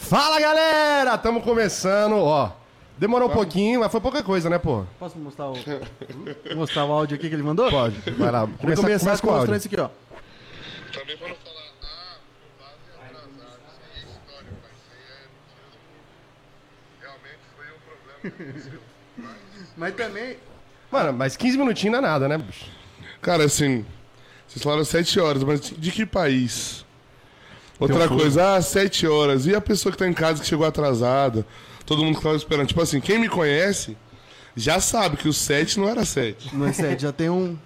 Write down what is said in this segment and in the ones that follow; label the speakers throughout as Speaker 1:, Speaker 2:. Speaker 1: Fala galera, tamo começando, ó. Demorou um pouquinho, mas foi pouca coisa, né, pô?
Speaker 2: Posso mostrar o, Hum? mostrar o áudio aqui que ele mandou?
Speaker 1: Pode, vai lá.
Speaker 2: Vou
Speaker 1: Começa,
Speaker 2: começar,
Speaker 1: começa
Speaker 2: com
Speaker 1: com o áudio.
Speaker 2: mostrando isso aqui, ó.
Speaker 3: Também pra não falar, ah, o vaso é atrasado, isso aí é história, mas isso aí é mentira. Realmente foi um problema que aconteceu.
Speaker 2: Mas também.
Speaker 1: Mano, mas 15 minutinhos não é nada, né, bicho?
Speaker 3: Cara, assim, vocês falaram sete horas, mas de de que país? Outra
Speaker 1: Teu
Speaker 3: coisa, ah, sete horas. E a pessoa que tá em casa que chegou atrasada? Todo mundo que tava esperando. Tipo assim, quem me conhece já sabe que o sete não era sete.
Speaker 2: Não é sério, já tem um.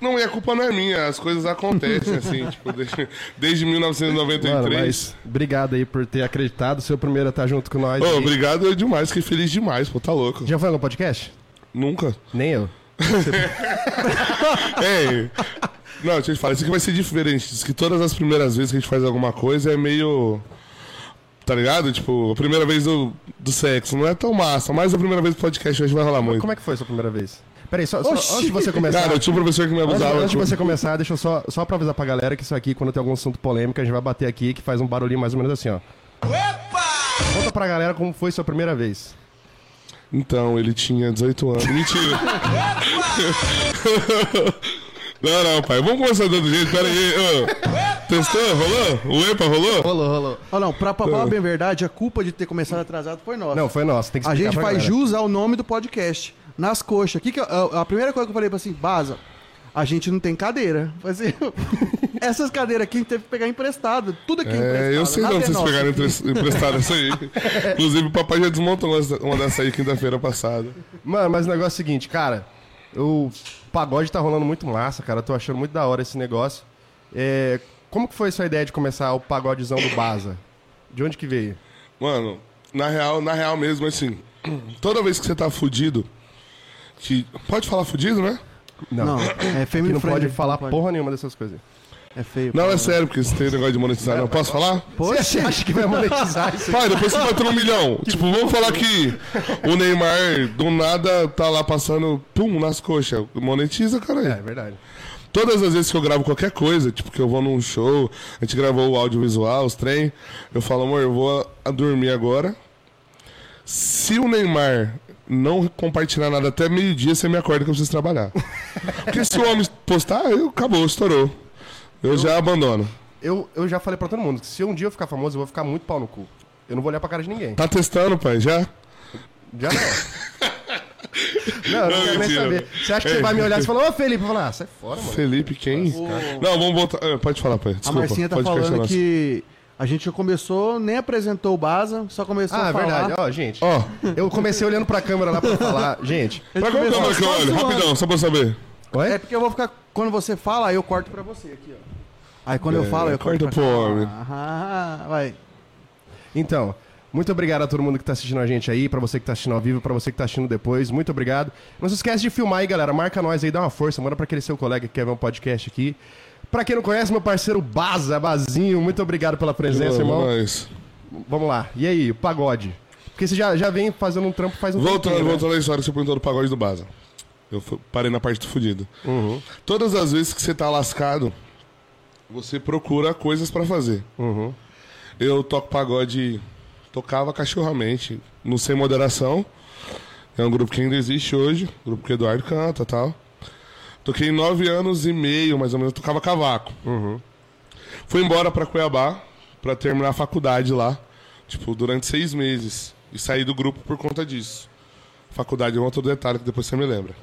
Speaker 3: Não, e a culpa não é minha, as coisas acontecem, assim, tipo, desde, desde 1993.
Speaker 1: Mano, mas obrigado aí por ter acreditado, seu primeiro a estar junto com nós.
Speaker 3: Ô,
Speaker 1: aí.
Speaker 3: obrigado eu demais, fiquei feliz demais, pô, tá louco.
Speaker 1: Já foi no podcast?
Speaker 3: Nunca.
Speaker 1: Nem eu.
Speaker 3: É. Não, deixa eu te falar, isso aqui vai ser diferente. Diz que todas as primeiras vezes que a gente faz alguma coisa é meio. Tá ligado? Tipo, a primeira vez do, do sexo não é tão massa, mas a primeira vez do podcast hoje vai rolar muito.
Speaker 1: Como é que é foi a sua primeira vez? Peraí, só, só
Speaker 2: Oxi!
Speaker 1: antes de você começar.
Speaker 3: Cara, eu tinha um professor que me
Speaker 1: Antes,
Speaker 3: abusava.
Speaker 1: antes de
Speaker 3: tipo,
Speaker 1: você começar, deixa eu só, só pra avisar pra galera que isso aqui, quando tem algum assunto polêmico, a gente vai bater aqui, que faz um barulhinho mais ou menos assim, ó. Conta pra galera como foi sua primeira vez.
Speaker 3: Então, ele tinha 18 anos. Mentira. não, não, pai. Vamos começar do outro jeito, pera aí. ô. Testou? Rolou? O EPA rolou?
Speaker 1: Rolou, rolou.
Speaker 2: Ó, não, pra falar bem a verdade, a culpa de ter começado atrasado foi nossa.
Speaker 1: Não, foi nossa, tem que
Speaker 2: a
Speaker 1: explicar
Speaker 2: gente
Speaker 1: pra
Speaker 2: faz
Speaker 1: galera.
Speaker 2: jus ao nome do podcast. Nas coxas. Que que eu- a, a primeira coisa que eu falei pra assim, Baza, a gente não tem cadeira. Falei assim, essas cadeiras aqui a gente teve que pegar emprestado. Tudo aqui é,
Speaker 3: É,
Speaker 2: emprestado.
Speaker 3: eu sei de
Speaker 2: nada
Speaker 3: onde
Speaker 2: é
Speaker 3: vocês
Speaker 2: nosso.
Speaker 3: pegaram empre- emprestado essa aí. Inclusive, o papai já desmontou uma- uma dessa aí quinta-feira passada.
Speaker 1: Mano, mas o negócio é o seguinte, cara. O pagode tá rolando muito massa, cara. Eu tô achando muito da hora esse negócio. É, como que foi sua ideia de começar o pagodezão do Baza? De onde que veio?
Speaker 3: Mano, na real, na real mesmo, assim, toda vez que você tá fudido, que. Pode falar fudido, né?
Speaker 2: Não, é
Speaker 1: que
Speaker 2: family
Speaker 1: não pode
Speaker 2: friendly,
Speaker 1: falar
Speaker 2: não pode.
Speaker 1: porra nenhuma dessas coisas.
Speaker 2: É feio.
Speaker 3: Não, é sério, porque você tem negócio de monetizar, não. Posso falar?
Speaker 1: Você acha que vai monetizar isso?
Speaker 3: Pai, depois você bateu um milhão. Tipo, vamos falar que o Neymar do nada tá lá passando, pum, nas coxas. Monetiza,
Speaker 1: É
Speaker 3: caralho.
Speaker 1: verdade.
Speaker 3: Todas as vezes que eu gravo qualquer coisa, tipo, que eu vou num show, a gente gravou o audiovisual, os trem, eu falo, amor, eu vou a- a dormir agora. Se o Neymar não compartilhar nada até meio-dia, você me acorda que eu preciso trabalhar. Porque se o homem postar, eu, acabou, estourou. Eu já abandono.
Speaker 1: Eu, eu já falei pra todo mundo que se um dia eu ficar famoso, eu vou ficar muito pau no cu. Eu não vou olhar pra cara de ninguém.
Speaker 3: Tá testando, pai, já?
Speaker 1: Já não. Não, eu não
Speaker 3: Não,
Speaker 1: quero nem
Speaker 3: mentira.
Speaker 1: saber. Você acha que você vai me olhar e falar, ô Felipe, eu vou falar, ah, sai fora, mano.
Speaker 3: Felipe, quem? Não, vamos voltar. ah, Pode falar, pai.
Speaker 2: A
Speaker 3: Desculpa.
Speaker 2: Marcinha tá
Speaker 3: Pode
Speaker 2: falando
Speaker 3: questionar.
Speaker 2: que a gente já começou, nem apresentou o Baza, só começou
Speaker 1: Ah,
Speaker 2: a falar.
Speaker 1: verdade. Ó, gente.
Speaker 3: Ó,
Speaker 1: Eu comecei olhando pra câmera lá pra falar, gente.
Speaker 2: Ele
Speaker 3: pra qual
Speaker 2: começou
Speaker 3: câmera que é eu
Speaker 2: só
Speaker 3: olho?
Speaker 2: zoando.
Speaker 3: Rapidão, só pra eu saber.
Speaker 2: É
Speaker 1: Oi?
Speaker 2: porque eu vou ficar. Quando você fala, aí eu corto pra você aqui, ó. Aí quando eu falo, eu corto.
Speaker 3: É, corta pro homem.
Speaker 2: Ah, vai.
Speaker 1: Então, muito obrigado a todo mundo que tá assistindo a gente aí, pra você que tá assistindo ao vivo, pra você que tá assistindo depois, muito obrigado. Não se esquece de filmar aí, galera, marca nós aí, dá uma força, manda pra aquele seu colega que quer ver um podcast aqui. Pra quem não conhece, meu parceiro Baza, Bazinho, muito obrigado pela presença, irmão.
Speaker 3: Mas-
Speaker 1: Vamos lá, e aí, o pagode? Porque você já, já vem fazendo um trampo faz um
Speaker 3: Voltando,
Speaker 1: tempinho, né?
Speaker 3: voltando à história que você perguntou do pagode do Baza. Eu fu- parei na parte do fudido.
Speaker 1: Uhum.
Speaker 3: Todas as vezes que você tá lascado, você procura coisas pra fazer.
Speaker 1: Uhum.
Speaker 3: Eu toco pagode, tocava cachorramente, no Sem Moderação. É um grupo que ainda existe hoje, grupo que Eduardo canta e tal. Toquei nove anos e meio, mais ou menos, eu tocava cavaco.
Speaker 1: Uhum.
Speaker 3: Fui embora pra Cuiabá pra terminar a faculdade lá, tipo, durante seis meses. E saí do grupo por conta disso. Faculdade é um outro detalhe que depois você me lembra.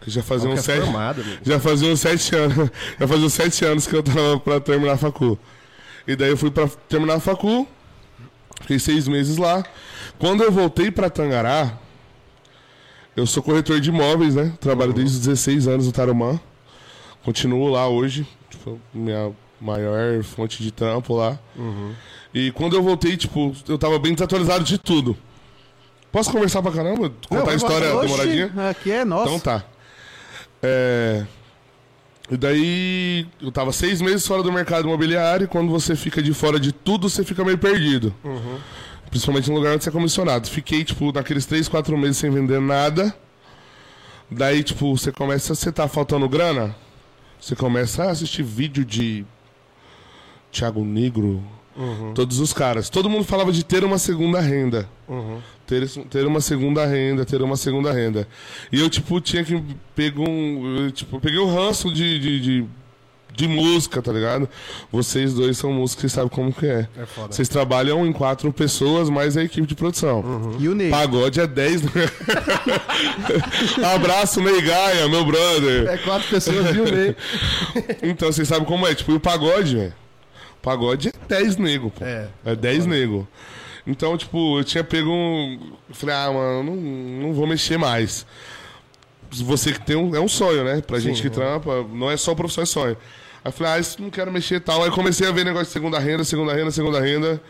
Speaker 3: Que já fazia
Speaker 1: Não, que
Speaker 3: uns
Speaker 1: é
Speaker 3: sete.
Speaker 1: formado, amigo.
Speaker 3: já fazia uns sete anos. Já fazia uns sete anos que eu tava pra terminar a facu. E daí eu fui pra terminar a facu. Fiquei seis meses lá. Quando eu voltei pra Tangará, eu sou corretor de imóveis, né? Trabalho desde os 16 anos no Tarumã. Continuo lá hoje. Tipo, minha maior fonte de trampo lá. E quando eu voltei, tipo, eu tava bem desatualizado de tudo. Posso conversar pra caramba? Contar a história
Speaker 2: Oxi,
Speaker 3: demoradinha?
Speaker 2: Aqui é nosso.
Speaker 3: Então tá. É... E daí eu tava seis meses fora do mercado imobiliário e quando você fica de fora de tudo, você fica meio perdido. Principalmente no lugar onde você é comissionado. Fiquei, tipo, naqueles três, quatro meses sem vender nada. Daí, tipo, você começa, você tá faltando grana, você começa a assistir vídeo de Thiago Negro, Todos os caras. Todo mundo falava de ter uma segunda renda. Ter, ter uma segunda renda, ter uma segunda renda. E eu, tipo, tinha que pegar um. eu, tipo, peguei um ranço de- de- de de música, tá ligado? Vocês dois são músicos e sabem como que é.
Speaker 1: É foda.
Speaker 3: Vocês trabalham em quatro pessoas, mais a equipe de produção.
Speaker 1: Uhum.
Speaker 2: E o Ney?
Speaker 3: Pagode é 10. né? Abraço, Ney Gaia, meu brother.
Speaker 1: É quatro pessoas e um meio.
Speaker 3: Então, vocês sabem como é. Tipo, e o pagode, velho? Pagode é 10 nego, pô.
Speaker 1: É.
Speaker 3: É, 10 nego. Então, tipo, eu tinha pego um... eu Falei, ah, mano, não, não vou mexer mais. Você que tem um... É um sonho, né? Pra gente que trampa, não é só profissão, é sonho. Aí eu falei, ah, isso não quero mexer e tal. Aí comecei a ver negócio de segunda renda, segunda renda, segunda renda.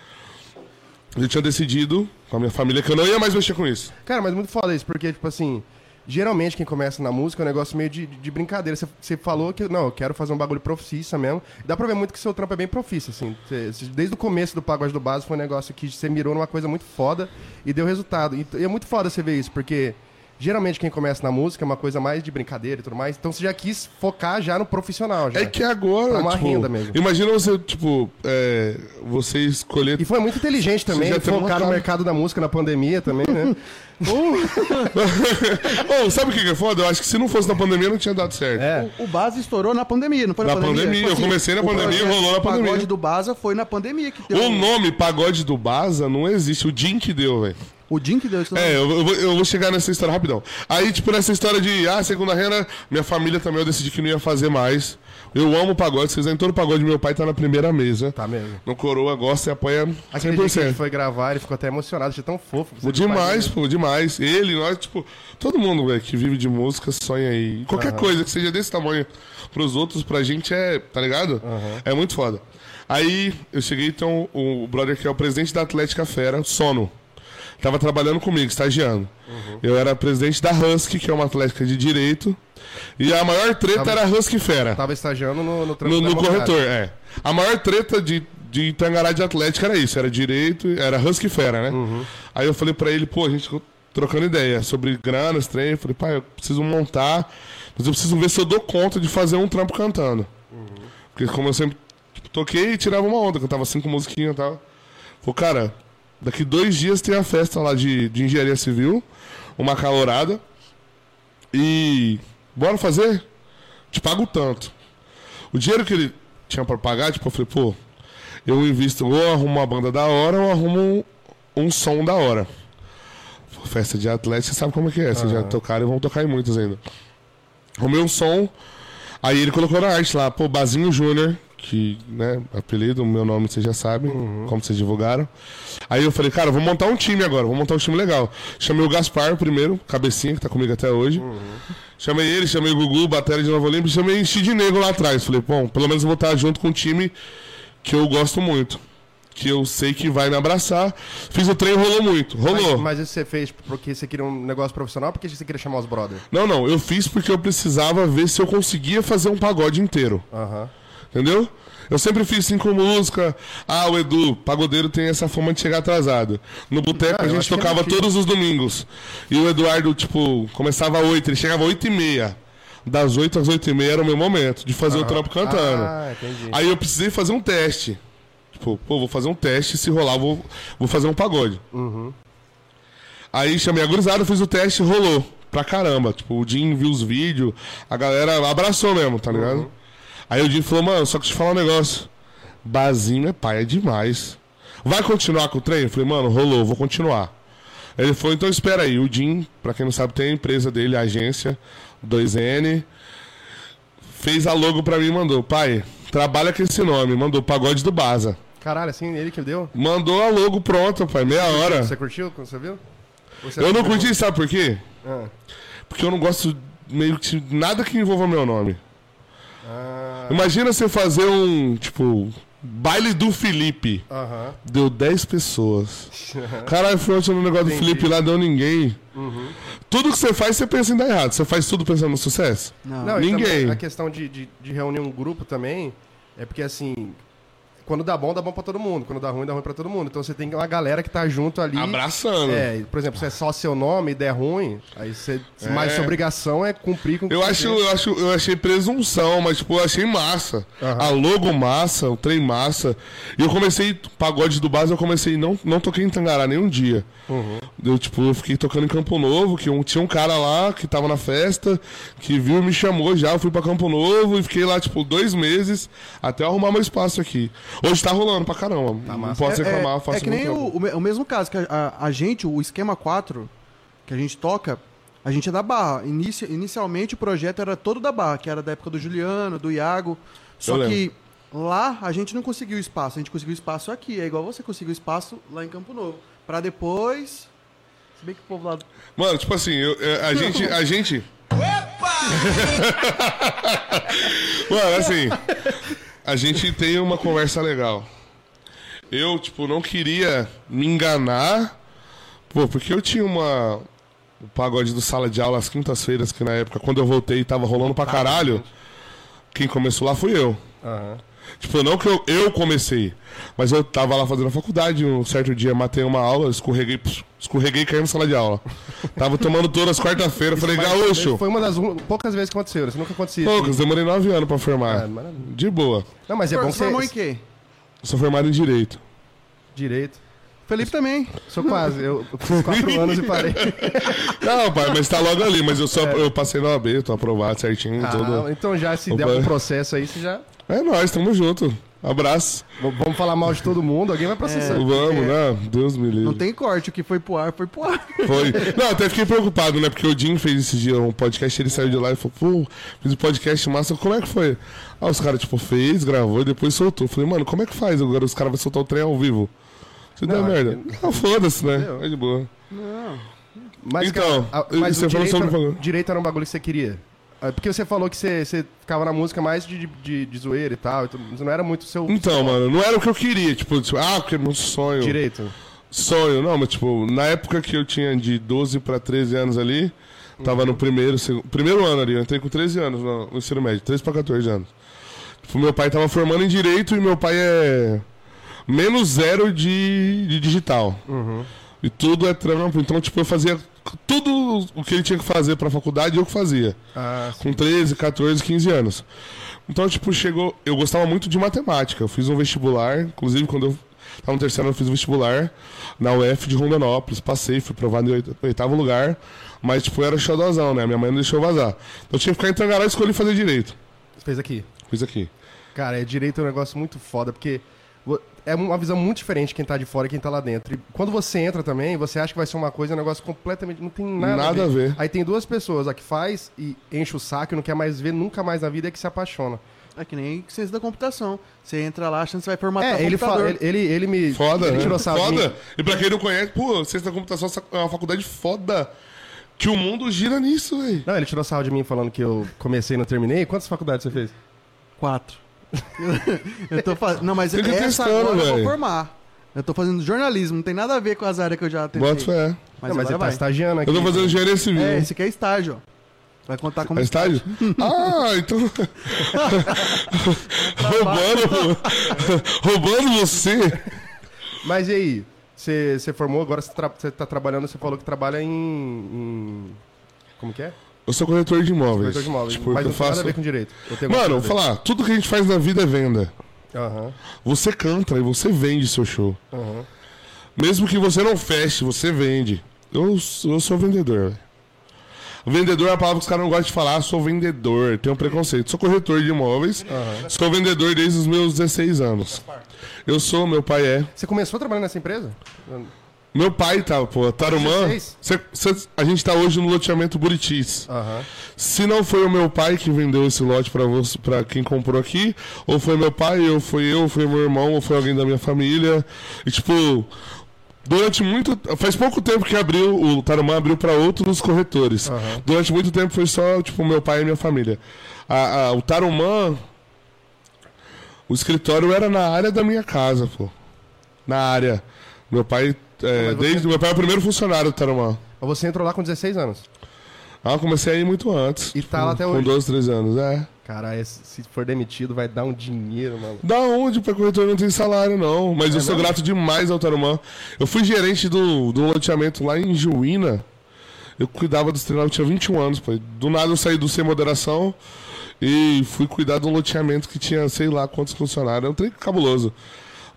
Speaker 3: Eu tinha decidido com a minha família que eu não ia mais mexer com isso.
Speaker 1: Cara, mas muito foda isso, porque, tipo assim, geralmente quem começa na música é um negócio meio de, de brincadeira. Você- Você falou que, não, eu quero fazer um bagulho profissa mesmo. Dá pra ver muito que seu trampo é bem profissa, assim. Você- você- desde o começo do Pagode do Base foi um negócio que você mirou numa coisa muito foda e deu resultado. E, e é muito foda você ver isso, porque geralmente quem começa na música é uma coisa mais de brincadeira e tudo mais. Então você já quis focar já no profissional, já.
Speaker 3: É que agora,
Speaker 1: Tá uma
Speaker 3: tipo,
Speaker 1: renda mesmo.
Speaker 3: imagina você, tipo, é, você escolher
Speaker 1: E foi muito inteligente também,
Speaker 3: Você já tem um
Speaker 1: focar no
Speaker 3: mercado.
Speaker 1: mercado da música na pandemia também, né?
Speaker 3: Ô, sabe o que que é foda? Eu acho que se não fosse na pandemia não tinha dado certo.
Speaker 1: É.
Speaker 2: O Baza estourou na pandemia, não foi na,
Speaker 3: Na pandemia, eu comecei na
Speaker 2: o
Speaker 3: pandemia,
Speaker 2: projeto
Speaker 3: rolou na
Speaker 2: O
Speaker 3: pandemia.
Speaker 2: pagode do Baza foi na pandemia que deu.
Speaker 3: O nome pagode do Baza não existe, o Jim que deu, velho.
Speaker 2: O Jim que deu isso.
Speaker 3: É, eu, eu vou- eu vou chegar nessa história rapidão. Aí, tipo, nessa história de, ah, segunda renda, minha família também eu decidi que não ia fazer mais. Eu amo pagode, vocês entram no pagode, meu pai tá na primeira mesa.
Speaker 1: Tá mesmo.
Speaker 3: No Coroa, gosta e apoia
Speaker 1: Aquele dia que a gente
Speaker 3: 100%.
Speaker 1: foi gravar, ele ficou até emocionado, achei tão fofo. você é né?
Speaker 3: Demais, pô, demais. Ele, nós, tipo, todo mundo, velho, que vive de música sonha aí. Qualquer coisa que seja desse tamanho pros outros, pra gente é, tá ligado? É muito foda. Aí eu cheguei, então, o brother que é o presidente da Atlética Fera, Sono. Tava trabalhando comigo, estagiando.
Speaker 1: Uhum.
Speaker 3: Eu era presidente da Husky, que é uma atlética de direito. E a maior treta
Speaker 1: Tava-
Speaker 3: era a Husky Fera.
Speaker 1: Tava estagiando no, no trampo
Speaker 3: No,
Speaker 1: da
Speaker 3: no
Speaker 1: Montara.
Speaker 3: corretor, é. A maior treta de, de Tangará de Atlético era isso, era direito, era Husky Fera, né? Aí eu falei pra ele, pô, a gente ficou trocando ideia sobre grana, esse trem, eu falei, pai, eu preciso montar, mas eu preciso ver se eu dou conta de fazer um trampo cantando. Porque como eu sempre tipo, toquei e tirava uma onda, cantava cinco musiquinhas e tal. Falei, cara, daqui dois dias tem a festa lá de, de engenharia civil, uma calorada. E bora fazer? Te pago tanto. O dinheiro que ele tinha pra pagar, tipo, eu falei, pô, eu invisto, ou eu arrumo uma banda da hora, ou eu arrumo um, um som da hora. Pô, Festa de atleta, você sabe como é que é, vocês já tocaram e vão tocar em muitas ainda. Arrumei um som, aí ele colocou na arte lá, pô, Bazinho Júnior, que, né, apelido, meu nome vocês já sabem, como vocês divulgaram. Aí eu falei, cara, eu vou montar um time agora, vou montar um time legal. Chamei o Gaspar primeiro, cabecinha, que tá comigo até hoje. Chamei ele, chamei o Gugu, Batera de Nova Olimpo, chamei enchi de negro lá atrás. Falei, bom, pelo menos eu vou estar junto com um time que eu gosto muito. Que eu sei que vai me abraçar. Fiz o trem, rolou muito. Rolou.
Speaker 1: Mas, mas isso você fez porque você queria um negócio profissional ou porque você queria chamar os brothers?
Speaker 3: Não, não, eu fiz porque eu precisava ver se eu conseguia fazer um pagode inteiro.
Speaker 1: Aham.
Speaker 3: Entendeu? Eu sempre fiz cinco músicas. Ah, o Edu, pagodeiro tem essa fama de chegar atrasado. No boteco
Speaker 1: Ah, eu
Speaker 3: a gente
Speaker 1: acho que é
Speaker 3: tocava
Speaker 1: mentira.
Speaker 3: todos os domingos. E o Eduardo, tipo, começava às oito, ele chegava às oito e meia. Das oito às oito e meia era o meu momento de fazer o trampo cantando.
Speaker 1: Ah, entendi.
Speaker 3: Aí eu precisei fazer um teste. Tipo, pô, vou fazer um teste, se rolar, vou, vou fazer um pagode. Aí chamei a gurizada, fiz o teste, rolou. Pra caramba. Tipo, o Jim viu os vídeos, a galera abraçou mesmo, tá ligado? Aí o Jim falou, mano, só que te falar um negócio. Bazinho é paia demais. Vai continuar com o trem? Eu falei, mano, rolou, vou continuar. Ele falou, então espera aí. O Jim, pra quem não sabe, tem a empresa dele, a agência 2N. Fez a logo pra mim e mandou, pai, trabalha com esse nome. Mandou Pagode do Baza.
Speaker 1: Caralho, assim, ele que deu?
Speaker 3: Mandou a logo pronta, pai, meia hora.
Speaker 1: Você curtiu? quando Você viu? Ou você
Speaker 3: Eu não
Speaker 1: achou-
Speaker 3: curti, sabe por quê?
Speaker 1: Ah.
Speaker 3: Porque eu não gosto meio que de nada que envolva meu nome.
Speaker 1: Ah,
Speaker 3: Imagina você fazer um, tipo, baile do Felipe.
Speaker 1: Aham.
Speaker 3: Deu 10 pessoas. Caralho, foi ontem no negócio do Felipe lá, deu ninguém.
Speaker 1: Uhum.
Speaker 3: Tudo que você faz, você pensa em dar errado. Você faz tudo pensando no sucesso?
Speaker 2: Não.
Speaker 1: Não, e
Speaker 3: Ninguém.
Speaker 1: também a questão de, de, de reunir um grupo também é porque, assim, Quando dá bom, dá bom pra todo mundo. Quando dá ruim, dá ruim pra todo mundo. Então você tem uma galera que tá junto ali.
Speaker 3: Abraçando.
Speaker 1: É, e, por exemplo, se é só seu nome e der ruim, aí você. Mas sua obrigação é cumprir com o que
Speaker 3: Eu
Speaker 1: você
Speaker 3: acho,
Speaker 1: fez.
Speaker 3: eu acho, eu achei presunção, mas tipo, eu achei massa.
Speaker 1: Aham.
Speaker 3: A logo massa, o trem massa. E eu comecei pagode do base, eu comecei não, não toquei em Tangará nenhum dia.
Speaker 2: Uhum.
Speaker 3: Eu tipo, eu fiquei tocando em Campo Novo, que um- tinha um cara lá que tava na festa, que viu e me chamou já, eu fui pra Campo Novo e fiquei lá tipo dois meses até eu arrumar meu espaço aqui. Hoje tá rolando pra caramba. não
Speaker 1: massa.
Speaker 3: posso
Speaker 2: É-
Speaker 3: reclamar,
Speaker 2: é,
Speaker 3: faço
Speaker 2: é que nem
Speaker 3: muito
Speaker 2: o, o me- o mesmo caso, que a, a- a gente, o esquema 4, que a gente toca, a gente é da Barra. Inici- inicialmente o projeto era todo da Barra, que era da época do Juliano, do Iago. Só
Speaker 3: Eu
Speaker 2: que lá a gente não conseguiu espaço, a gente conseguiu espaço aqui. É igual você conseguiu espaço lá em Campo Novo. Pra depois. Se bem que o povo lá.
Speaker 1: É
Speaker 3: Mano, tipo assim, eu- eu- a gente. A gente... Mano, assim. A gente tem uma conversa legal. Eu, tipo, não queria me enganar. Pô, porque eu tinha uma. O pagode do sala de aula às quintas-feiras, que na época, quando eu voltei, tava rolando pra caralho. Quem começou lá fui eu.
Speaker 1: Aham.
Speaker 3: Tipo, não que eu, eu comecei, mas eu tava lá fazendo a faculdade, um certo dia matei uma aula, escorreguei, pss, escorreguei e caí na sala de aula. tava tomando todas as quarta-feiras, falei, gaúcho,
Speaker 1: é Foi uma das ru- poucas vezes que aconteceu. né? Isso nunca acontecia.
Speaker 3: poucas, demorei nove anos pra
Speaker 1: Ah,
Speaker 3: formar.
Speaker 1: maravilha.
Speaker 3: De boa.
Speaker 1: Não, mas é bom que
Speaker 2: Você formou em
Speaker 1: você.
Speaker 2: quê?
Speaker 3: Sou formado em Direito.
Speaker 1: Direito.
Speaker 2: Felipe também.
Speaker 1: Sou quase. Eu eu fiz quatro anos e parei.
Speaker 3: Não, pai, mas tá logo ali, mas eu só eu passei na OAB, tô aprovado certinho,
Speaker 1: Ah,
Speaker 3: tudo.
Speaker 1: então já se der
Speaker 3: Opa.
Speaker 1: algum processo aí, você já.
Speaker 3: É nóis, tamo junto. Abraço.
Speaker 1: V- Vamos falar mal de todo mundo, alguém vai processar.
Speaker 3: Vamos, né? Deus me livre.
Speaker 2: Não tem corte, o que foi pro ar foi pro ar.
Speaker 3: Foi. Não, até fiquei preocupado, né? Porque o Jim fez esse dia um podcast, ele saiu de lá e falou, pô, fiz um podcast massa, como é que foi? Aí os caras, tipo, fez, gravou e depois soltou. Falei, mano, como é que faz? Agora os caras vão soltar o trem ao vivo. Você deu
Speaker 1: Não,
Speaker 3: merda. Não, foda-se, né?
Speaker 1: Deu.
Speaker 3: É de boa.
Speaker 1: Mas,
Speaker 3: Então,
Speaker 1: cara, a-
Speaker 3: e
Speaker 1: mas
Speaker 3: você
Speaker 1: o
Speaker 3: falou
Speaker 1: direito,
Speaker 3: sobre-
Speaker 1: era- direito era um bagulho que você queria. Ah, Porque você falou que você, você ficava na música mais de, de, de zoeira e tal, e tudo, mas não era muito o seu
Speaker 3: Então, mano, não era o que eu queria, tipo, tipo ah, porque é meu sonho.
Speaker 1: direito.
Speaker 3: Sonho, não, mas tipo, na época que eu tinha de 12 pra 13 anos ali, tava no primeiro, seg- primeiro ano ali, eu entrei com 13 anos no no ensino médio, 13 pra 14 anos. Tipo, meu pai tava formando em direito e meu pai é menos zero de, de digital. E tudo é trampo, então tipo, eu fazia tudo o que ele tinha que fazer pra faculdade, eu que fazia
Speaker 1: Ah,
Speaker 3: com 13, 14, 15 anos. Então, tipo, chegou. Eu gostava muito de matemática. Eu fiz um vestibular, inclusive quando eu tava no terceiro ano, eu fiz um vestibular na UF de Rondonópolis. Passei, fui provado em oit- oitavo lugar. Mas, tipo, eu era xodózão, né? Minha mãe não deixou eu vazar. Então, eu tinha que ficar em Tangará e escolhi fazer direito.
Speaker 1: fez aqui.
Speaker 3: Fiz aqui.
Speaker 1: Cara, é direito é um negócio muito foda, porque vo- é uma visão muito diferente quem tá de fora e quem tá lá dentro. E quando você entra também, você acha que vai ser uma coisa, é um negócio completamente. Não tem nada,
Speaker 3: Nada a ver.
Speaker 1: Aí tem duas pessoas, a que faz e enche o saco e não quer mais ver nunca mais na vida e a que se apaixona.
Speaker 2: É que nem ciência da computação. Você entra lá achando que você vai formatar o
Speaker 1: é, ele,
Speaker 2: computador.
Speaker 1: fala, ele, ele, ele me.
Speaker 3: Foda,
Speaker 1: ele
Speaker 3: né?
Speaker 1: tirou sarro de mim.
Speaker 3: Foda. E pra quem não conhece, pô, ciência da computação é uma faculdade foda. Que o mundo gira nisso, velho.
Speaker 1: Não, ele tirou sarro de mim falando que eu comecei e não terminei. Quantas faculdades você fez?
Speaker 2: Quatro. eu tô fazendo. Não, mas
Speaker 3: Tem que ir
Speaker 2: essa
Speaker 3: testando,
Speaker 2: agora eu vou
Speaker 3: velho.
Speaker 2: formar. Eu tô fazendo jornalismo, não tem nada a ver com as áreas que eu já tentei.
Speaker 3: Bota fé.
Speaker 2: Mas,
Speaker 1: não, mas
Speaker 2: agora
Speaker 1: ele tá
Speaker 2: vai.
Speaker 1: estagiando aqui.
Speaker 3: Eu tô fazendo engenharia civil.
Speaker 2: É, esse aqui é estágio, ó. Vai contar como
Speaker 3: É
Speaker 1: tá
Speaker 3: estágio? Ah, então. roubando. roubando você?
Speaker 1: Mas e aí? Você você formou, agora você, tra... você tá trabalhando, você falou que trabalha em. em- Como que é?
Speaker 3: Eu sou corretor de imóveis.
Speaker 1: Corretor de imóveis.
Speaker 3: Tipo,
Speaker 1: mas
Speaker 3: eu
Speaker 1: não tem nada
Speaker 3: faço.
Speaker 1: a ver com direito. Eu tenho
Speaker 3: Mano,
Speaker 1: alguma
Speaker 3: vou
Speaker 1: coisa a
Speaker 3: falar, tudo que a gente faz na vida é venda.
Speaker 1: ver. Aham,
Speaker 3: Você canta e você vende seu show.
Speaker 1: aham.
Speaker 3: Mesmo que você não feche, você vende. Eu, sou- eu sou vendedor, velho. Vendedor é a palavra que os caras não gostam de falar. "Ah, Sou vendedor, tenho preconceito. Sou corretor de imóveis. Sou vendedor desde os meus 16 anos. Eu sou, meu pai é.
Speaker 1: Você começou trabalhando nessa empresa?
Speaker 3: Meu pai tá, pô, Tarumã.
Speaker 1: 16?
Speaker 3: Cê- cê- a gente tá hoje no loteamento Buritis.
Speaker 1: Aham.
Speaker 3: Se não foi o meu pai que vendeu esse lote pra você, para quem comprou aqui, ou foi meu pai, ou foi eu, ou foi meu irmão, ou foi alguém da minha família. E tipo, durante muito, faz pouco tempo que abriu, o Tarumã abriu pra outros corretores. Durante muito tempo foi só, tipo, meu pai e minha família. A- a- o Tarumã o escritório era na área da minha casa, pô. Na área. Meu pai, é, desde meu pai é o primeiro funcionário do Tarumã.
Speaker 1: Mas Você entrou lá com 16 anos.
Speaker 3: Ah, eu comecei a ir muito antes.
Speaker 1: E tá lá até
Speaker 3: Com
Speaker 1: hoje.
Speaker 3: 12, 13 anos, é.
Speaker 1: Caralho, se for demitido, vai dar um dinheiro, mano.
Speaker 3: Da onde? Pra corretor não tem salário, não. Mas eu sou grato demais ao Tarumã. Eu fui gerente do, do loteamento lá em Juína. Eu cuidava dos treinos, eu tinha 21 anos, pô. Do nada eu saí do Sem Moderação e fui cuidar de um loteamento que tinha sei lá quantos funcionários. É um trem cabuloso.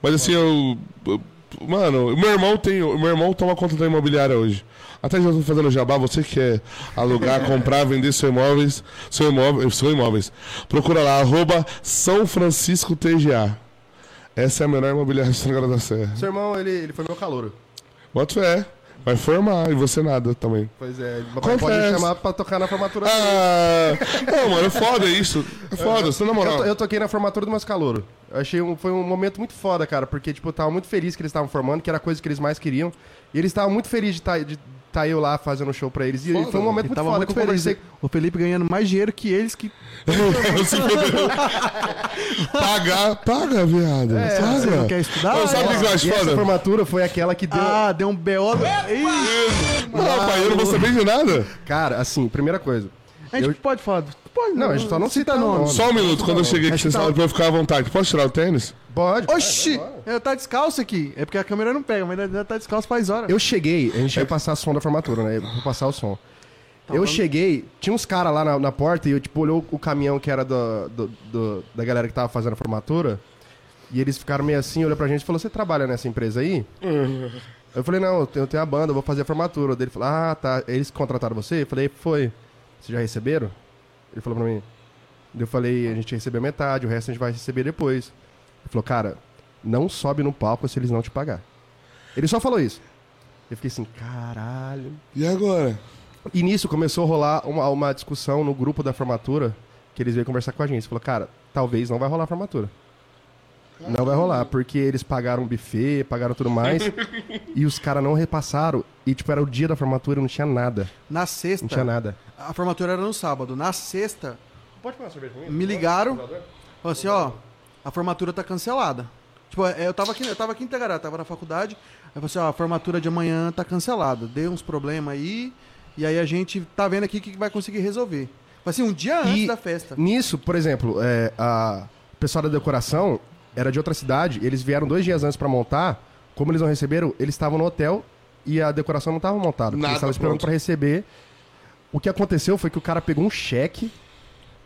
Speaker 3: Mas assim, eu. eu- Mano, meu irmão tem. Meu irmão toma conta da imobiliária hoje. Até já tô fazendo jabá, você que quer alugar, comprar, vender seu imóveis, seu imóvel, seu imóveis. Procura lá, arroba São Francisco TGA. Essa é a melhor imobiliária de São Gabriel da Serra.
Speaker 1: Seu irmão, ele, ele foi meu calouro.
Speaker 3: Bota fé. Vai formar, e você nada também.
Speaker 1: Pois é, ele pode me
Speaker 3: Confesso.
Speaker 1: chamar pra tocar na formatura dele.
Speaker 3: Ah, não, mano, é foda isso. É foda, você na
Speaker 1: Eu,
Speaker 3: moral.
Speaker 1: to- eu toquei na formatura do meus calouro. Eu achei um, foi um momento muito foda, cara, porque, tipo, eu tava muito feliz que eles estavam formando, que era a coisa que eles mais queriam. E eles estavam muito felizes de tá, de tá eu lá fazendo um show pra eles. E
Speaker 3: Foda,
Speaker 1: foi um momento
Speaker 2: Ele
Speaker 1: muito
Speaker 2: tava
Speaker 1: foda
Speaker 2: muito
Speaker 1: que eu
Speaker 2: feliz.
Speaker 1: conversei.
Speaker 2: O Felipe ganhando mais dinheiro que eles que.
Speaker 3: Se fodeu. Pagar, paga, viado.
Speaker 1: É,
Speaker 2: Ah, você
Speaker 3: paga.
Speaker 2: não quer estudar?
Speaker 3: Não, sabe o que eu
Speaker 1: Ah, E
Speaker 3: acho
Speaker 1: essa
Speaker 3: foda?
Speaker 1: formatura foi aquela que deu.
Speaker 2: Ah, deu um BO. do- Ih,
Speaker 3: Não, pai, eu não vou saber de nada.
Speaker 1: Cara, assim, primeira coisa.
Speaker 2: a gente
Speaker 1: Eu-
Speaker 2: pode falar. do- Pode,
Speaker 1: Não, a gente só não cita nome.
Speaker 3: Só um minuto, quando eu
Speaker 1: Tá
Speaker 3: cheguei aqui, vocês falaram pra eu ficar à vontade. Posso tirar o tênis?
Speaker 1: Pode.
Speaker 2: Oxi! Ela tá descalço aqui. É porque a câmera não pega, mas ela tá descalço faz hora.
Speaker 1: Eu cheguei, a gente vai passar o som da formatura, né? Eu Vou passar o som. eu cheguei, tinha uns caras lá na, na porta e eu, tipo, olhou o caminhão que era do, do- do- da galera que tava fazendo a formatura. E eles ficaram meio assim, olhou pra gente e falou: Você trabalha nessa empresa aí? eu falei: Não, eu tenho, eu tenho a banda, eu vou fazer a formatura. Daí Ele falou: Ah, tá. Eles contrataram você? Eu falei: Foi. Vocês já receberam? Ele falou pra mim. Daí Eu falei: A gente recebeu metade, o resto a gente vai receber depois. Ele falou: Cara, não sobe no palco se eles não te pagar. Ele só falou isso. Eu fiquei assim, caralho.
Speaker 3: E agora?
Speaker 1: E nisso começou a rolar uma, uma discussão no grupo da formatura, que eles veio conversar com a gente. Falou, cara, talvez não vai rolar a formatura. Não vai rolar, porque eles pagaram buffet, pagaram tudo mais, e os caras não repassaram. E, tipo, era o dia da formatura, não tinha nada.
Speaker 2: Na
Speaker 1: Não tinha
Speaker 2: sexta,
Speaker 1: nada.
Speaker 2: a formatura era no sábado. Na sexta,
Speaker 1: Pode pegar uma cerveja comigo?
Speaker 2: me ligaram. Falou assim, ó, a formatura tá cancelada. Tipo, é, eu tava aqui, eu tava aqui em Itagará, tava na faculdade. Aí falou assim, ó, a formatura de amanhã tá cancelada. Deu uns problemas aí. E aí a gente tá vendo aqui o que que vai conseguir resolver. Falei assim, um dia antes
Speaker 1: E
Speaker 2: da festa.
Speaker 1: Nisso, por exemplo, é, a o pessoal da decoração era de outra cidade, eles vieram dois dias antes pra montar. Como eles não receberam, eles estavam no hotel e a decoração não estava montada. Porque
Speaker 3: Nada,
Speaker 1: eles estavam esperando
Speaker 3: pronto.
Speaker 1: pra receber. O que aconteceu foi que o cara pegou um cheque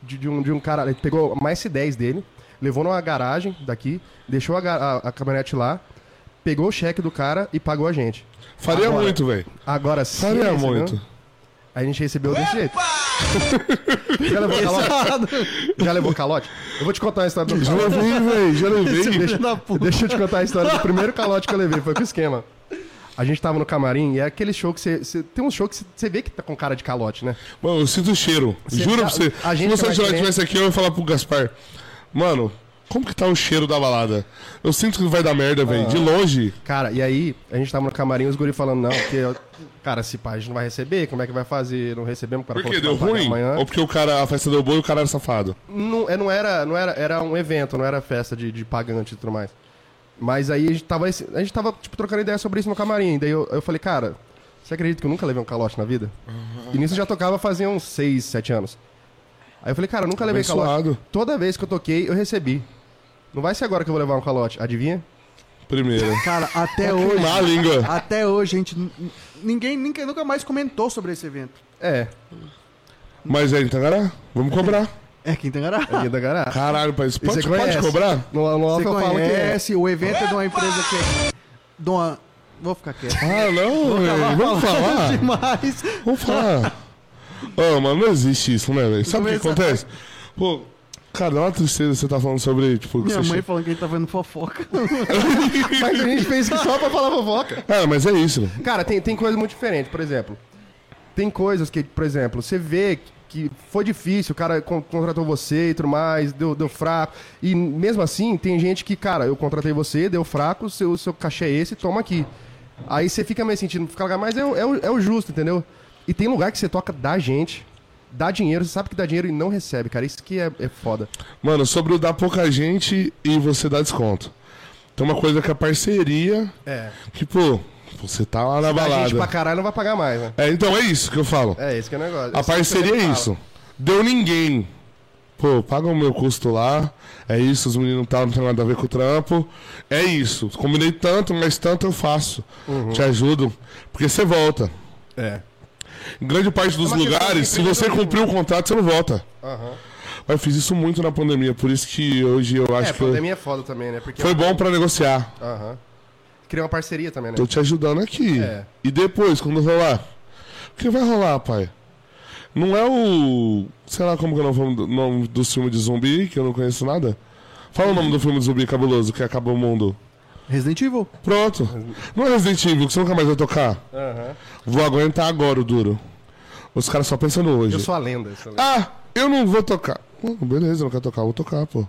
Speaker 1: de, de um, de um cara. Ele pegou mais S10 dele, levou numa garagem daqui, deixou a, ga- a, a caminhonete lá, pegou o cheque do cara e pagou a gente.
Speaker 3: Faria
Speaker 1: Agora.
Speaker 3: muito, velho.
Speaker 1: Agora sim.
Speaker 3: Faria muito.
Speaker 1: A gente recebeu desse jeito. Já levou calote? Já levou calote? Eu vou te contar a história do
Speaker 3: Já
Speaker 1: calote.
Speaker 3: levei, velho, já levei.
Speaker 1: Deixa, deixa eu te contar a história do primeiro calote que eu levei. Foi com o esquema. A gente tava no camarim e é aquele show que você. você- tem um show que você- você vê que tá com cara de calote, né?
Speaker 3: Mano, eu sinto o cheiro.
Speaker 1: Você
Speaker 3: Juro
Speaker 1: tá-
Speaker 3: pra você.
Speaker 1: a gente
Speaker 3: Se você
Speaker 1: vai
Speaker 3: tiver-
Speaker 1: querer-
Speaker 3: tivesse aqui, eu ia falar pro Gaspar. Mano, como que tá o cheiro da balada? Eu sinto que vai dar merda, velho.
Speaker 1: Ah.
Speaker 3: De longe.
Speaker 1: Cara, e aí a gente tava no camarim e os guri falando, não, porque. eu- cara, se pá, a gente não vai receber, como é que vai fazer? Não recebemos, o cara
Speaker 3: Por quê?
Speaker 1: falou que
Speaker 3: Deu
Speaker 1: vai pagar
Speaker 3: ruim?
Speaker 1: amanhã.
Speaker 3: Ou porque o cara, a festa deu boa e o cara era safado?
Speaker 1: Não, é, não era, não era, era um evento, não era festa de, de pagante e tudo mais. Mas aí a gente tava, esse- a gente tava tipo, trocando ideia sobre isso no camarim. Daí eu, eu falei, cara, você acredita que eu nunca levei um calote na vida?
Speaker 2: Uhum.
Speaker 1: E nisso eu já tocava fazia uns 6, 7 anos. Aí eu falei, cara, eu nunca levei
Speaker 3: Abençoado.
Speaker 1: calote. Toda vez que eu toquei, eu recebi. Não vai ser agora que eu vou levar um calote, adivinha?
Speaker 3: Primeiro.
Speaker 2: Cara, até hoje.
Speaker 3: Queimar a língua.
Speaker 2: Até hoje, a gente. n- n- Ninguém nunca, nunca mais comentou sobre esse evento.
Speaker 1: É,
Speaker 3: Mas é, então, cara, vamos cobrar.
Speaker 2: É quem tem
Speaker 1: aqui da garagem.
Speaker 3: Caralho, pai, isso
Speaker 1: E
Speaker 3: pode,
Speaker 1: você
Speaker 3: pode
Speaker 1: conhece?
Speaker 3: cobrar?
Speaker 1: No, no
Speaker 2: Você
Speaker 1: off eu falo que é.
Speaker 2: conhece, o evento é de uma empresa que é. De uma... Vou ficar quieto.
Speaker 3: Ah, não, velho. Vamos falar.
Speaker 2: Demais.
Speaker 3: Vamos falar. Ô, mano, Ah, não existe isso, né, velho? Sabe o que
Speaker 2: Começa-
Speaker 3: acontece? Pô, cara, dá uma tristeza você tá falando sobre, tipo, que
Speaker 2: Minha
Speaker 3: você
Speaker 2: mãe
Speaker 3: che-
Speaker 2: falando que a gente tá vendo fofoca.
Speaker 1: Mas a gente fez isso só pra falar fofoca.
Speaker 3: Ah, mas é isso.
Speaker 1: Cara, tem, tem coisa muito diferente, por exemplo. Tem coisas que, por exemplo, você vê que foi difícil, o cara con- contratou você e tudo mais, deu, deu fraco. E mesmo assim, tem gente que, cara, eu contratei você, deu fraco, seu, seu cachê é esse, toma aqui. Aí você fica meio sentindo, fica, mas é, o- é, o- é o justo, entendeu? E tem lugar que você toca da gente, dá dinheiro, você sabe que dá dinheiro e não recebe, cara. Isso que é, é foda.
Speaker 3: Mano, sobre o dar pouca gente e você dar desconto. Tem uma coisa que é parceria,
Speaker 1: É.
Speaker 3: que, pô, você tá lá na
Speaker 1: A gente pra
Speaker 3: balada.
Speaker 1: caralho não vai pagar mais, né?
Speaker 3: É, então é isso que eu falo.
Speaker 1: É, esse que é o negócio.
Speaker 3: A
Speaker 1: Isso que eu
Speaker 3: parceria é
Speaker 1: falo.
Speaker 3: isso. Deu ninguém. Pô, paga o meu custo lá. É isso, os meninos tá, não tem nada a ver com o trampo. É isso. Combinei tanto, mas tanto eu faço.
Speaker 1: Uhum.
Speaker 3: Te ajudo. Porque você volta.
Speaker 1: É.
Speaker 3: Em grande parte dos
Speaker 1: É uma questão de
Speaker 3: lugares, se você
Speaker 1: empreendedorismo.
Speaker 3: cumprir o contrato, você não volta. Eu fiz isso muito na pandemia, por isso que hoje eu acho
Speaker 1: É,
Speaker 3: que
Speaker 1: pandemia é foda também, né? Porque
Speaker 3: foi bom pra negociar.
Speaker 1: Aham. Criar uma parceria também, né?
Speaker 3: Tô te ajudando aqui.
Speaker 1: É.
Speaker 3: E depois, quando rolar? O que vai rolar, pai? Não é o. Sei lá como que é o nome- o nome do filme de zumbi, que eu não conheço nada. Fala o nome do filme de zumbi cabuloso, que acaba o mundo.
Speaker 2: Resident Evil.
Speaker 3: Pronto. Não é Resident Evil, que você nunca mais vai tocar.
Speaker 1: Aham.
Speaker 3: Vou aguentar agora o duro. Os caras só pensando hoje.
Speaker 1: Eu sou a lenda. eu sou a lenda.
Speaker 3: Ah, eu não vou tocar. Pô, beleza, não quero tocar, eu vou tocar, pô.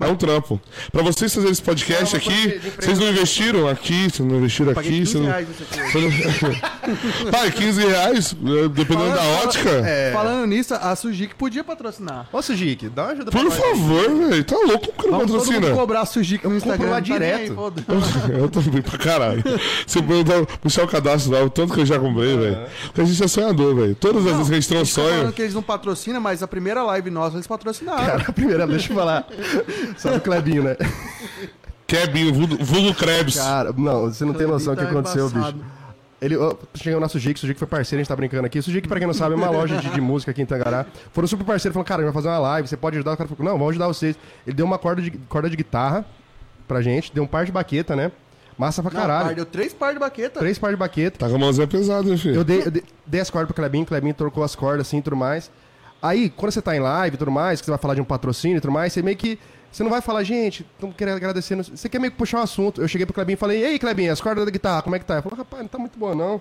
Speaker 3: É um trampo. Pra vocês fazerem esse podcast
Speaker 1: Uhum. É uma coisa de-
Speaker 3: aqui,
Speaker 1: de emprego.
Speaker 3: vocês não investiram aqui, vocês não investiram
Speaker 2: Paguei
Speaker 3: aqui,
Speaker 2: 15
Speaker 3: vocês não.
Speaker 2: reais nesse aqui.
Speaker 3: Pai, 15 reais, eh, dependendo da ótica.
Speaker 1: É.
Speaker 2: Falando nisso, a Sujik podia patrocinar.
Speaker 1: Ô, Sujique, dá uma ajuda pra
Speaker 3: Por
Speaker 1: nós.
Speaker 3: favor, velho. Tá louco que não
Speaker 2: Vamos todo
Speaker 3: patrocina?
Speaker 2: mundo cobrar a Sujik no Instagram.
Speaker 1: lá
Speaker 2: não tá nem
Speaker 1: direto.
Speaker 2: aí, foda.
Speaker 3: Eu também pra caralho. Se eu perguntar, puxar o cadastro lá, o tanto que eu já comprei, velho. Porque a gente é sonhador, velho. Todas as vezes que a gente tem um
Speaker 2: Eles tão falando
Speaker 3: sonho.
Speaker 2: que eles não patrocinam, mas a primeira live nossa eles patrocinaram.
Speaker 1: Cara, a primeira, deixa eu falar. Sabe o Clebinho, né?
Speaker 3: Kebinho, vulgo, vulgo Krebs.
Speaker 1: Cara, não, você não tem noção do que
Speaker 2: Tá
Speaker 1: aconteceu,
Speaker 2: embaçado.
Speaker 1: bicho. Ele, ó, chegou o nosso Jique, o Sujique foi parceiro, a gente tá brincando aqui. O Sujique, pra quem não sabe, é uma loja de, de música aqui em Tangará. Foram super parceiros, falaram, cara, a gente vai fazer uma live, você pode ajudar? O cara falou, não, vamos ajudar vocês. Ele deu uma corda de, corda de guitarra pra gente, deu um par de baqueta, né? Massa pra
Speaker 2: Não,
Speaker 1: caralho.
Speaker 2: par, Deu três par de baqueta.
Speaker 1: Três par de baqueta.
Speaker 3: Tá com a mãozinha pesada, hein, filho?
Speaker 1: Eu dei, eu dei- dei as cordas pro Clebinho, o Clebinho trocou as cordas assim e tudo mais. Aí, quando você tá em live e tudo mais, que você vai falar de um patrocínio e tudo mais, você meio que. Você não vai falar, gente, não quero agradecer. não sei- Você quer meio que puxar um assunto. Eu cheguei pro Clebinho e falei, ei, Clebinho, as cordas da guitarra, como é que tá? Ele falou, rapaz, não tá muito boa, não.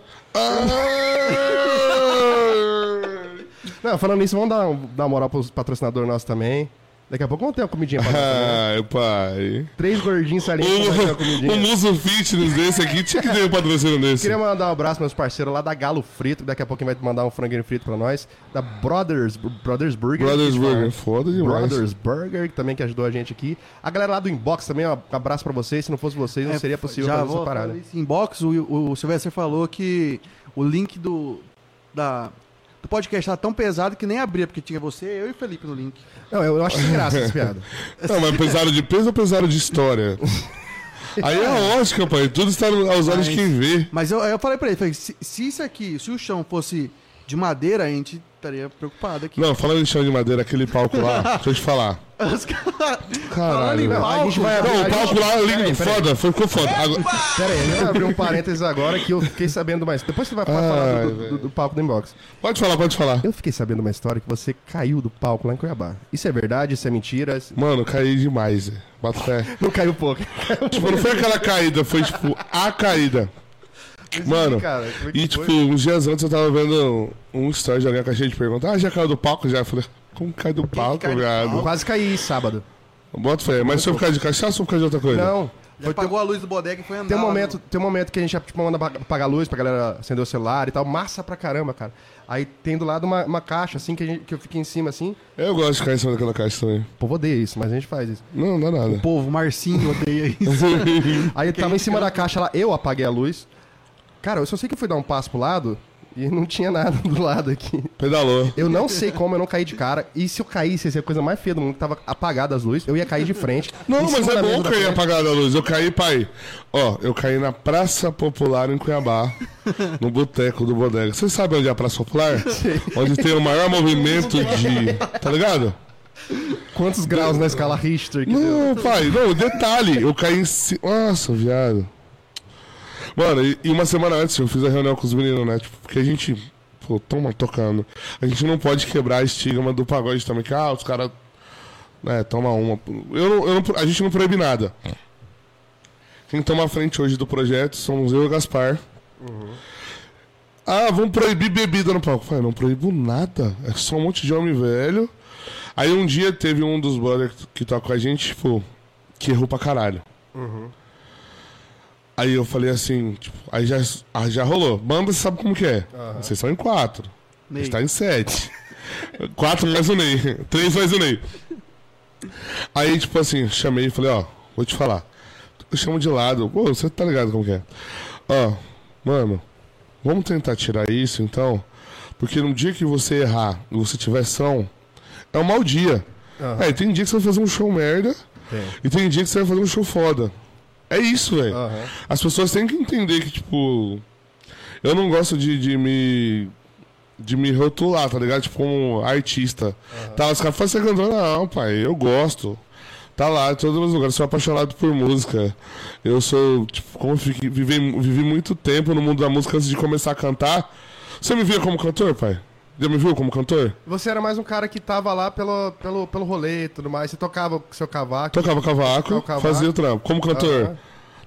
Speaker 1: Não, falando nisso, vamos dar, um- dar uma moral pros patrocinadores nossos também. Daqui a pouco vamos ter uma comidinha pra nós também.
Speaker 3: Ai, pai.
Speaker 1: Três gordinhos
Speaker 3: Um
Speaker 1: salientes pra nós ter uma
Speaker 3: O, o
Speaker 1: comidinha.
Speaker 3: Muso Fitness desse aqui tinha que ter um patrocínio desse.
Speaker 1: Queria mandar um abraço pros meus parceiros lá da Galo Frito, que daqui a pouco vai mandar um franguinho frito pra nós. Da Brothers, Brothers Burger.
Speaker 3: Brothers
Speaker 1: que a gente fala.
Speaker 3: Burger, foda demais.
Speaker 1: Brothers Burger, que também que ajudou a gente aqui. A galera lá do Inbox também, ó, um abraço pra vocês. Se não fosse vocês, não
Speaker 2: É,
Speaker 1: seria possível
Speaker 2: já
Speaker 1: fazer
Speaker 2: vou
Speaker 1: essa parada.
Speaker 2: falar isso. Inbox, o, o Silvestre falou que o link do, da, do podcast tá tão pesado que nem abria, porque tinha você, eu e o Felipe no link.
Speaker 1: Não, eu, eu acho sem graça essa piada.
Speaker 3: Não, mas pesaram de peso ou pesaram de história? Aí é ótica, pai. Tudo está aos olhos de quem vê.
Speaker 2: Mas eu, eu falei pra ele, falei, se, se isso aqui, se o chão fosse de madeira, a gente estaria preocupado aqui.
Speaker 3: Não, falando em chão de madeira, aquele palco lá, deixa eu te falar.
Speaker 2: Os caras- Falando
Speaker 3: Caralho.
Speaker 2: em
Speaker 3: velho.
Speaker 1: Não, a gente vai abrir.
Speaker 3: Não,
Speaker 1: a
Speaker 3: o palco
Speaker 1: gente-
Speaker 3: lá, lindo,
Speaker 1: Peraí, peraí.
Speaker 3: foda, foi, ficou foda. Agora-
Speaker 1: Pera aí, eu abri um parênteses agora que eu fiquei sabendo mais. Depois você vai falar
Speaker 3: Ai,
Speaker 1: do, do- do palco do Inbox.
Speaker 3: pode falar, pode falar.
Speaker 1: Eu fiquei sabendo uma história que você caiu do palco lá em Cuiabá. Isso é verdade? Isso é mentira? Isso-
Speaker 3: Mano, caí demais, velho. Bato fé.
Speaker 1: Não caiu pouco.
Speaker 3: Tipo, não foi aquela caída, foi tipo a caída. Mano,
Speaker 1: Cara, como é que
Speaker 3: e
Speaker 1: foi?
Speaker 3: tipo, uns dias antes eu tava vendo um story de alguém com a gente perguntar, ah, já caiu do palco? Já? Eu falei, como cai do palco,
Speaker 1: Eu
Speaker 3: viado?
Speaker 1: quase caí sábado.
Speaker 3: Bota fé, mas se eu ficar de cachaça ou ficar de outra coisa?
Speaker 1: Não.
Speaker 2: já apagou a luz do bodega e foi andar.
Speaker 1: Tem um,
Speaker 2: lá no-
Speaker 1: momento, tem um momento que a gente tipo, manda apa- apagar a luz pra galera acender o celular e tal. Massa pra caramba, cara. Aí tem do lado uma, uma caixa, assim, que, a gente- que eu fiquei em cima, assim.
Speaker 3: Eu gosto de ficar em cima daquela caixa também.
Speaker 1: O povo odeia isso, mas a gente faz isso.
Speaker 3: Não, não dá nada.
Speaker 2: Povo, Marcinho, odeia isso.
Speaker 1: Aí eu tava em cima da caixa lá, eu apaguei a luz. Cara, eu só sei que eu fui dar um passo pro lado e não tinha nada do lado aqui.
Speaker 3: Pedalou.
Speaker 1: Eu não sei como eu não caí de cara. E se eu caísse, ia ser a coisa mais feia do mundo, que tava apagada as luzes. Eu ia cair de frente.
Speaker 3: Não,
Speaker 1: em
Speaker 3: mas
Speaker 1: cima
Speaker 3: é
Speaker 1: da
Speaker 3: bom
Speaker 1: mesa da
Speaker 3: cair
Speaker 1: frente.
Speaker 3: apagada a luz. Eu caí, pai. Ó, eu caí na Praça Popular em Cuiabá, no boteco do Bodega. Você sabe onde é a Praça Popular? Onde tem o maior movimento de. Tá ligado?
Speaker 1: Quantos graus na escala Richter? que deu?
Speaker 3: Não, pai, não, detalhe, eu caí em cima. Nossa, viado. Mano, e, e uma semana antes eu fiz a reunião com os meninos, né? Tipo, porque a gente. Pô, toma tocando. A gente não pode quebrar a estigma do pagode também, que ah, os caras. Né, toma uma. Eu não- eu não- a gente não proíbe nada. Quem toma a frente hoje do projeto somos eu e o Gaspar. Ah, vamos proibir bebida no palco. Eu Falei, não proíbo nada. É só um monte de homem velho. Aí um dia teve um dos brothers que toca com a gente, tipo, que errou pra caralho. Aí eu falei assim, tipo, aí já, ah, já rolou. Banda, você sabe como que é. Vocês são em quatro. A
Speaker 2: Ney. é
Speaker 3: gente tá em sete. quatro mais o Ney. Três mais o Ney. Aí, tipo assim, chamei e falei, ó, vou te falar. Eu chamo de lado. Pô, você tá ligado como que é. Ó, mano, vamos tentar tirar isso, então. Porque no dia que você errar e você tiver são, é um mau dia. Aí tem dia que você vai fazer um show merda e tem dia que você vai fazer um show foda. É isso, velho.
Speaker 1: Aham.
Speaker 3: As pessoas têm que entender que, tipo. Eu não gosto de, de me. De me rotular, tá ligado? Tipo, como artista. Tá, os caras falam, você é cantor? Não, pai, eu gosto. Tá lá, em todos os lugares. Sou apaixonado por música. Eu sou, tipo, como eu fiquei, vivi, vivi muito tempo no mundo da música antes de começar a cantar. Você me via como cantor, pai? Já me viu como cantor?
Speaker 1: Você era mais um cara que tava lá pelo, pelo, pelo rolê e tudo mais. Você tocava com seu cavaco.
Speaker 3: Tocava cavaco,
Speaker 1: Tocava cavaco.
Speaker 3: fazia o trampo. Como cantor.
Speaker 1: Aham.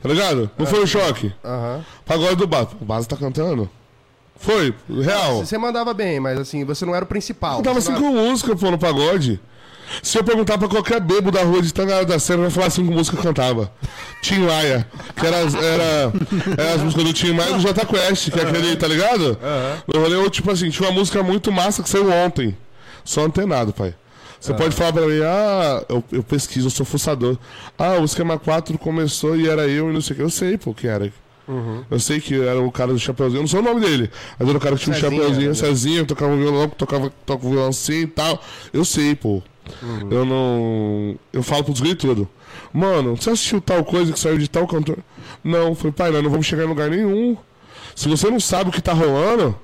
Speaker 3: Tá ligado? Não foi um choque?
Speaker 1: Aham.
Speaker 3: Pagode do Bato. O Bato tá cantando? Foi, real.
Speaker 1: Você mandava bem, mas assim, você não era o principal.
Speaker 3: Eu tava
Speaker 1: Você
Speaker 3: cinco
Speaker 1: não
Speaker 3: músicas, pô, no pagode. Se eu perguntar pra qualquer bebo da rua de Tangará da Serra, vai falar cinco músicas que eu cantava. Tim Maia, que era, as- era, era as músicas do Tim Maia e do Jota Quest, que é aquele, tá ligado? Eu falei, ou tipo assim, tinha uma música muito massa que saiu ontem. Só antenado, pai. Você pode falar pra mim, ah, eu, eu pesquiso, eu sou fuçador. Ah, o esquema 4 começou e era eu e não sei o que. Eu sei, pô, quem era. Eu sei que era o cara do Chapeuzinho, eu não sei o nome dele. Mas era o cara que tinha um
Speaker 1: Cezinha,
Speaker 3: Chapeuzinho,
Speaker 1: né?
Speaker 3: Cezinha, tocava um violão, tocava, tocava um violão assim e tal. Eu sei, pô.
Speaker 1: Uhum.
Speaker 3: Eu não. Eu falo pros gringos tudo. Mano, você assistiu tal coisa que saiu de tal cantor? Não, foi, pai, nós não vamos chegar em lugar nenhum. Se você não sabe o que tá rolando,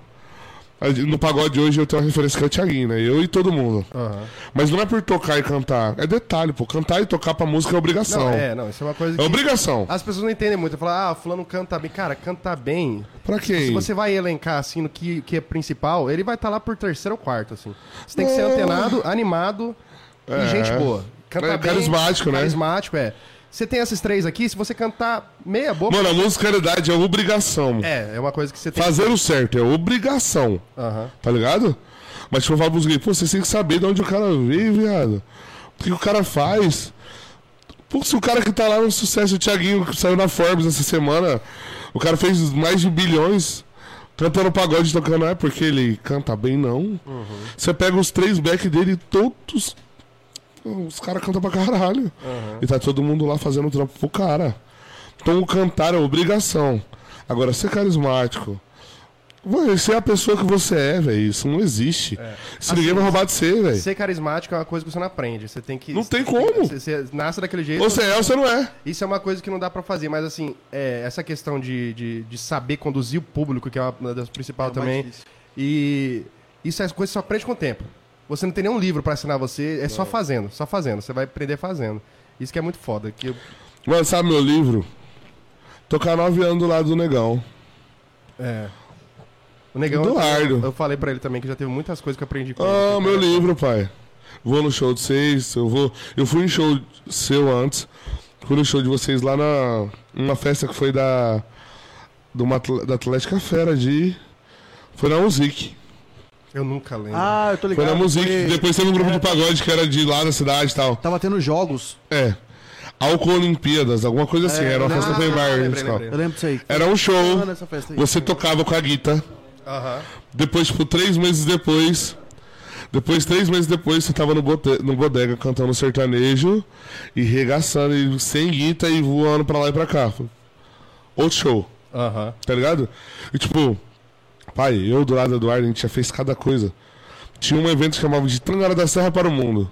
Speaker 3: a gente- no pagode hoje eu tenho uma referência que é o Thiaguinho, né? Eu e todo mundo.
Speaker 1: Aham.
Speaker 3: Mas não é por tocar e cantar. É detalhe, pô. Cantar e tocar pra música é obrigação.
Speaker 1: Não,
Speaker 3: é...
Speaker 1: é, não, isso é uma coisa que.
Speaker 3: obrigação.
Speaker 1: As pessoas não entendem muito. Falam, ah, fulano canta bem. Cara, cantar bem.
Speaker 3: Pra quem?
Speaker 1: Se você vai elencar assim no que, que é principal, ele vai estar lá por terceiro ou quarto, assim. Você tem que ser
Speaker 3: Não.
Speaker 1: antenado, animado
Speaker 3: É.
Speaker 1: e gente boa.
Speaker 3: É, carismático, né?
Speaker 1: Carismático, é. Você tem esses três aqui, se você cantar meia boca.
Speaker 3: Mano, a musicalidade é obrigação.
Speaker 1: É, é uma coisa que você tem
Speaker 3: Fazer o certo é obrigação.
Speaker 1: Aham.
Speaker 3: Tá ligado? Mas tipo, eu falo pros gays, pô, vocês têm que saber de onde o cara veio, viado. O que o cara faz. Pô, se o cara que tá lá no sucesso, o Thiaguinho, que saiu na Forbes essa semana, o cara fez mais de bilhões cantando pagode, tocando, não é porque ele canta bem, não. Você pega os três back dele, todos. Os caras cantam pra caralho. E tá todo mundo lá fazendo o trampo pro cara. Então o cantar é obrigação. Agora, ser carismático. Mano, você é a pessoa que você é, velho. Isso não existe. Se ninguém vai roubar de É. você, velho.
Speaker 1: Ser carismático é uma coisa que você não aprende. Você tem que.
Speaker 3: Não tem como.
Speaker 1: Você, você nasce daquele jeito.
Speaker 3: Ou você é ou você não é.
Speaker 1: Isso é uma coisa que não dá pra fazer, mas assim, é, essa questão de, de, de saber conduzir o público, que é uma- uma das principais
Speaker 2: É o mais
Speaker 1: também.
Speaker 2: difícil.
Speaker 1: E isso é coisa que você só aprende com o tempo. Você não tem nenhum livro pra ensinar você, é só fazendo, só fazendo. Você vai aprender fazendo. Isso que é muito foda. Que eu-
Speaker 3: Mano, sabe meu livro? Tocar nove anos do lado do negão.
Speaker 1: é. O Negão.
Speaker 3: Eduardo.
Speaker 1: Eu, eu falei pra ele também que já teve muitas coisas que eu aprendi com ele.
Speaker 3: Ah, meu livro, pai. Vou no show de vocês, eu vou. Eu fui em show seu antes. Fui no show de vocês lá na. Uma festa que foi da. De uma atle- da Atlética Fera de. Foi na Music.
Speaker 1: Eu nunca lembro.
Speaker 2: Ah, eu tô
Speaker 3: Foi
Speaker 2: ligado.
Speaker 3: na Music.
Speaker 2: porque
Speaker 3: Depois teve um grupo de pagode que era de lá da cidade e tal.
Speaker 2: Tava tendo jogos.
Speaker 3: É. Alco-Olimpíadas, alguma coisa assim. era uma
Speaker 1: É, não,
Speaker 3: festa
Speaker 1: não,
Speaker 3: open bar
Speaker 1: lembrei,
Speaker 3: musical.
Speaker 1: lembrei.
Speaker 2: Eu lembro disso aí.
Speaker 3: Era um show.
Speaker 2: Ah, nessa festa aí.
Speaker 3: Você tocava com a guita.
Speaker 1: Aham.
Speaker 3: Depois, tipo, três meses depois. Depois, três meses depois, você tava no, bote- no bodega cantando sertanejo e regaçando, e sem guita e voando pra lá e pra cá. Outro show,
Speaker 1: Aham.
Speaker 3: tá ligado? E tipo, pai, eu do lado do Eduardo, a gente já fez cada coisa. Tinha um evento que chamava de Tangara da Serra para o Mundo.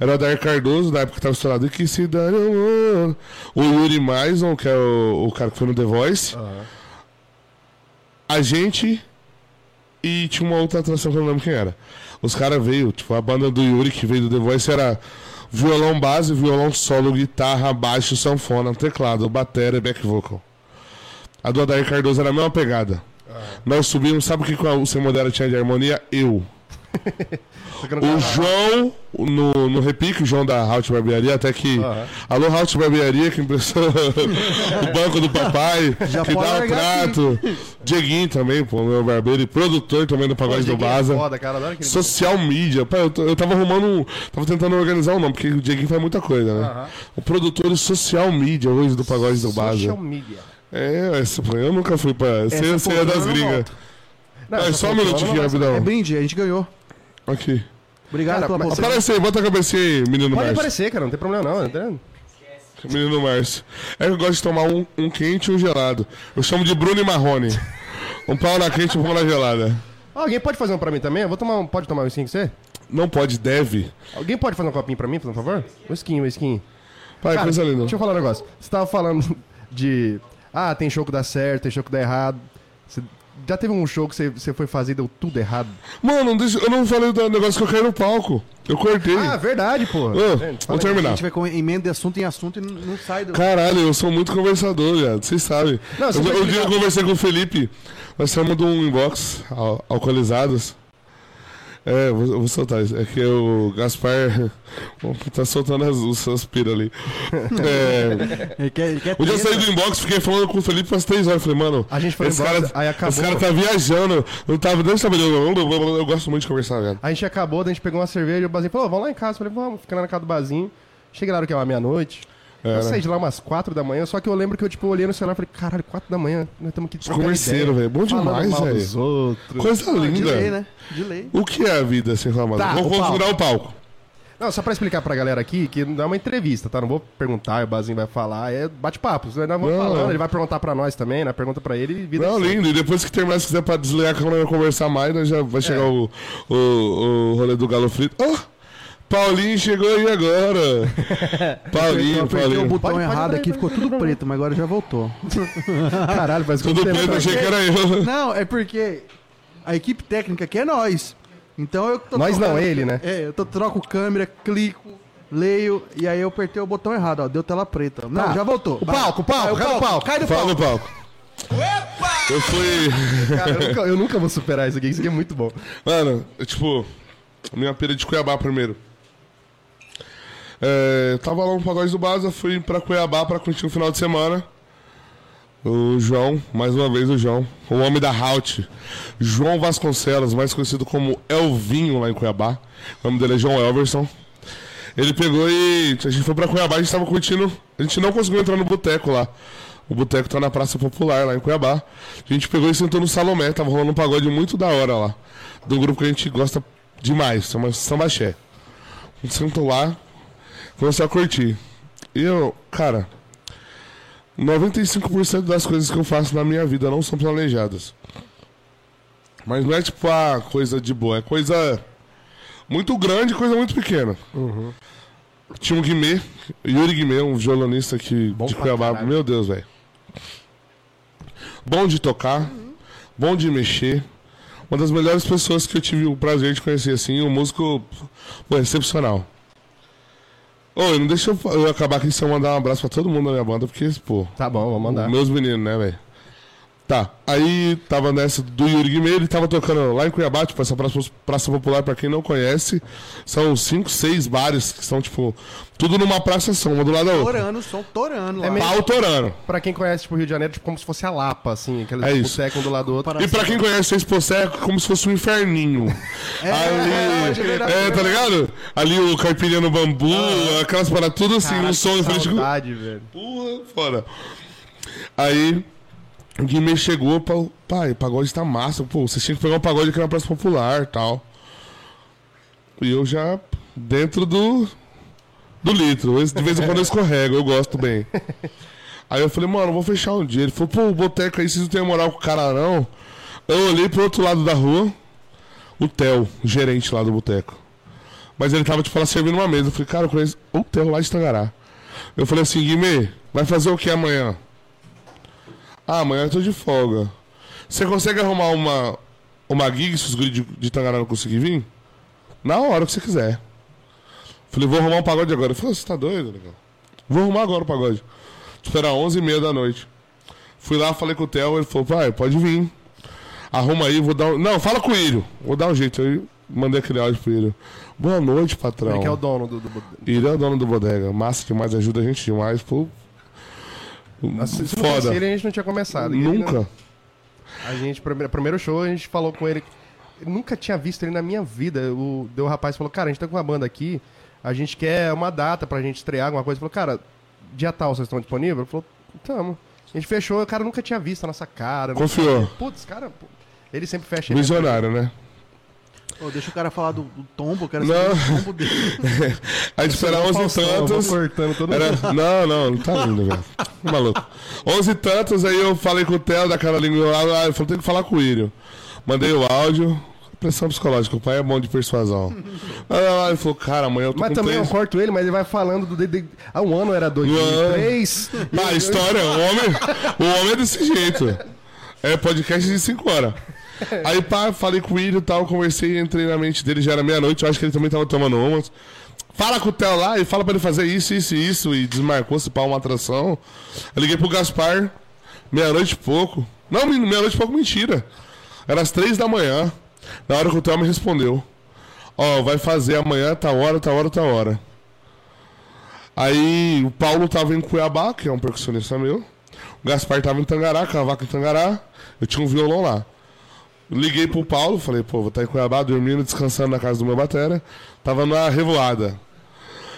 Speaker 3: Era o Dair Cardoso, da época que tava estourado, e que se dane o mundo. O Yuri Maison, que é o, o cara que foi no The Voice.
Speaker 1: Aham.
Speaker 3: A gente e tinha uma outra atração que eu não lembro quem era. Os caras veio, tipo, a banda do Yuri que veio do The Voice era violão base, violão solo, guitarra, baixo, sanfona, teclado, batera e back vocal. A do Adair Cardoso era a mesma pegada. Nós subimos, sabe o que que o Sem Modera tinha de harmonia? Eu.
Speaker 1: Só que eu não
Speaker 3: O
Speaker 1: tava-
Speaker 3: João, no, no repique, o João da Halt Barbearia, até que.
Speaker 1: Aham.
Speaker 3: Alô, Halt Barbearia, que emprestou o banco do papai,
Speaker 2: Já
Speaker 3: que
Speaker 2: pode
Speaker 3: dá o
Speaker 2: largar aqui.
Speaker 3: trato. Dieguinho também, pô, meu barbeiro, e produtor também do
Speaker 1: Pô,
Speaker 3: Pagode do
Speaker 1: Dieguinho é
Speaker 3: Baza.
Speaker 1: Foda, cara. Adoro aquele
Speaker 3: Social media. Pai, eu, t- eu tava arrumando um. Tava tentando organizar o nome, porque o Dieguinho faz muita coisa, né?
Speaker 1: Aham.
Speaker 3: O produtor e social media hoje do Pagode do Baza.
Speaker 1: Social media.
Speaker 3: É, essa- eu nunca fui pra. Você
Speaker 2: Essa
Speaker 3: você é
Speaker 2: folclore
Speaker 3: das
Speaker 2: eu não
Speaker 3: gringas.
Speaker 2: volto.
Speaker 1: Não,
Speaker 3: É,
Speaker 1: eu
Speaker 3: Só um
Speaker 1: tô falando,
Speaker 3: minutinho aqui,
Speaker 1: mas-
Speaker 2: É
Speaker 3: rapidão.
Speaker 2: brinde, a gente ganhou.
Speaker 3: Aqui.
Speaker 2: Obrigado
Speaker 1: Cara,
Speaker 2: pela
Speaker 1: mas-
Speaker 2: aposta.
Speaker 3: Aparece aí, bota a cabecinha aí, menino
Speaker 1: Pode
Speaker 3: Márcio.
Speaker 1: aparecer, cara, não tem problema não, entendeu?
Speaker 3: Menino Márcio. É que eu gosto de tomar um, um quente e um gelado. Eu chamo de Bruno e Marrone. Um pau na quente e um pau na gelada.
Speaker 1: Ó, Alguém pode fazer um pra mim também? Eu vou tomar um. Pode tomar um sim com você?
Speaker 3: não pode, deve.
Speaker 1: Alguém pode fazer um copinho pra mim, por favor? Um skin, um skin.
Speaker 3: Vai,
Speaker 1: Cara,
Speaker 3: coisa linda.
Speaker 1: Deixa eu falar um negócio. Você tava falando de. Ah, tem show que dá certo, tem show que dá errado. Você- já teve um show que você, você foi fazer e deu tudo errado?
Speaker 3: Mano, deixa- eu não falei do negócio que eu caí no palco. Eu cortei.
Speaker 1: Ah, verdade, pô.
Speaker 3: Ô,
Speaker 1: Gente, fala
Speaker 3: vou
Speaker 1: aí.
Speaker 2: A
Speaker 3: terminar.
Speaker 2: gente vai com emenda de assunto em assunto e não- não sai do.
Speaker 3: Caralho, eu sou muito conversador, viado. Vocês sabem.
Speaker 1: Não, você
Speaker 3: eu,
Speaker 1: vai
Speaker 3: eu, dia
Speaker 1: explicar.
Speaker 3: que eu conversei com o Felipe, nós saímos de um inbox al- alcoolizados. É, eu vou, eu vou soltar isso. É que o Gaspar tá soltando as, os seus pira ali. É,
Speaker 2: Ele quer, ele quer
Speaker 3: um dia eu
Speaker 2: treta.
Speaker 3: saí do inbox, fiquei falando com o Felipe umas três horas. Falei, mano,
Speaker 1: A gente foi
Speaker 3: esse,
Speaker 1: embora,
Speaker 3: cara,
Speaker 1: aí acabou.
Speaker 3: esse cara tá viajando. Não tava nem trabalhando. Eu, eu- eu gosto muito de conversar, velho.
Speaker 1: A gente acabou, daí a gente pegou uma cerveja, o Bazinho falou, "Ô, vamos lá em casa. Eu falei, vamos, ficando na casa do Bazinho. Cheguei lá, era o que é uma meia-noite.
Speaker 3: Era.
Speaker 1: Eu saí de lá umas quatro da manhã, só que eu lembro que eu, tipo, olhei no celular e falei, caralho, quatro da manhã, nós estamos aqui trocando
Speaker 3: Converseiro,
Speaker 1: ideia,
Speaker 3: velho. Bom
Speaker 1: falando
Speaker 3: demais,
Speaker 1: mal
Speaker 3: velho.
Speaker 1: dos outros. Ah,
Speaker 3: Coisa
Speaker 2: De
Speaker 3: linda.
Speaker 2: lei, né? De lei.
Speaker 3: O que é a vida sem reclamar?
Speaker 1: Tá,
Speaker 3: Vamos
Speaker 1: o palco.
Speaker 3: configurar o palco.
Speaker 1: Não, só pra explicar pra galera aqui, que não é uma entrevista, tá? Não vou perguntar, o Bazinho vai falar, é bate-papo. Nós vamos
Speaker 3: Não.
Speaker 1: falando, ele vai perguntar pra nós também, né? Pergunta pra ele e vida.
Speaker 3: Não,
Speaker 1: que segue.
Speaker 3: lindo. E depois que terminar, se quiser pra desligar a câmera e conversar mais, nós já
Speaker 1: É.
Speaker 3: vai chegar o, o, o rolê do Galo Frito. Oh, Paulinho chegou aí agora.
Speaker 2: Eu apertei
Speaker 3: Paulinho,
Speaker 2: o
Speaker 3: Paulinho.
Speaker 2: botão
Speaker 1: Pode- pode
Speaker 2: errado
Speaker 1: abrir,
Speaker 2: aqui,
Speaker 1: pode
Speaker 2: ficou tudo preto, mas agora já voltou.
Speaker 1: Caralho, faz
Speaker 3: Tudo
Speaker 1: quanto tempo
Speaker 3: bem,
Speaker 1: tá-
Speaker 3: eu achei que era eu.
Speaker 2: Não, é porque a equipe técnica aqui é nós. Então eu tô
Speaker 1: Nós não,
Speaker 2: trocando-
Speaker 1: ele, né?
Speaker 2: É, eu tô, troco câmera, clico, leio, e aí eu apertei o botão errado, ó. Deu tela preta. Não, já voltou.
Speaker 1: Tá. O
Speaker 2: Vai.
Speaker 1: palco, o palco,
Speaker 2: Vai,
Speaker 1: cai do palco.
Speaker 2: Cai do
Speaker 3: Fala
Speaker 2: palco.
Speaker 3: no palco. Eu fui.
Speaker 1: Cara, eu nunca, eu nunca vou superar isso aqui, isso aqui é muito bom.
Speaker 3: Mano, eu, tipo, a minha pira de Cuiabá primeiro. É, eu tava lá no Pagode do Baza, fui pra Cuiabá pra curtir o final de semana. O João, mais uma vez o João, o homem da Halt. João Vasconcelos, mais conhecido como Elvinho lá em Cuiabá. O nome dele é João Elverson. Ele pegou e a gente foi pra Cuiabá, a gente tava curtindo. A gente não conseguiu entrar no boteco lá. O boteco tá na Praça Popular, lá em Cuiabá. A gente pegou e sentou no Salomé, tava rolando um pagode muito da hora lá. Do grupo que a gente gosta demais, chama Samba Xé. A gente sentou lá, começou a curtir. E eu, cara, 95% das coisas que eu faço na minha vida não são planejadas. Mas não é tipo a coisa de boa, é coisa muito grande e coisa muito pequena. Tinha um Guimê, Yuri Guimê, um violonista aqui de
Speaker 1: pra
Speaker 3: Cuiabá.
Speaker 1: caralho.
Speaker 3: Meu Deus, velho. Bom de tocar,
Speaker 1: Uhum.
Speaker 3: bom de mexer. Uma das melhores pessoas que eu tive o prazer de conhecer, assim, um músico pô, excepcional. Ô, não deixa eu, fa- eu acabar aqui sem eu mandar um abraço pra todo mundo da minha banda, porque, pô,
Speaker 1: Tá bom, vamos mandar.
Speaker 3: meus meninos, né, velho? Tá, aí tava nessa do Yuri Guimê, ele tava tocando lá em Cuiabá, tipo, essa praça, praça popular, pra quem não conhece, são cinco, seis bares que são, tipo, tudo numa praça só, uma do lado da outra. Tá
Speaker 2: Torano, som torano lá.
Speaker 1: É meio-
Speaker 3: Pau torando.
Speaker 1: Pra quem conhece, tipo, o Rio de Janeiro, tipo, como se fosse a Lapa, assim, aquele
Speaker 3: É
Speaker 1: tipo,
Speaker 3: isso.
Speaker 1: boteco um do lado do outro.
Speaker 3: E pra quem conhece esse Poseco, como se fosse um inferninho.
Speaker 2: é, é
Speaker 3: Ali,
Speaker 2: verdade,
Speaker 3: é, tá ligado? Ali o caipirinha no bambu, aquelas paradas, tudo assim,
Speaker 1: Caralho,
Speaker 3: um som em
Speaker 1: que
Speaker 3: frente.
Speaker 1: saudade, velho.
Speaker 3: Porra, fora. Aí o Guimê chegou pra. Pai, o pagode tá massa. Pô, vocês tinham que pegar um pagode aqui na Praça Popular e tal. E eu já. Dentro do. Do litro. Eu, De vez em quando eu escorrego, eu gosto bem. Aí eu falei, mano, eu vou fechar um dia. Ele falou, pô, o boteco aí, vocês não tem moral com o cara, não. Eu olhei pro outro lado da rua, o Theo, o gerente lá do boteco. Mas ele tava, tipo, lá servindo uma mesa. Eu falei, cara, eu conheço o Theo lá de Tangará. Eu falei assim, Guimê, vai fazer o que amanhã? Ah, amanhã eu tô de folga. Você consegue arrumar uma, uma gig se os guri de, de Tangará não conseguir vir? Na hora que você quiser. Falei, vou arrumar um pagode agora. Ele falou, você tá doido, legal? Vou arrumar agora o pagode. Tipo, era 11h30 da noite. Fui lá, falei com o Theo, ele falou, pai, pode vir. Arruma aí, vou dar um... Não, fala com o Írio. Vou dar um jeito. Aí mandei aquele áudio pro Írio. Boa noite, patrão.
Speaker 1: Ele que é o dono do... do, do...
Speaker 3: Ele é o dono do bodega. Massa demais, ajuda a gente demais. Pô.
Speaker 1: Nossa, se não fosse
Speaker 3: Foda.
Speaker 1: Ele, a gente não tinha começado. Ele-
Speaker 3: Nunca.
Speaker 1: A gente, primeiro, primeiro show, a gente falou com ele. Eu nunca tinha visto ele na minha vida. O, deu o rapaz falou, cara, a gente tá com uma banda aqui, a gente quer uma data pra gente estrear alguma coisa. Ele falou, cara, dia tal, vocês estão disponíveis? Ele falou, tamo. A gente fechou, o cara nunca tinha visto a nossa cara.
Speaker 3: Confiou.
Speaker 1: Putz, cara, pô, ele sempre fecha evento.
Speaker 3: Visionário, né?
Speaker 2: Ô, deixa o cara falar do, do tombo, eu quero
Speaker 3: Não.
Speaker 2: saber do tombo dele.
Speaker 3: Aí de esperar 11
Speaker 1: Faustão, eu vou
Speaker 3: tantos.
Speaker 1: cortando todo mundo.
Speaker 3: Era... Não, não, não tá lindo, velho. Que Maluco. 11 tantos, aí eu falei com o Theo da Carolina do lado, ah, ele falou, tem que falar com o Írio. Mandei o áudio. Pressão psicológica, o pai é bom de persuasão. Aí lá ele falou, cara, amanhã eu tô
Speaker 1: Mas
Speaker 3: com
Speaker 1: também é um
Speaker 3: três...
Speaker 1: eu corto ele, mas ele vai falando do. De, de... Há um ano era dois,
Speaker 3: ano.
Speaker 1: três.
Speaker 3: Ah, a história, o homem, o homem é desse jeito. É podcast de 5 horas. Aí, pá, falei com o Willian e tal, conversei, entrei na mente dele, já era meia-noite, eu acho que ele também tava tomando umas. Fala com o Theo lá e fala pra ele fazer isso, isso e isso, e desmarcou se pá uma atração. Eu liguei pro Gaspar, meia-noite e pouco. Não, menino, meia-noite e pouco, mentira. Era às três da manhã, na hora que o Theo me respondeu. Ó, vai fazer amanhã, tá hora, tá hora, tá hora. Aí o Paulo tava em Cuiabá, que é um percussionista meu. O Gaspar tava em Tangará, cavaco em Tangará. Eu tinha um violão lá. Eu Liguei pro Paulo, falei, pô, vou estar em Cuiabá dormindo, descansando na casa do meu batera. Tava na revoada.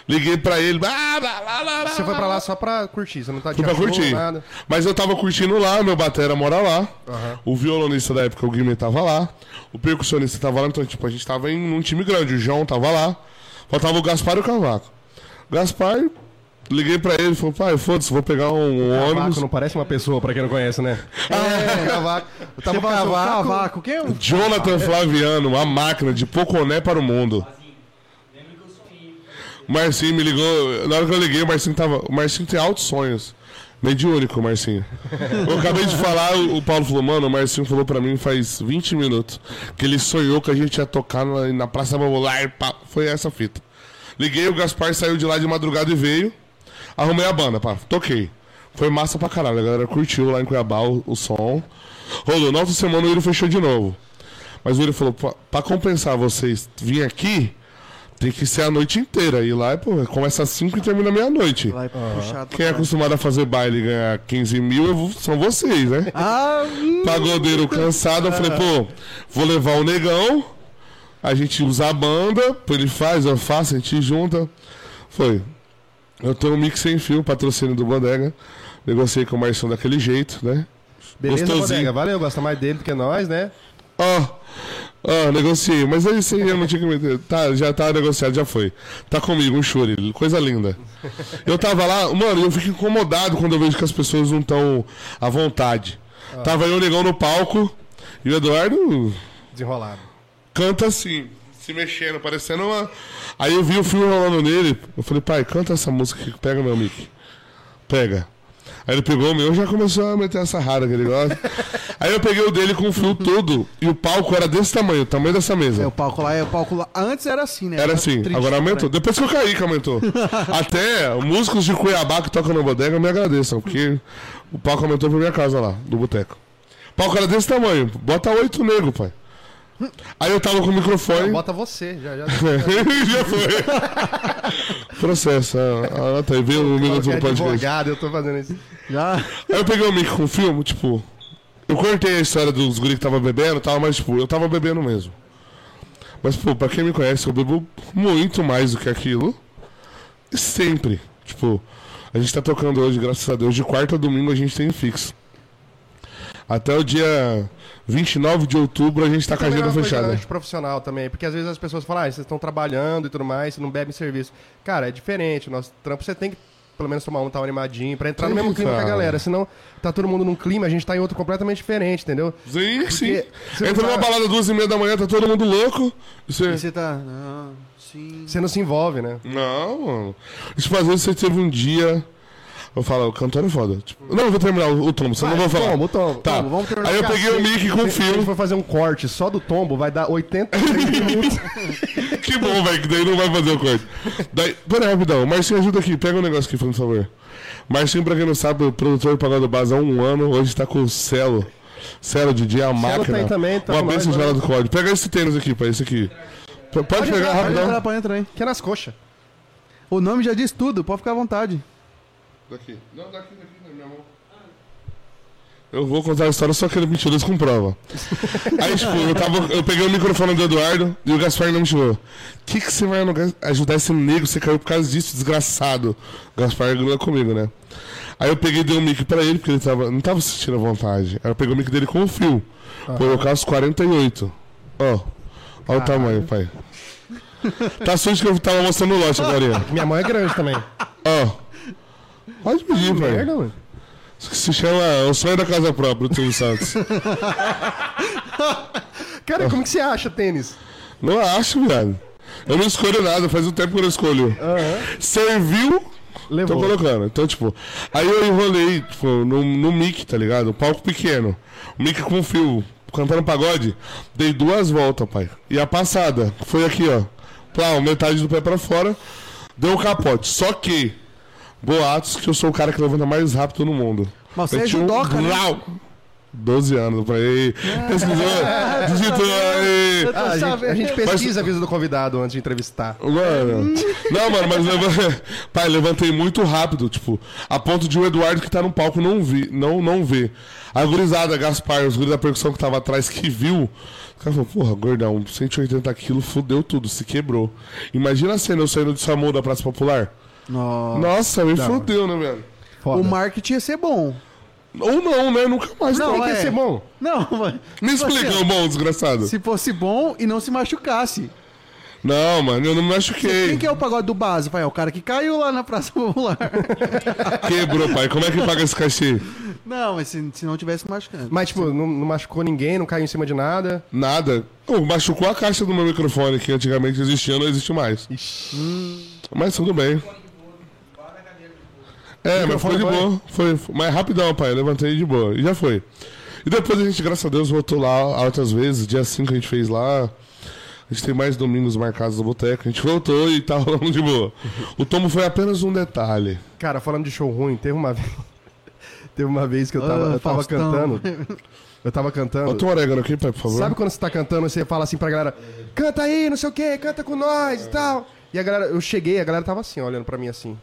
Speaker 3: Liguei pra ele. "Ah, lá, lá, lá, lá,
Speaker 1: Você foi pra lá só pra curtir, você não tá de
Speaker 3: Fui pra curtir.
Speaker 1: nada.
Speaker 3: Mas eu tava curtindo lá, meu batera mora lá.
Speaker 1: Aham.
Speaker 3: O violonista da época, o Guimê, tava lá. O percussionista tava lá. Então, tipo, a gente tava em um time grande. O João tava lá. Faltava o Gaspar e o Cavaco. Gaspar, liguei pra ele. Falou, pai, foda-se, vou pegar um, um ônibus.
Speaker 1: Cavaco não parece uma pessoa, pra quem não conhece, né? É, cavaco. Eu tava
Speaker 2: Você
Speaker 1: com
Speaker 2: fala, seu
Speaker 1: cavaco.
Speaker 2: cavaco, quem é um
Speaker 3: Jonathan Flaviano, uma máquina de poconé para o mundo. Marcinho me ligou, na hora que eu liguei, o Marcinho tava. O Marcinho tem altos sonhos. Mediúnico, Marcinho. Eu acabei de falar, o o Paulo falou, mano, o Marcinho falou pra mim faz 20 minutos que ele sonhou que a gente ia tocar na, na Praça Popular. e pá. Foi essa a fita. Liguei, o Gaspar saiu de lá de madrugada e veio. Arrumei a banda, pá. Toquei. Foi massa pra caralho. A galera curtiu lá em Cuiabá o, o som. Rolou. Na outra semana o Willian fechou de novo. Mas o Willian falou, "Pô, pra compensar vocês vir aqui, tem que ser a noite inteira. E lá, pô, começa às 5 e termina meia-noite.
Speaker 2: Vai puxar. tá
Speaker 3: Quem é acostumado a fazer baile e ganhar 15 mil é vo- são vocês, né?
Speaker 2: Ah, hum,
Speaker 3: Pagodeiro cansado, eu falei, pô, vou levar o negão, a gente usa a banda, pô, ele faz, eu faço, a gente junta. Foi. Eu tenho um mix sem fio, patrocínio do Bodega. Negociei com o Marcinho daquele jeito, né?
Speaker 1: Beleza,
Speaker 3: Gostosinho.
Speaker 1: bodega. Valeu, gosta mais dele do que nós, né?
Speaker 3: Ó, ó, negociei, mas aí você eu não tinha que meter. Tá, já tá negociado, já foi. Tá comigo, um churi, coisa linda. Eu tava lá, mano, eu fico incomodado quando eu vejo que as pessoas não estão à vontade. Tava aí o negão no palco e o Eduardo
Speaker 1: Desenrolado.
Speaker 3: canta assim, se mexendo, parecendo uma. Aí eu vi o filme rolando nele, eu falei, pai, canta essa música aqui, pega meu mic. Pega. Aí ele pegou o meu, já começou a meter essa rara que ele gosta. Aí eu peguei o dele com o fio todo, e o palco era desse tamanho, o tamanho dessa
Speaker 2: É, o
Speaker 3: mesa.
Speaker 2: palco lá, é o palco lá. Antes era assim, né?
Speaker 3: Era assim,
Speaker 2: triste,
Speaker 3: agora aumentou.
Speaker 2: né?
Speaker 3: Depois que eu caí, que aumentou. Até músicos de Cuiabá que tocam na bodega me agradeçam, porque o palco aumentou pra minha casa lá, do boteco. O palco era desse tamanho, bota oito nego, pai. Aí eu tava com o microfone.
Speaker 1: Então Bota você, já, já.
Speaker 3: Já foi. Processo. ah, Anota aí, vê o minuto do
Speaker 1: Qualquer
Speaker 3: podcast.
Speaker 1: advogado, eu tô fazendo isso.
Speaker 2: Já.
Speaker 3: Aí eu peguei o mic com o filme, tipo. Eu cortei a história dos guri que tava bebendo e tal, mas, tipo, eu tava bebendo mesmo. Mas, pô, pra quem me conhece, eu bebo muito mais do que aquilo. E sempre. Tipo, a gente tá tocando hoje, graças a Deus, de quarta a domingo a gente tem fixo. Até o dia 29 de outubro a gente tá com a
Speaker 1: Também é
Speaker 3: agenda
Speaker 1: uma coisa
Speaker 3: fechada.
Speaker 1: antiprofissional também, porque às vezes as pessoas falam, ah, vocês estão trabalhando e tudo mais, você não bebe serviço. Cara, é diferente, o nosso trampo você tem que pelo menos tomar um tal animadinho, pra entrar no
Speaker 3: Tem
Speaker 1: mesmo
Speaker 3: que,
Speaker 1: clima que a
Speaker 3: cara.
Speaker 1: galera, senão tá todo mundo num clima, a gente tá em outro completamente diferente, entendeu?
Speaker 3: Sim, sim.
Speaker 1: você não
Speaker 3: Entra numa
Speaker 1: fala-
Speaker 3: balada duas e meia da manhã, tá todo mundo louco. é- e Você...
Speaker 2: E você tá. Ah, sim.
Speaker 1: Você não se envolve, né?
Speaker 3: Não, mano. Isso às vezes você teve um dia. Eu falo, o cantor é foda. Tipo, não, eu vou terminar o, o tombo, você Então não vou falar.
Speaker 1: Tombo, tombo.
Speaker 3: Tá.
Speaker 1: tombo,
Speaker 2: terminar
Speaker 3: Aí eu peguei o mic com o
Speaker 1: Se a gente
Speaker 3: fio. É
Speaker 1: for fazer um corte só do tombo, vai dar 83 minutos.
Speaker 3: Que bom, velho, que daí não vai fazer o corte. Daí, pera aí, rapidão. Marcinho, ajuda aqui. Pega um negócio aqui, por favor. Marcinho, pra quem não sabe, é o produtor do Pagado Base há um ano. Hoje tá com o Celo. Celo, DJ, a máquina. Um
Speaker 1: tá aí também, tá
Speaker 3: Uma
Speaker 1: com
Speaker 3: bênção
Speaker 1: nós,
Speaker 3: de
Speaker 1: né?
Speaker 3: do código. Pega esse tênis aqui, pai, esse aqui. P- Pode pegar,
Speaker 1: Ah,
Speaker 2: Pode entrar,
Speaker 3: rapidão.
Speaker 2: pode entrar, hein?
Speaker 1: que é nas coxas.
Speaker 2: O nome já diz tudo, pode ficar à vontade.
Speaker 3: Daqui. Não, daqui, daqui, na minha mão. Eu vou contar a história só que ele é mentiroso com prova. Aí, tipo, eu, tava, eu peguei o microfone do Eduardo e o Gaspar não me chamou. O que, que você vai no Gas- ajudar esse negro? Você caiu por causa disso, desgraçado. O Gaspar grila comigo, né? Aí eu peguei e dei um mic pra ele, porque ele tava, não tava se sentindo à vontade. Aí eu peguei o mic dele com o fio. Colocar os 48. Ó, ó o tamanho, pai. Tá sujo que eu tava mostrando o lote agora.
Speaker 1: Minha mão é grande também. Ah,
Speaker 3: Ó. Pode pedir, pai.
Speaker 1: Merda, mano.
Speaker 3: Isso que se chama O Sonho da Casa Própria, do Silvio Santos.
Speaker 1: Cara, como que você acha tênis?
Speaker 3: Não acho, viado. Eu não escolho nada, faz um tempo que eu não escolho. Serviu,
Speaker 1: Levou.
Speaker 3: tô colocando. Então, tipo, aí eu enrolei, tipo, no, no mic, tá ligado? Um palco pequeno. Um mic com fio, cantando pagode. Dei duas voltas, pai. E a passada foi aqui, ó. Plau, metade do pé pra fora. Deu um capote. Só que, boatos que eu sou o cara que levanta mais rápido no mundo.
Speaker 2: Mas você é
Speaker 3: Meti um
Speaker 2: judoca, né?
Speaker 3: blau. 12 anos, pra aí. Pesquisou, digitou aí.
Speaker 1: Ah, a, gente, a gente
Speaker 2: pensa.
Speaker 1: pesquisa a vida do convidado antes de entrevistar.
Speaker 3: Mano. Não, mano, mas leva... Pai, levantei muito rápido, tipo, a ponto de o Eduardo que tá no palco não vi, não, não vê. A gurizada, Gaspar, os guris da percussão que tava atrás que viu. O cara falou, porra, gordão, 180 quilos, fudeu tudo, se quebrou. Imagina a cena eu saindo de Samu da Praça Popular.
Speaker 2: Nossa.
Speaker 3: Nossa, me fudeu, né, velho?
Speaker 1: Foda.
Speaker 2: O marketing ia ser bom.
Speaker 3: Ou não, né? Nunca mais.
Speaker 2: Não,
Speaker 3: Não,
Speaker 1: Tem
Speaker 2: é.
Speaker 1: que ser bom.
Speaker 2: Não, mas.
Speaker 3: Me
Speaker 2: tipo assim,
Speaker 3: explica, bom, desgraçado.
Speaker 2: Se fosse bom e não se machucasse.
Speaker 3: Não, mano, eu não me machuquei.
Speaker 2: Quem que é o pagode do base? Vai, é o cara que caiu lá na Praça Popular.
Speaker 3: Quebrou, pai. Como é que paga esse cachê?
Speaker 2: não, mas se, se não tivesse machucando.
Speaker 1: Mas, tipo, não, não machucou ninguém, não caiu em cima de nada.
Speaker 3: Nada. Pô, machucou a caixa do meu microfone, que antigamente existia, não existe mais. Mas tudo bem. É, mas foi de boa. Foi, foi- mas rapidão, pai. Levantei de boa. E já foi. E depois a gente, graças a Deus, voltou lá altas vezes. Dia 5 a gente fez lá. A gente tem mais domingos marcados no boteco. A gente voltou e tá rolando de boa. O tomo foi apenas um detalhe.
Speaker 1: Cara, falando de show ruim, teve uma vez. teve uma vez que eu tava,
Speaker 2: Ah,
Speaker 1: eu tava
Speaker 2: Faustão.
Speaker 1: cantando. Eu tava cantando.
Speaker 3: Bota um orégano aqui, pai, por favor.
Speaker 1: Sabe quando você tá cantando e você fala assim pra galera, canta aí, não sei o que, canta com nós e tal. E a galera, eu cheguei, a galera tava assim, olhando pra mim assim.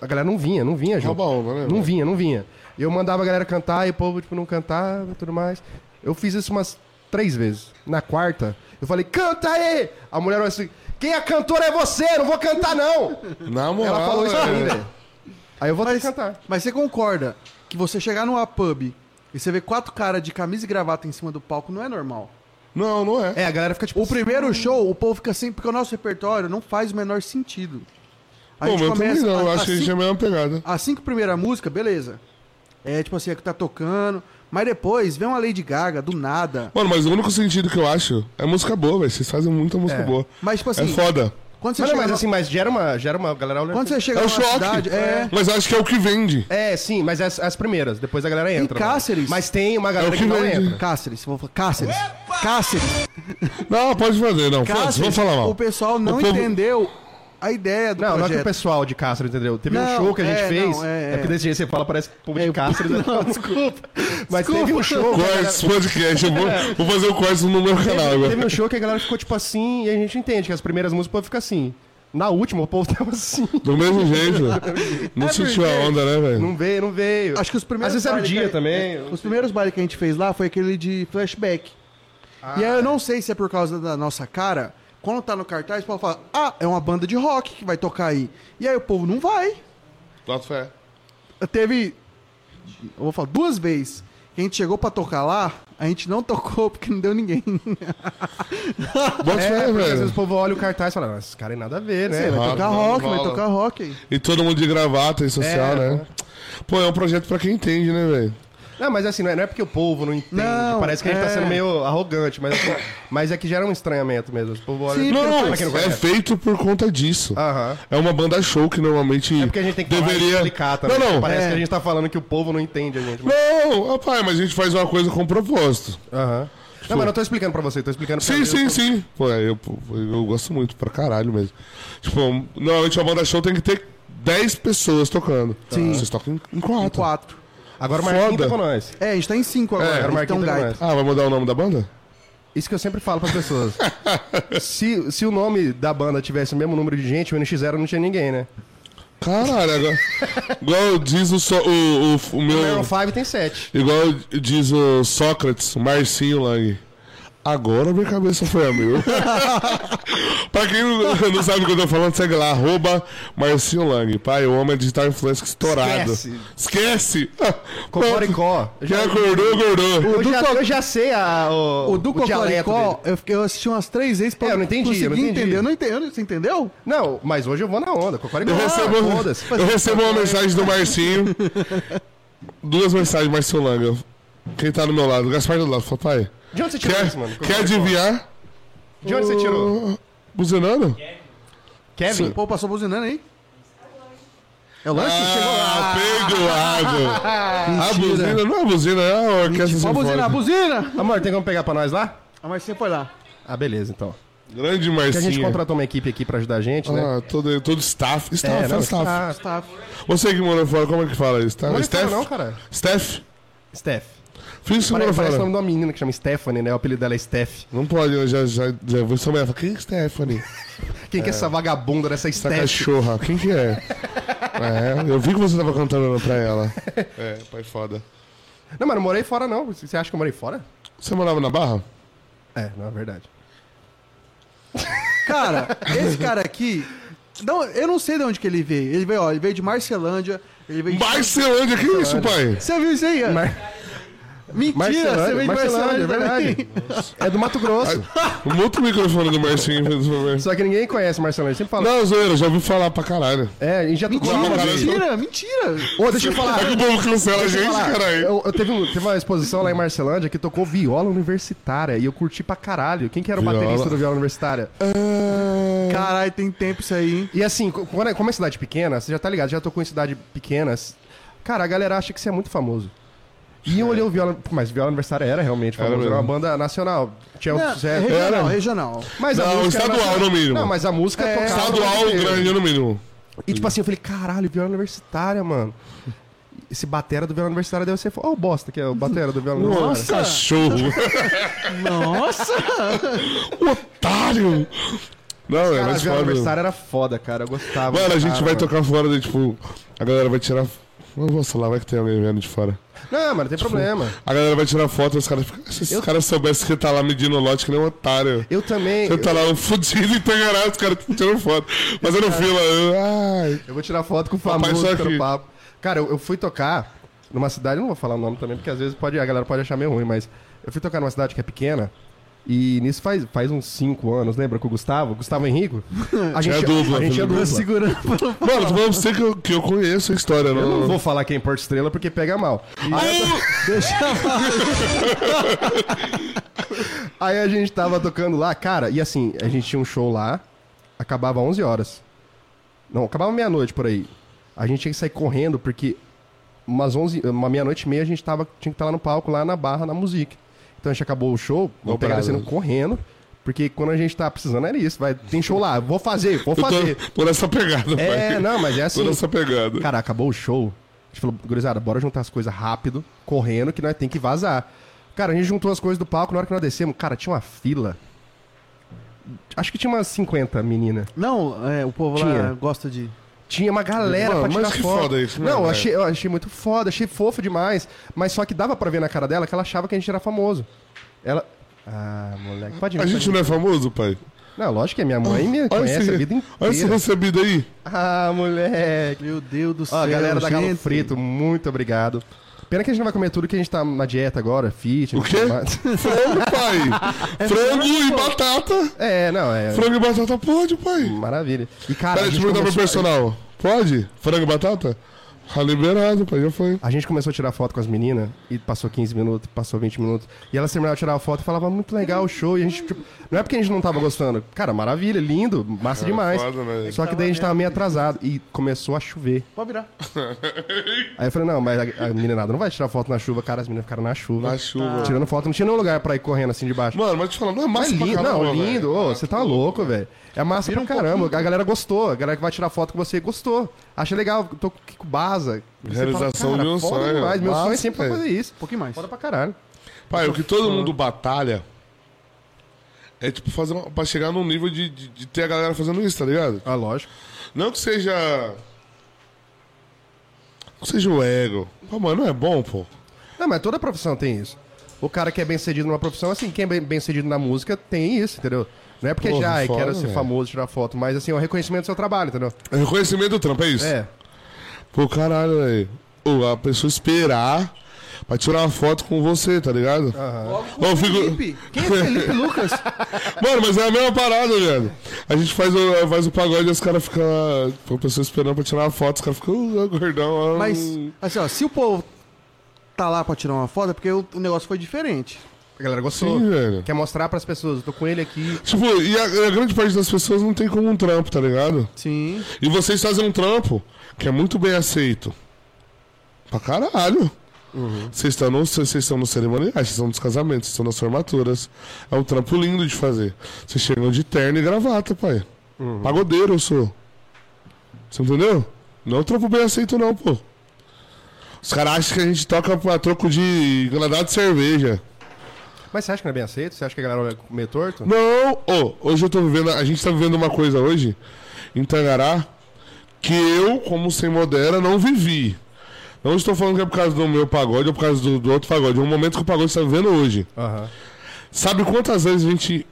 Speaker 1: A galera não vinha, não vinha, João.
Speaker 3: Rouba alma, né,
Speaker 1: é Não
Speaker 3: velho?
Speaker 1: vinha, não vinha. E eu mandava a galera cantar e o povo, tipo, não cantava e tudo mais. Eu fiz isso umas três vezes. Na quarta, eu falei, canta aí! A mulher olhou assim, quem é cantora é você, não vou cantar não!
Speaker 3: Na moral, é.
Speaker 1: Ela falou isso pra mim,
Speaker 3: velho.
Speaker 1: velho. Aí eu vou ter que
Speaker 2: Mas,
Speaker 1: cantar.
Speaker 2: mas você concorda que você chegar numa pub e você ver quatro caras de camisa e gravata em cima do palco não é normal.
Speaker 3: Não, não é.
Speaker 1: É, a galera fica tipo.
Speaker 2: O primeiro show, o povo fica sempre. Porque o nosso repertório não faz o menor sentido. A
Speaker 3: Bom,
Speaker 2: gente
Speaker 3: mas eu também
Speaker 2: começa.
Speaker 3: não. Eu
Speaker 2: a-
Speaker 3: acho que a gente é a mesma pegada.
Speaker 2: As cinco primeiras músicas, beleza. É tipo assim, é que tá tocando. Mas depois vem uma Lady Gaga, do nada.
Speaker 3: Mano, mas o único sentido que eu acho é música boa, velho. Vocês fazem muita música
Speaker 1: É.
Speaker 3: boa.
Speaker 2: Mas tipo
Speaker 3: é
Speaker 2: assim,
Speaker 3: foda.
Speaker 2: quando você
Speaker 1: Mas, não,
Speaker 2: chega.
Speaker 1: mas
Speaker 2: no-
Speaker 1: assim, mas gera uma. Gera uma a galera olhando.
Speaker 2: Quando você chega
Speaker 3: É o
Speaker 2: numa
Speaker 3: choque.
Speaker 2: cidade. É.
Speaker 3: Mas acho que é o que vende.
Speaker 1: É, sim, mas as, as primeiras, depois a galera entra. mano.
Speaker 2: Cáceres.
Speaker 1: Mas tem uma galera
Speaker 3: É o
Speaker 1: que,
Speaker 3: que
Speaker 1: não
Speaker 3: vende.
Speaker 1: entra.
Speaker 2: Cáceres, vou falar. Cáceres. Cáceres.
Speaker 3: Não, pode fazer, não. Foda-se,
Speaker 2: Cáceres.
Speaker 3: vamos falar mal.
Speaker 2: O pessoal não
Speaker 3: povo-
Speaker 2: entendeu a ideia do
Speaker 1: Não, não é que o
Speaker 2: projeto.
Speaker 1: pessoal de Cáceres, entendeu? Teve um
Speaker 2: Não,
Speaker 1: show que a gente
Speaker 2: é,
Speaker 1: fez.
Speaker 2: não,
Speaker 1: é,
Speaker 2: é,
Speaker 1: porque
Speaker 2: é.
Speaker 1: desse jeito você fala, parece que o povo de Cáceres. Não, desculpa. Mas teve um show. que a galera-
Speaker 3: Cortes, podcast. Eu vou, vou fazer o corte no meu canal
Speaker 1: Teve,
Speaker 3: agora.
Speaker 1: teve um show que a galera ficou tipo assim, e a gente entende que as primeiras músicas o povo fica assim. Na última, o povo tava assim.
Speaker 3: Do mesmo jeito. Não sentiu a onda, né, velho?
Speaker 1: Não veio, não veio.
Speaker 2: Acho que os
Speaker 1: Às
Speaker 2: primeiros.
Speaker 1: vezes era o
Speaker 2: bailes
Speaker 1: dia
Speaker 2: que- é,
Speaker 1: também. É,
Speaker 2: Os primeiros bailes que a gente fez lá foi aquele de flashback. E
Speaker 1: Ah.
Speaker 2: aí eu não sei se é por causa da nossa cara. Quando tá no cartaz, o povo fala: Ah, é uma banda de rock que vai tocar aí. E aí o povo não vai.
Speaker 3: Bota fé.
Speaker 2: Teve. Eu vou falar duas vezes. que A gente chegou pra tocar lá, a gente não tocou porque não deu ninguém.
Speaker 3: Bota
Speaker 1: É,
Speaker 3: fé,
Speaker 1: porque às vezes
Speaker 3: velho.
Speaker 1: o povo olha o cartaz e fala, "Nossa, esse cara é nada a ver, né?
Speaker 2: Você vai
Speaker 3: rock,
Speaker 2: tocar
Speaker 3: não
Speaker 2: rock, vai
Speaker 3: rola.
Speaker 2: tocar rock aí.
Speaker 3: E todo mundo de gravata e social,
Speaker 1: É,
Speaker 3: né? Pô, é um projeto pra quem entende, né, velho?
Speaker 1: Não, mas assim, não é, não é porque o povo não entende.
Speaker 2: Não,
Speaker 1: parece que a gente tá
Speaker 2: é.
Speaker 1: sendo meio arrogante, mas, assim, mas é que gera um estranhamento mesmo. O povo olha.
Speaker 2: Sim,
Speaker 3: Não, não,
Speaker 1: Então, Pra quem não
Speaker 3: é
Speaker 1: conhece.
Speaker 3: feito por conta disso.
Speaker 1: Aham.
Speaker 3: É uma banda show que normalmente
Speaker 1: É porque a gente tem que falar e
Speaker 3: deveria
Speaker 1: explicar também.
Speaker 3: Não, não.
Speaker 1: Parece
Speaker 2: é.
Speaker 1: que a gente tá falando que o povo não entende a gente. mas-
Speaker 3: Não, rapaz, mas a gente faz uma coisa com propósito.
Speaker 1: Aham. Não, mas não tô explicando pra você, tô explicando pra
Speaker 3: Sim,
Speaker 1: Ah, eu-
Speaker 3: sim, sim. Pô, é, eu, eu gosto muito pra caralho mesmo. Tipo, normalmente uma banda show tem que ter 10 pessoas tocando.
Speaker 2: Sim.
Speaker 3: Vocês tocam em 4.
Speaker 2: Quatro.
Speaker 1: Agora o Marquinhos
Speaker 3: Foda.
Speaker 1: tá com nós.
Speaker 2: É, a gente tá em cinco
Speaker 3: É,
Speaker 2: agora.
Speaker 1: era o
Speaker 2: a gente tem um
Speaker 1: Marquinhos
Speaker 2: gaita.
Speaker 1: Tomás.
Speaker 3: Ah, vai mudar o nome da banda?
Speaker 1: Isso que eu sempre falo pras pessoas. se, se o nome da banda tivesse o mesmo número de gente, o NX0 não tinha ninguém, né?
Speaker 3: Caralho, agora. igual diz o, so- o, o- o
Speaker 1: O Iron
Speaker 3: meu.
Speaker 1: 5 tem 7.
Speaker 3: Igual diz o Sócrates, o Marcinho Lang. Agora minha cabeça foi a meu. pra quem não, não sabe o que eu tô falando, segue lá, arroba Marcinho Lang. Pai, o homem é digital influencer estourado.
Speaker 1: Esquece.
Speaker 3: Esquece!
Speaker 1: Cocoricó. Eu
Speaker 3: Quem
Speaker 1: já-
Speaker 3: acordou, acordou.
Speaker 1: Eu já, eu já sei a, o,
Speaker 2: O do
Speaker 1: dialeto
Speaker 2: Cocoricó,
Speaker 1: dele.
Speaker 2: eu, fiquei- eu assisti umas três vezes pra
Speaker 1: É, eu não entendi,
Speaker 2: conseguir
Speaker 1: eu não entendi.
Speaker 2: entender. Eu não entendi. eu não- Você entendeu?
Speaker 1: Não, mas hoje eu vou na onda. Cocoricó.
Speaker 3: Eu recebo,
Speaker 1: Ah, foda-se.
Speaker 3: eu recebo uma mensagem do Marcinho. Duas mensagens, Marcinho Lang. Eu- Quem tá do meu lado? O Gaspar do lado. Falou, pai,
Speaker 1: De onde você tirou
Speaker 3: quer,
Speaker 1: isso, mano?
Speaker 3: quer adivinhar?
Speaker 1: De onde você tirou?
Speaker 3: Buzinando?
Speaker 1: Kevin?
Speaker 2: Pô, passou buzinando aí? É o lanche? Chegou lá.
Speaker 3: Ah, perdoado. A buzina, não é a buzina, é a
Speaker 2: Ó,
Speaker 3: orquestra
Speaker 2: a buzina, a
Speaker 3: sinfônica.
Speaker 2: buzina!
Speaker 1: Amor, tem como pegar pra nós lá?
Speaker 2: A Marcinha foi lá.
Speaker 1: Ah, beleza, então. Que
Speaker 3: Grande
Speaker 1: a gente
Speaker 3: Marcinha.
Speaker 1: contratou uma equipe aqui pra ajudar a gente, né?
Speaker 3: Ah, todo, todo staff.
Speaker 1: É,
Speaker 3: Staff, é,
Speaker 1: não,
Speaker 3: staff.
Speaker 1: tá-
Speaker 2: Staff.
Speaker 3: Você que mora fora, como é que fala isso? Tá?
Speaker 1: Não é
Speaker 3: Steph?
Speaker 1: não, cara.
Speaker 3: Steph?
Speaker 1: Steph.
Speaker 3: Finge que mora
Speaker 1: Parece, um- parece o nome
Speaker 3: fora.
Speaker 1: de uma menina que chama Stephanie, né? O apelido dela é Steph.
Speaker 3: Não pode, eu já, já, já vou somar. Fala, Quem é Stephanie?
Speaker 1: Quem que é essa vagabunda dessa
Speaker 3: Essa
Speaker 1: Steph?
Speaker 3: cachorra, quem que é? é? Eu vi que você tava cantando pra ela. É, pai foda.
Speaker 1: Não, mas não morei fora, não. Você você acha que eu morei fora?
Speaker 3: Você morava na Barra?
Speaker 1: É, não é verdade.
Speaker 2: Cara, esse cara aqui. Não, eu não sei de onde que ele veio. Ele veio, ó, ele veio de Marcelândia. Ele veio de...
Speaker 3: Barcelândia, que isso, pai?
Speaker 2: Você viu isso aí? ó?
Speaker 1: Mar-
Speaker 2: Mentira, você veio de Marcelândia,
Speaker 1: Marcelândia,
Speaker 2: é verdade.
Speaker 1: É do Mato Grosso.
Speaker 3: Muta o Um microfone do Marcinho, por favor.
Speaker 1: Só que ninguém conhece Marcelândia. Sempre fala.
Speaker 3: Não, zoeira, já ouvi falar pra caralho.
Speaker 1: É, em
Speaker 3: Não,
Speaker 1: Jatucaba.
Speaker 3: cara,
Speaker 1: gente.
Speaker 2: Mentira, mentira.
Speaker 1: Ô, deixa eu falar.
Speaker 3: É que o povo cancela a
Speaker 1: Deixa eu
Speaker 3: gente,
Speaker 1: falar.
Speaker 3: caralho.
Speaker 1: Eu, eu teve, um- teve uma exposição lá em Marcelândia que tocou viola universitária e eu curti pra caralho. Quem que era o
Speaker 3: Viola.
Speaker 1: baterista do viola universitária?
Speaker 2: Caralho, tem tempo isso aí, hein?
Speaker 1: E assim, co- quando é- como é cidade pequena, você já tá ligado, já tocou em cidade pequenas. Cara, a galera acha que você é muito famoso. E eu olhei o viola. pô, Mas viola universitária era realmente famoso. Era,
Speaker 3: mesmo.
Speaker 1: uma banda nacional. Tinha um
Speaker 2: Não, é,
Speaker 1: sucesso.
Speaker 2: regional,
Speaker 3: Era.
Speaker 2: regional.
Speaker 1: Mas a
Speaker 3: Não,
Speaker 1: música era
Speaker 3: estadual,
Speaker 1: nacional.
Speaker 3: no mínimo.
Speaker 1: Não, mas a música
Speaker 2: É,
Speaker 1: tocava.
Speaker 3: Estadual
Speaker 1: no-
Speaker 3: grande, no mínimo.
Speaker 1: E tipo assim, eu falei, caralho, viola universitária, mano. Esse batera do viola universitária deve ser. fo- Ó, o bosta que é o batera do viola universitária.
Speaker 3: Nossa, cachorro.
Speaker 2: Nossa!
Speaker 3: Otário. Não, é
Speaker 1: Cara,
Speaker 3: mais
Speaker 1: viola
Speaker 3: foda.
Speaker 1: universitária era foda, cara. Eu gostava.
Speaker 3: Mano, a gente
Speaker 1: cara,
Speaker 3: vai
Speaker 1: Ah, mano.
Speaker 3: tocar fora, daí, tipo, a galera vai tirar. Não vou falar, vai que tem alguém vendo de fora.
Speaker 1: Não, mano, não tem problema.
Speaker 3: A galera vai tirar foto, os caras ficam. Se esses caras soubessem que tá lá medindo o lote, que nem um otário.
Speaker 1: Eu também.
Speaker 3: Você
Speaker 1: Eu,
Speaker 3: tá lá um fudido entangarado, os caras tirando foto. Fazendo fila. eu- Ai.
Speaker 1: eu vou tirar foto com o
Speaker 3: Papai,
Speaker 1: famoso
Speaker 3: só
Speaker 1: cara,
Speaker 3: aqui.
Speaker 1: no papo. Cara, eu, eu fui tocar numa cidade, eu não vou falar o nome também, porque às vezes pode, a galera pode achar meio ruim, mas eu fui tocar numa cidade que é pequena. E nisso faz, faz uns 5 anos, lembra? Com o Gustavo, Gustavo Henrico. A gente
Speaker 3: dupla,
Speaker 1: a gente é
Speaker 3: Felipe.
Speaker 1: dupla.
Speaker 2: Segurando pelo
Speaker 3: Mano, tô falando pra você que eu, que eu conheço a história,
Speaker 1: Eu
Speaker 3: não.
Speaker 1: não vou falar quem é Porto Estrela porque pega mal. Aí a gente tava tocando lá, cara, e assim, a gente tinha um show lá, acabava 11 horas. Não, acabava meia-noite por aí. A gente tinha que sair correndo porque umas 11, uma meia-noite e meia a gente tava, tinha que estar lá no palco, lá na barra, na música. Então a gente acabou o show, vou pegar
Speaker 3: Dobrado.
Speaker 1: descendo correndo, porque quando a gente tava precisando era isso, vai, tem show lá, vou fazer, vou
Speaker 3: Eu
Speaker 1: fazer.
Speaker 3: tô por essa pegada,
Speaker 1: É,
Speaker 3: pai.
Speaker 1: não, mas é assim.
Speaker 3: Por essa pegada.
Speaker 1: Cara, acabou o show. A gente falou, gurizada, bora juntar as coisas rápido, correndo, que nós tem que vazar. Cara, a gente juntou as coisas do palco, na hora que nós descemos, cara, tinha uma fila. Acho que tinha umas 50 meninas.
Speaker 2: Não, é, o povo
Speaker 1: Tinha.
Speaker 2: lá gosta de.
Speaker 1: Tinha uma galera
Speaker 3: Mano,
Speaker 1: pra tirar
Speaker 3: mas que
Speaker 1: foto.
Speaker 3: foda isso, né,
Speaker 1: Não, eu
Speaker 3: velho?
Speaker 1: achei, eu achei muito foda, achei fofo demais. Mas só que dava pra ver na cara dela que ela achava que a gente era famoso. Ela... Ah, moleque, pode
Speaker 3: A
Speaker 1: vir.
Speaker 3: gente não é famoso, pai?
Speaker 1: Não, lógico que é minha mãe me
Speaker 3: Olha
Speaker 1: conhece
Speaker 3: esse-
Speaker 1: a vida
Speaker 3: Olha esse
Speaker 1: inteira.
Speaker 3: recebido aí.
Speaker 1: Ah, moleque.
Speaker 2: Meu Deus do céu.
Speaker 1: Ó, galera da Galo
Speaker 2: gente.
Speaker 1: Frito, muito obrigado. Pena que a gente não vai comer tudo que a gente tá na dieta agora, fit.
Speaker 3: O quê? Frango, pai. Frango e batata.
Speaker 1: É, não, é.
Speaker 3: Frango e batata pode, pai.
Speaker 1: Maravilha. E cara, Ah, a
Speaker 3: Peraí, deixa
Speaker 1: gente,
Speaker 3: eu perguntar pro
Speaker 1: começou,
Speaker 3: personal. Pode? Frango e batata? Tá liberado, pai, já foi.
Speaker 1: a gente começou a tirar foto com as meninas e passou 15 minutos, passou 20 minutos. E elas terminaram de tirar a foto e falavam, "Ah, muito legal o show. E a gente, tipo, não é porque a gente não tava gostando. Cara, maravilha, lindo, massa demais.
Speaker 3: foda, né?
Speaker 1: Só que daí a gente tava meio atrasado e começou a chover.
Speaker 2: Pode virar. um
Speaker 1: Aí eu falei, não, mas a, a meninada não vai tirar foto na chuva. Cara, as meninas ficaram na chuva.
Speaker 3: Na chuva.
Speaker 1: Tirando foto, não tinha nenhum lugar pra ir correndo assim de baixo.
Speaker 3: Mano, mas te falando, não é
Speaker 1: Mas
Speaker 3: massa pra
Speaker 1: lindo,
Speaker 3: caramba,
Speaker 1: não,
Speaker 3: velho. um
Speaker 1: lindo. Ô, você tá louco, velho. É massa pra caramba. A galera gostou. A galera que vai tirar foto com você gostou. Acha legal. Tô com o Kiko Baza. Você
Speaker 3: Realização de um
Speaker 1: foda
Speaker 3: sonho.
Speaker 1: Demais. Meu
Speaker 3: Massa,
Speaker 1: sonho é sempre pra
Speaker 3: velho.
Speaker 1: fazer isso.
Speaker 2: Um pouquinho mais.
Speaker 1: Foda pra caralho.
Speaker 3: Pai,
Speaker 1: tá
Speaker 3: o que todo mundo batalha é tipo fazer uma, pra chegar num nível de, de, de ter a galera fazendo isso, tá ligado?
Speaker 1: Ah, lógico.
Speaker 3: Não que seja. Não seja o ego. Pô, mano, não é bom, pô.
Speaker 1: Não, mas toda profissão tem isso. O cara que é bem sucedido numa profissão, assim, quem é bem- bem sucedido na música tem isso, entendeu? Não é porque
Speaker 3: Porra,
Speaker 1: já ai,
Speaker 3: foda,
Speaker 1: quero ser
Speaker 3: velho.
Speaker 1: famoso, tirar foto, mas assim, é o reconhecimento do seu trabalho, entendeu?
Speaker 3: É Reconhecimento do trampo, é isso?
Speaker 1: É.
Speaker 3: Pô, caralho, velho. Ô, A pessoa esperar pra tirar uma foto com você, tá ligado? Ô, eu fico-
Speaker 2: Felipe. Quem é esse Felipe Lucas?
Speaker 3: Mano, mas é a mesma parada, velho. A gente faz o, faz o pagode e os caras ficam. lá, A pessoa esperando pra tirar uma foto, os caras ficam, "Uh, gordão. ah,
Speaker 2: Mas,
Speaker 3: hum."
Speaker 2: assim, ó, se o povo tá lá pra tirar uma foto, é porque o, o negócio foi diferente.
Speaker 1: A galera gostou.
Speaker 3: Sim, velho.
Speaker 1: Quer mostrar pras pessoas, eu tô com ele aqui.
Speaker 3: Tipo, e a, a grande parte das pessoas não tem como um trampo, tá ligado?
Speaker 2: Sim.
Speaker 3: E vocês fazem um trampo que é muito bem aceito. Pra caralho. Vocês estão no, vocês estão nos cerimoniais, vocês estão nos casamentos, vocês estão nas formaturas. É um trampo lindo de fazer. Vocês chegam de terno e gravata, pai. Pagodeiro eu sou. Você entendeu? Não é um trampo bem aceito, não, pô. Os caras acham que a gente toca pra troco de granada de cerveja.
Speaker 1: Mas você acha que não é bem aceito? Você acha que a galera olha meio torto?
Speaker 3: Não! Ô, hoje eu tô vivendo. A gente tá vivendo uma coisa hoje, em Tangará, que eu, como sem modera, não vivi. Não estou falando que é por causa do meu pagode ou por causa do, do outro pagode. É um momento que o pagode está vivendo hoje.
Speaker 1: Aham.
Speaker 3: Sabe quantas vezes a gente.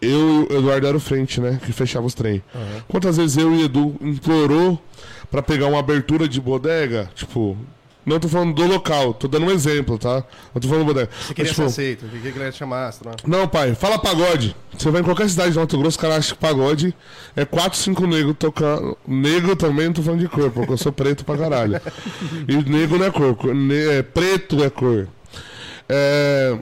Speaker 3: Eu e o Eduardo era o frente, né? Que fechava os trem. Quantas vezes eu e o Edu implorou pra pegar uma abertura de bodega? Tipo. Não tô falando do local, tô dando um exemplo, tá? Não tô falando bodega.
Speaker 1: Você
Speaker 3: Mas,
Speaker 1: queria
Speaker 3: tipo,
Speaker 1: ser aceito, queria que a galera te chamasse, né?
Speaker 3: não, pai, fala pagode. Você vai em qualquer cidade do Mato Grosso, o cara acha que pagode é 4, 5 negros tocando. Negro também, não tô falando de cor, porque eu sou preto pra caralho. E negro não é cor, cor- ne- é, preto é cor. É,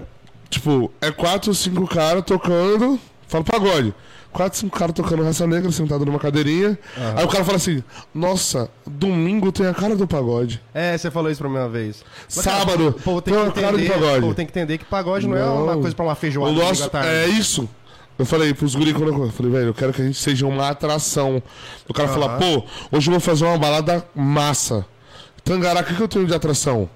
Speaker 3: tipo, é 4, 5 caras tocando, fala pagode. 4, 5 caras tocando raça negra, sentado numa cadeirinha. Aí o cara fala assim: Nossa, domingo tem a cara do pagode.
Speaker 1: É, você falou isso pra mim uma vez.
Speaker 3: Sábado,
Speaker 1: o povo tem que
Speaker 3: tem uma cara de
Speaker 1: entender,
Speaker 3: pagode.
Speaker 1: o povo tem que entender que pagode não, é
Speaker 3: Não.
Speaker 1: uma coisa pra uma feijoada
Speaker 3: O
Speaker 1: domingo
Speaker 3: nosso,
Speaker 1: à tarde.
Speaker 3: é isso. Eu falei pros guri quando eu eu falei, velho, eu quero que a gente seja uma atração. O cara fala, pô, hoje eu vou fazer uma balada massa. Tangará, o que, que eu tenho de atração?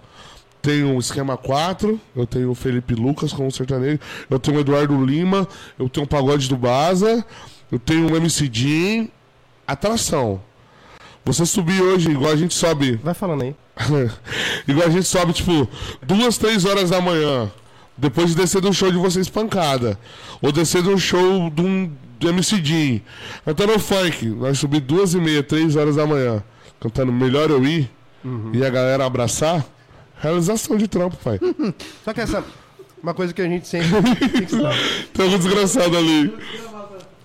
Speaker 3: Tenho o Esquema 4, eu tenho o Felipe Lucas como sertanejo, eu tenho o Eduardo Lima, eu tenho o Pagode do Baza, eu tenho o MC Jim. Atração. Você subir hoje, igual a gente sobe
Speaker 1: Vai falando aí.
Speaker 3: Igual a gente sobe, tipo, duas, três horas da manhã, depois de descer de um show de vocês pancada. Ou descer de um show de um de MC Jean. Cantando funk, nós subir duas e meia, três horas da manhã, cantando Melhor Eu Ir e a galera abraçar. Realização de trampo, pai.
Speaker 1: Só que essa. Uma coisa que a gente sempre. tem que se dar.
Speaker 3: Tem um desgraçado ali.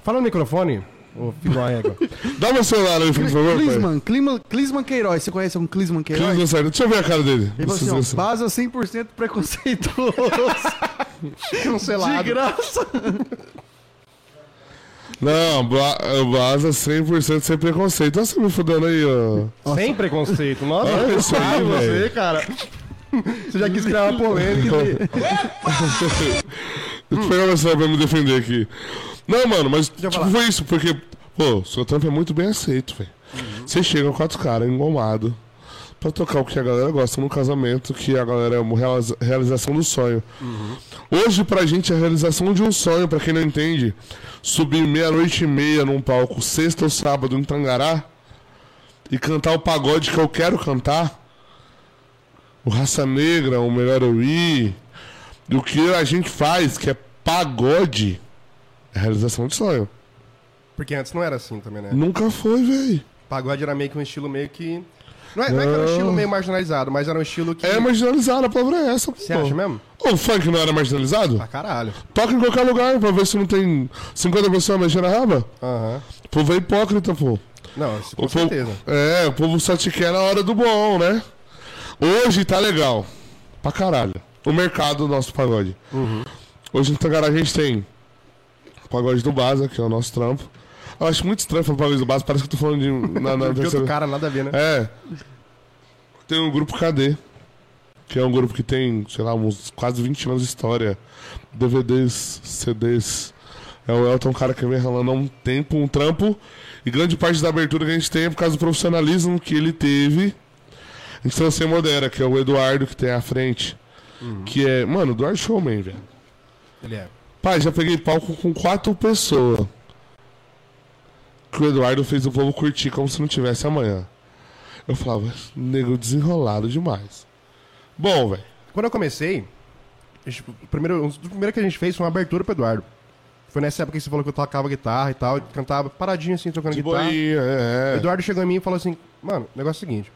Speaker 1: Fala no microfone, ô filho da égua.
Speaker 3: Dá meu celular aí, por favor, pai.
Speaker 2: Clisman, Clima- Clisman Queiroz. Você conhece algum Clisman Queiroz?
Speaker 3: Clisman Sardo. Deixa eu ver a cara dele.
Speaker 2: Ele
Speaker 3: Esse
Speaker 2: falou assim, ó,
Speaker 3: desgraçado.
Speaker 2: Baza 100% preconceituoso.
Speaker 1: Cancelado.
Speaker 2: de graça.
Speaker 3: Não, ba- Baza 100% sem preconceito. Olha você me fudendo aí, ó.
Speaker 1: Sem preconceito. Nossa,
Speaker 3: Olha isso aí,
Speaker 1: sabe você,
Speaker 3: velho.
Speaker 1: cara. Você já quis criar uma polêmica.
Speaker 3: Deixa eu pegar meu celular pra me defender aqui. Não, mano, mas
Speaker 1: eu
Speaker 3: tipo,
Speaker 1: falar.
Speaker 3: foi isso, porque, pô, seu trampo é muito bem aceito, velho. Vocês chegam quatro caras engomado pra tocar o que a galera gosta num casamento, que a galera é uma realiza- realização do sonho.
Speaker 1: Uhum.
Speaker 3: Hoje, pra gente, é a realização de um sonho, pra quem não entende, subir meia-noite e meia num palco, sexta ou sábado, em Tangará, e cantar o pagode que eu quero cantar. O Raça Negra, o Melhor Eu Ir, do que a gente faz, que é pagode, é realização de sonho.
Speaker 1: Porque antes não era assim também, né?
Speaker 3: Nunca foi, velho.
Speaker 1: Pagode era meio que um estilo meio que. Não é, não é que era um estilo meio marginalizado, mas era um estilo que.
Speaker 3: É marginalizado, a palavra é essa.
Speaker 1: Você
Speaker 3: pô.
Speaker 1: acha mesmo?
Speaker 3: O funk não era marginalizado?
Speaker 1: Pra caralho.
Speaker 3: Toca em qualquer lugar pra ver se não tem 50 pessoas mexendo a raba.
Speaker 1: Aham.
Speaker 3: O povo é hipócrita, pô.
Speaker 1: Não, isso,
Speaker 3: O
Speaker 1: com
Speaker 3: povo,
Speaker 1: certeza.
Speaker 3: é, o povo só te quer na hora do bom, né? Hoje tá legal. Pra caralho. O mercado do nosso pagode.
Speaker 1: Uhum.
Speaker 3: Hoje no Tangará a gente tem o pagode do Baza, que é o nosso trampo. Eu acho muito estranho falar pagode do Baza, parece que eu tô falando de. Na, na
Speaker 1: De outro cara, nada a ver, né?
Speaker 3: É. Tem o grupo KD, que é um grupo que tem, sei lá, uns quase 20 anos de história. DVDs, CDs. É o Elton, um cara que vem ralando há um tempo, um trampo. E grande parte da abertura que a gente tem é por causa do profissionalismo que ele teve. A gente trouxe a Modera, que é o Eduardo que tem à frente. Que é, mano, Eduardo Showman, velho.
Speaker 1: Ele é.
Speaker 3: Pai, já peguei palco com quatro pessoas. Que o Eduardo fez o povo curtir como se não tivesse amanhã. Eu falava, nego desenrolado demais. Bom, velho.
Speaker 1: Quando eu comecei, a gente- o primeiro, um dos primeiros que a gente fez foi uma abertura pro Eduardo. Foi nessa época que você falou que eu tocava guitarra e tal, e cantava paradinho assim, tocando
Speaker 3: De
Speaker 1: guitarra.
Speaker 3: boinha,
Speaker 1: O
Speaker 3: é. é.
Speaker 1: Eduardo chegou em mim e falou assim: Mano, o negócio é o seguinte: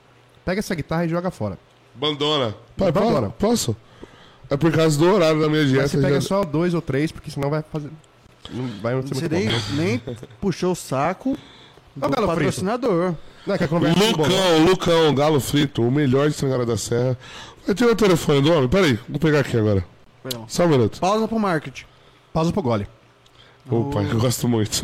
Speaker 1: pega essa guitarra e joga fora.
Speaker 3: Bandona. Pai,
Speaker 1: Bandona.
Speaker 3: po- posso? É por causa do horário da minha
Speaker 1: Mas
Speaker 3: dieta.
Speaker 1: você pega
Speaker 3: já-
Speaker 1: só dois ou três, porque senão vai fazer. Não vai ser
Speaker 2: Você
Speaker 1: muito
Speaker 2: nem,
Speaker 1: bom.
Speaker 2: nem puxou o saco do
Speaker 1: Ô, Galo Frito.
Speaker 2: patrocinador.
Speaker 1: Não, é que a conversa é muito boa.
Speaker 3: Lucão, Lucão, Galo Frito, o melhor de Sangara da Serra. Eu tirei o telefone do homem, peraí, vou pegar aqui agora.
Speaker 2: Perdão.
Speaker 3: Só um minuto.
Speaker 2: Pausa pro marketing.
Speaker 1: Pausa pro gole.
Speaker 3: Opa, eu gosto muito.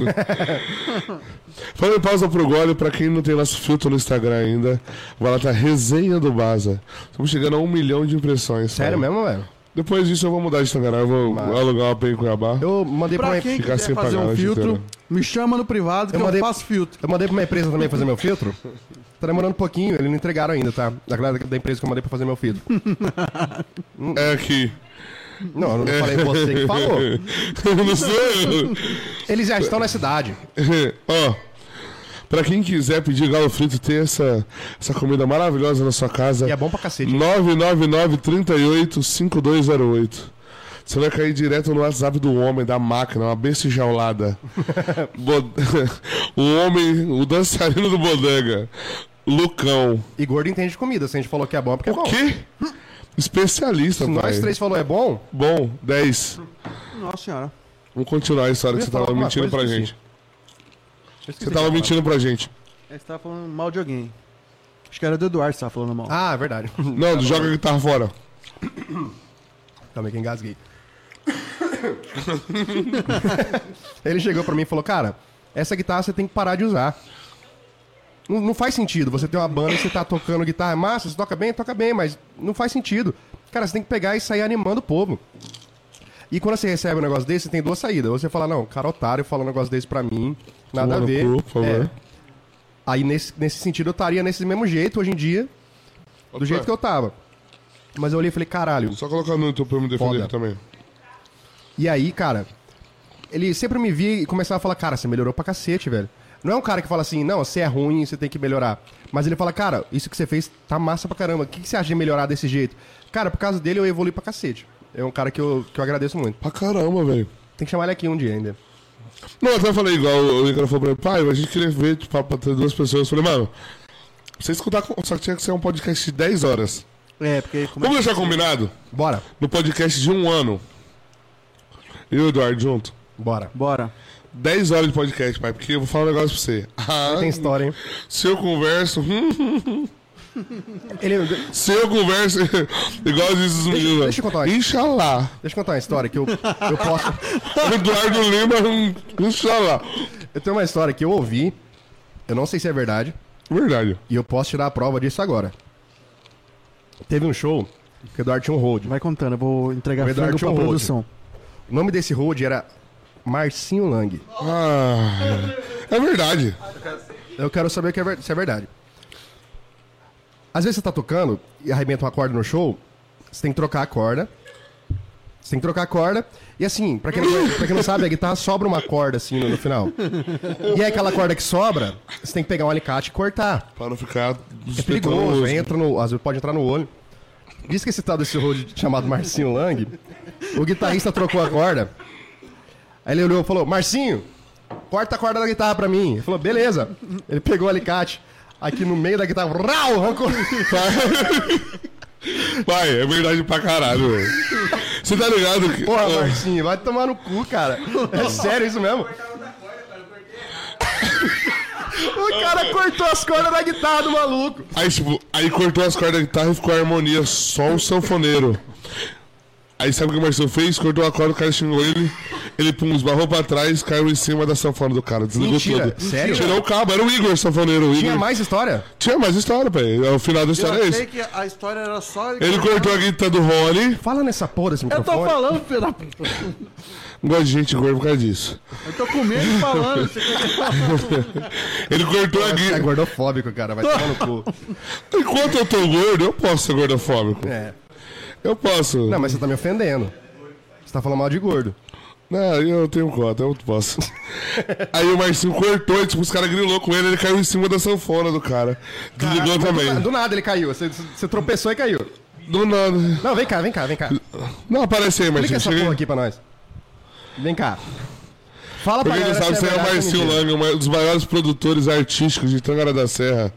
Speaker 3: Falando em pausa pro gole, pra quem não tem nosso filtro no Instagram ainda, vai lá, tá resenha do Baza. Estamos chegando a um milhão de impressões.
Speaker 1: Sério
Speaker 3: cara.
Speaker 1: mesmo, velho?
Speaker 3: Depois disso eu vou mudar de Instagram, eu vou alugar uma PEN em Cuiabá.
Speaker 1: Eu mandei pra,
Speaker 2: Pra
Speaker 1: minha-
Speaker 2: quem
Speaker 3: ficar
Speaker 2: quiser
Speaker 3: sem
Speaker 2: fazer
Speaker 3: pagar
Speaker 2: um
Speaker 3: o dia
Speaker 2: filtro,
Speaker 3: inteiro.
Speaker 2: me chama no privado que
Speaker 1: Eu
Speaker 2: eu,
Speaker 1: mandei-
Speaker 2: faço filtro.
Speaker 1: eu mandei pra minha empresa também fazer meu filtro. Tá demorando um pouquinho, eles não entregaram ainda, tá? Da galera da empresa que eu mandei pra fazer meu filtro.
Speaker 3: É aqui.
Speaker 1: Não, eu não falei você que falou.
Speaker 3: Eu não sou eu.
Speaker 1: Eles já estão na cidade.
Speaker 3: Ó, pra quem quiser pedir galo frito, ter essa, essa comida maravilhosa na sua casa.
Speaker 1: E é bom pra cacete.
Speaker 3: 999-38-5208. Você vai cair direto no WhatsApp do homem, da máquina, uma besta enjaulada. Bod- o homem, o dançarino do Bodega, Lucão.
Speaker 1: E gordo entende de comida. Se a gente falou que é bom, é porque é bom.
Speaker 3: Que? Especialista,
Speaker 1: Se
Speaker 3: pai.
Speaker 1: nós três falou é bom,
Speaker 3: Bom, 10.
Speaker 2: Nossa senhora.
Speaker 3: Vamos continuar a história que você
Speaker 1: Eu ia falar
Speaker 3: tava
Speaker 1: alguma
Speaker 3: mentindo
Speaker 1: coisa,
Speaker 3: pra
Speaker 1: esqueci.
Speaker 3: gente. Você tava mentindo pra gente.
Speaker 2: Você tava falando mal de alguém. Acho que era do Eduardo que você tava falando mal.
Speaker 1: Ah, é verdade.
Speaker 3: Não, joga a guitarra fora.
Speaker 1: Também que engasguei. Ele chegou pra mim e falou, cara, essa guitarra você tem que parar de usar. Não, não faz sentido. Você tem uma banda e você tá tocando guitarra é massa, você toca bem, toca bem, mas não faz sentido. Cara, você tem que pegar e sair animando o povo. E quando você recebe um negócio desse, você tem duas saídas. Ou você fala, não, cara otário falou um negócio desse pra mim, nada a
Speaker 3: Tomar no
Speaker 1: ver.
Speaker 3: cu, por favor.
Speaker 1: É. Aí nesse, nesse sentido eu estaria nesse mesmo jeito hoje em dia, do jeito que eu tava. Mas eu olhei e falei, caralho,
Speaker 3: Só colocar no YouTube pra eu me defender
Speaker 1: Foda.
Speaker 3: também.
Speaker 1: E aí, cara, ele sempre me via e começava a falar, cara, você melhorou pra cacete, velho. Não é um cara que fala assim, não, você é ruim, você tem que melhorar. Mas ele fala, cara, isso que você fez tá massa pra caramba. O que, que você acha de melhorar desse jeito? Cara, por causa dele eu evolui pra cacete. É um cara que eu, que eu agradeço muito.
Speaker 3: Pra caramba, velho.
Speaker 1: Tem que chamar ele aqui um dia ainda.
Speaker 3: Não, eu até falei igual o Ícaro falou pra mim, pai, a gente queria ver tipo, pra, pra ter duas pessoas. Eu falei, mano, você escutar, com- só que tinha que ser um podcast de 10 horas.
Speaker 2: É, porque como é
Speaker 3: Vamos deixar combinado?
Speaker 1: Bora,
Speaker 3: No podcast de um ano. E o Eduardo junto.
Speaker 1: bora.
Speaker 2: Bora.
Speaker 3: 10 horas de podcast, pai, porque eu vou falar um negócio pra você. Ah,
Speaker 1: Tem história, hein?
Speaker 3: se eu converso, hum,
Speaker 1: Ele,
Speaker 3: se eu converso, igual diz os meninos.
Speaker 1: deixa eu contar uma-
Speaker 3: Inxalá.
Speaker 1: deixa eu contar uma história que eu, eu posso.
Speaker 3: O Eduardo Lima, hum, inxalá.
Speaker 1: Eu tenho uma história que eu ouvi, eu não sei se é verdade,
Speaker 3: Verdade.
Speaker 1: e eu posso tirar a prova disso agora. Teve um show que o Eduardo tinha um hold.
Speaker 2: Vai contando, eu vou entregar
Speaker 1: Vai dar
Speaker 2: frango
Speaker 1: arte
Speaker 3: um
Speaker 2: pra
Speaker 1: ou road?
Speaker 2: produção.
Speaker 1: O nome desse road era Marcinho Lang.
Speaker 3: Ah, é verdade.
Speaker 1: Eu quero saber que é ver- se é verdade. Às vezes você tá tocando e arrebenta uma corda no show, você tem que trocar a corda. Você tem que trocar a corda. E assim, pra quem, não, pra quem não sabe, a guitarra sobra uma corda assim no, no final. E aí aquela corda que sobra, você tem que pegar um alicate e cortar.
Speaker 3: Para não ficar
Speaker 1: É perigoso, entra no, às vezes pode entrar no olho. Diz que esse tal desse road chamado Marcinho Lang, o guitarrista trocou a corda. Aí ele olhou e falou: Marcinho, corta a corda da guitarra pra mim. Ele falou: beleza. Ele pegou o alicate aqui no meio da guitarra, rau, arrancou.
Speaker 3: Pai, é verdade pra caralho, velho. Você tá ligado que.
Speaker 1: Porra,
Speaker 3: Ah,
Speaker 1: Marcinho, vai tomar no cu, cara. É sério isso mesmo? O cara cortou as cordas da guitarra do maluco.
Speaker 3: aí, tipo, aí cortou as cordas da guitarra e ficou a harmonia, só o sanfoneiro. Aí sabe o que o Marcelo fez? Cortou a corda, o cara xingou ele, ele pum, esbarrou pra trás, caiu em cima da sanfona do cara, desligou
Speaker 1: Mentira,
Speaker 3: tudo.
Speaker 1: sério?
Speaker 3: Tirou o cabo, era o Igor, sanfoneiro. O Igor.
Speaker 1: Tinha mais história?
Speaker 3: Tinha mais história, pai. O final da
Speaker 2: Eu
Speaker 3: história é
Speaker 2: achei
Speaker 3: esse.
Speaker 2: que a história era só...
Speaker 3: Ele cortou a guitarra do Rony,
Speaker 1: Fala nessa porra desse
Speaker 2: Eu
Speaker 1: microfone.
Speaker 2: tô falando, filho da puta.
Speaker 3: não gosta um de gente gorda por causa disso.
Speaker 2: Eu tô com medo de falando. Você quer que eu-
Speaker 3: Ele cortou a
Speaker 1: É
Speaker 3: guitarra.
Speaker 1: gordofóbico, cara. Vai tomar no cu.
Speaker 3: Enquanto eu tô gordo, eu posso ser gordofóbico.
Speaker 1: É.
Speaker 3: Eu posso.
Speaker 1: Não, mas você tá me ofendendo. Você tá falando mal de gordo.
Speaker 3: Não, eu tenho cota, eu posso. Aí o Marcinho cortou, e, tipo, os caras grilou com ele, ele caiu em cima da sanfona do cara. Desligou
Speaker 1: Ah,
Speaker 3: também.
Speaker 1: Do nada ele caiu. Você, você tropeçou e caiu.
Speaker 3: Do nada.
Speaker 1: Não, vem cá, vem cá, vem cá.
Speaker 3: Não, aparece aí,
Speaker 1: Explica
Speaker 3: Marcinho.
Speaker 1: essa
Speaker 3: Chega
Speaker 1: porra
Speaker 3: aí.
Speaker 1: aqui pra nós. Vem cá. Fala pra
Speaker 3: Pra quem não
Speaker 1: galera
Speaker 3: sabe,
Speaker 1: se
Speaker 3: você é o
Speaker 1: verdade, né,
Speaker 3: Marcinho
Speaker 1: mentira.
Speaker 3: Langa, um dos maiores produtores artísticos de Tangara da Serra.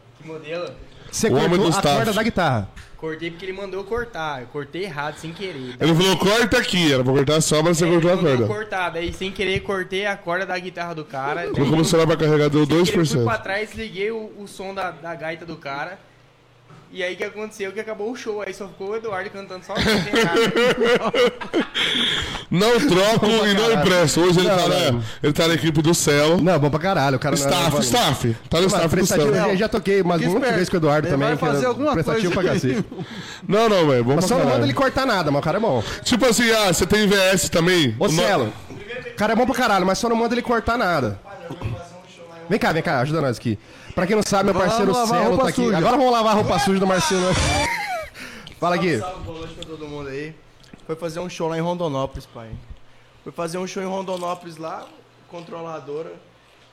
Speaker 1: Você
Speaker 3: o homem
Speaker 1: cortou
Speaker 3: do
Speaker 1: a
Speaker 3: staff.
Speaker 1: corda da guitarra.
Speaker 4: Cortei porque ele mandou cortar. Eu cortei errado, sem querer.
Speaker 3: Ele falou, corta aqui. Era pra cortar a sobra,
Speaker 1: É,
Speaker 3: você
Speaker 4: Aí
Speaker 3: cortou a
Speaker 4: ele mandou
Speaker 3: corda.
Speaker 4: cortar, daí sem querer cortei a corda da guitarra do cara. Daí,
Speaker 3: Quando
Speaker 1: é
Speaker 3: começou lá pra carregar, deu
Speaker 4: sem querer, fui pra
Speaker 3: 2%.
Speaker 4: trás, liguei o, o som da, da gaita do cara. E aí o que aconteceu? Que acabou o show. Aí só ficou o Eduardo cantando só. sem nada.
Speaker 3: Não troco e não
Speaker 1: caralho.
Speaker 3: impresso. Hoje ele,
Speaker 1: Não,
Speaker 3: tá
Speaker 1: não.
Speaker 3: na, ele tá na equipe do céu.
Speaker 1: Não, bom pra caralho. O cara não era
Speaker 3: staff,
Speaker 1: valente.
Speaker 3: staff. Tá no
Speaker 1: Mano,
Speaker 3: staff do
Speaker 1: prestativo,
Speaker 3: céu.
Speaker 1: eu já toquei umas
Speaker 2: Fica
Speaker 1: muitas
Speaker 2: esperto.
Speaker 1: vezes com o Eduardo
Speaker 2: Ele
Speaker 1: também.
Speaker 2: vai
Speaker 1: que era
Speaker 2: fazer alguma
Speaker 1: prestativo
Speaker 2: coisa.
Speaker 1: pra cacete.
Speaker 3: Não, não, velho. Bom
Speaker 1: Mas
Speaker 3: pra
Speaker 1: só não manda
Speaker 3: caralho.
Speaker 1: ele cortar nada, mas o cara é bom.
Speaker 3: Tipo assim, ah, você tem VS também?
Speaker 1: Ô,
Speaker 3: O no-
Speaker 1: Celo, o cara é bom pra caralho, mas só não manda ele cortar nada. Vem cá, vem cá, ajuda nós aqui. Pra quem não sabe, meu
Speaker 2: Vamos
Speaker 1: parceiro
Speaker 2: lavar a
Speaker 1: Celo
Speaker 2: roupa
Speaker 1: tá aqui.
Speaker 2: suja.
Speaker 1: Agora vamos lavar a roupa suja do Marcelo. Fala, Gui.
Speaker 4: Salve, boa noite pra todo mundo aí. Foi fazer um show lá em Rondonópolis, pai. Foi fazer um show em Rondonópolis lá, controladora.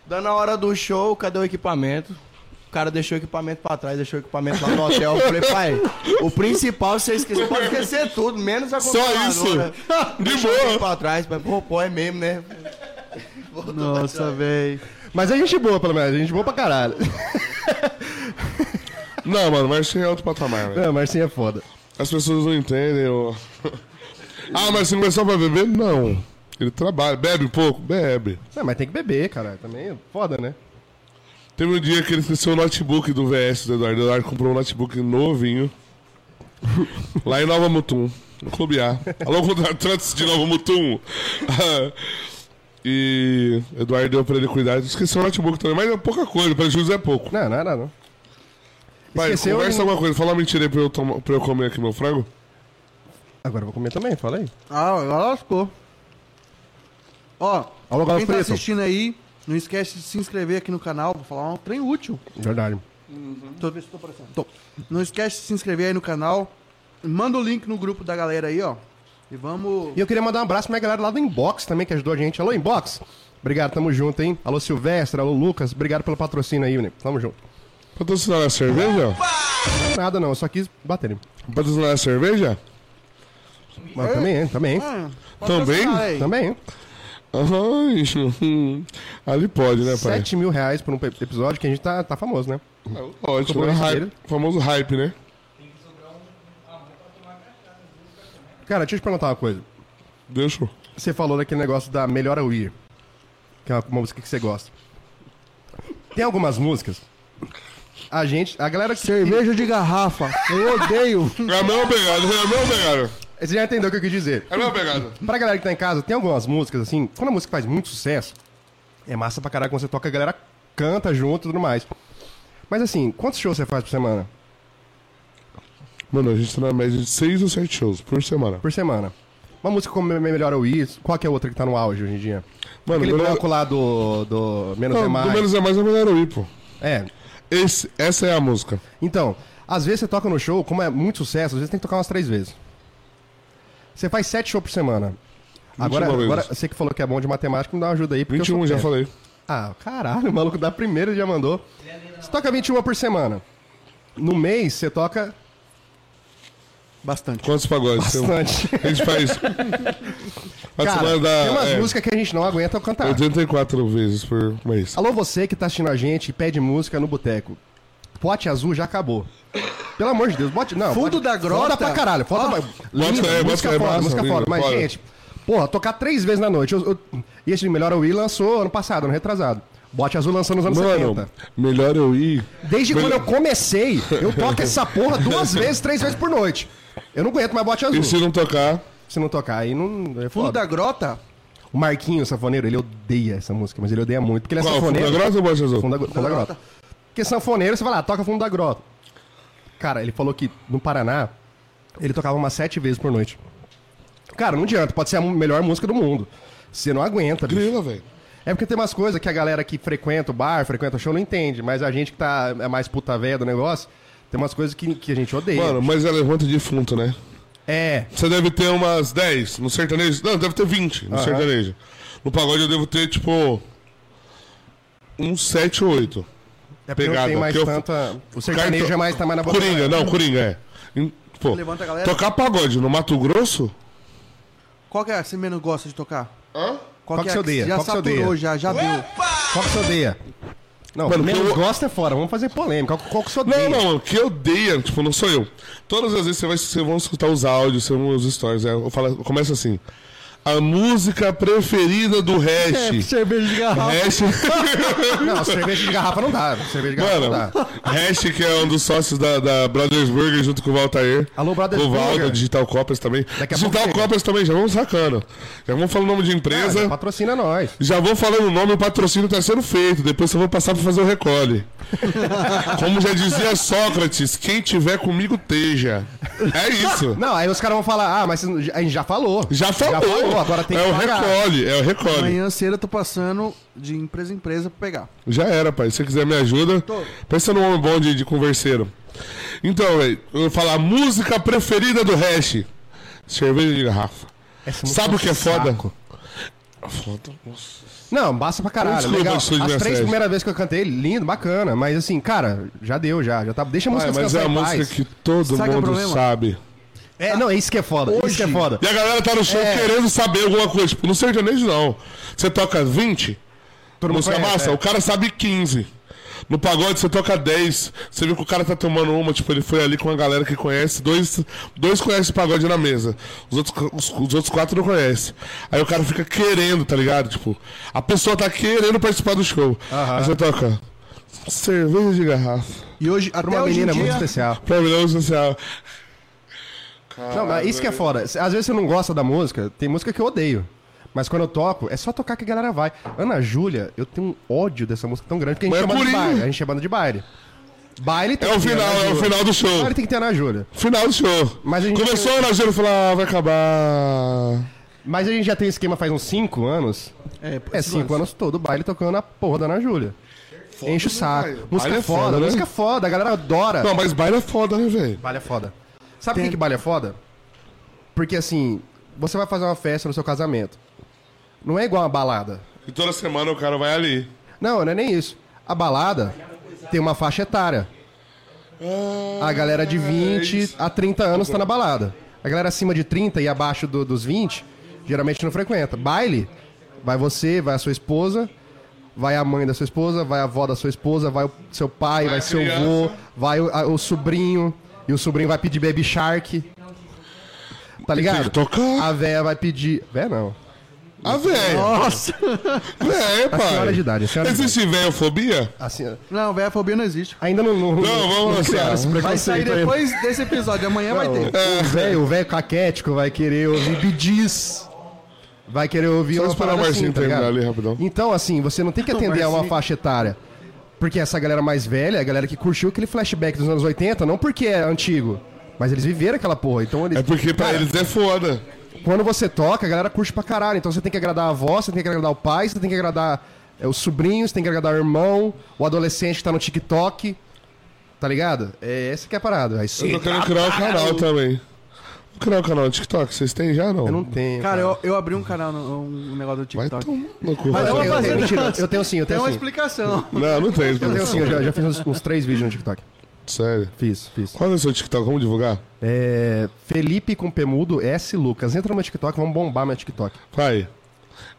Speaker 4: Dando a hora do show, cadê o equipamento? O cara deixou o equipamento pra trás, deixou o equipamento lá no hotel. Eu falei, pai, o principal você esqueceu. Pode esquecer tudo, menos a
Speaker 3: Só
Speaker 4: controladora.
Speaker 2: né?
Speaker 3: isso? De
Speaker 4: Deixou
Speaker 3: boa.
Speaker 4: tudo Pra trás, pai. Pô, pô, é mesmo, né?
Speaker 2: Nossa, velho.
Speaker 1: Mas é gente boa, pelo menos. É gente boa pra caralho.
Speaker 3: Não, mano, Marcinho é outro patamar, velho.
Speaker 1: Não, Marcinho é foda.
Speaker 3: As pessoas não entendem. Eu... ah, o Marcinho começou pra beber? Não. Ele trabalha. Bebe um pouco? Bebe.
Speaker 1: Não, mas tem que beber, cara. Também é foda, né?
Speaker 3: Teve um dia que ele esqueceu o notebook do VS do Eduardo. O Eduardo comprou um notebook novinho. lá em Nova Mutum. No Clube A. Alô, contratantes de Nova Mutum. e Eduardo deu pra ele cuidar. Ele Esqueceu o notebook também, mas é pouca coisa. Prejuízo é pouco.
Speaker 1: Não, não, não. não.
Speaker 3: Pai,
Speaker 1: Esqueceu
Speaker 3: conversa
Speaker 1: e-
Speaker 3: alguma coisa. Fala uma mentira aí pra eu, tomar- pra eu comer aqui meu frango.
Speaker 1: Agora eu vou comer também, fala aí.
Speaker 2: Ah, agora lascou. Ó,
Speaker 1: Alô, Galo
Speaker 2: quem tá
Speaker 1: Preto.
Speaker 2: assistindo aí, não esquece de se inscrever aqui no canal. Vou falar um trem útil.
Speaker 1: Verdade.
Speaker 2: Tô vendo se tô aparecendo. Tô. Não esquece de se inscrever aí no canal. Manda o link no grupo da galera aí, ó. E vamos.
Speaker 1: E eu queria mandar um abraço pra minha galera lá do Inbox também, que ajudou a gente. Alô, Inbox! Obrigado, tamo junto, hein? Alô, Silvestre, alô, Lucas. Obrigado pelo patrocínio aí, Uni. Tamo junto.
Speaker 3: Patrocinar a cerveja?
Speaker 1: Não é Nada não, eu só quis bater. hein?
Speaker 3: Patrocinar a cerveja?
Speaker 1: Mas também, hein? também, hein?
Speaker 2: Ah,
Speaker 3: Também?
Speaker 2: patrocinar aí.
Speaker 1: Também, hein?
Speaker 3: Ai, ali pode, né, pai?
Speaker 1: 7 mil reais por um pe- episódio que a gente tá, tá famoso, né?
Speaker 3: Ótimo,
Speaker 1: Comprou
Speaker 3: né?
Speaker 1: isso
Speaker 3: Hype,
Speaker 1: dele.
Speaker 3: famoso hype, né?
Speaker 1: Cara, deixa eu te perguntar uma coisa.
Speaker 3: Deixa eu.
Speaker 1: Você falou daquele negócio da Melhora Weir, que é uma uma música que você gosta. Tem algumas músicas. A gente, a galera que.
Speaker 2: Cerveja de garrafa. Eu odeio.
Speaker 3: É a mesma pegada, é a mesma pegada.
Speaker 1: Você já entendeu o que eu quis dizer.
Speaker 3: É a mesma pegada.
Speaker 1: Pra galera que tá em casa, tem algumas músicas assim, quando a música faz muito sucesso, é massa pra caralho quando você toca, a galera canta junto e tudo mais. Mas assim, quantos shows você faz por semana?
Speaker 3: Mano, a gente tá na média de 6 ou 7 shows por semana.
Speaker 1: Por semana. Uma música como Me- Melhora o Isso, qual que é a outra que tá no auge hoje em dia?
Speaker 3: Mano,
Speaker 1: Aquele
Speaker 3: melhor-
Speaker 1: bloco lá do, do Menos
Speaker 3: Não,
Speaker 1: é Mais.
Speaker 3: do menos é mais é melhor eu ir, pô.
Speaker 1: É.
Speaker 3: Esse- essa é a música.
Speaker 1: Então, às vezes você toca no show, como é muito sucesso, às vezes tem que tocar umas três vezes. Você faz sete shows por semana. Agora,
Speaker 3: um vezes.
Speaker 1: agora, você que falou que é bom de matemática, me dá uma ajuda aí. porque eu sou é.
Speaker 3: 21, já
Speaker 1: péssimo.
Speaker 3: falei.
Speaker 1: Ah, caralho, o maluco da primeira já mandou. Você toca 21 por semana. No mês, você toca
Speaker 2: Bastante.
Speaker 3: Quantos pagodes? um?
Speaker 1: bastante.
Speaker 3: A gente faz. A
Speaker 1: Cara,
Speaker 3: semana dá.
Speaker 1: tem umas
Speaker 3: é,
Speaker 1: músicas que a gente não aguenta eu cantar.
Speaker 3: 84 vezes por mês.
Speaker 1: Alô, você que tá assistindo a gente e pede música no boteco. Pote azul já acabou. Pelo amor de Deus, bote. Não,
Speaker 2: Fundo
Speaker 1: bote-
Speaker 2: da grota?
Speaker 1: Foda pra caralho. Foda pra. Linda,
Speaker 3: fé, bota
Speaker 1: música
Speaker 3: fé,
Speaker 1: foda,
Speaker 3: massa,
Speaker 1: música
Speaker 3: linda,
Speaker 1: foda. Mas,
Speaker 3: foda.
Speaker 1: gente, porra, tocar três vezes na noite. Eu- eu- E esse Melhor Wii lançou ano passado, ano retrasado. Bote azul lançou nos anos
Speaker 3: Mano,
Speaker 1: 70.
Speaker 3: melhor eu ir.
Speaker 1: Desde quando eu comecei, eu toco essa porra duas vezes, três vezes por noite. Eu não aguento mais bote azul.
Speaker 3: E se não tocar,
Speaker 1: Se não tocar, aí não. É
Speaker 2: Fundo
Speaker 1: foda.
Speaker 2: da grota?
Speaker 1: O Marquinho, o sanfoneiro, ele odeia essa música, mas ele odeia muito. Porque ele é
Speaker 3: qual? Fundo
Speaker 1: sanfoneiro.
Speaker 3: da Grossa ou Bote Azul?
Speaker 1: Fundo da, fundo da grota. Porque sanfoneiro, você vai lá, toca fundo da grota. Cara, ele falou que no Paraná, ele tocava umas sete vezes por noite. Cara, não adianta, pode ser a mu- melhor música do mundo. Você não aguenta, bicho.
Speaker 3: Grila, velho.
Speaker 1: É porque tem umas coisas que a galera que frequenta o bar, frequenta o show, não entende. Mas a gente que tá é mais puta velha do negócio, tem umas coisas que, que a gente odeia.
Speaker 3: Mano, mas é levanta defunto, né?
Speaker 1: É.
Speaker 3: Você deve ter umas 10 no sertanejo. Não, deve ter 20 no sertanejo. No pagode eu devo ter, tipo. Uns 7 ou 8.
Speaker 1: É porque não
Speaker 3: Pegada,
Speaker 1: tem mais
Speaker 3: que eu-
Speaker 1: tanta. O sertanejo
Speaker 3: Carto-
Speaker 1: é mais tá mais na boca.
Speaker 3: Coringa, não, Coringa, é. Em- Pô,
Speaker 2: Levanta a galera.
Speaker 3: tocar pagode no Mato Grosso?
Speaker 2: Qual que é a que você menos gosta de tocar? é
Speaker 3: Hã?
Speaker 1: Qual que você odeia?
Speaker 2: Já
Speaker 1: Qual que você
Speaker 2: saturou,
Speaker 1: odeia?
Speaker 2: já, já deu.
Speaker 1: Qual que você odeia? Não,
Speaker 3: Mano,
Speaker 1: menos
Speaker 3: eu-
Speaker 1: gosta é fora. Vamos fazer polêmica. Qual, qual que você
Speaker 3: Não,
Speaker 1: odeia?
Speaker 3: não, o que eu odeia, tipo, não sou eu. Todas as vezes você vai, você vão escutar os áudios, você vão os stories, é, eu falo, né? começa assim. A música preferida do
Speaker 1: É,
Speaker 3: Hash.
Speaker 2: cerveja de garrafa.
Speaker 3: Hash,
Speaker 1: Não, cerveja de garrafa não dá. Cerveja de garrafa
Speaker 3: mano,
Speaker 1: não dá.
Speaker 3: Hash que é um dos sócios da, da Brothers Burger junto com o Valtair.
Speaker 1: Alô, Brothers
Speaker 3: com o Valdo,
Speaker 1: Burger.
Speaker 3: Digital Coppers também.
Speaker 1: Daqui a pouco
Speaker 3: Digital
Speaker 1: chega.
Speaker 3: Coppers também, já vamos sacando. Já vamos falando o nome de empresa.
Speaker 1: Ah, patrocina nós.
Speaker 3: Já vou falando o nome, o patrocínio está sendo feito. Depois eu vou passar para fazer o recolhe. Como já dizia Sócrates, quem tiver comigo teja. É isso.
Speaker 1: Não, aí os caras vão falar, ah, mas vocês- a gente já falou.
Speaker 3: Já falou.
Speaker 1: agora tem
Speaker 3: é
Speaker 1: que
Speaker 3: o
Speaker 1: pagar.
Speaker 3: recolhe, é o recolhe.
Speaker 2: Amanhã cedo eu tô passando de empresa em empresa pra pegar.
Speaker 3: Já era, pai. Se você quiser me ajuda, pensa num homem bom de, de converseiro. Então, velho, eu vou falar música preferida do hash. Cerveja de garrafa.
Speaker 1: Essa música
Speaker 3: Sabe
Speaker 1: é
Speaker 3: o que é
Speaker 1: um
Speaker 3: foda?
Speaker 1: saco.
Speaker 3: Foda.
Speaker 1: Não, basta pra caralho.
Speaker 3: Desculpa,
Speaker 1: legal. As
Speaker 3: desculpa,
Speaker 1: três
Speaker 3: Sérgio.
Speaker 1: primeiras vezes que eu cantei, lindo, bacana. Mas assim, cara, já deu, já. já tá... Deixa a música
Speaker 3: Pai, mas é
Speaker 1: descansar
Speaker 3: a
Speaker 1: em paz.
Speaker 3: música que todo
Speaker 2: Sabe qual é o
Speaker 3: mundo
Speaker 2: problema?
Speaker 3: sabe.
Speaker 1: É, não, é isso que é foda. Isso que é foda.
Speaker 3: E a galera tá no show
Speaker 1: É.
Speaker 3: querendo saber alguma coisa. Tipo, no sertanejo não. Você toca 20,
Speaker 1: Todo mundo
Speaker 3: música
Speaker 1: conhece,
Speaker 3: massa,
Speaker 1: é.
Speaker 3: o cara sabe 15. No pagode você toca 10. Você viu que o cara tá tomando uma, tipo, ele foi ali com a galera que conhece, dois, dois conhecem o pagode na mesa. Os outros, os, os outros quatro não conhecem. Aí o cara fica querendo, tá ligado? Tipo, a pessoa tá querendo participar do show. Aí você toca. Cerveja de garrafa.
Speaker 2: E hoje,
Speaker 1: Pra
Speaker 2: até
Speaker 1: uma
Speaker 2: hoje em
Speaker 1: menina
Speaker 2: dia,
Speaker 1: muito especial.
Speaker 3: Problema social.
Speaker 1: Não, mas isso que é foda. Às vezes você não gosta da música, tem música que eu odeio. Mas quando eu toco, é só tocar que a galera vai. Ana Júlia, eu tenho um ódio dessa música tão grande, porque a gente
Speaker 3: Mas é
Speaker 1: chama de
Speaker 3: purinho.
Speaker 1: baile. A gente chama de baile. Baile tem
Speaker 3: É o
Speaker 1: que ter
Speaker 3: final,
Speaker 1: Ana
Speaker 3: é o
Speaker 1: Júlia.
Speaker 3: final do show.
Speaker 1: Baile tem que ter Ana Júlia.
Speaker 3: Final do show.
Speaker 1: Mas a gente-
Speaker 3: Começou o Nagelo e falou, ah, vai acabar.
Speaker 1: Mas a gente já tem um esquema faz uns 5 anos. É 5 anos todo baile tocando a porra da Ana Júlia. Enche o saco.
Speaker 3: né, velho?
Speaker 1: Música
Speaker 3: Baile é
Speaker 1: foda,
Speaker 3: foda, né?
Speaker 1: música foda, a galera adora.
Speaker 3: Não, mas baile é foda, né, velho?
Speaker 1: Baile é foda. Sabe por que, que baile é foda? Porque assim, você vai fazer uma festa no seu casamento. Não é igual uma balada.
Speaker 3: E toda semana o cara vai ali.
Speaker 1: Não, não é nem isso. A balada tem uma faixa etária. A galera
Speaker 3: Ah, é
Speaker 1: de 20 a 30 anos tá na balada. A galera acima de 30 e abaixo do- dos 20 geralmente não frequenta. Baile, vai você, vai a sua esposa, vai a mãe da sua esposa, vai a avó da sua esposa, vai o seu pai, vai,
Speaker 3: a
Speaker 1: seu
Speaker 3: criança.
Speaker 1: avô, vai o, a- o sobrinho, e o sobrinho vai pedir Baby Shark. Tá ligado?
Speaker 3: que tocar.
Speaker 1: A véia vai pedir. Véia não.
Speaker 3: Ah, velho.
Speaker 2: Nossa!
Speaker 3: Velho, pai.
Speaker 1: é senhora de idade, a senhora de
Speaker 3: Existe velhofobia?
Speaker 1: Assim,
Speaker 2: Não, velho, a fobia não existe.
Speaker 1: ainda não. Não,
Speaker 3: Não, Então, vamos
Speaker 1: criaram
Speaker 3: lançar. É.
Speaker 1: esse
Speaker 2: Vai
Speaker 1: preconceito
Speaker 2: sair
Speaker 1: ainda.
Speaker 2: depois desse episódio, amanhã vai ter.
Speaker 1: O velho, o velho caquético vai querer ouvir bidiz. Vai querer ouvir
Speaker 3: Só
Speaker 1: umas
Speaker 3: esperar o
Speaker 1: paradas
Speaker 3: Marcinho
Speaker 1: assim, tá
Speaker 3: terminar
Speaker 1: ligado?
Speaker 3: ali rapidão.
Speaker 1: Então, assim, você não tem que atender a uma
Speaker 2: Marcinho.
Speaker 1: faixa etária. Porque essa galera mais velha, a galera que curtiu aquele flashback dos anos 80, não porque é antigo, mas eles viveram aquela porra. Então eles.
Speaker 3: É porque pra
Speaker 1: Cara,
Speaker 3: eles é foda.
Speaker 1: Quando você toca, a galera curte pra caralho. Então você tem que agradar a avó, você tem que agradar o pai, você tem que agradar é, os sobrinhos, você tem que agradar o irmão, o adolescente que tá no TikTok. Tá ligado? É essa que é a parada. Aí
Speaker 3: Eu tô
Speaker 1: você...
Speaker 3: querendo criar o canal também. Vou criar o canal no TikTok. Vocês têm já, não?
Speaker 1: Eu não tenho.
Speaker 2: Cara, eu, eu abri um canal, no- um negócio do
Speaker 3: Vai
Speaker 2: TikTok.
Speaker 3: tomar no cu.
Speaker 2: Mas
Speaker 1: Eu,
Speaker 2: vou
Speaker 1: eu,
Speaker 2: fazer
Speaker 1: eu,
Speaker 2: dança.
Speaker 1: mentira, eu tenho sim, eu
Speaker 2: Tem
Speaker 1: tenho
Speaker 2: uma
Speaker 1: sim.
Speaker 2: explicação.
Speaker 3: Não, não tem.
Speaker 1: Eu tenho sim, eu já, já fiz uns, uns três vídeos no TikTok.
Speaker 3: Sério.
Speaker 1: Fiz, fiz.
Speaker 3: Qual é o seu TikTok? Vamos divulgar?
Speaker 1: É, Felipe com Pemudo S. Lucas. Entra no meu TikTok, vamos bombar meu TikTok.
Speaker 3: Vai.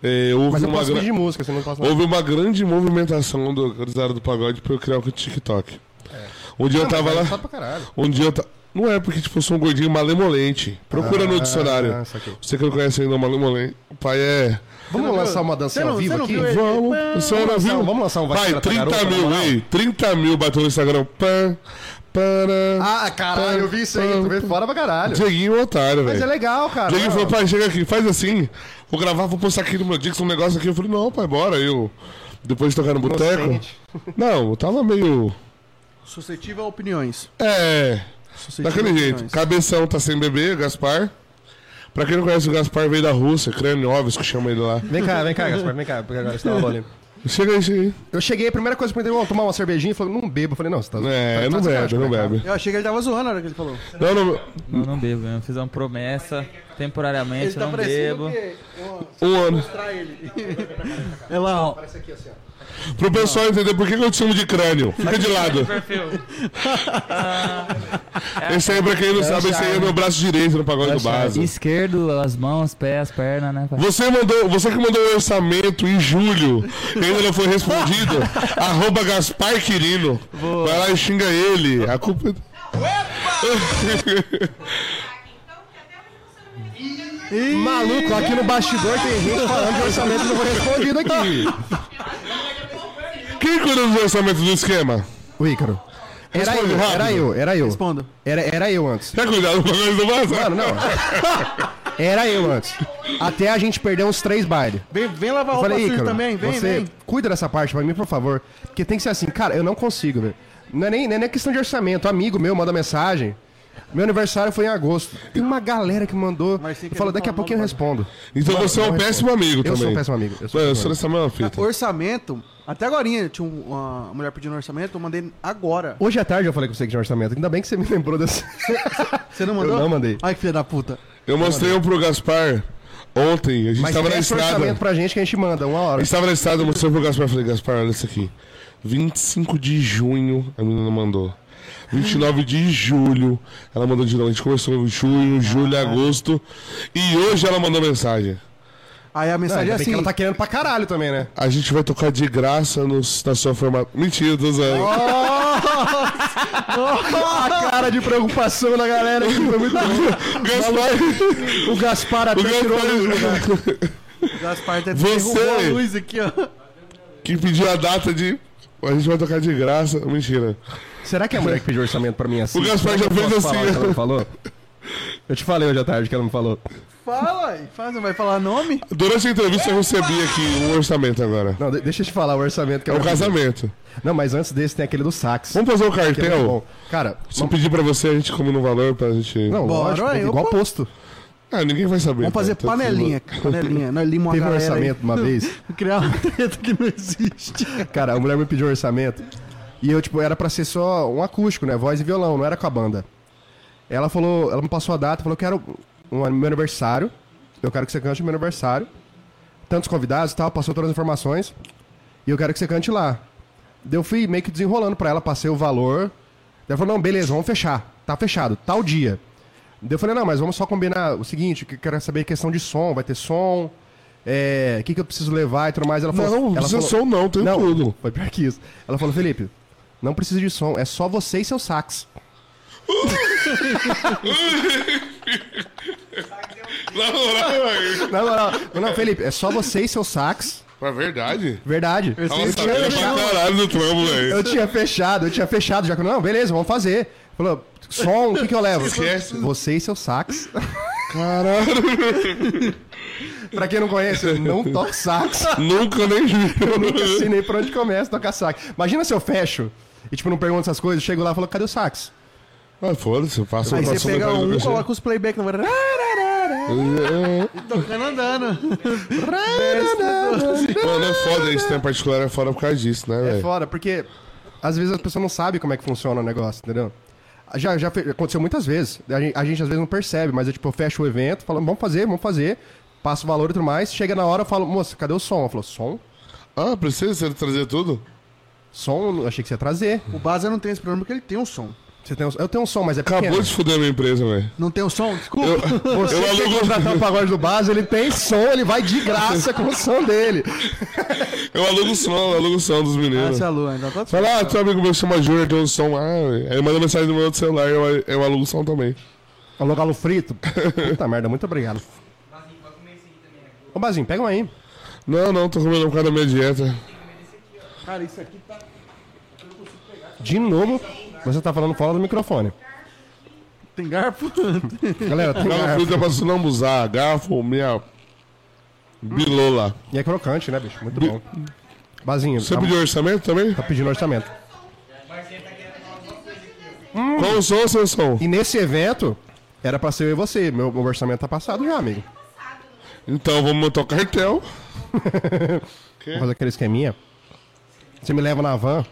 Speaker 3: É, houve
Speaker 1: Mas eu
Speaker 3: uma
Speaker 1: posso
Speaker 3: gra-
Speaker 1: pedir música, você não posso nada.
Speaker 3: Houve uma grande movimentação do Cruzado do Pagode pra eu criar o TikTok. Um dia eu tava lá.
Speaker 1: É. Só pra caralho.
Speaker 3: Um dia eu ta... Não é porque, tipo, eu sou um gordinho malemolente. Procura no dicionário.
Speaker 1: ah, saquei.
Speaker 3: Você que não conhece ainda o malemolente. O pai é.
Speaker 1: Vamos lançar uma dança
Speaker 2: Você não-
Speaker 1: ao vivo
Speaker 2: você não
Speaker 1: aqui?
Speaker 2: viu ele?
Speaker 3: Vamos. é O senhor não
Speaker 1: lançar
Speaker 3: viu?
Speaker 1: um- vamos lançar um Vai
Speaker 3: Pai,
Speaker 1: Chorar com a
Speaker 3: 30
Speaker 1: Garota, na
Speaker 3: mil,
Speaker 1: moral?
Speaker 3: ei. 30 mil bateu no Instagram. Pã, para.
Speaker 1: Ah, caralho, eu vi isso aí.
Speaker 3: Pã,
Speaker 1: Tô vendo fora pra caralho.
Speaker 3: Dieguinho é um otário,
Speaker 1: Ah, Mas é
Speaker 3: velho.
Speaker 1: legal, cara.
Speaker 3: Dieguinho
Speaker 1: Não.
Speaker 3: falou, pai, chega aqui, faz assim. Vou gravar, vou postar aqui no meu Dix um negócio aqui. Eu falei, não, pai, bora. Eu, depois de tocar no boteco.
Speaker 1: Inocente.
Speaker 3: Não, eu tava meio.
Speaker 2: Suscetível a opiniões.
Speaker 3: É.
Speaker 2: Suscetível a
Speaker 3: Daquele jeito.
Speaker 2: opiniões.
Speaker 3: Cabeção tá sem bebê, Gaspar. Pra quem não conhece, o Gaspar veio da Rússia, Kraniovski, que chama ele lá.
Speaker 1: Vem cá, vem cá, Gaspar, vem cá, porque agora você tá ali.
Speaker 3: Chega aí, chega aí.
Speaker 1: Eu cheguei, a primeira coisa que eu perguntei, vamos tomar uma cervejinha? Ele falou, não bebo. Eu falei, não, você tá.
Speaker 3: É, não bebe, não bebe.
Speaker 2: Eu achei que ele tava zoando na hora que ele falou.
Speaker 3: Não, não,
Speaker 5: Não, não bebo, eu fiz uma promessa temporariamente,
Speaker 2: tá
Speaker 5: eu não bebo.
Speaker 3: um ano.
Speaker 2: É lá, ó.
Speaker 3: Pro pessoal entender por que que eu te chamo de crânio. Fica de lado.
Speaker 5: Perfil.
Speaker 3: Esse aí, pra quem não sabe, esse aí é meu braço direito no pagode do base.
Speaker 5: Esquerdo, as mãos, pés, pernas, né? pai?
Speaker 3: Você mandou, você que mandou o orçamento em julho, que ainda não foi respondido, arroba Gaspar Quirino. Vai lá e xinga ele. A culpa é.
Speaker 6: Então, que até hoje você não me respondeu.
Speaker 1: Maluco, aqui no bastidor tem gente falando de orçamento não foi respondido aqui.
Speaker 3: Quem cuida do orçamento do esquema?
Speaker 1: O Ícaro. Era
Speaker 3: Responde
Speaker 1: eu, era
Speaker 3: rápido.
Speaker 1: eu, era eu.
Speaker 2: Responda.
Speaker 1: Era, era eu antes.
Speaker 3: Quer cuidar do bagulho do Baza?
Speaker 1: Mano, não. Era eu antes. Até a gente perder uns três bailes.
Speaker 2: Vem, vem lavar
Speaker 1: Eu
Speaker 2: roupa
Speaker 1: falei,
Speaker 2: suja
Speaker 1: Ícaro,
Speaker 2: também, vem,
Speaker 1: você
Speaker 2: vem.
Speaker 1: cuida dessa parte pra mim, por favor. Porque tem que ser assim, cara, eu não consigo, velho. Não é nem, não é nem questão de orçamento. Amigo meu manda mensagem. Meu aniversário foi em agosto. Tem uma galera que mandou.
Speaker 2: Marcinho
Speaker 1: Eu falo,
Speaker 2: querendo
Speaker 1: daqui a
Speaker 2: falar
Speaker 1: pouquinho eu
Speaker 2: mal
Speaker 1: respondo.
Speaker 3: Então você é um
Speaker 1: não
Speaker 3: péssimo amigo também.
Speaker 1: Eu sou um péssimo amigo. Eu sou
Speaker 3: Mano, eu
Speaker 1: péssimo
Speaker 3: sou dessa mesma
Speaker 1: é
Speaker 3: fita.
Speaker 2: Orçamento, até agora tinha um- uma mulher pedindo orçamento, eu mandei agora.
Speaker 1: Hoje à tarde eu falei com você que tinha orçamento. Ainda bem que você me lembrou dessa.
Speaker 2: Você não mandou?
Speaker 1: Eu não mandei.
Speaker 2: Ai, que filha da puta.
Speaker 3: Eu mostrei um pro Gaspar ontem. A gente
Speaker 1: Mas
Speaker 3: tava na
Speaker 1: peça
Speaker 3: estrada.
Speaker 1: orçamento pra gente que a gente manda, uma
Speaker 3: A
Speaker 1: hora.
Speaker 3: gente tava na estrada, eu mostrei pro Gaspar. eu Falei, Gaspar, olha isso aqui. 25 de junho, a menina mandou. 29 de julho, ela mandou de novo. A gente conversou em junho, julho, agosto. E hoje ela mandou mensagem.
Speaker 2: Aí a
Speaker 1: Não,
Speaker 2: mensagem
Speaker 1: ainda
Speaker 2: é
Speaker 1: bem que
Speaker 2: assim.
Speaker 1: ela tá querendo pra caralho também, né?
Speaker 3: A gente vai tocar de graça nos, na sua formatura. Mentira, tô usando.
Speaker 1: A cara de preocupação da galera aqui foi muito boa. O Gaspar até
Speaker 3: O Gaspar- é
Speaker 1: tirou a luz do lugar. tá
Speaker 2: Gaspar até
Speaker 3: Você-
Speaker 2: derrubou a luz aqui, ó.
Speaker 3: que pediu a data de. A gente vai tocar de graça. Mentira.
Speaker 1: Será que é a mulher que pediu orçamento pra mim é assim?
Speaker 3: O Gaspar já
Speaker 1: Eu
Speaker 3: fez
Speaker 1: posso
Speaker 3: assim,
Speaker 1: falar o que
Speaker 3: ó.
Speaker 1: Ela não falou? Eu te falei hoje à tarde que ela não falou.
Speaker 2: Fala aí, faz, não vai falar nome?
Speaker 3: Durante a entrevista eu recebi aqui um orçamento agora.
Speaker 1: Não, de- deixa eu te falar o orçamento que
Speaker 3: É
Speaker 1: ela
Speaker 3: um casamento.
Speaker 1: pediu. Não, mas antes desse tem aquele do sax.
Speaker 3: Vamos fazer um
Speaker 1: que é muito
Speaker 3: cartel?
Speaker 1: bom. Cara,
Speaker 3: Se eu pedir pra você, a gente come no valor pra gente.
Speaker 1: não,
Speaker 2: Bora,
Speaker 1: lógico,
Speaker 2: aí,
Speaker 1: igual
Speaker 2: opa.
Speaker 1: posto.
Speaker 3: Ah, ninguém vai saber.
Speaker 2: Vamos fazer
Speaker 3: cara. Tá
Speaker 2: panelinha,
Speaker 3: tudo-
Speaker 2: cara, panelinha. Nós limos uma
Speaker 1: Teve um
Speaker 2: galera aí.
Speaker 1: orçamento uma vez.
Speaker 2: Criar uma treta que não existe.
Speaker 1: Cara, a mulher me pediu um orçamento. E eu, tipo, era pra ser só um acústico, né? Voz e violão, não era com a banda. Ela falou, ela me passou a data, falou: quero um, meu aniversário. Eu quero que você cante o meu aniversário. Tantos convidados e tal, passou todas as informações. E eu quero que você cante lá. Daí eu fui meio que desenrolando pra ela, passei o valor. Daí ela falou: não, beleza, vamos fechar. Tá fechado, tal dia. Daí eu falei: não, mas vamos só combinar o seguinte: que eu quero saber questão de som, vai ter som. É, o que, que eu preciso levar e tudo mais. Ela falou:
Speaker 3: Não, não
Speaker 1: ela
Speaker 3: precisa
Speaker 1: falou-
Speaker 3: som não, tem
Speaker 1: não,
Speaker 3: tudo.
Speaker 1: Foi pior que isso. Ela falou, Felipe, não precisa de som, é só você e seu sax.
Speaker 3: Na moral, velho.
Speaker 1: Não, não, não, não, Felipe, é só você e seu sax.
Speaker 3: Pra verdade.
Speaker 1: Verdade. Eu,
Speaker 3: Nossa,
Speaker 1: tinha
Speaker 3: ele é pra
Speaker 1: fechado,
Speaker 3: caralho do trampo, velho.
Speaker 1: eu tinha fechado, eu tinha fechado. Já que não, beleza, vamos fazer. Falou, som, o que, que eu levo?
Speaker 3: Esquece.
Speaker 1: Você e seu sax.
Speaker 3: Caralho.
Speaker 1: pra quem não conhece, eu não toco sax.
Speaker 3: Nunca nem
Speaker 1: Eu nunca
Speaker 3: vi.
Speaker 1: assinei pra onde começa a tocar sax. Imagina se eu fecho e, tipo, não pergunto essas coisas, chego lá e falo, cadê o sax?
Speaker 3: Ah, foda-se, eu faço
Speaker 2: Aí
Speaker 3: eu
Speaker 2: você
Speaker 3: faço
Speaker 2: pega
Speaker 3: detalhe
Speaker 2: um,
Speaker 3: pra
Speaker 2: coloca os playback no. Rararara,
Speaker 3: você.
Speaker 2: Tocando andando.
Speaker 3: Mano, é foda esse tempo particular, é foda por causa disso, né,
Speaker 1: É
Speaker 3: velho?
Speaker 1: fora, porque às vezes as pessoas não sabem como é que funciona o negócio, entendeu? Já, já fe- aconteceu muitas vezes. A gente, a gente, às vezes não percebe, mas eu, tipo, eu fecho o evento, falo, vamos fazer, vamos fazer. Passa o valor e tudo mais. Chega na hora, eu falo, moça, cadê o som? Ela falou, som?
Speaker 3: Ah, precisa você trazer tudo?
Speaker 1: Som, eu achei que você ia trazer.
Speaker 2: O Baza não tem esse problema porque ele tem um som.
Speaker 1: Você tem um- Eu tenho um som, mas é pequeno.
Speaker 3: Acabou de fuder a minha empresa, velho.
Speaker 2: Não tem o som? Desculpa.
Speaker 3: Eu,
Speaker 1: Você
Speaker 3: eu
Speaker 1: quer
Speaker 3: alugo
Speaker 1: contratar o pagode do Baza, ele tem som, ele vai de graça com o som dele.
Speaker 3: Eu alugo o som, eu alugo o som dos
Speaker 2: Ah,
Speaker 3: meninos.
Speaker 2: essa é a lua, ainda tá
Speaker 3: Fala, ah, teu amigo meu chama Júnior, tem um som lá. velho. Aí manda mensagem no meu outro celular, eu, eu alugo o som também.
Speaker 1: Falou galo frito. Puta merda, muito obrigado.
Speaker 4: né?
Speaker 1: Ô, Bazinho, pega um aí.
Speaker 3: Não, não, tô comendo por causa da minha dieta.
Speaker 2: Cara, isso aqui tá.
Speaker 1: De novo, você tá falando fora do microfone.
Speaker 2: Tem garfo?
Speaker 1: Galera, tem
Speaker 3: Galo
Speaker 1: garfo.
Speaker 3: frito é pra se não abusar. Garfo, minha. Bilola.
Speaker 1: E é crocante, né, bicho? Muito bom. Bazinho,
Speaker 3: Você
Speaker 1: tá,
Speaker 3: pediu orçamento também?
Speaker 1: tá pedindo orçamento.
Speaker 3: Qual o som, seu som?
Speaker 1: E nesse evento, era pra ser eu e você. Meu, meu orçamento tá passado já, amigo.
Speaker 3: Então vamos montar o cartel.
Speaker 1: Vamos fazer aquele esqueminha. Você me leva na van.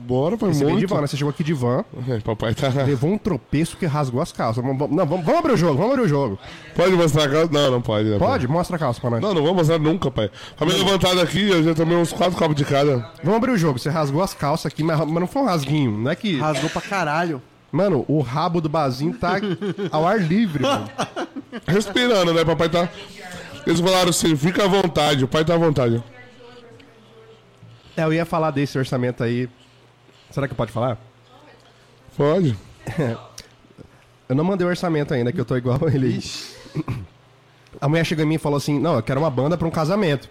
Speaker 3: Bora, vai
Speaker 1: Você veio de van,
Speaker 3: muito.
Speaker 1: né? Você chegou aqui de van,
Speaker 3: É, papai tá.
Speaker 1: levou um tropeço que rasgou as calças. Vamos- vamos- Não, vamos, vamos abrir o jogo, vamos abrir o jogo.
Speaker 3: Pode mostrar a calça? Não, não pode. né,
Speaker 1: Pode? Mostra a calça pra nós.
Speaker 3: pai? Não, não vou mostrar nunca, pai. Pra me levantar daqui, eu já tomei uns quatro copos de cada.
Speaker 1: Vamos abrir o jogo. Você rasgou as calças aqui, mas mas não foi um rasguinho. Não é que.
Speaker 2: Rasgou pra caralho.
Speaker 1: Mano, o rabo do Bazinho tá ao ar livre, mano.
Speaker 3: Respirando, né? Papai tá. Eles falaram assim: fica à vontade, o pai tá à vontade.
Speaker 1: É, eu ia falar desse orçamento aí. Será que pode falar?
Speaker 3: Pode.
Speaker 1: Eu não mandei o orçamento ainda, que eu tô igual a ele. A mulher chegou em mim e falou assim: Não, eu quero uma banda pra um casamento.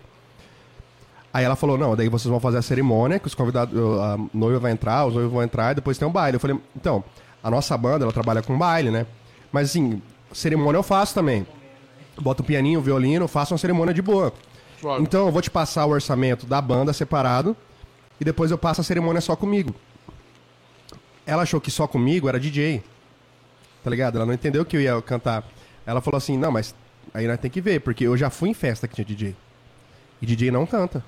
Speaker 1: Aí ela falou: Não, daí vocês vão fazer a cerimônia, que os convidados, a noiva vai entrar, os noivos vão entrar e depois tem um baile. Eu falei: Então, a nossa banda, ela trabalha com baile, né? Mas assim, cerimônia eu faço também. Boto o pianinho, o violino, faço uma cerimônia de boa. Então eu vou te passar o orçamento da banda separado e depois eu passo a cerimônia só comigo. Ela achou que só comigo era DJ. Tá ligado? Ela não entendeu que eu ia cantar. Ela falou assim: "Não, mas aí nós tem que ver, porque eu já fui em festa que tinha DJ. E DJ não canta".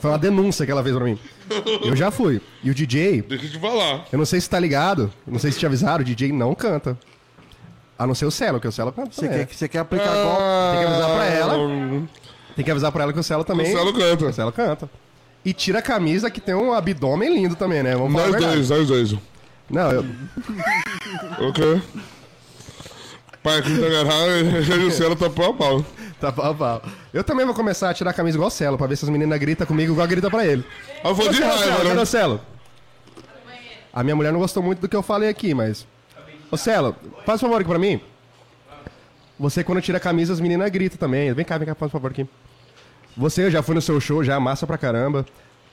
Speaker 1: Foi uma denúncia que ela fez pra mim. Eu já fui. E o DJ,
Speaker 3: Deixa eu te falar.
Speaker 1: eu não sei se tá ligado, eu não sei se te avisaram, o DJ não canta. A não ser o Celo, que o Celo canta.
Speaker 2: Você
Speaker 1: também,
Speaker 2: quer,
Speaker 1: né?
Speaker 2: que- você quer aplicar golpe?
Speaker 1: Tem que avisar pra ela. Tem que avisar pra ela que o Celo também.
Speaker 3: Ah, Marcelo canta.
Speaker 1: Marcelo canta. E tira a camisa que tem um abdômen lindo também, né? Vamos falar a
Speaker 3: Nós
Speaker 1: verdade.
Speaker 3: dois, nós dois.
Speaker 1: Não, eu...
Speaker 3: Ok. Pai, aqui tá agarrado, já o Luciano tá pau a pau.
Speaker 1: tá pau, pau. Eu também vou começar a tirar a camisa igual o Celo, pra ver se as meninas gritam comigo igual grita pra ele.
Speaker 3: Aí eu vou Ah, de
Speaker 1: Cadê o Celo?
Speaker 3: raiva,
Speaker 1: Cadê
Speaker 3: né?
Speaker 1: o Celo? A minha mulher não gostou muito do que eu falei aqui, mas... Ô, Celo, faz um favor aqui pra mim. Você, quando tira a camisa, as meninas gritam também. Vem cá, vem cá, faz um favor aqui. Você, eu já fui no seu show, já é massa pra caramba.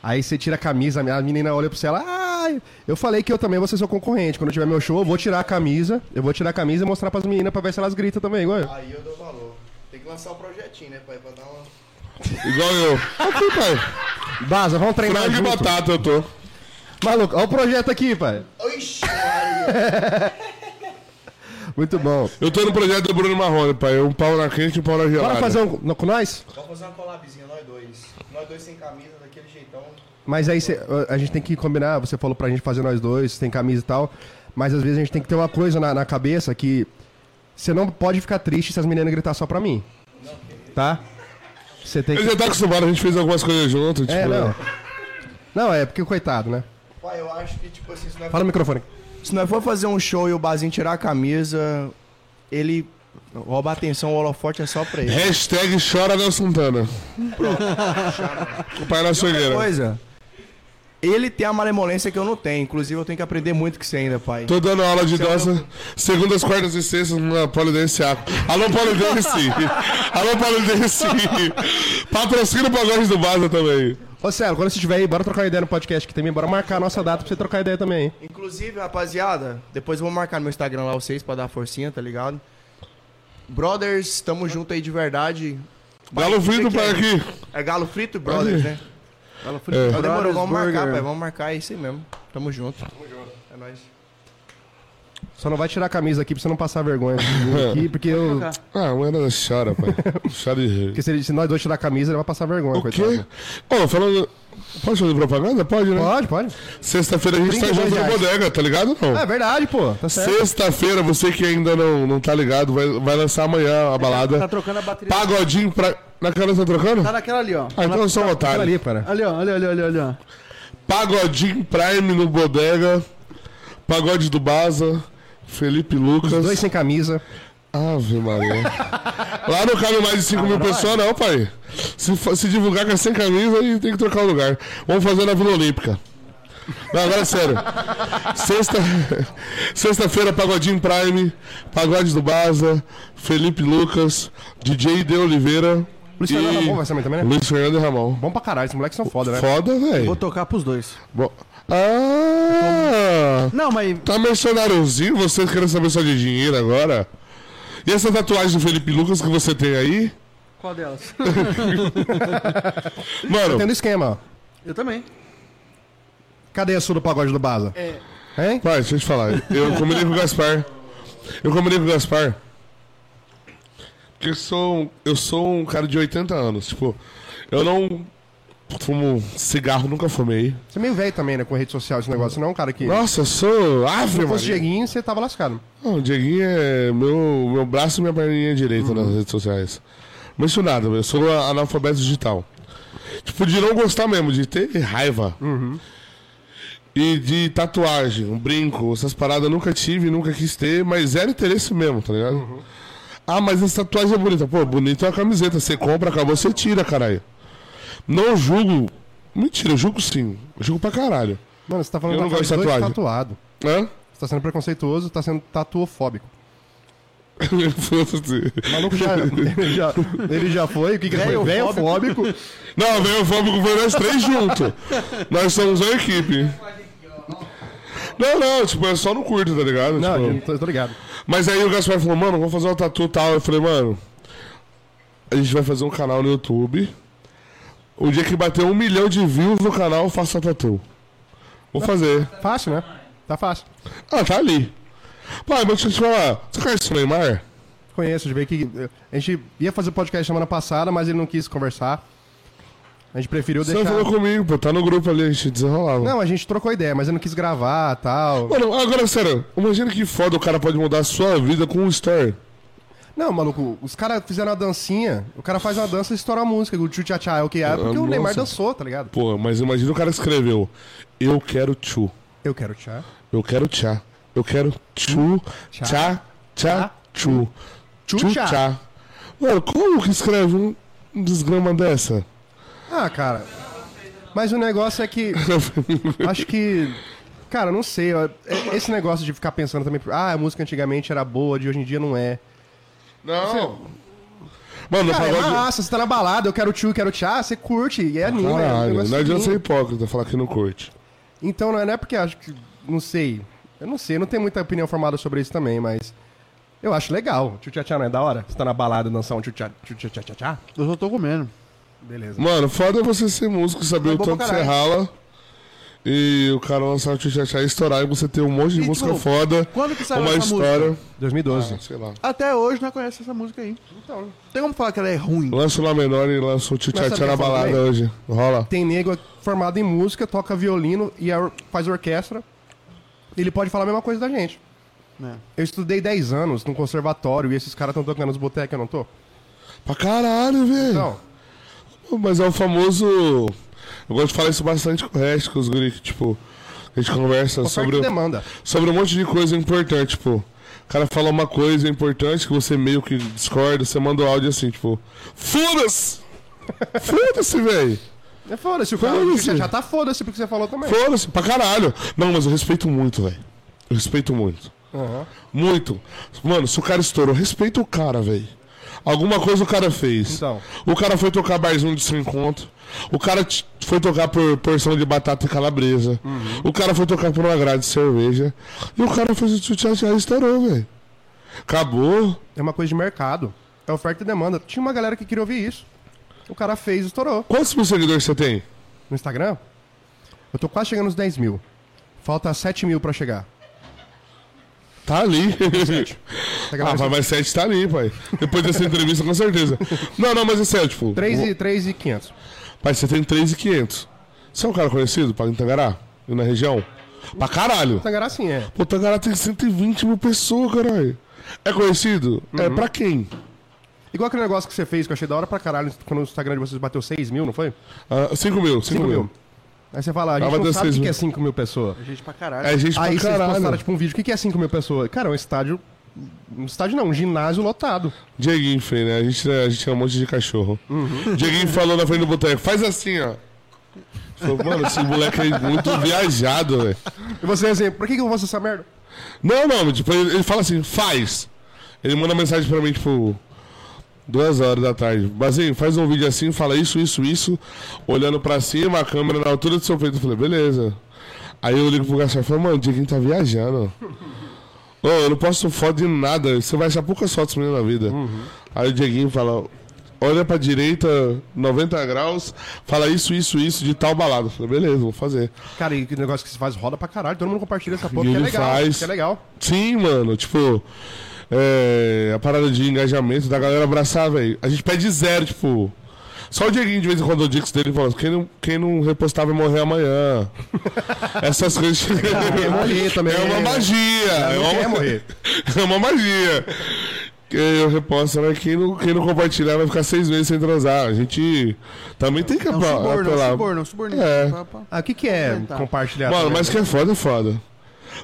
Speaker 1: Aí você tira a camisa, a menina olha pro Celo. Ai, eu falei que eu também vou ser seu concorrente. Quando eu tiver meu show, eu vou tirar a camisa. Eu vou tirar a camisa e mostrar pras meninas pra ver se elas gritam também, igual eu.
Speaker 4: Aí eu dou valor. Tem que lançar o projetinho, né, pai? Pra dar uma.
Speaker 3: Igual eu. Aqui, pai.
Speaker 1: Baza, vamos treinar
Speaker 3: Frango de
Speaker 1: junto.
Speaker 3: batata eu tô.
Speaker 1: Maluco, olha o projeto aqui, pai.
Speaker 4: Ixi, Maria.
Speaker 1: Muito bom.
Speaker 3: Eu tô no projeto do Bruno Marrone, pai. Um pau na quente e um pau na gelada.
Speaker 1: Bora fazer um no- com nós?
Speaker 4: Vamos fazer uma collabzinha, nós dois. Nós dois sem camisa, daquele jeitão.
Speaker 1: Mas aí cê- a gente tem que combinar, você falou pra gente fazer nós dois, tem camisa e tal. Mas às vezes a gente tem que ter uma coisa na, na cabeça que você não pode ficar triste se as meninas gritar só pra mim. Tá? Você tem
Speaker 3: Ele
Speaker 1: que.
Speaker 3: já tá acostumado, a gente fez algumas coisas junto. Tipo,
Speaker 1: É, não. Não, é porque coitado, né?
Speaker 4: Pai, eu acho que, tipo assim, se nós,
Speaker 1: Fala no microfone.
Speaker 4: se nós for fazer um show e o Bazinho tirar a camisa, ele rouba a atenção, o holofote é só pra ele.
Speaker 3: Hashtag chora Nelson Santana. Pronto. o pai na sogueira.
Speaker 4: Coisa. Ele tem a malemolência que eu não tenho. Inclusive, eu tenho que aprender muito com você ainda, pai.
Speaker 3: Tô dando aula de dança segundas, quartas e sextas na Polidense A. Alô, Polidense! Alô, Polidense! Patrocina o pagode do Baza também.
Speaker 1: Ô, Célio, quando você estiver aí, bora trocar ideia no podcast aqui também. Bora marcar a nossa data pra você trocar ideia também, hein?
Speaker 4: Inclusive, rapaziada, depois eu vou marcar no meu Instagram lá vocês pra dar forcinha, tá ligado? Brothers, tamo junto aí de verdade.
Speaker 3: Galo um Frito
Speaker 4: que
Speaker 3: pra
Speaker 4: é?
Speaker 3: aqui.
Speaker 4: É Galo Frito Brothers, né?
Speaker 2: Ela foi de
Speaker 4: Então demorou,
Speaker 2: É. Brothers
Speaker 4: vamos marcar,
Speaker 2: Burger.
Speaker 4: pai. Vamos marcar, é isso aí mesmo. Tamo junto. Tamo junto. É nóis.
Speaker 1: Só não vai tirar a camisa aqui pra você não passar vergonha aqui, porque eu.
Speaker 3: Ah, a mulher chora, pai. Chora de rir.
Speaker 1: Porque se, ele- se nós dois tirar a camisa, ele vai passar vergonha,
Speaker 3: O quê?
Speaker 1: coitado.
Speaker 3: Ô, falando. Pode fazer propaganda? Pode, né?
Speaker 1: Pode, pode.
Speaker 3: Sexta-feira a gente tá
Speaker 1: 32
Speaker 3: junto na
Speaker 1: reais.
Speaker 3: bodega, tá ligado? Não.
Speaker 1: É verdade, pô. Tá certo.
Speaker 3: Sexta-feira, você que ainda não, não tá ligado, vai, vai lançar amanhã a
Speaker 2: Tá
Speaker 3: balada.
Speaker 2: trocando a bateria.
Speaker 3: Pagodinho pra. Na cara você tá trocando?
Speaker 2: Tá naquela ali, ó.
Speaker 3: Ah, então eu sou um
Speaker 1: Olha
Speaker 3: otário.
Speaker 1: ali, cara.
Speaker 2: Ali, ó, ali, ali, ali, ali, ó.
Speaker 3: Pagodinho Prime no Bodega. Pagode do Baza. Felipe Lucas.
Speaker 1: Os dois sem camisa.
Speaker 3: Ave Maria. Lá não cabe mais de
Speaker 1: Ah,
Speaker 3: 5 mil pessoas, não, pai. Se, fa- se divulgar que é sem camisa, aí tem que trocar o lugar. Vamos fazer na Vila Olímpica. Não, agora é sério. Sexta- Sexta-feira, Pagodinho Prime, Pagode do Baza, Felipe Lucas, DJ De Oliveira.
Speaker 1: Luiz Fernando Ramon vai também, também, né?
Speaker 3: Luiz Fernando e Ramon.
Speaker 1: Bom pra caralho, esses moleques são foda, né?
Speaker 3: Foda,
Speaker 2: Vou
Speaker 3: velho.
Speaker 2: tocar pros dois.
Speaker 3: Bom- Ah!
Speaker 2: Não, mas
Speaker 3: Tá mercenáriozinho? Você querendo saber só de dinheiro agora? E essa tatuagem do Felipe Lucas que você tem aí?
Speaker 2: qual delas?
Speaker 3: Mano,
Speaker 1: Tendo esquema, ó.
Speaker 2: Eu também.
Speaker 1: Cadê a sua do pagode do Baza?
Speaker 3: É.
Speaker 1: Hein?
Speaker 3: pai, deixa eu te falar. Eu combinei com o Gaspar. Eu combinei com o Gaspar. Porque eu sou, um- eu sou um cara de 80 anos. Tipo, eu não fumo cigarro, nunca fumei.
Speaker 1: Você é meio velho também, né? Com rede social, esse negócio. Você não é um cara que. Se
Speaker 3: Nossa, eu sou
Speaker 1: não
Speaker 3: ave, mano.
Speaker 1: fosse Dieguinho, você tava lascado.
Speaker 3: Não, o Dieguinho é meu, meu braço e minha perninha direita nas redes sociais. Não isso nada, eu sou a- analfabeto digital. Tipo, de não gostar mesmo, de ter raiva. E de tatuagem, um brinco, essas paradas eu nunca tive, nunca quis ter, mas zero interesse mesmo, tá ligado? Ah, mas essa tatuagem é bonita. Pô, bonita é uma camiseta, você compra, acabou, você tira, caralho. Não julgo. Mentira, eu julgo sim. Eu julgo pra caralho.
Speaker 1: Mano, você tá falando
Speaker 3: Eu não
Speaker 1: da cara
Speaker 3: gosto de
Speaker 1: dos dois
Speaker 3: tatuagem.
Speaker 1: tatuado.
Speaker 3: Hã?
Speaker 1: Você tá sendo preconceituoso, tá sendo tatuofóbico.
Speaker 3: Foda-se.
Speaker 1: O maluco já, ele, já, ele já foi. O que, que ele foi? Velhofóbico.
Speaker 3: Não, veio o fóbico foi nós três juntos. Nós somos uma equipe. Não, não, tipo, é só no curto, tá ligado?
Speaker 1: Não,
Speaker 3: Tipo,
Speaker 1: eu tô, tô ligado.
Speaker 3: Mas aí o Gaspar falou, mano, vamos fazer uma tatu e tal. Eu falei, mano, a gente vai fazer um canal no YouTube. O dia que bater um milhão de views no canal, eu faço a tatu. Vou fazer.
Speaker 1: Fácil, né? Tá fácil.
Speaker 3: Ah, tá ali. Pai, mas deixa eu te falar, você conhece o Neymar?
Speaker 1: Conheço, de ver que. A gente ia fazer podcast semana passada, mas ele não quis conversar. A gente preferiu
Speaker 3: Você não
Speaker 1: deixar.
Speaker 3: falou comigo, pô, tá no grupo ali, a gente desenrolava.
Speaker 1: Não, a gente trocou ideia, mas ele não quis gravar tal.
Speaker 3: Mano, agora sério, imagina que foda o cara pode mudar a sua vida com um story.
Speaker 1: Não, maluco, os caras fizeram a dancinha, o cara faz uma dança e estoura a música, o tchu tchá tchá é o que é, porque o
Speaker 3: Nossa.
Speaker 1: Neymar dançou, tá ligado?
Speaker 3: Pô, mas imagina o cara escreveu: Eu quero tchu,
Speaker 1: Eu quero tchá.
Speaker 3: eu quero tchá, eu quero tchu,
Speaker 1: Tchá.
Speaker 3: tchá, tchá, tchu,
Speaker 1: Tchu,
Speaker 3: tchu,
Speaker 1: tchá.
Speaker 3: tchá. Mano, como que escreve um um desgrama dessa?
Speaker 1: Ah, cara. Mas o negócio é que. acho que. Cara, não sei. ó, é- Esse negócio de ficar pensando também. Ah, a música antigamente era boa, de hoje em dia não é.
Speaker 3: Não. Mano, no
Speaker 1: Cara, é
Speaker 3: pagode.
Speaker 1: massa, você tá na balada, eu quero tchu, quero tchá, você curte e é anima. é um
Speaker 3: Caralho,
Speaker 1: negócio
Speaker 3: não adianta
Speaker 1: lindo.
Speaker 3: ser hipócrita falar que não curte.
Speaker 1: Então não é, não é porque acho que. Não sei. Eu não sei, eu não tenho muita opinião formada sobre isso também, mas. Eu acho legal. Tchutchá não é da hora? Você tá na balada e dançar um tchutchá.
Speaker 2: Eu só tô comendo.
Speaker 1: Beleza.
Speaker 3: Mano, foda é você ser músico, saber
Speaker 1: É
Speaker 3: o
Speaker 1: bom pra
Speaker 3: tanto que você
Speaker 1: caralho.
Speaker 3: rala. E o cara lançar o tchutchá e estourar e você ter um monte de
Speaker 2: E,
Speaker 3: música
Speaker 2: tipo,
Speaker 3: foda.
Speaker 2: Quando que saiu
Speaker 3: Uma
Speaker 2: essa
Speaker 3: história.
Speaker 2: música?
Speaker 1: 2012.
Speaker 3: Ah, sei lá.
Speaker 2: Até hoje não conhece essa música aí. Então. Tem como falar que ela é ruim?
Speaker 3: Lança o Lá Menor e lança o
Speaker 1: Mas sabe
Speaker 3: Tchutchatchá
Speaker 1: quem
Speaker 3: na
Speaker 1: é foda
Speaker 3: balada
Speaker 1: também?
Speaker 3: hoje. Rola.
Speaker 1: Tem nego formado em música, toca violino e a or- faz orquestra. Ele pode falar a mesma coisa da gente.
Speaker 2: né?
Speaker 1: Eu estudei 10 anos num conservatório e esses caras estão tocando nos botecos, eu não tô?
Speaker 3: Pra caralho, velho.
Speaker 1: Não.
Speaker 3: Mas é o famoso. Eu gosto de falar isso bastante com o resto, com os guri, que, tipo, a gente conversa
Speaker 1: Oferta
Speaker 3: sobre,
Speaker 1: e demanda.
Speaker 3: sobre um monte de coisa importante, tipo. O cara fala uma coisa importante que você meio que discorda, você manda o áudio assim, tipo. Foda-se! Foda-se, velho!
Speaker 1: É foda-se, o cara
Speaker 3: Foda-se.
Speaker 1: já tá foda-se porque você falou também.
Speaker 3: Foda-se, pra caralho! Não, mas eu respeito muito, velho. Eu respeito muito.
Speaker 1: Aham.
Speaker 3: Muito. Mano, se o cara estourou, respeita o cara, velho. Alguma coisa o cara fez.
Speaker 1: Então.
Speaker 3: O cara foi tocar barzinho de seu encontro. O cara t- foi tocar por porção de batata e calabresa. O cara foi tocar por uma grade de cerveja. E o cara fez o tchutchá e estourou, velho. Acabou.
Speaker 1: É uma coisa de mercado. É oferta e demanda. Tinha uma galera que queria ouvir isso. O cara fez, estourou.
Speaker 3: Quantos mil seguidores você tem?
Speaker 1: No Instagram, eu tô quase chegando nos 10 mil. Falta 7 mil pra chegar.
Speaker 3: Tá ali.
Speaker 1: Tá
Speaker 3: ah, vai mais sete tá ali, pai. Depois dessa entrevista, com certeza. Não, não, mas é sério, tipo.
Speaker 1: 3
Speaker 3: um-
Speaker 1: e, 3 e 500.
Speaker 3: Pai, você tem 3,500. Você é um cara conhecido pra Tangará? E na região? Pra caralho.
Speaker 1: Tangará sim é.
Speaker 3: Pô, Tangará tem 120 mil pessoas, caralho. É conhecido? É pra quem?
Speaker 1: Igual aquele negócio que você fez, que eu achei da hora pra caralho, quando o Instagram de vocês bateu 6 mil, não foi?
Speaker 3: 5 Ah, mil, 5
Speaker 1: 5
Speaker 3: mil.
Speaker 1: mil. Aí você fala, a
Speaker 3: Ah,
Speaker 1: gente não
Speaker 3: bateu
Speaker 1: sabe o
Speaker 3: 6
Speaker 1: que que
Speaker 3: mil.
Speaker 1: é 5 mil pessoas.
Speaker 2: Gente pra caralho.
Speaker 3: É
Speaker 1: Aí
Speaker 3: gente pra
Speaker 1: vocês postaram,
Speaker 3: caralho.
Speaker 1: tipo, um vídeo. O que que é 5 mil pessoas? Cara, é um estádio... Um estádio não, um ginásio lotado.
Speaker 3: Dieguinho feio, né? A gente, a gente é um monte de cachorro. Dieguinho falou na frente do boteco, faz assim, ó. Falou, mano, esse moleque é muito viajado, velho.
Speaker 1: E você, assim, por que que eu vou fazer essa merda?
Speaker 3: Não, não, tipo, ele, ele fala assim, faz. Ele manda mensagem pra mim, tipo, duas horas da tarde. Bazinho, faz um vídeo assim, fala isso, isso, isso, olhando pra cima, a câmera na altura do seu peito. Eu falei, beleza. Aí eu ligo pro Gaspar e falo, mano, o Dieguinho tá viajando. Ô, eu não posto foto de nada, você vai achar poucas fotos minhas na vida. Aí o Dieguinho fala, olha pra direita, 90 graus, fala isso, isso, isso, de tal balada. Eu falei, beleza, vou fazer.
Speaker 1: Cara, e que negócio que você faz roda pra caralho, todo mundo compartilha essa porra,
Speaker 3: E
Speaker 1: que é
Speaker 3: ele
Speaker 1: legal,
Speaker 3: faz.
Speaker 1: que é legal.
Speaker 3: Sim, mano, tipo. é, a parada de engajamento da galera abraçar, velho. A gente pede zero, tipo. Só o Dieguinho de vez em quando o Dix dele falando, quem não, quem não repostar vai morrer amanhã. Essas coisas.
Speaker 1: Quer morrer também.
Speaker 3: é uma magia. É
Speaker 1: não
Speaker 3: uma,
Speaker 1: quer morrer.
Speaker 3: é uma magia. Que Eu reposto, mas né? quem não, quem não compartilhar vai ficar seis meses sem transar. A gente também tem que
Speaker 2: É um
Speaker 3: apa-
Speaker 2: suborno, é um
Speaker 3: apelar.
Speaker 2: suborno, é um suborno. tá.
Speaker 3: É.
Speaker 2: Pá, pá.
Speaker 1: Ah, o que que é
Speaker 2: Comentar.
Speaker 1: compartilhar?
Speaker 3: Mano,
Speaker 1: também?
Speaker 3: mas que é foda, é foda.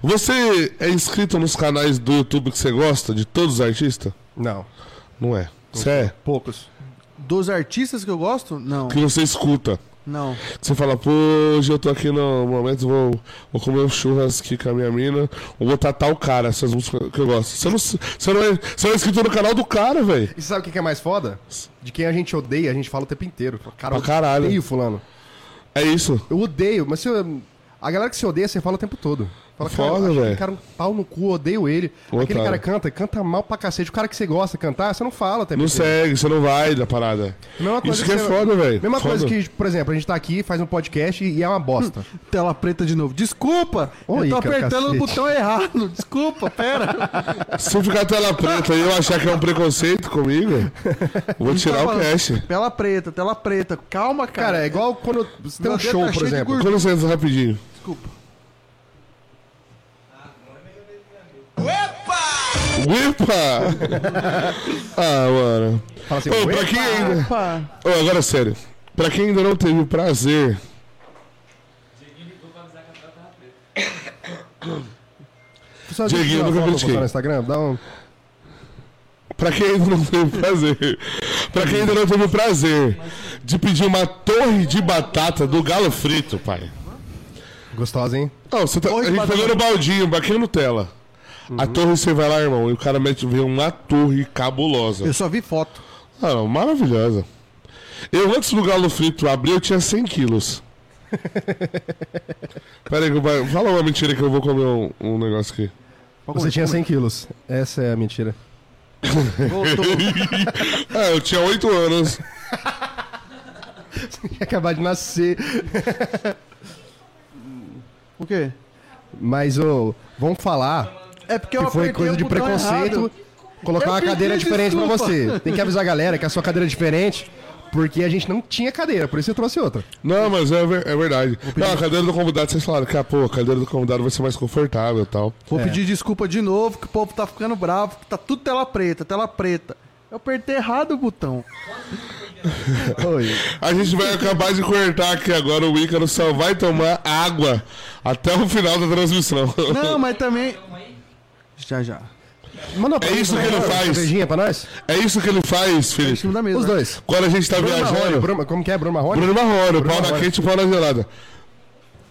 Speaker 3: Você é inscrito nos canais do YouTube que você gosta, de todos os artistas?
Speaker 1: Não,
Speaker 3: Não é. Você é?
Speaker 1: poucos.
Speaker 2: Dos artistas que eu gosto, não.
Speaker 3: Que você escuta.
Speaker 2: Não.
Speaker 3: Você fala, pô, hoje eu tô aqui no momento, vou, vou comer um churras aqui com a minha mina, ou vou tratar o cara, essas músicas que eu gosto. Você não, você não, é, você não é inscrito no canal do cara, velho.
Speaker 1: E sabe o que que é mais foda? De quem a gente odeia, a gente fala o tempo inteiro. Fala, Cara,
Speaker 3: Pra caralho.
Speaker 1: eu odeio fulano.
Speaker 3: É isso.
Speaker 1: Eu odeio, mas se eu- a galera que se odeia, você fala o tempo todo. Fala, cara,
Speaker 3: Foda,
Speaker 1: eu acho
Speaker 3: velho.
Speaker 1: aquele cara um pau no cu, eu odeio ele.
Speaker 3: Ô,
Speaker 1: Aquele cara
Speaker 3: otário.
Speaker 1: canta, canta mal pra cacete. O cara que você gosta de cantar, você não fala também.
Speaker 3: Não segue, você não vai da parada.
Speaker 1: Mesma coisa
Speaker 3: isso que é
Speaker 1: você-
Speaker 3: foda, velho.
Speaker 1: Mesma
Speaker 3: Foda.
Speaker 1: coisa que, por exemplo, a gente tá aqui, faz um podcast e é uma bosta.
Speaker 2: Tela preta de novo. Desculpa!
Speaker 1: Oi,
Speaker 2: eu tô
Speaker 1: cara,
Speaker 2: apertando
Speaker 1: cacete.
Speaker 2: o botão errado. Desculpa, pera.
Speaker 3: Se ficar tela preta e eu achar que é um preconceito comigo, eu vou tirar
Speaker 1: Então,
Speaker 3: o cast.
Speaker 2: Tela preta, tela preta. Calma, cara.
Speaker 1: Cara, é igual quando você tem
Speaker 2: Meu
Speaker 1: um
Speaker 2: dedo
Speaker 1: show,
Speaker 2: tá
Speaker 1: por
Speaker 2: cheio de
Speaker 1: exemplo.
Speaker 2: gordura.
Speaker 3: Com licença, rapidinho.
Speaker 2: Desculpa.
Speaker 3: Uepa! ah, mano.
Speaker 1: Fala assim,
Speaker 3: Ô,
Speaker 1: "Ué?"
Speaker 3: pra quem
Speaker 2: é-
Speaker 3: ainda...
Speaker 2: Opa.
Speaker 3: Ô, agora é sério. Pra quem ainda não teve o prazer...
Speaker 1: Só deixa eu tirar uma foto pra
Speaker 3: Dieguinho, nunca critiquei.
Speaker 1: postar no Instagram, dá um...
Speaker 3: Pra quem ainda não teve o prazer... Pra quem ainda não teve o prazer de pedir uma torre de batata do galo frito, pai.
Speaker 1: Gostosa, hein?
Speaker 3: Não, você tá, a gente pegou no baldinho, baquinha Nutella. A
Speaker 1: Uhum.
Speaker 3: torre você vai lá, irmão, e o cara mete vê uma torre cabulosa.
Speaker 2: Eu só vi foto.
Speaker 3: Ah, não, maravilhosa. Eu, antes do Galo Frito abrir, eu tinha 100 quilos. Pera aí, que eu vou- fala uma mentira que eu vou comer um, um negócio aqui.
Speaker 1: Você tinha 100 quilos. Essa é a mentira.
Speaker 2: Voltou.
Speaker 3: Ah, eu tinha 8 anos.
Speaker 1: Tinha acabado de nascer.
Speaker 2: o quê?
Speaker 1: Mas, ô, vamos falar
Speaker 2: É porque eu
Speaker 1: que foi
Speaker 2: apertei
Speaker 1: coisa
Speaker 2: o
Speaker 1: de
Speaker 2: botão
Speaker 1: preconceito
Speaker 2: errado.
Speaker 1: colocar
Speaker 2: Eu
Speaker 1: uma
Speaker 2: pedi
Speaker 1: cadeira diferente pra
Speaker 2: desculpa.
Speaker 1: você. Tem que avisar a galera que a sua cadeira é diferente, porque a gente não tinha cadeira, por isso eu trouxe outra.
Speaker 3: Não, mas é, ver- é verdade. Não, a cadeira do convidado, vocês falaram que, ah, pô, a cadeira do convidado vai ser mais confortável e tal.
Speaker 2: Vou pedir desculpa de novo, que o povo tá ficando bravo, que tá tudo tela preta, tela preta. Eu apertei errado o botão.
Speaker 1: Oi.
Speaker 3: A gente vai acabar de cortar aqui agora, o Ícaro só vai tomar água até o final da transmissão.
Speaker 2: Não, mas também. Já, já.
Speaker 1: Manda uma
Speaker 3: É isso que ele
Speaker 1: uma
Speaker 3: faz.
Speaker 1: cervejinha pra nós?
Speaker 3: É isso que ele faz,
Speaker 2: Em
Speaker 3: Felipe.
Speaker 2: cima da mesa.
Speaker 1: Os
Speaker 2: né?
Speaker 1: dois.
Speaker 3: Quando a gente tá
Speaker 1: Bruno Marrone,
Speaker 3: viajando...
Speaker 1: Bruno- como que é? Bruno Marrone?
Speaker 3: Bruno Marrone, pau na
Speaker 1: Marrone.
Speaker 3: quente e pau na gelada.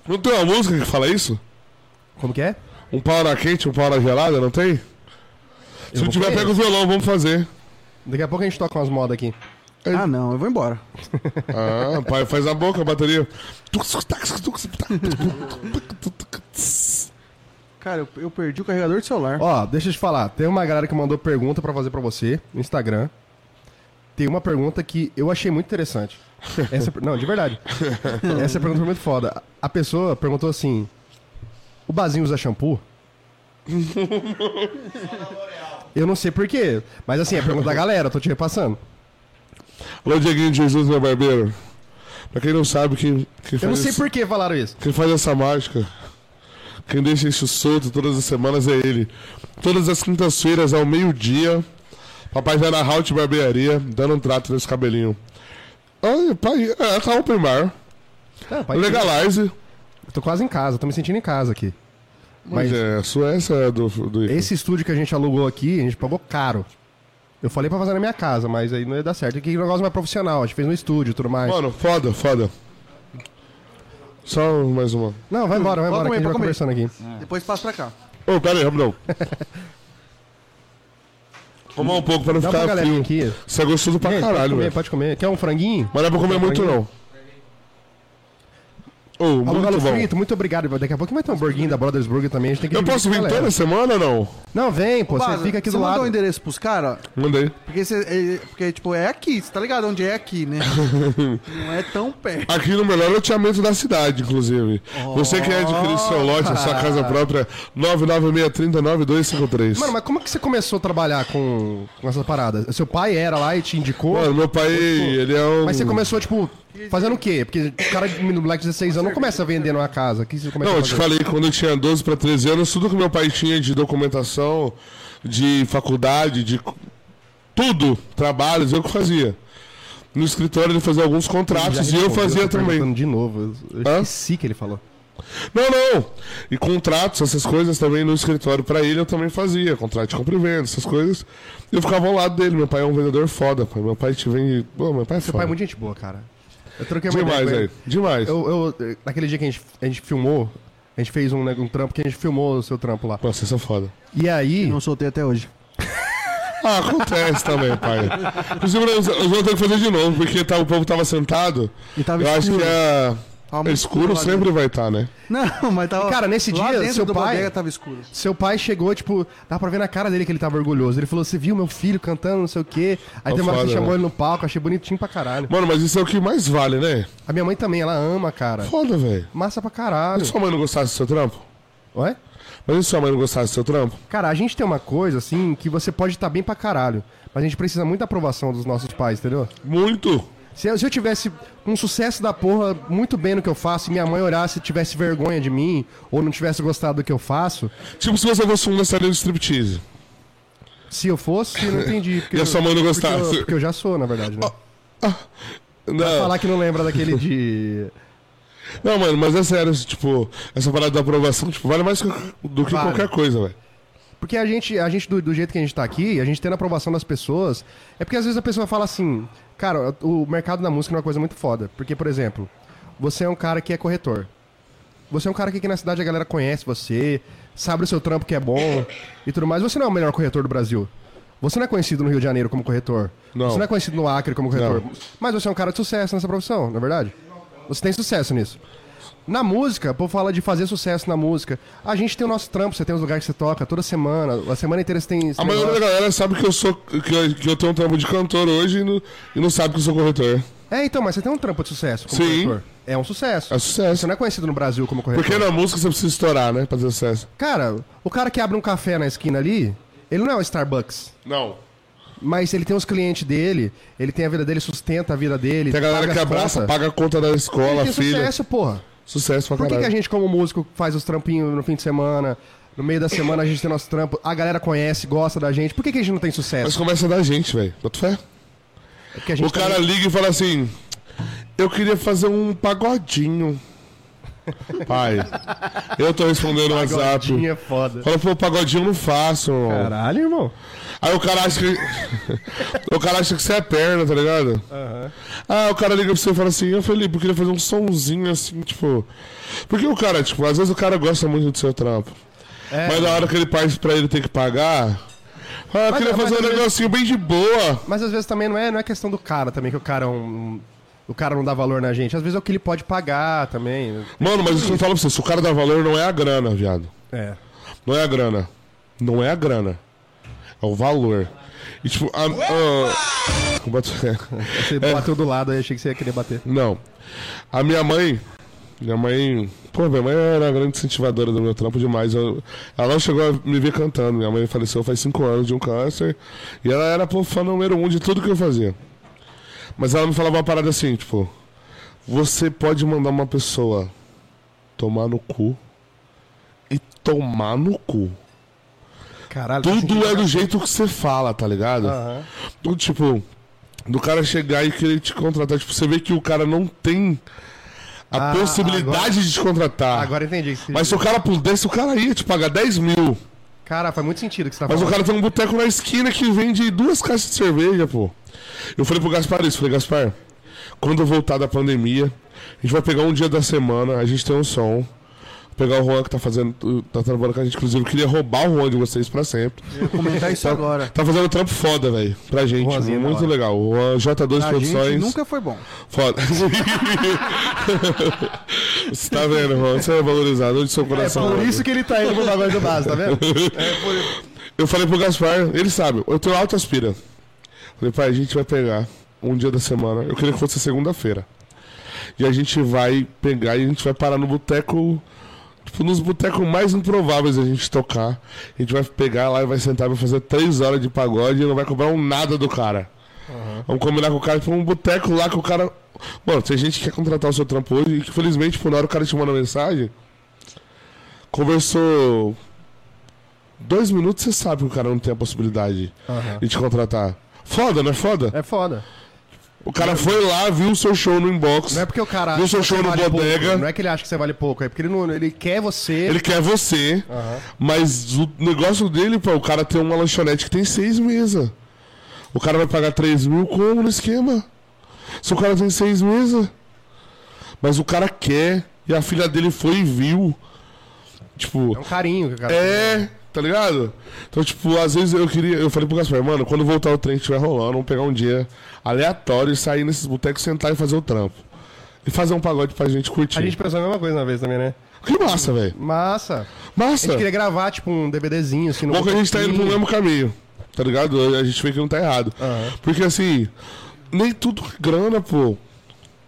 Speaker 3: Não tem uma música que fala isso?
Speaker 1: Como que é?
Speaker 3: Um pau na quente, um pau na gelada, não tem? Se não
Speaker 1: vou
Speaker 3: tiver,
Speaker 1: conhecer.
Speaker 3: pega o violão, vamos fazer.
Speaker 1: Daqui a pouco a gente toca umas modas aqui.
Speaker 2: Ah, não, eu vou embora.
Speaker 3: Ah, pai, faz a boca, a bateria.
Speaker 2: Cara, eu, eu perdi o carregador de celular.
Speaker 1: Ó, deixa eu te falar. Tem uma galera que mandou pergunta pra fazer pra você no Instagram. Tem uma pergunta que eu achei muito interessante. Essa, não, de verdade. Essa pergunta foi muito foda. A pessoa perguntou assim: O Bazinho usa shampoo? eu não sei porquê, mas assim, é a pergunta da galera, eu tô te repassando.
Speaker 3: Alô, Dieguinho de Jesus, meu barbeiro. Pra quem não sabe, quem, quem,
Speaker 1: Eu não
Speaker 3: faz,
Speaker 1: sei
Speaker 3: esse-
Speaker 1: por que falaram isso.
Speaker 3: quem faz essa mágica, quem deixa isso solto todas as semanas é ele. Todas as quintas-feiras, ao meio-dia, papai vai na Halt Barbearia, dando um trato nesse cabelinho. Ai, pai, é, tá open bar.
Speaker 1: Ah, pai,
Speaker 3: Legalize.
Speaker 1: eu Tô quase em casa, tô me sentindo em casa aqui.
Speaker 3: Mas é, a Suécia é do, do Ícaro.
Speaker 1: Esse estúdio que a gente alugou aqui, a gente pagou caro. Eu falei pra fazer na minha casa, mas aí não ia dar certo. Aqui é um negócio mais profissional, a gente fez no estúdio e tudo mais.
Speaker 3: Mano, foda, foda. Só mais uma.
Speaker 1: Não, vai embora, vai
Speaker 2: Pode
Speaker 1: embora, que a gente vai
Speaker 2: comer,
Speaker 1: conversando aqui.
Speaker 2: Depois passa pra cá.
Speaker 3: Ô, pera aí, rapidão. Tomar um pouco pra não
Speaker 1: Dá pra
Speaker 3: ficar
Speaker 1: galerinha
Speaker 3: frio.
Speaker 1: aqui.
Speaker 3: Isso é gostoso pra
Speaker 1: Gente, pode
Speaker 3: caralho,
Speaker 1: comer,
Speaker 3: velho.
Speaker 1: pode comer. Quer um franguinho?
Speaker 3: Mas não é pra comer
Speaker 1: Dá pra
Speaker 3: muito,
Speaker 1: ir.
Speaker 3: não. Ô,
Speaker 1: Alô, Galo
Speaker 3: muito bom.
Speaker 1: Frito, muito obrigado. Daqui a pouco vai ter um burguinho da Brothers Burger também, a gente tem que
Speaker 3: Eu
Speaker 1: dividir
Speaker 3: posso
Speaker 1: com a
Speaker 3: vir
Speaker 1: galera.
Speaker 3: toda semana ou não?
Speaker 1: Não, vem, pô, você
Speaker 2: Baza,
Speaker 1: fica aqui do
Speaker 2: você
Speaker 1: lado.
Speaker 2: mandou o endereço pros caras?
Speaker 3: Mandei.
Speaker 2: Porque, você- é- porque, tipo, é aqui, você tá ligado onde é aqui, né? Não é tão perto.
Speaker 3: Aqui no melhor loteamento da cidade, inclusive. Você quer adquirir seu lote, a sua casa própria, 996309253.
Speaker 1: Oh. Mano, mas como é que você começou a trabalhar com, com essas paradas? Seu pai era lá e te indicou?
Speaker 3: Mano, meu pai, ele é um...
Speaker 1: mas você começou, tipo, fazendo o quê? Porque o cara de moleque de 16 anos não começa vendendo uma casa. O que você começa
Speaker 3: Não,
Speaker 1: a
Speaker 3: eu te
Speaker 1: fazer?
Speaker 3: falei, quando eu tinha 12 para 13 anos, tudo que meu pai tinha de documentação, de faculdade, de co- tudo, trabalhos, eu que fazia. No escritório ele fazia alguns
Speaker 1: Já
Speaker 3: contratos e Tá, eu
Speaker 1: respondeu,
Speaker 3: fazia
Speaker 1: tô
Speaker 3: também.
Speaker 1: perguntando De novo, eu eu
Speaker 3: Hã?
Speaker 1: esqueci que ele falou.
Speaker 3: Não, não. E contratos, essas coisas também no escritório pra ele eu também fazia. Contrato de compra e venda, essas coisas. Eu ficava ao lado dele. Meu pai é um vendedor foda, pai. Meu pai te vende. Pô, meu pai é
Speaker 1: Seu
Speaker 3: foda.
Speaker 1: pai é muito gente boa, cara. Eu troquei uma ideia
Speaker 3: Demais,
Speaker 1: com ele.
Speaker 3: velho. Demais.
Speaker 1: Eu, eu- naquele dia que a gente, a gente filmou, a gente fez um, neg- um trampo que a gente filmou o seu trampo lá.
Speaker 3: Pô, vocês são foda.
Speaker 1: E aí.
Speaker 2: Não soltei até hoje.
Speaker 3: Ah, acontece também, pai. Inclusive, nós nós vamos ter que fazer de novo, porque tá- o povo tava sentado.
Speaker 2: E tava
Speaker 3: eu acho
Speaker 2: escuro.
Speaker 3: que é...
Speaker 2: Tava muito
Speaker 3: escuro
Speaker 2: lá
Speaker 3: sempre vai estar, né?
Speaker 2: dentro. Não, mas tava.
Speaker 1: E, cara, nesse
Speaker 2: lá
Speaker 1: dia,
Speaker 2: dentro
Speaker 1: seu
Speaker 2: do
Speaker 1: pai-
Speaker 2: bodega tava escuro.
Speaker 1: Seu pai chegou, tipo, dá pra ver na cara dele que ele tava orgulhoso. Ele falou: Você viu meu filho cantando, não sei o quê. Aí
Speaker 3: Tá
Speaker 1: tem uma hora que
Speaker 3: foda,
Speaker 1: você chamou
Speaker 3: né?
Speaker 1: ele no palco, achei bonitinho pra caralho.
Speaker 3: Mano, mas isso é o que mais vale, né?
Speaker 1: A minha mãe também, ela ama, cara.
Speaker 3: Foda, velho.
Speaker 1: Massa pra
Speaker 3: Mas
Speaker 1: caralho.
Speaker 3: se sua mãe não gostasse do seu trampo?
Speaker 1: Ué?
Speaker 3: Mas e se sua mãe não gostasse do seu trampo?
Speaker 1: Cara, a gente tem uma coisa, assim, que você pode estar bem pra caralho, mas a gente precisa muito da aprovação dos nossos pais, entendeu?
Speaker 3: Muito.
Speaker 1: Se eu, se eu tivesse um sucesso da porra muito bem no que eu faço, e minha mãe olhasse e tivesse vergonha de mim, ou não tivesse gostado do que eu faço,
Speaker 3: Tipo, se você fosse um dançarino de striptease.
Speaker 1: se eu fosse, eu não entendi. Porque
Speaker 3: E a
Speaker 1: eu-
Speaker 3: sua mãe não
Speaker 1: porque eu-
Speaker 3: gostasse? Ah.
Speaker 1: Porque eu, já sou, na verdade, né? Vai
Speaker 3: Não,
Speaker 1: falar que não lembra daquele de...
Speaker 3: não, mano, mas é sério, tipo, essa parada da aprovação, tipo, vale mais do que
Speaker 1: Vale.
Speaker 3: qualquer coisa, velho.
Speaker 1: Porque a gente, a gente do, do jeito que a gente tá aqui, a gente tendo a aprovação das pessoas, é porque às vezes a pessoa fala assim, cara, o mercado da música não é uma coisa muito foda. Porque, por exemplo, você é um cara que é corretor. Você é um cara que aqui na cidade a galera conhece você, sabe o seu trampo que é bom e tudo mais. Você não é o melhor corretor do Brasil. Você não é conhecido no Rio de Janeiro como corretor.
Speaker 3: Não.
Speaker 1: Você não é conhecido no Acre como corretor.
Speaker 3: Não.
Speaker 1: Mas você é um cara de sucesso nessa profissão, não é verdade? Você tem sucesso nisso. Na música, o povo fala de fazer sucesso na música. A gente tem o nosso trampo, você tem os lugares que você toca toda semana, a semana inteira você tem.
Speaker 3: A maioria da galera sabe que eu sou. Que eu, que eu tenho um trampo de cantor hoje e não, e não sabe que eu sou corretor.
Speaker 1: É, então, mas você tem um trampo de sucesso como
Speaker 3: Sim.
Speaker 1: corretor. É um sucesso.
Speaker 3: É sucesso.
Speaker 1: Você não é conhecido no Brasil como corretor.
Speaker 3: Porque na música você precisa estourar, né? Pra ter sucesso.
Speaker 1: Cara, o cara que abre um café na esquina ali, ele não é o Starbucks.
Speaker 3: Não.
Speaker 1: Mas ele tem os clientes dele, ele tem a vida dele, sustenta a vida dele.
Speaker 3: Tem a galera
Speaker 1: paga
Speaker 3: que
Speaker 1: as
Speaker 3: abraça,
Speaker 1: contas.
Speaker 3: paga a conta da
Speaker 1: Ele
Speaker 3: escola,
Speaker 1: tem
Speaker 3: filha. Sucesso,
Speaker 1: sucesso, porra.
Speaker 3: pra
Speaker 1: Por que,
Speaker 3: caralho.
Speaker 1: que a gente, como músico, faz os trampinhos no fim de semana? No meio da semana a gente tem nosso trampo, a galera conhece, gosta da gente. Por que, que a gente não tem sucesso?
Speaker 3: Mas começa da gente, velho. Bota fé?
Speaker 1: É porque a gente
Speaker 3: O cara liga e fala assim: Eu queria fazer um pagodinho. Pai, eu tô respondendo no WhatsApp.
Speaker 1: Pagodinho é foda.
Speaker 3: Fala, pô, pagodinho eu não faço, irmão.
Speaker 1: Caralho, irmão.
Speaker 3: Aí o cara acha que. o cara acha que você é perna, tá ligado? Ah, o cara liga pra você e fala assim, ô Felipe, eu queria fazer um somzinho assim, tipo. Porque o cara, tipo, às vezes o cara gosta muito do seu trampo.
Speaker 1: É.
Speaker 3: Mas na hora que ele parte pra ele ter que pagar. Ah,
Speaker 1: Mas- é,
Speaker 3: eu queria
Speaker 1: mas
Speaker 3: fazer um
Speaker 1: às vezes-
Speaker 3: negocinho bem de boa.
Speaker 1: Mas às vezes também não é, não é questão do cara também, que o cara é um. O cara não dá valor na gente. Às vezes é o que ele pode pagar também.
Speaker 3: Mano, mas isso eu falo pra você, se o cara dá valor, não é a grana, viado.
Speaker 1: É.
Speaker 3: Não é a grana. Não é a grana. É o valor. E tipo, a. a- Como é que-
Speaker 1: Você bateu do lado aí, achei que você ia querer bater.
Speaker 3: Não. A minha mãe. Minha mãe. Pô, minha mãe era uma grande incentivadora do meu trampo demais. Eu- ela não chegou a me ver cantando. Minha mãe faleceu faz cinco anos de um câncer. E ela era pô, fã número um de tudo que eu fazia. Mas ela me falava uma parada assim, tipo. Você pode mandar uma pessoa tomar no cu. E tomar no cu.
Speaker 1: Caralho.
Speaker 3: Tudo é do jeito que você fala, tá ligado? Então, tipo, do cara chegar e querer te contratar. Tipo, você vê que o cara não tem a
Speaker 1: Ah,
Speaker 3: possibilidade
Speaker 1: agora-
Speaker 3: de te contratar.
Speaker 1: Agora entendi. o que você
Speaker 3: Mas se o cara pudesse, o cara ia te pagar 10 mil.
Speaker 1: Cara, faz muito sentido o que você tá
Speaker 3: Mas o
Speaker 1: falando.
Speaker 3: cara tem um boteco na esquina que vende duas caixas de cerveja, pô. Eu falei pro Gaspar isso, falei, Gaspar, quando eu voltar da pandemia, a gente vai pegar um dia da semana, a gente tem um som. Vou Pegar o Juan que tá fazendo, tá trabalhando com a gente, inclusive, eu queria roubar o Juan de vocês pra sempre.
Speaker 2: Vou comentar isso agora.
Speaker 3: Tá fazendo um trampo foda, velho. Pra gente.
Speaker 1: Juanzinho, da
Speaker 3: muito
Speaker 1: hora.
Speaker 3: legal. O Juan J2
Speaker 2: A gente
Speaker 3: Produções.
Speaker 2: nunca foi bom.
Speaker 3: Foda. Você tá vendo, Juan? Você é valorizado. Onde seu coração
Speaker 1: Por
Speaker 3: manda.
Speaker 1: isso que ele tá indo pro bagulho do base, tá vendo?
Speaker 3: Eu falei pro Gaspar, ele sabe, eu tenho alta aspira. Falei, pai, a gente vai pegar um dia da semana. Eu queria que fosse segunda-feira. E a gente vai pegar e a gente vai parar no boteco. Tipo, nos botecos mais improváveis a gente tocar. A gente vai pegar lá e vai sentar, vai fazer três horas de pagode e não vai cobrar um nada do cara. Vamos combinar com o cara, tipo, um boteco lá que o cara. Mano, tem gente que quer contratar o seu trampo hoje e que felizmente, por na hora o cara te manda mensagem. Conversou dois minutos, você sabe que o cara não tem a possibilidade de te contratar. Foda, não é foda?
Speaker 1: É foda.
Speaker 3: O cara foi lá, viu o seu show no inbox.
Speaker 1: Não é porque o cara
Speaker 3: Viu seu
Speaker 1: que
Speaker 3: show
Speaker 1: você
Speaker 3: no bodega.
Speaker 1: pouco, Não é que ele acha que você vale pouco, é porque ele, não, ele quer você.
Speaker 3: Ele quer você, mas o negócio dele, pô, o cara tem uma lanchonete que tem seis mesas. O cara vai pagar 3 mil como no esquema? Se o cara tem seis mesas, Mas o cara quer. E a filha dele foi e viu. Tipo,
Speaker 1: É um carinho que o cara
Speaker 3: é, tá ligado? Então, tipo, às vezes eu queria. Eu falei pro Gaspar, mano, quando voltar o trem que estiver rolando, vamos pegar um dia aleatório e sair nesses botecos, sentar e fazer o trampo. E fazer um pagode pra gente curtir.
Speaker 1: A gente pensou a mesma coisa uma vez também, né?
Speaker 3: Que é massa, velho.
Speaker 1: Massa. A
Speaker 3: Massa.
Speaker 1: gente queria gravar, tipo, um DVDzinho, assim, no
Speaker 3: Bom que a gente tá indo pro mesmo caminho, tá ligado? A gente vê que não tá errado.
Speaker 1: Aham.
Speaker 3: Porque assim, nem tudo é grana, pô.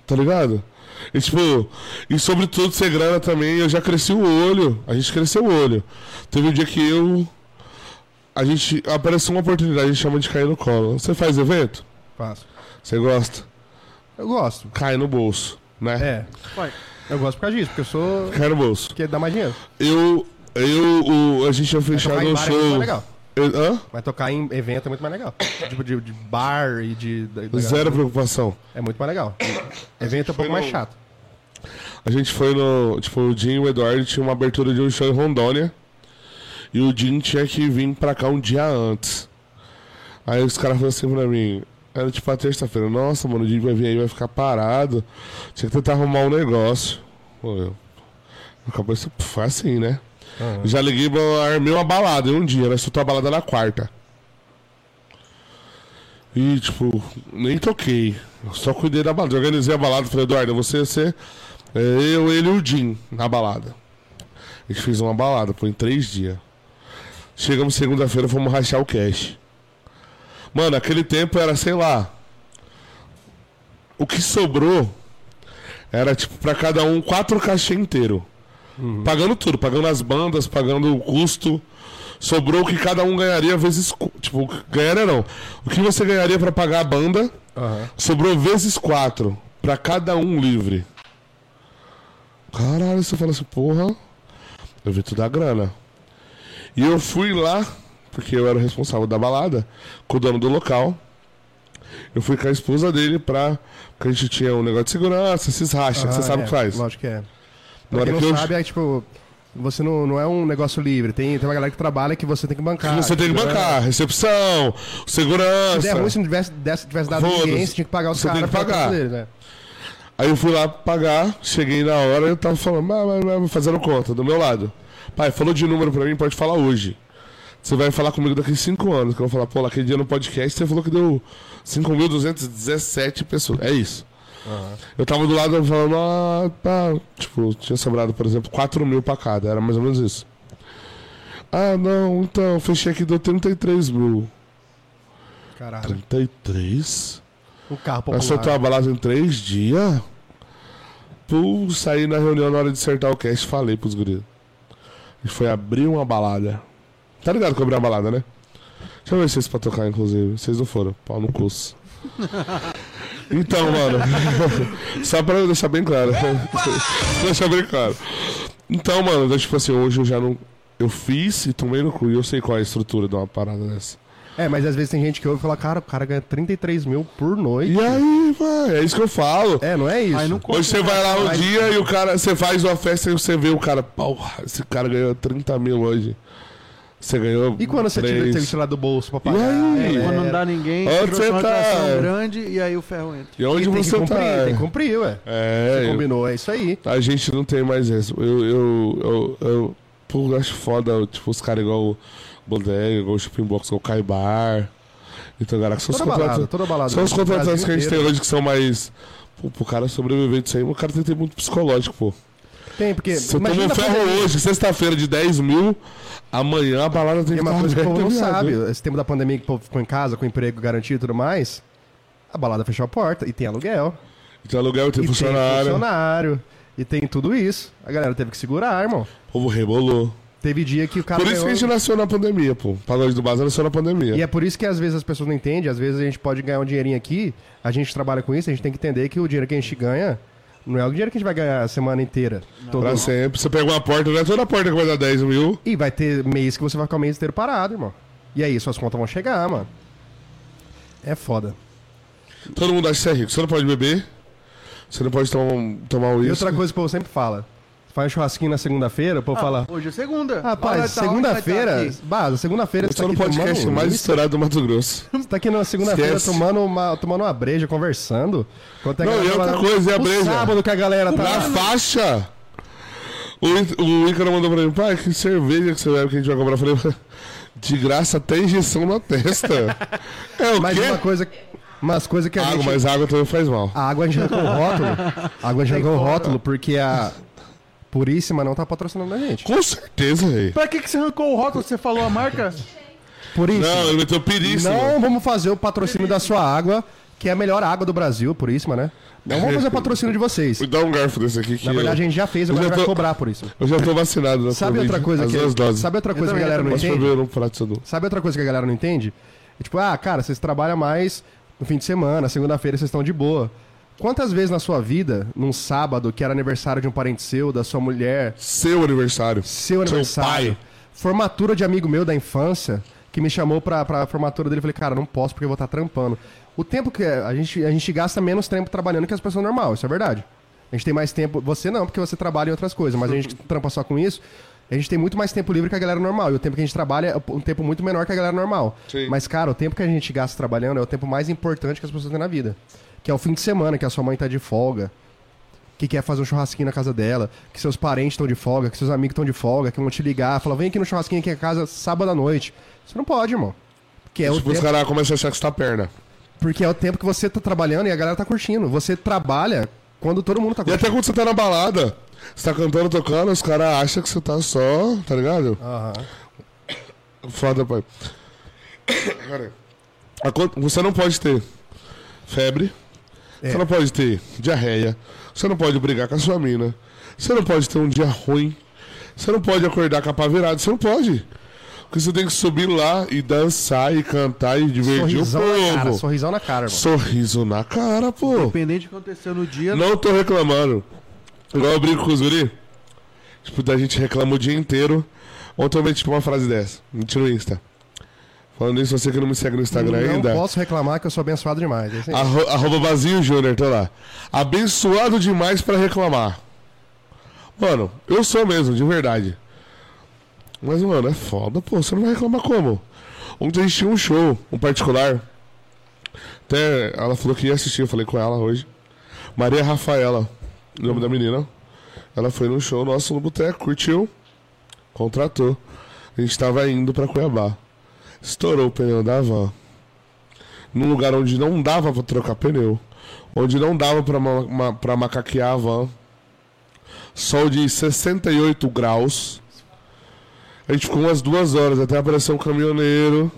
Speaker 3: Tá ligado? E tipo, e sobretudo ser grana também, eu já cresci o olho. A gente cresceu o olho. Teve um dia que eu. A gente. Apareceu uma oportunidade, a gente chama de cair no colo. Você faz evento?
Speaker 1: Faço.
Speaker 3: Você gosta?
Speaker 1: Eu gosto.
Speaker 3: Cai no bolso, né?
Speaker 1: É.
Speaker 2: Vai.
Speaker 1: Eu gosto por causa disso, porque eu sou.
Speaker 3: Cai no bolso.
Speaker 1: Quer dar mais dinheiro.
Speaker 3: Eu. Eu. o- a gente tinha
Speaker 1: Tocar
Speaker 3: fechado
Speaker 1: em
Speaker 3: um
Speaker 1: bar é muito mais
Speaker 3: show.
Speaker 1: legal.
Speaker 3: Eu- hã?
Speaker 1: Mas tocar em evento é muito mais legal. tipo, de, de bar e de. da- da-
Speaker 3: Zero preocupação.
Speaker 1: É muito mais legal. evento é um pouco mais chato.
Speaker 3: A gente foi no. Tipo, o Jim e o Eduardo tinha uma abertura de um show em Rondônia. E o Jim tinha que vir pra cá um dia antes. Aí os caras falaram assim pra mim. Era tipo a terça-feira. Nossa, mano, o Jim vai vir aí, vai ficar parado. Tinha que tentar arrumar um negócio. Pô, eu. Na cabeça, pô, foi assim, né? Já liguei pra. Armei uma balada em um dia, nós soltou a balada na quarta. E, tipo, nem toquei. Eu Só cuidei da balada. Eu organizei a balada. Falei, Eduardo, você, você. é, Eu, ele e o Jim na balada. A gente fez uma balada, pô, em três dias. Chegamos segunda-feira, fomos rachar o cash. Mano, aquele tempo era, sei lá. O que sobrou era, tipo, pra cada um, quatro cachê inteiro. Pagando tudo, pagando as bandas, pagando o custo. Sobrou o que cada um ganharia vezes. cu- Tipo, o que- ganharia não. O que você ganharia pra pagar a banda,
Speaker 1: Aham.
Speaker 3: sobrou vezes quatro. Pra cada um livre. Caralho, você fala assim, porra. Eu vi tudo da grana. E eu fui lá, porque eu era o responsável da balada, com o dono do local. Eu fui com a esposa dele pra. Porque a gente tinha um negócio de segurança, esses rachas, que você
Speaker 1: Ah,
Speaker 3: sabe o
Speaker 1: é,
Speaker 3: que faz.
Speaker 1: Lógico que é.
Speaker 3: Na
Speaker 1: Pra
Speaker 3: hora
Speaker 1: quem não
Speaker 3: que eu-
Speaker 1: sabe, é tipo. Você não, não é um negócio livre. Tem, tem uma galera que trabalha que você tem que bancar.
Speaker 3: você tem que
Speaker 1: entendeu?
Speaker 3: bancar, recepção,
Speaker 1: é Se der ruim,
Speaker 3: segurança.
Speaker 1: se não tivesse, desse- tivesse dado
Speaker 3: Foda-se.
Speaker 1: ninguém, você tinha que pagar os
Speaker 3: Você tem
Speaker 1: caras
Speaker 3: que
Speaker 1: pra
Speaker 3: pagar.
Speaker 1: conta deles, né?
Speaker 3: Aí eu fui lá pagar, cheguei na hora eu tava falando, mas, mas, mas", fazendo conta, do meu lado. Pai, falou de número pra mim, pode falar hoje. Você vai falar comigo daqui cinco anos, que eu vou falar, pô, lá aquele dia no podcast você falou que deu 5.217 pessoas. É isso. Eu tava do lado falando, ah, tá. Tipo, tinha sobrado, por exemplo, 4 mil pra cada, era mais ou menos isso. Ah, não, então, fechei aqui, deu 33 mil.
Speaker 1: Caralho.
Speaker 3: 33?
Speaker 1: O carro
Speaker 3: Nós soltamos
Speaker 1: popular.
Speaker 3: a balada em três dias. Pô, saí na reunião na hora de acertar o cast falei pros guris. A gente foi abrir uma balada. Tá ligado que eu abri uma balada, né? Deixa eu ver vocês pra tocar, inclusive. Vocês não foram. Pau no curso. Então, mano. só pra eu deixar bem claro. deixar bem claro. Então, mano, então, tipo assim, hoje eu já não. Eu fiz e tomei no cu. E eu sei qual é a estrutura de uma parada dessa.
Speaker 1: É, mas às vezes tem gente que ouve e fala, cara, o cara ganha 33 mil por noite.
Speaker 3: E aí, mano, é isso que eu falo.
Speaker 1: É, não é isso?
Speaker 2: Aí não conta.
Speaker 3: Hoje você vai lá um
Speaker 1: Mas-
Speaker 3: dia e o cara, você faz uma festa e você vê o cara, porra, esse cara ganhou 30 mil hoje. Você ganhou.
Speaker 1: E quando você tira,
Speaker 3: três.
Speaker 1: tem que tirar do bolso pra pagar?
Speaker 3: E aí?
Speaker 1: É,
Speaker 2: Quando não dá ninguém,
Speaker 3: Onde
Speaker 2: trouxe
Speaker 3: você
Speaker 2: uma
Speaker 3: tá?
Speaker 2: atração grande e aí o ferro entra.
Speaker 3: E onde
Speaker 1: e tem
Speaker 3: você
Speaker 1: que cumprir,
Speaker 3: tá?
Speaker 1: tem que cumprir, ué.
Speaker 3: É, eu-
Speaker 1: Combinou, é isso aí.
Speaker 3: a gente não tem mais isso. Eu, eu, eu, eu, pô, eu acho foda, tipo, os caras igual o Bodega, igual o Shopping Box, igual o Caibar. Então, cara, que são os
Speaker 1: Toda balada,
Speaker 3: contratos.
Speaker 1: toda balada.
Speaker 3: São os contratantes
Speaker 1: Brasil
Speaker 3: que a gente tem
Speaker 1: inteiro.
Speaker 3: hoje que são mais. Pô, pro cara sobreviver disso aí, o cara tem que ter muito psicológico, pô.
Speaker 1: Tem, porque.
Speaker 3: Se eu
Speaker 1: imagina é
Speaker 3: tomo
Speaker 1: a
Speaker 3: ferro
Speaker 1: pandemia.
Speaker 3: hoje, sexta-feira de 10 mil, amanhã a balada tem
Speaker 1: E
Speaker 3: que tá
Speaker 1: é uma coisa que o
Speaker 3: aberta,
Speaker 1: povo não
Speaker 3: viado.
Speaker 1: sabe. Esse tempo da pandemia que o povo ficou em casa, com emprego garantido e tudo mais, a balada fechou a porta e tem aluguel.
Speaker 3: Tem aluguel, tem
Speaker 1: e tem
Speaker 3: funcionário.
Speaker 1: funcionário. E tem tudo isso. A galera teve que segurar, irmão.
Speaker 3: O povo rebolou.
Speaker 1: Teve dia que o cara.
Speaker 3: Por isso que a
Speaker 1: ganhou-
Speaker 3: gente nasceu na pandemia, pô. O pagode do Bazar nasceu na pandemia.
Speaker 1: E é por isso que às vezes as pessoas não entendem, às vezes a gente pode ganhar um dinheirinho aqui, a gente trabalha com isso, a gente tem que entender que o dinheiro que a gente ganha não é o dinheiro que a gente vai ganhar a semana inteira. todo
Speaker 3: Pra sempre. Você pega uma porta, não é toda porta que vai dar 10 mil.
Speaker 1: E vai ter mês que você vai ficar o mês inteiro parado, irmão. E aí, suas contas vão chegar, mano. É foda.
Speaker 3: Todo mundo acha que você é rico. Você não pode beber. Você não pode tomar um, tomar um
Speaker 1: E
Speaker 3: uísque.
Speaker 1: outra coisa que o povo sempre fala: Faz churrasquinho na segunda-feira, o povo fala.
Speaker 2: Hoje é segunda.
Speaker 1: Ah,
Speaker 2: Olha,
Speaker 1: pai,
Speaker 2: tá, olha,
Speaker 1: segunda-feira.
Speaker 2: tá aqui.
Speaker 1: Baza, segunda-feira
Speaker 3: Eu
Speaker 1: você tá
Speaker 3: tô no
Speaker 1: aqui
Speaker 3: podcast
Speaker 1: tomando.
Speaker 3: mais estourado do Mato Grosso.
Speaker 1: Você tá aqui na segunda-feira
Speaker 3: Esquece.
Speaker 1: tomando uma, tomando uma breja, conversando. Enquanto a
Speaker 3: Não,
Speaker 1: galera
Speaker 3: e outra
Speaker 1: lá-
Speaker 3: coisa, é a
Speaker 1: O
Speaker 3: breja.
Speaker 1: sábado que a galera tá.
Speaker 3: Na faixa! O, Í- o Ícaro mandou pra mim, pai, que cerveja que você bebe que a gente vai comprar? Eu falei, de graça até injeção na testa. É o
Speaker 1: Mas
Speaker 3: quê?
Speaker 1: uma coisa. Umas coisas que a
Speaker 3: Água,
Speaker 1: gente.
Speaker 3: mas água também faz mal.
Speaker 1: A água a gente arrancou o rótulo. A água a gente arrancou o rótulo porque a Puríssima não tá patrocinando a gente.
Speaker 3: Com certeza, rei.
Speaker 2: Pra que, que você arrancou o rótulo? Você falou a marca?
Speaker 1: Puríssima.
Speaker 3: Não, ele meteu piríssimo.
Speaker 1: Não vamos fazer o patrocínio da sua água, que é a melhor água do Brasil, Puríssima, né? Não vamos fazer o patrocínio de vocês.
Speaker 3: Me dá um garfo desse aqui que
Speaker 1: Na verdade, a gente já fez, agora
Speaker 3: Eu já
Speaker 1: vai
Speaker 3: tô-
Speaker 1: cobrar por isso.
Speaker 3: eu, eu já tô vacinado. da
Speaker 1: Sabe outra
Speaker 3: Covid,
Speaker 1: coisa
Speaker 3: As
Speaker 1: que.
Speaker 3: duas doses.
Speaker 1: Sabe outra coisa que a galera não
Speaker 3: Posso
Speaker 1: entende?
Speaker 3: beber um prato seu do-
Speaker 1: Sabe outra coisa que a galera não entende? É tipo, ah, cara, vocês trabalham mais no fim de semana, segunda-feira vocês estão de boa. Quantas vezes na sua vida, num sábado, que era aniversário de um parente seu, da sua mulher,
Speaker 3: Seu aniversário.
Speaker 1: seu aniversário,
Speaker 3: pai.
Speaker 1: formatura de amigo meu da infância, que me chamou pra, pra formatura dele, eu falei, cara, não posso porque eu vou estar trampando. O tempo que é, a gente, a gente gasta menos tempo trabalhando que as pessoas normal, isso é verdade. A gente tem mais tempo, você não, porque você trabalha em outras coisas, mas a gente que trampa só com isso. A gente tem muito mais tempo livre que a galera normal. E o tempo que a gente trabalha é um tempo muito menor que a galera normal.
Speaker 3: Sim.
Speaker 1: Mas, cara, o tempo que a gente gasta trabalhando é o tempo mais importante que as pessoas têm na vida. Que é o fim de semana, que a sua mãe tá de folga que quer fazer um churrasquinho na casa dela, que seus parentes estão de folga, que seus amigos estão de folga, que vão te ligar, falar, vem aqui no churrasquinho aqui em casa sábado à noite. Você não pode, irmão. Porque é, o
Speaker 3: Tipo, os
Speaker 1: tempo,
Speaker 3: caras começam a achar que você tá perna.
Speaker 1: porque é o tempo que você tá trabalhando e a galera tá curtindo. Você trabalha quando todo mundo tá
Speaker 3: E
Speaker 1: curtindo.
Speaker 3: até quando você tá na balada, você tá cantando, tocando, os caras acham que você tá só, tá ligado?
Speaker 1: Aham.
Speaker 3: Foda, pai. Cara, a co- Você não pode ter febre,
Speaker 1: É.
Speaker 3: você não pode ter diarreia, você não pode brigar com a sua mina, você não pode ter um dia ruim, você não pode acordar com a pá virada, você não pode. Porque você tem que subir lá e dançar e cantar e divertir
Speaker 1: Sorrisão
Speaker 3: o povo.
Speaker 1: na cara, sorrisão na cara, irmão.
Speaker 3: Sorriso na cara, pô.
Speaker 2: Independente do que aconteceu no dia.
Speaker 3: Não tô reclamando. Igual eu brinco com os guri. Tipo, da gente reclama o dia inteiro. Ontem eu meti tipo, uma frase dessa. Meti no Insta. Falando isso, você que não me segue no Instagram
Speaker 1: Não
Speaker 3: ainda.
Speaker 1: posso reclamar que eu sou abençoado demais. É assim.
Speaker 3: Arro- arroba vazio Júnior, tô lá. Abençoado demais pra reclamar. Mano, eu sou mesmo, de verdade. Mas, mano, é foda, pô. Você não vai reclamar como? Ontem a gente tinha um show, um particular. Até ela falou que ia assistir, eu falei com ela hoje. Maria Rafaela, o nome da menina. Ela foi num show nosso no boteco, curtiu, contratou. A gente tava indo pra Cuiabá. Estourou o pneu da van num lugar onde não dava pra trocar pneu, onde não dava pra, ma ma- pra macaquear a van. Sol de 68 graus. A gente ficou umas duas horas até aparecer um caminhoneiro.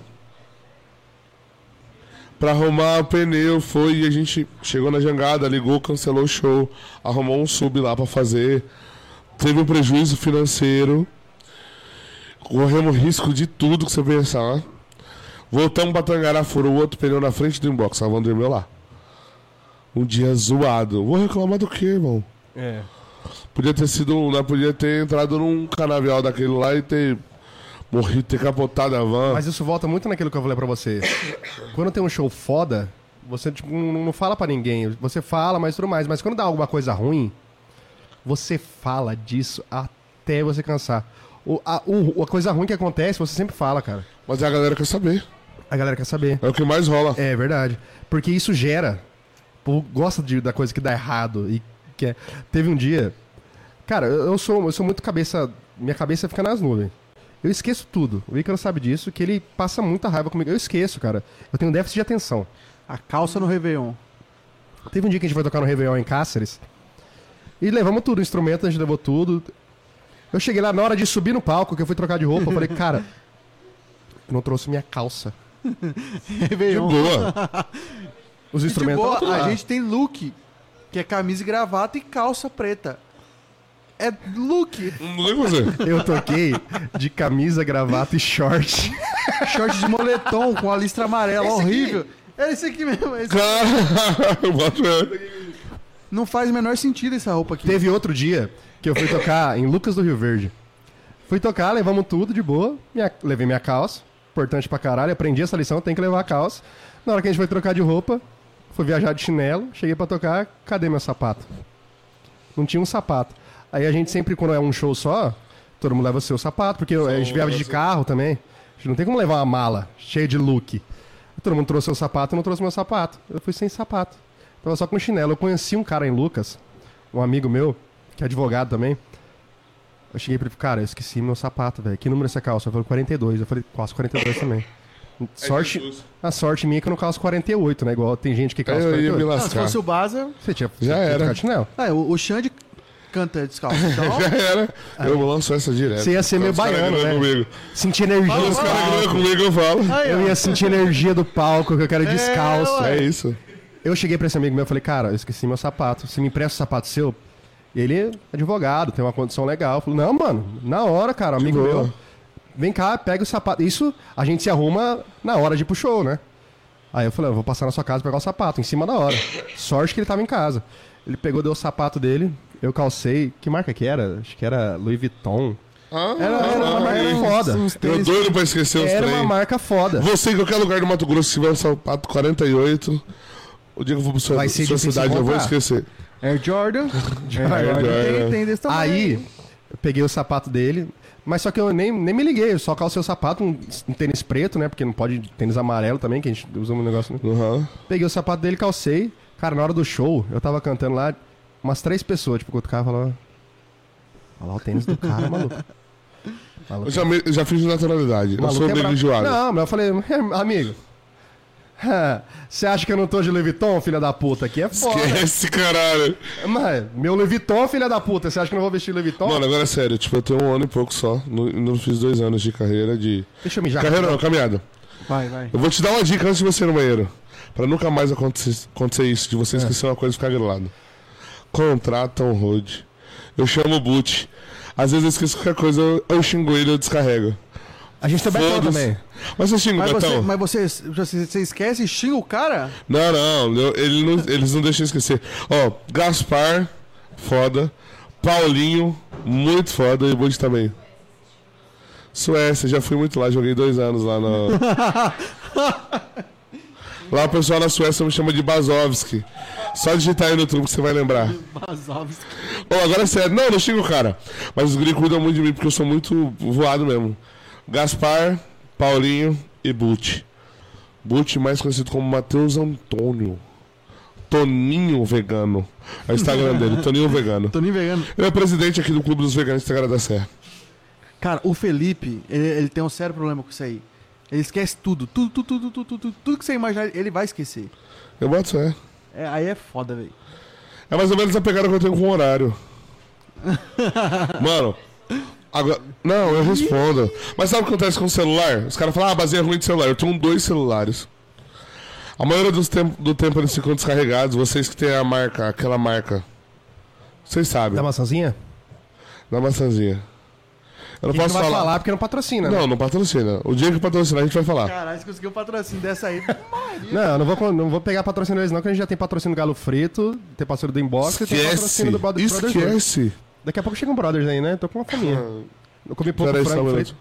Speaker 3: Pra arrumar o pneu, foi e a gente chegou na jangada, ligou, cancelou o show, arrumou um sub lá pra fazer. Teve um prejuízo financeiro. Corremos risco de tudo que você pensar. Voltamos pra Tangará, furou o outro pneu na frente do inbox. A van dormiu lá. Um dia zoado. Vou reclamar do que, irmão?
Speaker 1: É.
Speaker 3: Podia ter sido um. né? Podia ter entrado num canavial daquele lá e ter morrido, ter capotado a van.
Speaker 1: Mas isso volta muito naquilo que eu falei pra você. quando tem um show foda, você tipo, não não fala pra ninguém. Você fala, mas tudo mais. Mas quando dá alguma coisa ruim, você fala disso até você cansar. O, a, o- a coisa ruim que acontece, você sempre fala, cara.
Speaker 3: Mas a galera quer saber.
Speaker 1: A galera quer saber.
Speaker 3: É o que mais rola.
Speaker 1: É verdade. Porque isso gera. O povo gosta de, da coisa que dá errado. E que é- Teve um dia. Cara, eu eu sou, eu sou muito cabeça. Minha cabeça fica nas nuvens. Eu esqueço tudo. O Icaro sabe disso, que ele passa muita raiva comigo. Eu esqueço, cara. Eu tenho déficit de atenção.
Speaker 2: A calça no Réveillon.
Speaker 1: Teve um dia que a gente foi tocar no Réveillon em Cáceres. E levamos tudo, o instrumento, a gente levou tudo. Eu cheguei lá na hora de subir no palco, que eu fui trocar de roupa, eu falei, cara, eu não trouxe minha calça.
Speaker 3: De
Speaker 2: Réveillon.
Speaker 3: boa.
Speaker 1: Os
Speaker 2: E de
Speaker 1: instrumentos.
Speaker 2: boa,
Speaker 1: tudo lá.
Speaker 2: a gente tem look, que é camisa e gravata e calça preta. É look.
Speaker 3: Não tem o que fazer.
Speaker 1: Eu toquei de camisa, gravata e short.
Speaker 2: Short de moletom com a listra amarela, horrível. É esse aqui mesmo. é esse-
Speaker 3: Cara, eu boto ele.
Speaker 2: Não faz o menor sentido essa roupa aqui.
Speaker 1: Teve outro dia que eu fui tocar em Lucas do Rio Verde. Fui tocar, levamos tudo de boa. Minha- levei minha calça, importante pra caralho. Aprendi essa lição, tem que levar a calça. Na hora que a gente foi trocar de roupa, fui viajar de chinelo, cheguei pra tocar, cadê meu sapato? Não tinha um sapato. Aí a gente sempre, quando é um show só, todo mundo leva seu sapato, porque a gente viaja de carro também. A gente não tem como levar uma mala cheia de look. Todo mundo trouxe seu sapato, eu não trouxe meu sapato. Eu fui sem sapato. Tava só com chinelo. Eu conheci um cara em Lucas, um amigo meu, que é advogado também. Eu cheguei pra ele, cara, eu esqueci meu sapato, velho. Que número é essa calça? Ele falou 42. Eu falei, calça 42 também. Sorte,
Speaker 3: É Jesus.
Speaker 1: a sorte minha é que eu não calço 48, né? Igual tem gente que calça
Speaker 3: Eu ia me
Speaker 1: 48.
Speaker 2: Ah, se
Speaker 3: lascar.
Speaker 2: fosse o Baza.
Speaker 1: Você tinha, você
Speaker 3: Já
Speaker 1: tinha que
Speaker 3: era.
Speaker 1: ficar de chinelo.
Speaker 2: Ah, o, o Xande canta descalço. Então,
Speaker 3: Já era. Eu lanço essa direto.
Speaker 1: É. Você ia ser meio
Speaker 3: Os caras
Speaker 1: baiano,
Speaker 3: grilando
Speaker 1: né?
Speaker 3: comigo.
Speaker 1: Sentir energia.
Speaker 3: Os caras grilando comigo, eu falo.
Speaker 2: aí,
Speaker 1: Eu
Speaker 2: ó.
Speaker 1: ia sentir energia do palco, que eu quero ir descalço.
Speaker 3: É isso.
Speaker 1: Eu cheguei pra esse amigo meu e falei, cara, eu esqueci meu sapato. Você me empresta o sapato seu? E ele é advogado, tem uma condição legal. Eu falei, não, mano, na hora, cara, amigo
Speaker 3: boa.
Speaker 1: meu. Vem cá, pega o sapato. Isso a gente se arruma na hora de ir pro show, né? Aí eu falei, eu vou passar na sua casa pegar o sapato, em cima da hora. Sorte que ele tava em casa. Ele pegou, deu o sapato dele, eu calcei. Que marca que era? Acho que era Louis Vuitton.
Speaker 3: Ah,
Speaker 1: Era, era uma marca foda.
Speaker 3: eu doido pra esquecer os
Speaker 1: Era uma
Speaker 3: trem.
Speaker 1: marca foda.
Speaker 3: Você em qualquer lugar do Mato Grosso, se tiver um sapato 48, o dia que eu vou pra sua,
Speaker 1: Vai ser
Speaker 3: sua
Speaker 1: difícil
Speaker 3: cidade, eu vou
Speaker 1: encontrar. É
Speaker 3: esquecer.
Speaker 2: Air Jordan.
Speaker 3: Air Jordan.
Speaker 2: Tem, tem desse tamanho.
Speaker 1: Aí, eu peguei o sapato dele, mas só que eu nem, nem me liguei, eu só calcei o sapato, um, um tênis preto, né? Porque não pode tênis amarelo também, que a gente usa um negócio. Né?
Speaker 3: Uhum.
Speaker 1: Peguei o sapato dele, calcei. Cara, na hora do show, eu tava cantando lá, umas três pessoas, tipo, o cara falou. Olha lá o tênis do cara, maluco. Maluco. é
Speaker 3: Eu já, me- eu já fiz de naturalidade. Eu
Speaker 1: Maluco
Speaker 3: sou
Speaker 1: é brabo.
Speaker 3: privilegiado.
Speaker 1: Não, mas eu falei, "É, amigo. Você acha que eu não tô de Louis Vuitton, filha da puta? Aqui é foda.
Speaker 3: Esquece, caralho.
Speaker 1: Mas, meu Louis Vuitton, filha da puta. Você acha que eu não vou vestir Louis Vuitton?
Speaker 3: Mano, agora é sério. Tipo, eu tenho um ano e pouco só. Não, não fiz dois anos de carreira de...
Speaker 1: Deixa eu mijar.
Speaker 3: Carreira não, caminhada.
Speaker 2: Vai, vai.
Speaker 3: Eu vou te dar uma dica antes de você ir no banheiro. Pra nunca mais acontecer, acontecer isso, de
Speaker 2: É.
Speaker 3: você esquecer uma coisa e ficar grilado. Contrata um road. Eu chamo o boot. Às vezes eu esqueço qualquer coisa, eu, eu xingo ele, eu descarrego.
Speaker 1: tá? A gente tem Betão
Speaker 3: Foda-se.
Speaker 1: também.
Speaker 3: Mas você xinga
Speaker 2: Mas,
Speaker 3: o
Speaker 2: você,
Speaker 3: Betão?
Speaker 2: mas você, você, você esquece e xinga o cara?
Speaker 3: Não, não, eu- ele não- eles não deixam eu esquecer. Ó, Gaspar, foda. Paulinho, muito foda. E o Bud também. Suécia, já fui muito lá, joguei dois anos lá no. lá o pessoal na Suécia me chama de Bazovski. Só digitar aí no truque que você vai lembrar.
Speaker 2: Bazovski.
Speaker 3: Ô, agora é sério. Não, não xingo o cara. Mas os gringos cuidam muito de mim, porque eu sou muito voado mesmo. Gaspar, Paulinho e Butch. Butch, mais conhecido como Matheus Antônio. Toninho Vegano. É o Instagram dele, Toninho Vegano.
Speaker 2: Tô nem vegano.
Speaker 3: Ele é presidente aqui do Clube dos Veganos Instagram da Serra.
Speaker 2: Cara, o Felipe, ele, ele tem um sério problema com isso aí. Ele esquece tudo. Tudo, tudo, tudo, tudo, tudo, tudo que você imaginar, ele vai esquecer.
Speaker 3: Eu boto fé.
Speaker 2: É, aí é foda, velho.
Speaker 3: É mais ou menos a pegada que eu tenho com o horário. Mano, agora. Não, eu respondo. Mas sabe o que acontece com o celular? Os caras falam, ah, baseia ruim de celular. Eu tenho dois celulares. A maioria dos tem- do tempo eles ficam descarregados. Vocês que têm a marca, aquela marca. Vocês sabem,
Speaker 1: Da maçãzinha?
Speaker 3: da maçãzinha. Eu não
Speaker 1: A gente
Speaker 3: posso
Speaker 1: não vai
Speaker 3: falar.
Speaker 1: falar porque não patrocina. né?
Speaker 3: Não, não patrocina. O dia que patrocinar, a gente vai falar.
Speaker 2: Caralho, você conseguiu um patrocínio dessa aí.
Speaker 1: Não, eu não vou, con- não vou pegar patrocínio deles, não, que a gente já tem patrocínio do Galo Frito, tem patrocínio do Inbox e tem
Speaker 3: Esquece.
Speaker 1: patrocínio do Brother Brothers. Dois.
Speaker 3: Esquece.
Speaker 1: Daqui a pouco chegam Brothers aí, né? Tô com uma faminha. Eu comi pouco
Speaker 3: Peraí, só um
Speaker 1: frango
Speaker 3: minuto.
Speaker 1: frito.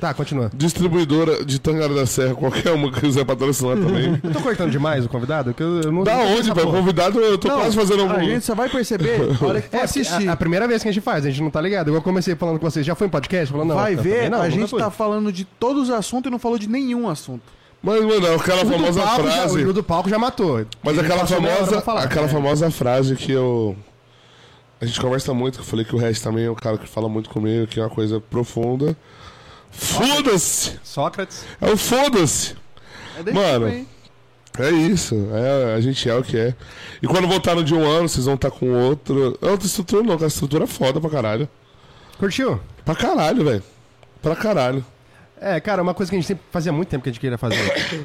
Speaker 1: Tá, continua.
Speaker 3: Distribuidora de Tangara da Serra, qualquer uma que quiser patrocinar também.
Speaker 1: Eu tô cortando demais o convidado? Que eu, eu não,
Speaker 3: Da
Speaker 1: não ah,
Speaker 3: onde, velho? Convidado, eu tô
Speaker 2: Não,
Speaker 3: quase fazendo
Speaker 2: A
Speaker 3: algum.
Speaker 2: gente só vai perceber na hora que for
Speaker 1: um- É,
Speaker 2: assistir.
Speaker 1: a, a primeira vez que a gente faz, a gente não tá ligado. Eu comecei falando com vocês, já foi em podcast? Falando, não,
Speaker 2: vai
Speaker 1: tá-
Speaker 2: ver,
Speaker 1: também não,
Speaker 2: a
Speaker 1: nunca
Speaker 2: gente
Speaker 1: fui.
Speaker 2: tá falando de todos os assuntos e não falou de nenhum assunto.
Speaker 3: Mas, mano, é aquela
Speaker 1: O do
Speaker 3: famosa
Speaker 1: palco já-
Speaker 3: frase.
Speaker 1: o do palco já matou.
Speaker 3: Mas
Speaker 1: Ele
Speaker 3: aquela
Speaker 1: passou meia hora
Speaker 3: famosa.
Speaker 1: pra falar.
Speaker 3: aquela
Speaker 1: É.
Speaker 3: famosa frase que eu. A gente conversa muito, que eu falei que o resto também é um cara que fala muito comigo, que é uma coisa profunda. Foda-se!
Speaker 1: Sócrates.
Speaker 3: É o foda-se!
Speaker 2: É desse
Speaker 3: Mano,
Speaker 2: tipo, hein?
Speaker 3: É isso, é, a gente é o que é. E quando voltaram de um ano, vocês vão estar com outro. É outra estrutura não, que é uma estrutura foda pra caralho.
Speaker 1: Curtiu?
Speaker 3: Pra caralho, velho. Pra caralho.
Speaker 1: É, cara, uma coisa que a gente sempre fazia muito tempo que a gente queria fazer.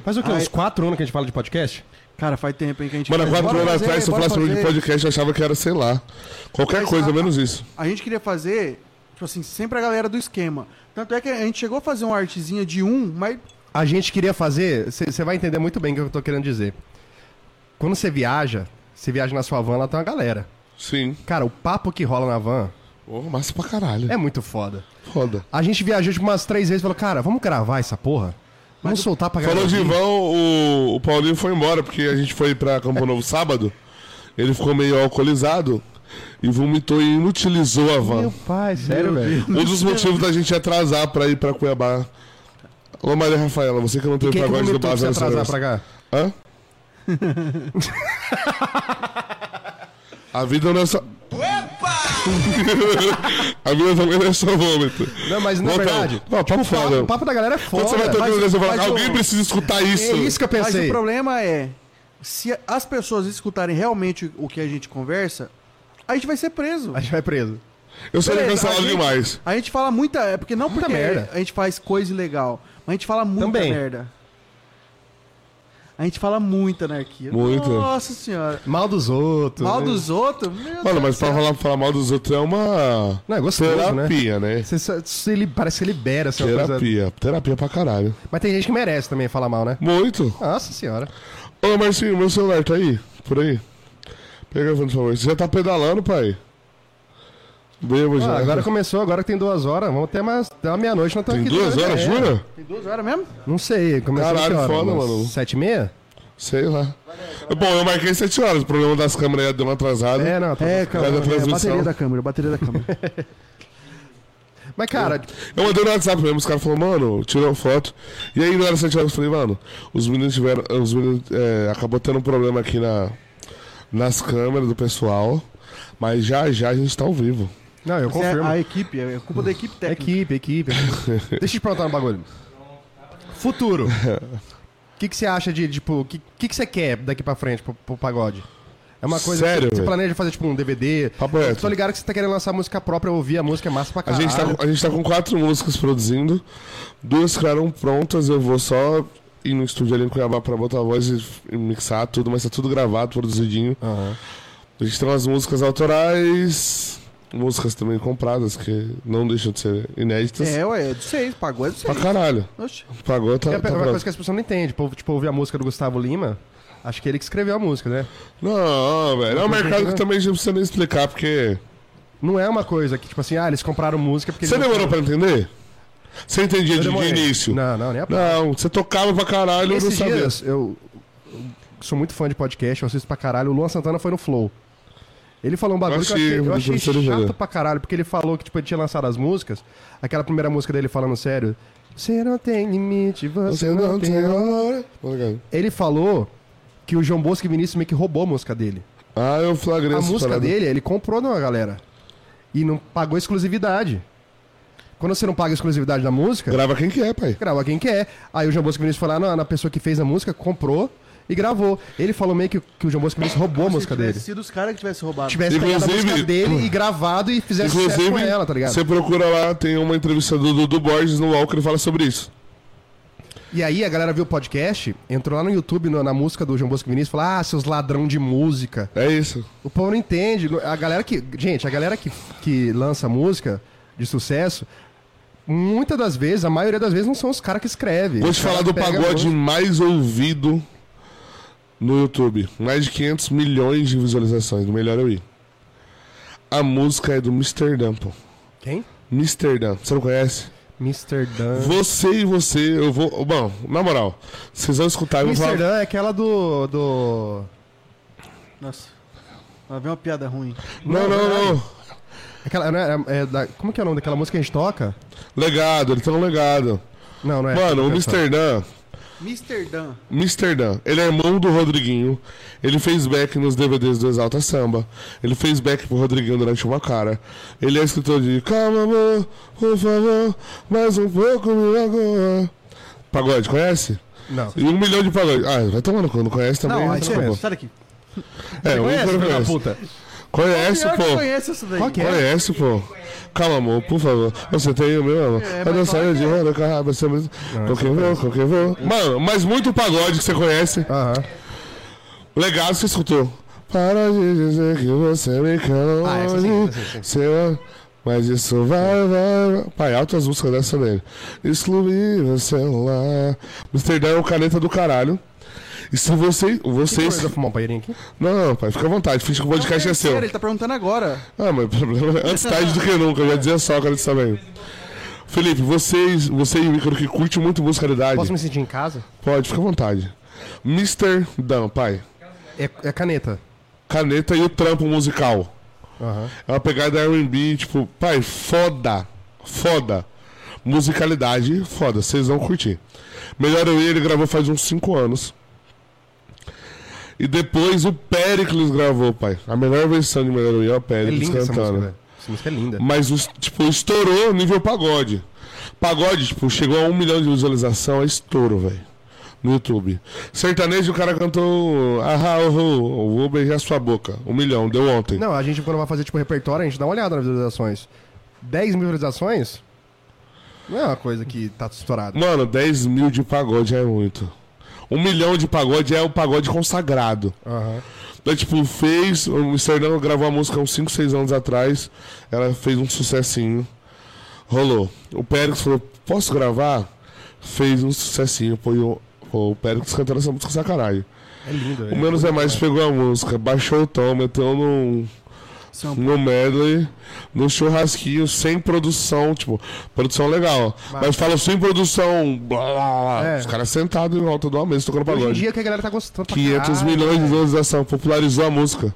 Speaker 1: Faz o quê?
Speaker 2: Ah,
Speaker 1: Uns
Speaker 2: é-
Speaker 1: quatro anos que a gente fala de podcast?
Speaker 2: Cara, faz tempo, hein, que a gente...
Speaker 1: É,
Speaker 3: Mano, há quatro
Speaker 2: Bora
Speaker 3: anos
Speaker 2: fazer,
Speaker 3: atrás, se eu
Speaker 2: bora
Speaker 3: falasse sobre
Speaker 2: fazer.
Speaker 3: podcast, eu achava que era, sei lá. Qualquer
Speaker 2: Mas
Speaker 3: coisa,
Speaker 2: a-
Speaker 3: menos isso.
Speaker 2: A gente queria fazer, tipo assim, sempre a galera do esquema. Tanto é que a gente chegou a fazer uma artezinha de um, mas
Speaker 1: A gente queria fazer. Você vai entender muito bem o que eu tô querendo dizer. Quando você viaja, você viaja na sua van, lá tem uma galera.
Speaker 3: Sim.
Speaker 1: Cara, o papo que rola na van
Speaker 3: Ô, massa pra caralho.
Speaker 1: é muito foda.
Speaker 3: Foda.
Speaker 1: A gente viajou tipo, umas três vezes e falou, cara, vamos gravar essa porra? Vamos soltar pra galera.
Speaker 3: Falou de
Speaker 1: ouvir?"
Speaker 3: Ivan, o, o Paulinho foi embora, porque a gente foi pra Campo Novo sábado. Ele ficou meio alcoolizado. e vomitou e inutilizou a van.
Speaker 1: Meu pai, sério, velho.
Speaker 3: Um dos motivos da gente atrasar pra ir pra Cuiabá. Ô Maria Rafaela, você que não teve
Speaker 1: Quem é que
Speaker 3: pagode do
Speaker 1: vomitou pra
Speaker 3: Bazar
Speaker 1: você
Speaker 3: nessa
Speaker 1: atrasar
Speaker 3: vez.
Speaker 1: pra cá?
Speaker 3: Hã? a vida não é só. a vida também não é só vômito.
Speaker 1: Não, mas na
Speaker 3: Volta.
Speaker 1: verdade,
Speaker 3: Não, papo
Speaker 1: o papo,
Speaker 3: foda.
Speaker 1: o papo da galera é foda.
Speaker 3: Quando você vai ter
Speaker 1: Mas-
Speaker 3: alguém, você fala,
Speaker 2: mas
Speaker 3: alguém
Speaker 2: o-
Speaker 3: precisa escutar isso.
Speaker 1: É isso que eu
Speaker 2: Mas o
Speaker 1: pensei.
Speaker 2: problema é, se as pessoas escutarem realmente o que a gente conversa, a gente vai ser preso.
Speaker 1: A gente vai preso.
Speaker 3: Eu seria
Speaker 2: Beleza,
Speaker 3: cancelado
Speaker 2: a gente-
Speaker 3: demais.
Speaker 2: A gente fala muita. É porque não porque
Speaker 1: merda.
Speaker 2: a gente faz coisa ilegal, mas a gente fala muita
Speaker 1: Também.
Speaker 2: merda. A gente fala muita anarquia.
Speaker 3: Muita.
Speaker 2: Nossa senhora.
Speaker 1: Mal dos outros.
Speaker 2: Mal
Speaker 1: né?
Speaker 2: dos outros? meu
Speaker 3: Mano,
Speaker 2: Deus
Speaker 3: mas
Speaker 2: do
Speaker 3: pra
Speaker 2: céu.
Speaker 3: falar, falar mal dos outros é uma
Speaker 1: Não, é gostoso, né?
Speaker 3: terapia, né?
Speaker 1: Você, só- você li- parece que você libera essa coisa.
Speaker 3: Terapia. Terapia pra caralho.
Speaker 1: Mas tem gente que merece também falar mal, né?
Speaker 3: Muito.
Speaker 1: Nossa senhora.
Speaker 3: Ô, Marcinho, meu celular tá aí? Por aí? Pega o telefone, por favor. Você já tá pedalando, pai? Bebo
Speaker 1: Ah,
Speaker 3: já.
Speaker 1: agora começou, agora que tem duas horas. Vamos até mais até uma meia-noite, nós estamos
Speaker 3: Tem
Speaker 1: aqui.
Speaker 3: duas
Speaker 1: doido,
Speaker 3: horas,
Speaker 1: é.
Speaker 3: jura?
Speaker 2: Tem duas horas mesmo?
Speaker 1: Não sei, começou
Speaker 3: Caralho,
Speaker 1: que horas,
Speaker 3: foda,
Speaker 1: umas
Speaker 3: mano.
Speaker 1: Sete e meia?
Speaker 3: Sei lá. É Bom, eu marquei sete horas. O problema das câmeras aí deu uma atrasada.
Speaker 1: É, não. Tá...
Speaker 2: É,
Speaker 3: cara, Faz a é,
Speaker 2: bateria
Speaker 3: transmissão. bateria
Speaker 2: da
Speaker 3: da
Speaker 2: câmera, bateria da câmera.
Speaker 1: Mas, cara,
Speaker 3: Eu mandei no WhatsApp mesmo, os caras falaram, mano, tirou foto. E aí não era 7 horas, eu falei, mano, os meninos tiveram. Os meninos, é, acabou tendo um problema aqui na, nas câmeras do pessoal. Mas já já a gente tá ao vivo.
Speaker 1: não, eu confirmo.
Speaker 2: a equipe, é culpa da equipe técnica.
Speaker 1: Equipe, equipe. Deixa eu te perguntar um bagulho. Futuro. O que, que você acha de, tipo, o que, que, que você quer daqui pra frente pro, pro pagode? É uma coisa
Speaker 3: Sério,
Speaker 1: que você
Speaker 3: velho?
Speaker 1: planeja fazer, tipo, um DVD.
Speaker 3: Papo
Speaker 1: eu
Speaker 3: reto.
Speaker 1: tô ligado que você tá querendo lançar música própria, eu ouvi a música é massa pra
Speaker 3: A
Speaker 1: caralho.
Speaker 3: gente, tá, a gente tá com quatro músicas produzindo, duas ficaram prontas, eu vou só ir no estúdio ali em Cuiabá pra botar a voz e, e mixar tudo, mas tá tudo gravado, produzidinho.
Speaker 1: Aham.
Speaker 3: A gente tem umas músicas autorais, músicas também compradas, que não deixam de ser inéditas.
Speaker 2: É, ué, é de seis, pagou é de
Speaker 3: Pra
Speaker 2: seis.
Speaker 3: caralho.
Speaker 2: Oxi.
Speaker 3: Pagou,
Speaker 1: É
Speaker 3: tá,
Speaker 1: uma
Speaker 3: tá
Speaker 1: coisa
Speaker 3: pronto.
Speaker 1: que as pessoas não entendem. Tipo, tipo, ouvir a música do Gustavo Lima. Acho que ele que escreveu a música, né?
Speaker 3: Não, velho. É um mercado que também a gente não precisa nem explicar, porque.
Speaker 1: Não é uma coisa que, tipo assim, ah, eles compraram música porque...
Speaker 3: Você
Speaker 1: eles não-
Speaker 3: demorou pra entender? Você entendia
Speaker 1: Eu
Speaker 3: de, de
Speaker 1: demorei.
Speaker 3: início?
Speaker 1: Não, não, nem a
Speaker 3: Não, você tocava pra caralho, eu não
Speaker 1: Esses
Speaker 3: sabia.
Speaker 1: dias, eu eu sou muito fã de podcast, eu assisto pra caralho. O Luan Santana foi no Flow. Ele falou um bagulho
Speaker 3: Eu
Speaker 1: que eu achei, eu
Speaker 3: achei,
Speaker 1: achei
Speaker 3: professor
Speaker 1: chato
Speaker 3: Oliveira.
Speaker 1: pra caralho, porque ele falou que tipo, ele tinha lançado as músicas, aquela primeira música dele falando sério. Você não tem limite, você, não, tem.
Speaker 3: hora. Tá Obrigado.
Speaker 1: Ele falou que o João Bosco e Vinícius meio que roubou a música dele.
Speaker 3: Ah, eu flagrei
Speaker 1: a
Speaker 3: essa
Speaker 1: música
Speaker 3: parada.
Speaker 1: dele, ele comprou de uma galera. E não pagou exclusividade. Quando você não paga exclusividade da música,
Speaker 3: Grava quem quer, pai.
Speaker 1: grava quem quer. Aí o João Bosco Vinícius foi lá na, na pessoa que fez a música, comprou e gravou. Ele falou meio que, que o João Bosco Vinícius roubou a música
Speaker 2: Se tivesse
Speaker 1: dele.
Speaker 2: sido os caras que tivessem roubado.
Speaker 1: Tivesse pegado a
Speaker 3: Inclusive-
Speaker 1: música dele e gravado e fizesse sucesso com
Speaker 3: Inclusive,
Speaker 1: ela, tá ligado?
Speaker 3: você procura lá, tem uma entrevista do Dudu Borges no UOL que ele fala sobre isso.
Speaker 1: E aí a galera viu o podcast, entrou lá no YouTube no- na música do João Bosco Vinícius e falou: Ah, seus ladrão de música.
Speaker 3: É isso.
Speaker 1: O povo não entende. A galera que. Gente, a galera que, que lança música de sucesso. Muitas das vezes, a maioria das vezes, não são os caras que escrevem.
Speaker 3: Vou
Speaker 1: Os
Speaker 3: te
Speaker 1: caras
Speaker 3: falar do
Speaker 1: pegam a
Speaker 3: pagode
Speaker 1: música.
Speaker 3: mais ouvido no YouTube. Mais de 500 milhões de visualizações. Melhor eu ir. A música é do Mr. Dan, pô.
Speaker 1: Quem?
Speaker 3: Mr. Dan. Você não conhece?
Speaker 1: Mr. Dan.
Speaker 3: Você e você, eu vou. Bom, na moral, vocês vão escutar e vão
Speaker 1: Mr.
Speaker 3: falar.
Speaker 1: Dan é aquela do. do...
Speaker 2: Nossa. Lá vem uma piada ruim.
Speaker 3: Não, não, não.
Speaker 1: Aquela, não é, é da- como que é o nome daquela música que a gente toca?
Speaker 3: Legado, ele tem um legado.
Speaker 1: Não, não é.
Speaker 3: Mano, o Mr. Dan.
Speaker 2: Mr. Dan.
Speaker 3: Mr. Dan, ele é irmão do Rodriguinho. Ele fez back nos DVDs do Exalta Samba. Ele fez back pro Rodriguinho durante uma cara. Ele é escritor de Calma, amor, por favor, mais um pouco me agora. Pagode, conhece?
Speaker 1: Não.
Speaker 3: E um milhão de pagode. Ah, vai tomando quando não conhece também. tá
Speaker 2: Não, aí
Speaker 3: desculpa.
Speaker 2: você sai daqui.
Speaker 3: é, um
Speaker 1: Conhece,
Speaker 3: que
Speaker 1: filho da
Speaker 3: conhece.
Speaker 1: puta?
Speaker 3: Conhece,
Speaker 2: Pior que
Speaker 3: pô.
Speaker 2: conhece essa daí.
Speaker 1: Qual que é?
Speaker 3: Conhece, pô. Calma, amor, por favor. Você tem o meu amor.
Speaker 2: É,
Speaker 3: Eu
Speaker 2: mas
Speaker 3: não saio
Speaker 2: fala
Speaker 3: de
Speaker 2: que é.
Speaker 3: roda, carraba, você mesmo. Qualquer voo, qualquer voo. Mano, mas muito pagode que você conhece.
Speaker 1: Aham.
Speaker 3: Legal, você escutou. Para de dizer que você é me cama.
Speaker 1: Ah, essa sim, essa sim, sim.
Speaker 3: Seu- é um- Mas isso vai, vai, vai. Pai, altas músicas dessa dele. Excluir meu celular. Mr. Dan é o caneta do caralho. E se você.
Speaker 1: Tem
Speaker 3: Vocês.
Speaker 1: coisa pra fumar um paineirinho aqui?
Speaker 3: Não, não, pai, fica à vontade. Finge que o
Speaker 2: Não,
Speaker 3: podcast é seu.
Speaker 2: sério, Ele tá perguntando agora.
Speaker 3: Ah, mas o problema é antes tarde do que nunca. Eu já dizia Sócrates também. Felipe, vocês. Você e o Ícaro que curte muito musicalidade.
Speaker 1: Posso me sentir em casa?
Speaker 3: Pode, fica à vontade. Mr. Dan, pai.
Speaker 1: É, é caneta.
Speaker 3: Caneta e o trampo musical.
Speaker 1: Aham.
Speaker 3: É uma pegada R&B, tipo, pai, foda, foda. Musicalidade, foda, vocês vão curtir. Melhor Eu e ele gravou faz uns 5 anos. E depois o Péricles gravou, pai. A melhor versão de Melhor Eu e Eu é o
Speaker 1: É
Speaker 3: Péricles
Speaker 1: linda essa
Speaker 3: cantando.
Speaker 1: música, velho. Essa música é linda.
Speaker 3: Mas, os- tipo, estourou nível pagode. Pagode, tipo, chegou a um milhão de visualização, é estouro, velho. No YouTube. Sertanejo, o cara cantou. Ah, oh, oh, vou beijar sua boca. Um milhão, deu ontem.
Speaker 1: Hum. Não, a gente quando vai fazer tipo repertório, a gente dá uma olhada nas visualizações. 10 mil visualizações não é uma coisa que tá estourada.
Speaker 3: Mano, 10 mil de pagode é muito. Um milhão de pagode é o pagode consagrado.
Speaker 1: Aham.
Speaker 3: Então, tipo, fez. O Amsterdã gravou a música uns 5, 6 anos atrás. Ela fez um sucessinho. Rolou. O Périx falou: Posso gravar? Fez um sucessinho. Pô, e o- pô, o Périx cantando essa música sacanagem.
Speaker 1: É lindo,
Speaker 3: O
Speaker 1: velho.
Speaker 3: Menos é Mais pegou a música, baixou o tom, meteu num.
Speaker 2: São-
Speaker 3: No medley, no churrasquinho, sem produção, tipo, produção legal. Mas, fala sem produção, blá blá blá.
Speaker 1: É.
Speaker 3: Os caras sentados em volta de uma mesa tocando
Speaker 1: Hoje em
Speaker 3: pagode.
Speaker 1: dia que a galera tá gostando pra
Speaker 3: 500
Speaker 1: caralho,
Speaker 3: milhões de
Speaker 1: velho.
Speaker 3: visualização, popularizou a música.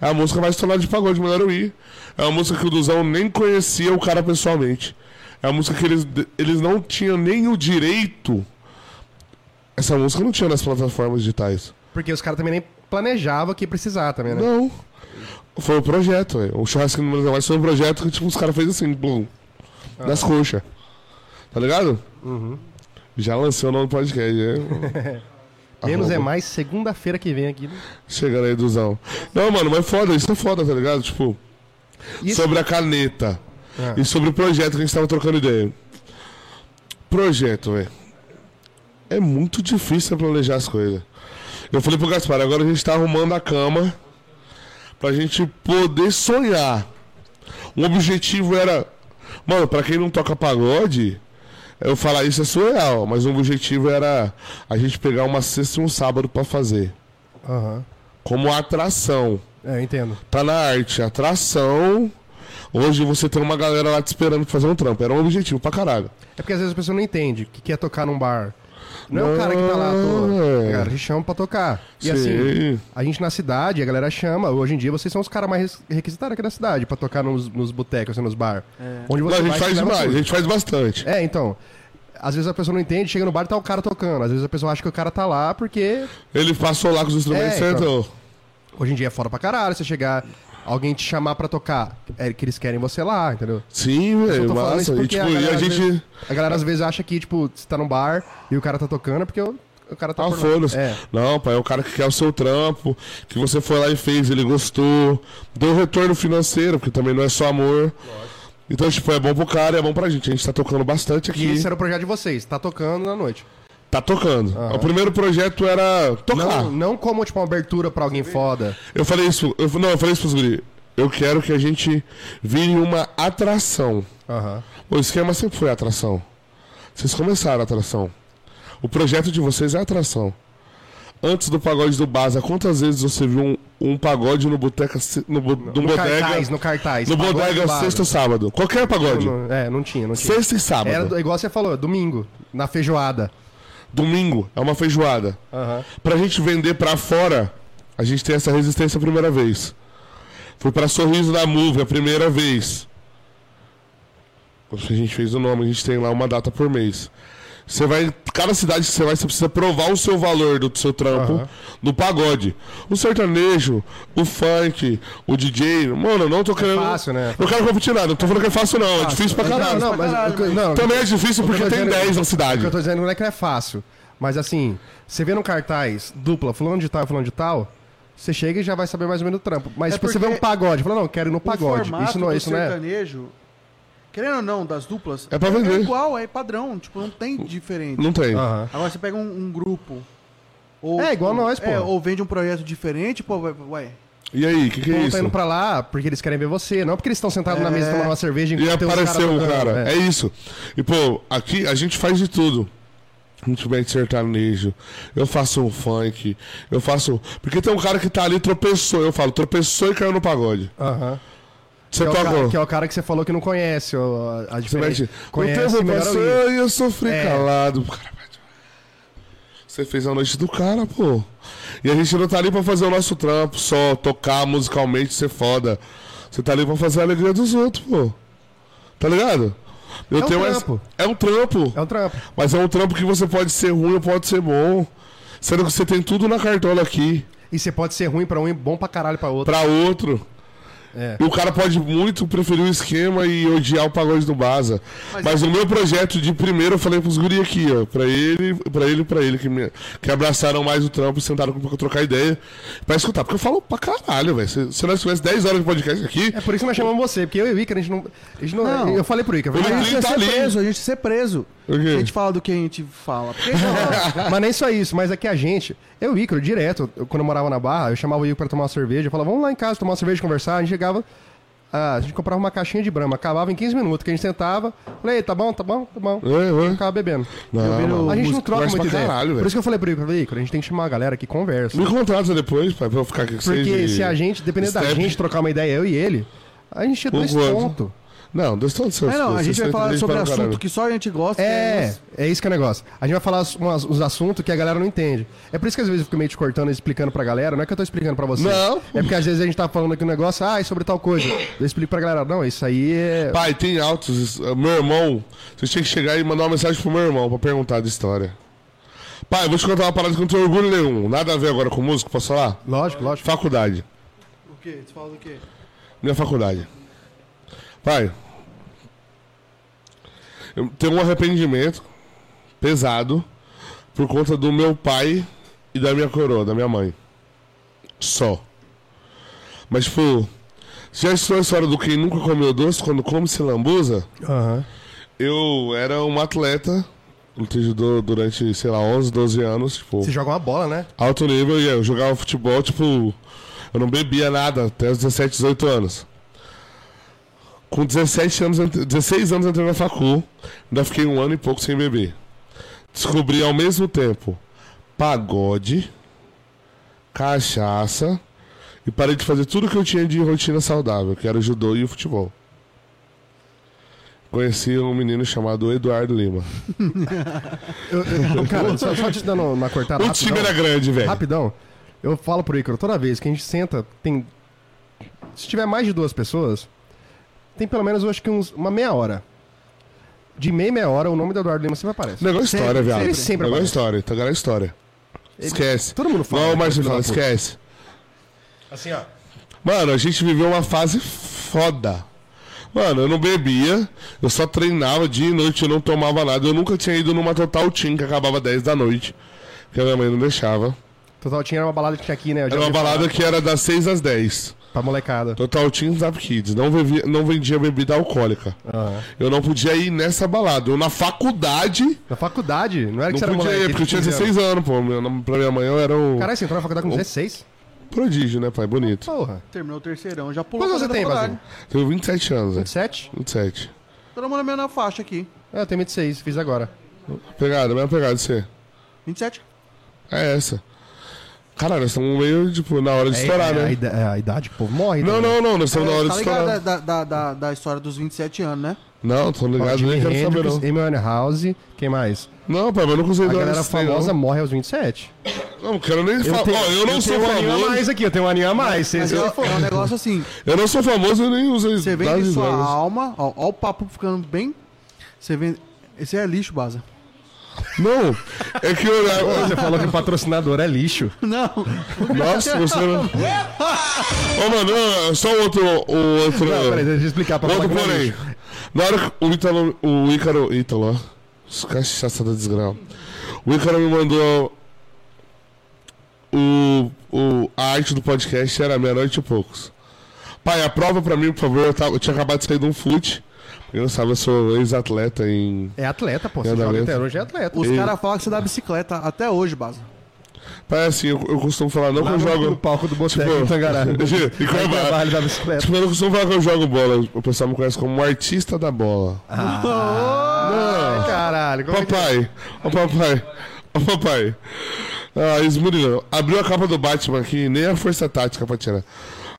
Speaker 3: É a música mais estourada de pagode, melhor eu ir. É uma música que o Duzão nem conhecia o cara pessoalmente. É uma música que eles, eles não tinham nem o direito. Essa música não tinha nas plataformas digitais.
Speaker 1: Porque os caras também nem planejavam que ia precisar também, né?
Speaker 3: Não. Foi um projeto, velho. O churrasco no Brasil mais foi um projeto que, tipo, os caras fez assim, blum,
Speaker 1: Ah.
Speaker 3: nas coxas. Tá ligado?
Speaker 1: Uhum.
Speaker 3: Já lançou o nome do podcast, né?
Speaker 1: Menos é
Speaker 3: Arroba.
Speaker 1: mais segunda-feira que vem aqui. né?
Speaker 3: Chegando aí, Duzão. Não, mano, mas foda, isso é foda, tá ligado? Tipo,
Speaker 1: E esse-
Speaker 3: sobre a caneta.
Speaker 1: Ah.
Speaker 3: E sobre o projeto que a gente tava trocando ideia. Projeto, velho. É muito difícil planejar as coisas. Eu falei pro Gaspar, agora a gente tá arrumando a cama pra gente poder sonhar. Um objetivo era. Mano, pra quem não toca pagode, eu falar isso é surreal, mas um objetivo era a gente pegar uma sexta e um sábado pra fazer.
Speaker 1: Aham.
Speaker 3: Como atração
Speaker 1: É, eu entendo.
Speaker 3: tá na arte, atração. Hoje você tem uma galera lá te esperando pra fazer um trampo. Era um objetivo pra caralho.
Speaker 1: É porque às vezes a pessoa não entende o que que é tocar num bar. Não, é o cara que tá lá à
Speaker 3: Não,
Speaker 1: toa.
Speaker 3: é.
Speaker 1: Cara, a gente chama pra tocar. E
Speaker 3: Sim.
Speaker 1: assim, a gente na cidade, a galera chama. Hoje em dia vocês são os caras mais res- requisitados aqui da cidade pra tocar nos, nos botecos, assim, nos bar. Onde
Speaker 3: Não, a gente
Speaker 1: vai,
Speaker 3: faz
Speaker 1: você leva
Speaker 3: demais, a
Speaker 1: tudo.
Speaker 3: gente faz bastante.
Speaker 1: É, então. Às vezes a pessoa não entende, chega no bar e tá o cara tocando. Às vezes a pessoa acha que o cara tá lá porque
Speaker 3: Ele passou lá com os instrumentos
Speaker 1: É,
Speaker 3: e sentou.
Speaker 1: hoje em dia é foda pra caralho. Você chegar, alguém te chamar pra tocar, é que eles querem você lá, entendeu?
Speaker 3: Sim,
Speaker 1: Eu só
Speaker 3: velho,
Speaker 1: tô falando isso
Speaker 3: massa. E,
Speaker 1: porque
Speaker 3: tipo,
Speaker 1: a
Speaker 3: e
Speaker 1: galera
Speaker 3: a
Speaker 1: às
Speaker 3: gente.
Speaker 1: vezes- tá A galera às vezes acha que, tipo, você tá num bar e o cara tá tocando é porque o, o cara tá
Speaker 3: Ah,
Speaker 1: por lá.
Speaker 3: foda-se.
Speaker 1: É.
Speaker 3: Não, pai, é o cara que quer o seu trampo, que você foi lá e fez, ele gostou, deu retorno financeiro, porque também não é só amor. Então, tipo, é bom pro cara e é bom pra gente. A gente tá tocando bastante
Speaker 1: E
Speaker 3: aqui.
Speaker 1: esse era o projeto de vocês, tá tocando na noite.
Speaker 3: Tá tocando. O primeiro projeto era tocar.
Speaker 1: Não, não como, tipo, uma abertura pra alguém foda.
Speaker 3: Eu falei isso, eu, não, eu falei isso pros guri. Eu quero que a gente vire uma atração.
Speaker 1: Aham.
Speaker 3: O esquema sempre foi atração. Vocês começaram a atração. O projeto de vocês é atração. Antes do pagode do Baza, quantas vezes você viu um, um pagode no boteca, se- no, bo- no
Speaker 1: No
Speaker 3: bodega,
Speaker 1: cartaz, no cartaz.
Speaker 3: no
Speaker 1: Pagode é
Speaker 3: bodega
Speaker 1: do Baza.
Speaker 3: sexta e sábado? Qualquer pagode.
Speaker 1: Não, É, não tinha, não tinha.
Speaker 3: Sexta e sábado.
Speaker 1: Era do- igual você falou, domingo, na feijoada.
Speaker 3: Domingo é uma feijoada. Pra gente vender pra fora, a gente tem essa resistência a primeira vez. Foi pra Sorriso da Move a primeira vez. Acho que A gente fez o nome, a gente tem lá uma data por mês. Você vai, cada cidade que você vai, você precisa provar o seu valor do seu trampo no pagode. O sertanejo, o funk, o DJ. Mano, eu não tô querendo.
Speaker 1: fácil, né?
Speaker 3: Não quero competir nada, não tô falando que é fácil, não. É difícil pra caralho.
Speaker 1: Não, não, mas. o que- não,
Speaker 3: Também é difícil
Speaker 1: o que eu
Speaker 3: porque
Speaker 1: tô
Speaker 3: tem
Speaker 1: dizendo-
Speaker 3: 10 na cidade.
Speaker 1: O que eu tô dizendo não é que não é fácil. Mas assim, você vê no cartaz dupla, fulano de tal, fulano de tal, você chega e já vai saber mais ou menos o trampo. Mas
Speaker 2: É
Speaker 1: tipo, você vê um
Speaker 2: porque
Speaker 1: pagode, fala, não, quero ir no
Speaker 2: O
Speaker 1: pagode.
Speaker 2: formato
Speaker 1: Isso não,
Speaker 2: do
Speaker 1: isso não é.
Speaker 2: sertanejo, querendo ou não, das duplas,
Speaker 3: É pra vender.
Speaker 2: igual, é padrão. Tipo, não tem diferente.
Speaker 3: Não tem.
Speaker 1: Aham.
Speaker 2: Agora você pega um, um grupo. Ou,
Speaker 1: É, igual nós,
Speaker 2: é,
Speaker 1: pô.
Speaker 2: ou vende um projeto diferente, pô, vai- vai.
Speaker 3: E aí, o que, que é
Speaker 1: Não
Speaker 3: isso?
Speaker 1: tá indo pra lá porque eles querem ver você, não porque eles estão sentados na mesa
Speaker 2: É.
Speaker 1: tomando uma cerveja
Speaker 3: E
Speaker 1: tem os caras
Speaker 3: apareceu o
Speaker 1: tocando,
Speaker 3: cara.
Speaker 1: né?
Speaker 3: É. isso. E, pô, aqui a gente faz de tudo. A gente mete sertanejo. Eu faço um funk. Eu faço. Porque tem um cara que tá ali, tropeçou. Eu falo, tropeçou e caiu no pagode.
Speaker 1: Aham.
Speaker 3: Você
Speaker 1: Que é o cara-
Speaker 3: pagou.
Speaker 1: que é o cara que você falou que não conhece ó, a
Speaker 3: Você
Speaker 1: diferença.
Speaker 3: mete. O tempo
Speaker 1: melhor É.
Speaker 3: passou
Speaker 1: ouvir.
Speaker 3: e eu sofri
Speaker 1: É.
Speaker 3: calado. Cara, vai- Você fez a noite do cara, pô. E a gente não tá ali pra fazer o nosso trampo, só tocar musicalmente, ser foda. Você tá ali pra fazer a alegria dos outros, pô. Tá ligado? Eu
Speaker 1: É um
Speaker 3: tenho
Speaker 1: trampo.
Speaker 3: É um trampo.
Speaker 1: É um trampo.
Speaker 3: Mas é um trampo que você pode ser ruim ou pode ser bom. Sendo que você tem tudo na cartola aqui,
Speaker 1: E você pode ser ruim pra um e bom pra caralho pra outro.
Speaker 3: pra outro.
Speaker 1: É.
Speaker 3: E o cara pode muito preferir o esquema e odiar o pagode do Baza. Mas, o meu projeto de primeiro, eu falei pros guri aqui, ó. Pra ele, pra ele, pra ele, que, me- que abraçaram mais o trampo e sentaram pra trocar ideia. Pra escutar, porque eu falo pra caralho, velho. Se, se nós tivesse 10 horas de podcast aqui,
Speaker 1: É por isso que nós chamamos você, porque eu e o Ica, a gente não. a gente não-
Speaker 2: Não.
Speaker 1: Eu falei pro Ica,
Speaker 3: Ele
Speaker 1: mas,
Speaker 2: A gente ia
Speaker 3: tá
Speaker 2: ser
Speaker 3: ali.
Speaker 2: preso, a gente ia ser preso.
Speaker 3: O quê?
Speaker 2: A gente fala do que a gente fala. Porque, não,
Speaker 1: mas nem só isso, mas é que a gente, eu e o Ica, direto, eu- quando eu morava na Barra, eu chamava o Ica pra tomar uma cerveja, eu falava, vamos lá em casa tomar uma cerveja, conversar, a gente chegava. ah, a gente comprava uma caixinha de brama, acabava em 15 minutos, que a gente sentava, falei, tá bom, tá bom, tá bom.
Speaker 3: É, é.
Speaker 1: Acaba bebendo.
Speaker 3: Não, mano.
Speaker 1: a gente não
Speaker 3: Música
Speaker 1: troca
Speaker 3: conversa
Speaker 1: muito
Speaker 3: pra
Speaker 1: ideia.
Speaker 3: caralho,
Speaker 1: Por
Speaker 3: velho.
Speaker 1: isso que eu falei pro Ica, eu falei, Ica, a gente tem que chamar a galera que conversa.
Speaker 3: me contrata depois, pai, pra eu ficar aqui com vocês.
Speaker 1: Porque
Speaker 3: e-
Speaker 1: se a gente, dependendo da
Speaker 3: Step.
Speaker 1: gente trocar uma ideia, eu e ele, a gente é dois
Speaker 3: Concordo.
Speaker 1: tonto.
Speaker 3: Não, Deus todo seu.
Speaker 2: é, não, a gente vai falar sobre assunto
Speaker 3: assuntos
Speaker 2: que só a gente gosta.
Speaker 1: É,
Speaker 2: que
Speaker 1: é isso que é o negócio. A gente vai falar as- umas- uns assuntos que a galera não entende. É por isso que às vezes eu fico meio te cortando e explicando pra galera. Não é que eu tô explicando pra você.
Speaker 3: Não.
Speaker 1: É porque às vezes a gente tá falando aqui um negócio, ah, é sobre tal coisa. Eu explico pra galera, não, isso aí é.
Speaker 3: Pai, tem altos. eh, Meu irmão, você tinha que chegar e mandar uma mensagem pro meu irmão pra perguntar da história. Pai, eu vou te contar uma parada que eu não tenho orgulho nenhum. Nada a ver agora com música, posso falar?
Speaker 1: Lógico, lógico.
Speaker 3: Faculdade.
Speaker 2: é- O quê? Você fala do quê?
Speaker 3: Minha faculdade. Pai, eu tenho um arrependimento pesado por conta do meu pai e da minha coroa, da minha mãe. Só. Mas, tipo, já estou a história do quem nunca comeu doce, quando come se lambuza?
Speaker 1: Aham.
Speaker 3: Eu era um atleta, lutei judô durante, sei lá, 11, 12 anos, tipo,
Speaker 1: Você joga uma bola, né?
Speaker 3: alto nível, e eu jogava futebol, tipo, eu não bebia nada até os 17, 18 anos. Com 17 anos, eu entre- 16 anos eu entrei na facu, ainda fiquei um ano e pouco sem beber. Descobri ao mesmo tempo pagode, cachaça, e parei de fazer tudo que eu tinha de rotina saudável, que era o judô e o futebol. Conheci um menino chamado Eduardo Lima.
Speaker 1: Eu, eu- cara, só, só te dando uma cortada.
Speaker 3: O
Speaker 1: rapidão.
Speaker 3: time era grande, velho.
Speaker 1: Rapidão, eu falo pro Ícaro toda vez que a gente senta, tem. Se tiver mais de duas pessoas, tem pelo menos, eu acho que uns, uma meia hora. De meia, meia hora, o nome do Eduardo Lima sempre aparece.
Speaker 3: Negócio é história, viado.
Speaker 1: sempre, sempre
Speaker 3: Negócio
Speaker 1: aparece.
Speaker 3: história. Então, galera, história. Esquece.
Speaker 1: Todo mundo fala.
Speaker 3: Não, o Márcio
Speaker 1: Filho
Speaker 3: fala,
Speaker 1: da puta.
Speaker 3: esquece.
Speaker 1: Assim, ó.
Speaker 3: Mano, a gente viveu uma fase foda. Mano, eu não bebia, eu só treinava dia e noite, eu não tomava nada. Eu nunca tinha ido numa Total Team que acabava 10 da noite, que a minha mãe não deixava.
Speaker 1: Total tinha uma balada que tinha aqui, né? Eu já
Speaker 3: Era uma
Speaker 1: ouvi falar.
Speaker 3: balada que era das 6 às 10.
Speaker 1: Pra molecada.
Speaker 3: Total Team Zap Kids. Não, bebia- não vendia bebida alcoólica.
Speaker 1: Aham.
Speaker 3: Eu não podia ir nessa balada. Eu na faculdade
Speaker 1: Na faculdade, não era que
Speaker 3: não
Speaker 1: você era
Speaker 3: podia
Speaker 1: moleque.
Speaker 3: ir, porque eu tinha
Speaker 1: 15 anos.
Speaker 3: 16 anos, pô. Meu, nome- pra minha mãe eu era o
Speaker 1: Caralho, você entrou na faculdade com 16?
Speaker 3: prodígio, né, pai? Bonito.
Speaker 1: Porra.
Speaker 2: Terminou o terceirão, já pulou.
Speaker 1: Quantos
Speaker 2: pra
Speaker 1: você tem,
Speaker 2: dentro da
Speaker 1: Brasil?
Speaker 2: faculdade.
Speaker 3: Tenho 27 anos, velho.
Speaker 1: 27?
Speaker 3: 27.
Speaker 2: Todo mundo é meio na faixa aqui.
Speaker 1: Ah, eu tenho 26, fiz agora.
Speaker 3: Pegada, mesma pegada de você.
Speaker 2: 27.
Speaker 3: É essa. Caralho, nós estamos meio, tipo, na hora de estourar,
Speaker 1: é,
Speaker 3: né?
Speaker 1: a ida- é, a idade, pô, morre. né?
Speaker 3: Não,
Speaker 1: também.
Speaker 3: não, não, nós estamos na hora de
Speaker 2: tá ligado da,
Speaker 1: né?
Speaker 2: da,
Speaker 3: estourar.
Speaker 2: da, da- da história dos 27 anos, né?
Speaker 3: Não, tô
Speaker 1: Ó,
Speaker 3: ligado,
Speaker 1: Jimi
Speaker 3: nem quero saber,
Speaker 1: Hendrix,
Speaker 3: não.
Speaker 1: Amy House, quem mais?
Speaker 3: Não, pai, mas eu não consigo
Speaker 1: A
Speaker 3: dar
Speaker 1: galera
Speaker 3: esse trem,
Speaker 1: famosa
Speaker 3: Não,
Speaker 1: morre aos 27.
Speaker 3: Não, não quero nem falar. Ó, eu não sou
Speaker 1: um aninho a
Speaker 3: famoso.
Speaker 1: mais aqui, eu tenho um aninho a mais.
Speaker 2: Mas
Speaker 1: Vocês,
Speaker 2: é, é um negócio assim,
Speaker 3: Eu não sou famoso, eu nem uso
Speaker 2: você
Speaker 3: idades
Speaker 2: vende sua
Speaker 3: novas.
Speaker 2: alma, ó, ó o papo ficando bem. Você vende. Esse é lixo, Baza.
Speaker 3: Não, é que eu.
Speaker 1: Você falou que o patrocinador é lixo.
Speaker 2: Não,
Speaker 3: Nossa, você. não- Ô, mano, não, só um outro. O outro.
Speaker 1: Não, peraí, deixa eu explicar pra
Speaker 3: Outro
Speaker 1: falar que não é
Speaker 3: porém.
Speaker 1: lixo.
Speaker 3: Na hora que o Ítalo. O Ícaro. Ítalo, ó. Os cachaça da desgrama. O Ícaro me mandou. O, o, a arte do podcast era meia-noite e poucos. Pai, aprova pra mim, por favor. Eu, tava- eu tinha acabado de sair de um foot. Eu não sabe, eu sou ex-atleta em.
Speaker 1: É atleta, pô. Você
Speaker 3: É
Speaker 1: joga
Speaker 3: atleta.
Speaker 1: até hoje, é atleta.
Speaker 2: os
Speaker 3: Ei.
Speaker 2: caras falam que você dá bicicleta até hoje, Baza.
Speaker 3: Pai, assim, eu, eu costumo falar, não que eu
Speaker 1: no- tá
Speaker 3: jogo. Tipo,
Speaker 1: no palco do Boteco em Tangará.
Speaker 3: e
Speaker 1: Tá Aí
Speaker 3: Cuiabá.
Speaker 1: trabalho da bicicleta.
Speaker 3: Tipo, eu não costumo falar que eu jogo bola. O pessoal me conhece como o artista da bola.
Speaker 1: Ah.
Speaker 3: ah,
Speaker 1: Ai, caralho. como é que-
Speaker 3: Papai, ô papai, ô papai. Ah, isso, Murilo, abriu a capa do Batman aqui, nem a força tática pra tirar.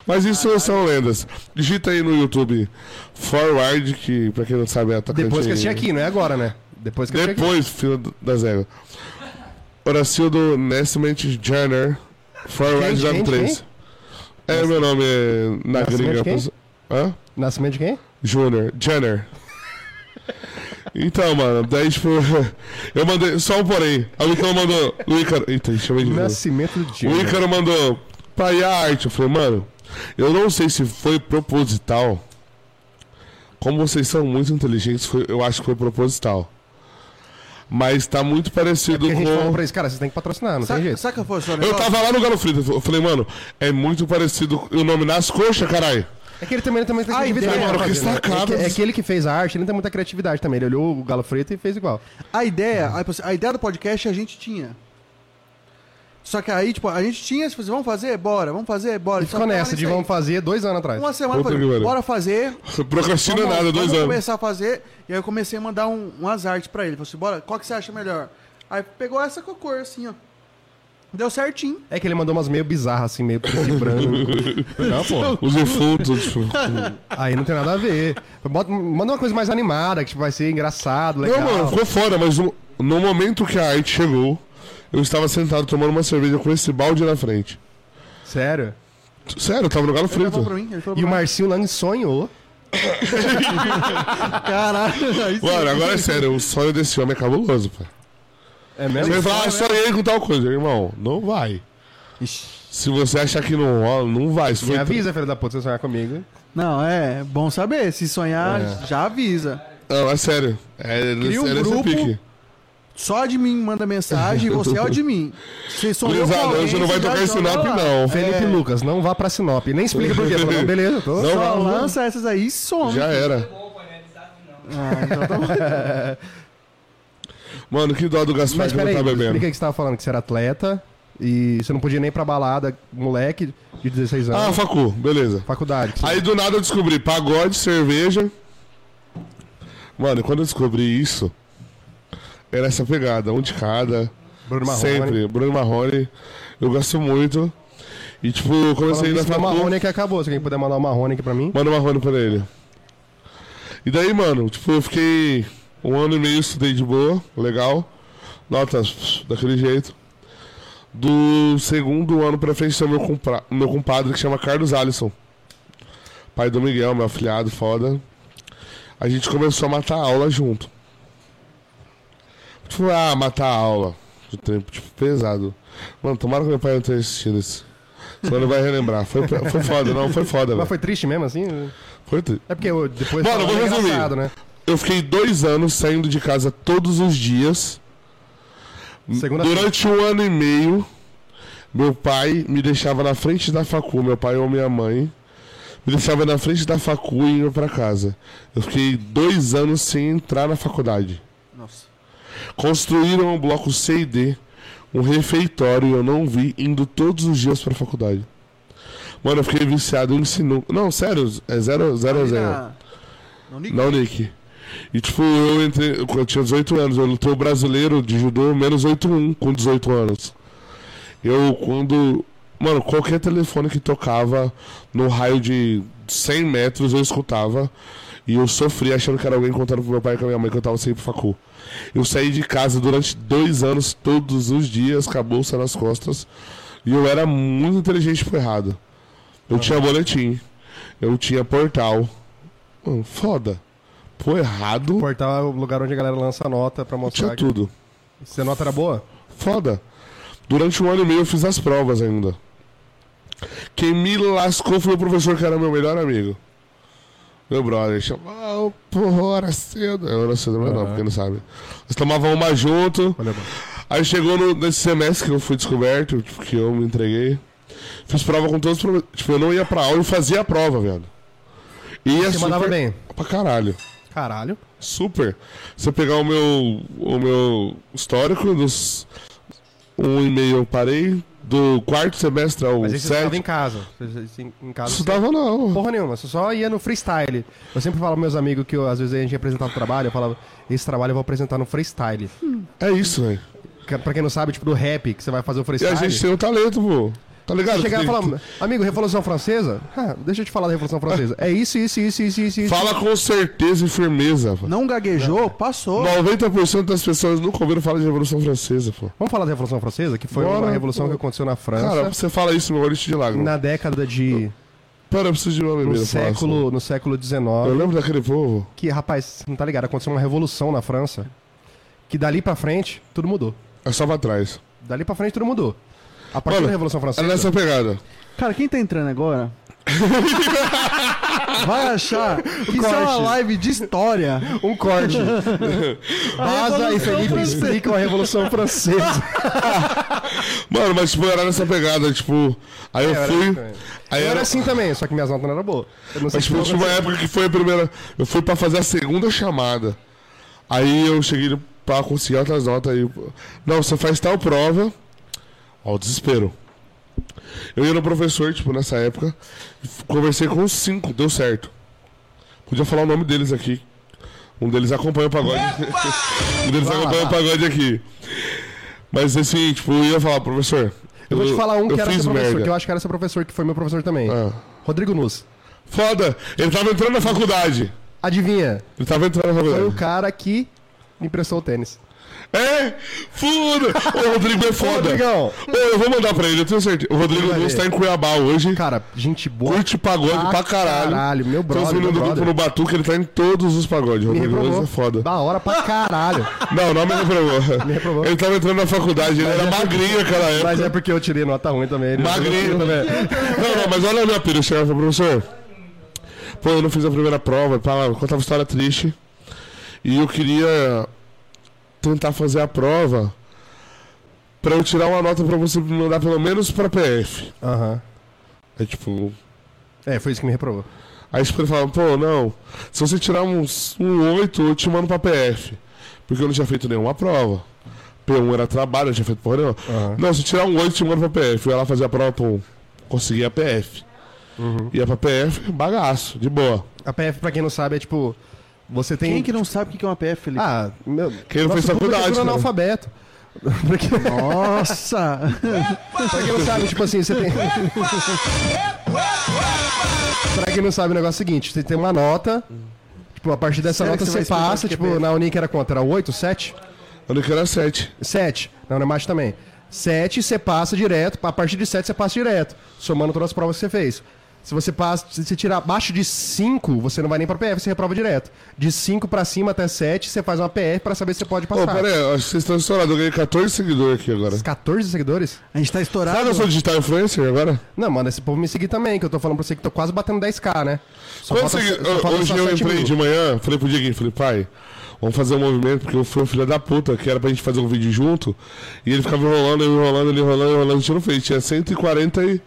Speaker 3: Mas isso
Speaker 1: Ah,
Speaker 3: são
Speaker 1: tá.
Speaker 3: lendas. Digita aí no YouTube Forward, que pra quem não sabe é atacante.
Speaker 1: Depois que eu tinha aqui, não é agora, né? Depois que eu tinha aqui.
Speaker 3: Depois, filho do- das éguas. Horacildo Nascimento Jenner, Forward
Speaker 1: Quem? Quem?
Speaker 3: 93. É, meu nome é na
Speaker 1: Nascimento
Speaker 3: gringa.
Speaker 1: quem?
Speaker 3: pos- Hã?
Speaker 1: Nascimento de quem?
Speaker 3: Júnior. Jenner. Então, mano, daí tipo. Eu mandei. Só um porém. Aí o Icaro mandou. O Icaro. Eita, chamei de novo.
Speaker 1: Nascimento É de
Speaker 3: é. O
Speaker 1: Jenner.
Speaker 3: Ícaro mandou. Pai, a arte. Eu falei, mano, eu não sei se foi proposital. Como vocês são muito inteligentes, foi- eu acho que foi proposital. Mas tá muito parecido
Speaker 1: Porque É a gente falou
Speaker 3: com.
Speaker 1: pra eles, cara, vocês têm que patrocinar, não tem
Speaker 2: Saca,
Speaker 1: jeito.
Speaker 2: saca foi a história?
Speaker 3: Eu tava lá no Galo Frito. Eu falei, mano, é muito parecido com- o nome nas coxas, caralho.
Speaker 1: É que ele também não tem muita
Speaker 2: Ah,
Speaker 1: criatividade.
Speaker 2: ideia,
Speaker 1: pra
Speaker 3: mano, que
Speaker 1: fazer, né?
Speaker 3: estacada.
Speaker 1: é, que, é que ele que fez a arte, ele não tem muita criatividade também. Ele olhou o Galo Preto e fez igual.
Speaker 2: A ideia, aí, tipo, a ideia do podcast a gente tinha. Só que aí, tipo, a gente tinha, tipo, assim, vamos fazer? Bora, vamos fazer? Bora.
Speaker 1: Ele
Speaker 2: Só
Speaker 1: ficou
Speaker 2: tava
Speaker 1: nessa de
Speaker 2: nisso aí.
Speaker 1: vamos fazer dois anos atrás.
Speaker 2: Uma semana,
Speaker 3: Puta
Speaker 2: falei,
Speaker 3: que pariu.
Speaker 2: bora fazer.
Speaker 3: Procrastina
Speaker 2: vamos,
Speaker 3: nada, dois
Speaker 2: vamos
Speaker 3: anos.
Speaker 2: começar a fazer. E aí eu comecei a mandar um, umas artes pra ele. Falei assim, bora, qual que você acha melhor? Aí pegou essa com a cor, assim, ó. Deu certinho.
Speaker 1: É que ele mandou umas meio bizarras, assim, meio preto e branco. não, pô.
Speaker 3: Os defuntos, tipo.
Speaker 1: Aí não tem nada a ver. Bota- manda uma coisa mais animada, que tipo, vai ser engraçado, legal.
Speaker 3: Não, mano, ficou fora, mas no, no momento que a arte chegou, eu estava sentado tomando uma cerveja com esse balde na frente.
Speaker 1: Sério.
Speaker 3: Sério, eu tava no Galo
Speaker 2: Ele
Speaker 3: Frito.
Speaker 2: falou pra mim, ele falou
Speaker 1: E
Speaker 2: pra
Speaker 1: o
Speaker 2: mim.
Speaker 1: Marcinho Lang sonhou.
Speaker 2: Caralho, aí sim.
Speaker 3: Mano, agora é sério, o sonho desse homem é cabuloso, pai.
Speaker 1: É
Speaker 3: Você
Speaker 1: mesmo?
Speaker 3: vai falar, ah, sonhei com tal coisa. Irmão, não vai. Se você achar que não rola, não vai. Se
Speaker 1: Me
Speaker 3: foi-
Speaker 1: avisa, filho da puta, se você sonhar comigo.
Speaker 2: Não, é bom saber. Se sonhar, já avisa.
Speaker 3: Não, é sério. É,
Speaker 2: Cria um
Speaker 3: é nesse
Speaker 2: grupo.
Speaker 3: pique.
Speaker 2: Só de mim manda mensagem, você é o de mim. Você sonhou com
Speaker 3: Gurizada,
Speaker 2: alguém,
Speaker 3: hoje não vai
Speaker 2: você já
Speaker 3: tocar esse
Speaker 2: joga
Speaker 3: nop,
Speaker 2: lá.
Speaker 3: não.
Speaker 1: Felipe Lucas, não vá pra Sinop. Nem explica por quê. Fala, não, beleza, tô. um-"
Speaker 3: Não,
Speaker 2: Só
Speaker 3: não, não.
Speaker 2: lança essas aí e some.
Speaker 3: Já era.
Speaker 4: é
Speaker 2: Ah, então tá bom.
Speaker 3: Mano, que dó do Gaspar
Speaker 1: Mas
Speaker 3: que não
Speaker 1: peraí,
Speaker 3: tá
Speaker 1: explica
Speaker 3: bebendo.
Speaker 1: aí que você tava falando, que você era atleta e você não podia nem ir pra balada, moleque de 16
Speaker 3: Ah,
Speaker 1: anos.
Speaker 3: Facu, beleza.
Speaker 1: faculdade. que você-
Speaker 3: Aí do nada eu descobri pagode, cerveja. Mano, quando eu descobri isso, era essa pegada, um de cada.
Speaker 1: Bruno Marrone.
Speaker 3: Sempre, Bruno Marrone. Eu gosto muito. E tipo, eu comecei a ir na
Speaker 1: Falando
Speaker 3: facu.
Speaker 1: o Marrone é que acabou. Se alguém puder mandar o Marrone aqui pra mim.
Speaker 3: Manda o Marrone pra ele. E daí, mano, tipo, eu fiquei um ano e meio, estudei de boa, legal. Notas, pss, daquele jeito. Do segundo ano pra frente tem o meu, compra- meu compadre que chama Carlos Alisson. Pai do Miguel, meu afilhado, foda. A gente começou a matar aula junto. Tipo, ah, matar aula. Do tempo, tipo, pesado. Mano, tomara que meu pai não tenha assistido isso. Senão ele vai relembrar. Foi, foi foda, não, foi foda, velho.
Speaker 1: Mas foi triste mesmo, assim?
Speaker 3: Foi tri-
Speaker 1: É porque eu- depois...
Speaker 3: Mano, eu vou
Speaker 1: é
Speaker 3: resumir.
Speaker 1: engraçado, Né?
Speaker 3: Eu fiquei dois anos saindo de casa todos os dias.
Speaker 1: Segunda-
Speaker 3: Durante um ano e meio, meu pai me deixava na frente da facu, meu pai ou minha mãe, me deixava na frente da facu e ia pra casa. Eu fiquei dois anos sem entrar na faculdade.
Speaker 2: Nossa.
Speaker 3: Construíram um bloco C e D, um refeitório, e eu não vi, indo todos os dias pra faculdade. Mano, eu fiquei viciado em sinuca. Não, sério, é zero, zero, a
Speaker 2: Ali
Speaker 3: zero.
Speaker 2: na- Não liga.
Speaker 3: Na Unic. E tipo, eu entrei. Eu tinha 18 anos, eu lutei o brasileiro de judô menos 8-1 com 18 anos. Eu quando. Mano, qualquer telefone que tocava no raio de 100 metros eu escutava. E eu sofri achando que era alguém contando pro meu pai e pra minha mãe que eu tava sem ir pro facu. Eu saí de casa durante dois anos, todos os dias, com a bolsa nas costas. E eu era muito inteligente pro errado. Eu tinha boletim, eu tinha portal. Mano, foda. Pô,
Speaker 1: O
Speaker 3: errado,
Speaker 1: portal é o lugar onde a galera lança a nota pra
Speaker 3: tinha
Speaker 1: mostrar que...
Speaker 3: tudo.
Speaker 1: Se a nota era boa?
Speaker 3: Foda. Durante um ano e meio eu fiz as provas ainda. Quem me lascou foi o professor que era meu melhor amigo. Meu brother, chamava, "Ô, porra, hora cedo. É hora cedo, mas não, porque não sabe. Nós tomava uma junto.
Speaker 1: Olha, mano.
Speaker 3: Aí chegou no, nesse semestre que eu fui descoberto, tipo, que eu me entreguei. Fiz prova com todos os professores. Tipo, eu não ia pra aula, eu fazia a prova, velho. E ia
Speaker 1: Você mandava
Speaker 3: super-
Speaker 1: bem.
Speaker 3: Pra caralho.
Speaker 1: Caralho.
Speaker 3: Super. Se eu pegar o meu, o meu histórico, dos um e meio eu parei, do quarto semestre ao
Speaker 1: Mas aí você estava em
Speaker 3: sétimo.
Speaker 1: casa. Você- você- Em casa... você-
Speaker 3: Estudava não.
Speaker 1: Porra nenhuma, você só ia no freestyle. Eu sempre falo pros meus amigos que eu, às vezes a gente apresentava trabalho, eu falava, esse trabalho eu vou apresentar no freestyle.
Speaker 3: É isso, velho.
Speaker 1: Que- Pra quem não sabe, tipo, do rap, que você vai fazer o
Speaker 3: E a
Speaker 1: freestyle.
Speaker 3: gente tem o talento, pô. Tá ligado?
Speaker 1: Você chegar e
Speaker 3: Tem-
Speaker 1: falar, amigo, Revolução Francesa? Ah, deixa eu te falar da Revolução Francesa. É isso, isso, isso, isso, isso. isso.
Speaker 3: Fala com certeza e firmeza, pô.
Speaker 2: Não gaguejou, passou.
Speaker 3: 90% das pessoas nunca ouviram falar de Revolução Francesa, pô.
Speaker 1: Vamos falar da Revolução Francesa, que foi
Speaker 3: Bora,
Speaker 1: uma revolução
Speaker 3: pô.
Speaker 1: que aconteceu na França
Speaker 3: Cara, você fala isso, meu olho enche de lágrimas.
Speaker 1: na década de.
Speaker 3: Pera, eu preciso de uma
Speaker 1: no
Speaker 3: bebida. pra falar
Speaker 1: século,
Speaker 3: isso.
Speaker 1: no século XIX.
Speaker 3: Eu lembro daquele povo.
Speaker 1: Que, rapaz, não tá ligado, aconteceu uma revolução na França. Que dali pra frente, tudo mudou.
Speaker 3: É só pra trás.
Speaker 1: Dali pra frente, tudo mudou. A partir
Speaker 3: Olha,
Speaker 1: da Revolução
Speaker 3: É
Speaker 1: Francesa.
Speaker 3: nessa pegada.
Speaker 2: Cara, quem tá entrando agora vai achar que isso é uma
Speaker 1: Corte.
Speaker 2: live de história.
Speaker 1: Um corte. Baza e
Speaker 2: Revolução
Speaker 1: Felipe
Speaker 2: Francesa.
Speaker 1: explicam a Revolução Francesa.
Speaker 3: Mano, mas tipo, era nessa pegada, tipo. Aí eu
Speaker 1: É, era
Speaker 3: fui.
Speaker 1: também.
Speaker 3: Aí
Speaker 1: Eu
Speaker 3: era
Speaker 1: era assim também, só que minhas notas não eram boas. Eu não sei
Speaker 3: Mas
Speaker 1: se
Speaker 3: tipo,
Speaker 1: foi
Speaker 3: tinha uma época que foi a primeira. Eu fui pra fazer a segunda chamada. Aí eu cheguei pra conseguir outras notas. Aí... Não, você faz tal prova. Ó, o desespero. Eu ia no professor, tipo, nessa época. f- Conversei com os cinco, deu certo. Podia falar o nome deles aqui. Um deles acompanha o pagode. um deles acompanha o pagode aqui. Mas assim, tipo, eu ia falar, professor.
Speaker 1: Eu vou te falar um
Speaker 3: eu
Speaker 1: que era
Speaker 3: fiz
Speaker 1: seu professor,
Speaker 3: merda.
Speaker 1: que eu acho que era seu professor, que foi meu professor também.
Speaker 3: Ah.
Speaker 1: Rodrigo Nuss.
Speaker 3: Foda! Ele tava entrando na faculdade.
Speaker 1: Adivinha?
Speaker 3: Ele tava entrando na faculdade.
Speaker 1: Foi o cara que me emprestou o tênis.
Speaker 3: É? Foda! Ô, Rodrigo é foda!
Speaker 1: Rodrigão.
Speaker 3: Ô, eu vou mandar pra ele, eu tenho certeza. O Rodrigo
Speaker 1: Vai
Speaker 3: Nunes
Speaker 1: ver.
Speaker 3: tá em Cuiabá hoje.
Speaker 1: Cara, gente boa.
Speaker 3: Curte pagode pra, caralho.
Speaker 1: Ah, caralho, meu
Speaker 3: Tem os
Speaker 1: brother,
Speaker 3: meninos do
Speaker 1: meu
Speaker 3: grupo no
Speaker 1: brother.
Speaker 3: Batuque, ele tá em todos os pagodes. O
Speaker 1: me
Speaker 3: Rodrigo
Speaker 1: reprovou.
Speaker 3: Nunes é foda.
Speaker 1: Da hora pra caralho.
Speaker 3: Não, não me reprovou.
Speaker 1: Me reprovou.
Speaker 3: Ele tava entrando na faculdade, ele era
Speaker 1: é porque-
Speaker 3: magrinho naquela época.
Speaker 1: Mas é porque eu tirei nota ruim também. ele-
Speaker 3: Magrinho também. Não, não, mas olha a minha pira, eu chegava e falava, professor. Pô, eu não fiz a primeira prova, pá, eu contava história triste. E eu queria tentar fazer a prova pra eu tirar uma nota pra você me mandar pelo menos pra PF.
Speaker 1: Aham.
Speaker 3: É tipo.
Speaker 1: É, foi isso que me reprovou.
Speaker 3: Aí tipo, ele falava, pô, não. Se você tirar uns, um 8, eu te mando pra PF. Porque eu não tinha feito nenhuma prova. P1 era trabalho, eu não tinha feito porra nenhuma.
Speaker 1: Aham.
Speaker 3: Não, se tirar um 8, eu te mando pra PF. Eu ia lá fazer a prova, pô, consegui a PF.
Speaker 1: Uhum.
Speaker 3: Ia pra PF, bagaço, de boa.
Speaker 1: A PF, pra quem não sabe, é tipo. Você tem.
Speaker 2: Quem que não sabe o que é uma PF, Felipe?
Speaker 1: Ah, meu.
Speaker 3: Quem não
Speaker 1: nosso público
Speaker 3: fez faculdade,
Speaker 1: É
Speaker 2: tipo.
Speaker 1: tudo
Speaker 3: cara.
Speaker 1: analfabeto. Pra quem-
Speaker 2: Nossa!
Speaker 1: Pra quem não sabe, tipo assim, você tem. pra quem não sabe, o negócio é o seguinte: você tem uma nota. Tipo, a partir dessa
Speaker 2: Sério
Speaker 1: nota
Speaker 2: que você vai
Speaker 1: você,
Speaker 2: explicar
Speaker 1: passa,
Speaker 2: o que é
Speaker 1: tipo,
Speaker 2: PF?
Speaker 1: na Unic era quanto? Era 8, 7?
Speaker 3: Eu não queria 7.
Speaker 1: 7. Na Unemate é também. 7, você passa direto. A partir de 7, você passa direto. Somando todas as provas que você fez. Se você passa, se você tirar abaixo de 5, você não vai nem pra PF, você reprova direto. De 5 pra cima até 7, você faz uma PF pra saber se você pode
Speaker 3: Pô,
Speaker 1: passar.
Speaker 3: pera aí, eu acho que vocês estão estourados. Eu ganhei 14 seguidores aqui agora.
Speaker 1: Os 14 seguidores?
Speaker 2: A gente tá estourado.
Speaker 3: Sabe que eu sou digital influencer agora?
Speaker 1: Não, mano, esse povo me seguir também, que eu tô falando pra você que tô quase batendo 10k, né? Só
Speaker 3: Quando
Speaker 1: falta-
Speaker 3: você-
Speaker 1: só falta
Speaker 3: hoje
Speaker 1: só
Speaker 3: eu
Speaker 1: 7
Speaker 3: entrei
Speaker 1: mil.
Speaker 3: de manhã, falei pro Dieguinho, falei, pai, vamos fazer um movimento, porque eu fui um filho da puta, que era pra gente fazer um vídeo junto, e ele ficava enrolando, eu enrolando, ele enrolando, eu enrolando, a gente não fez. Tinha 141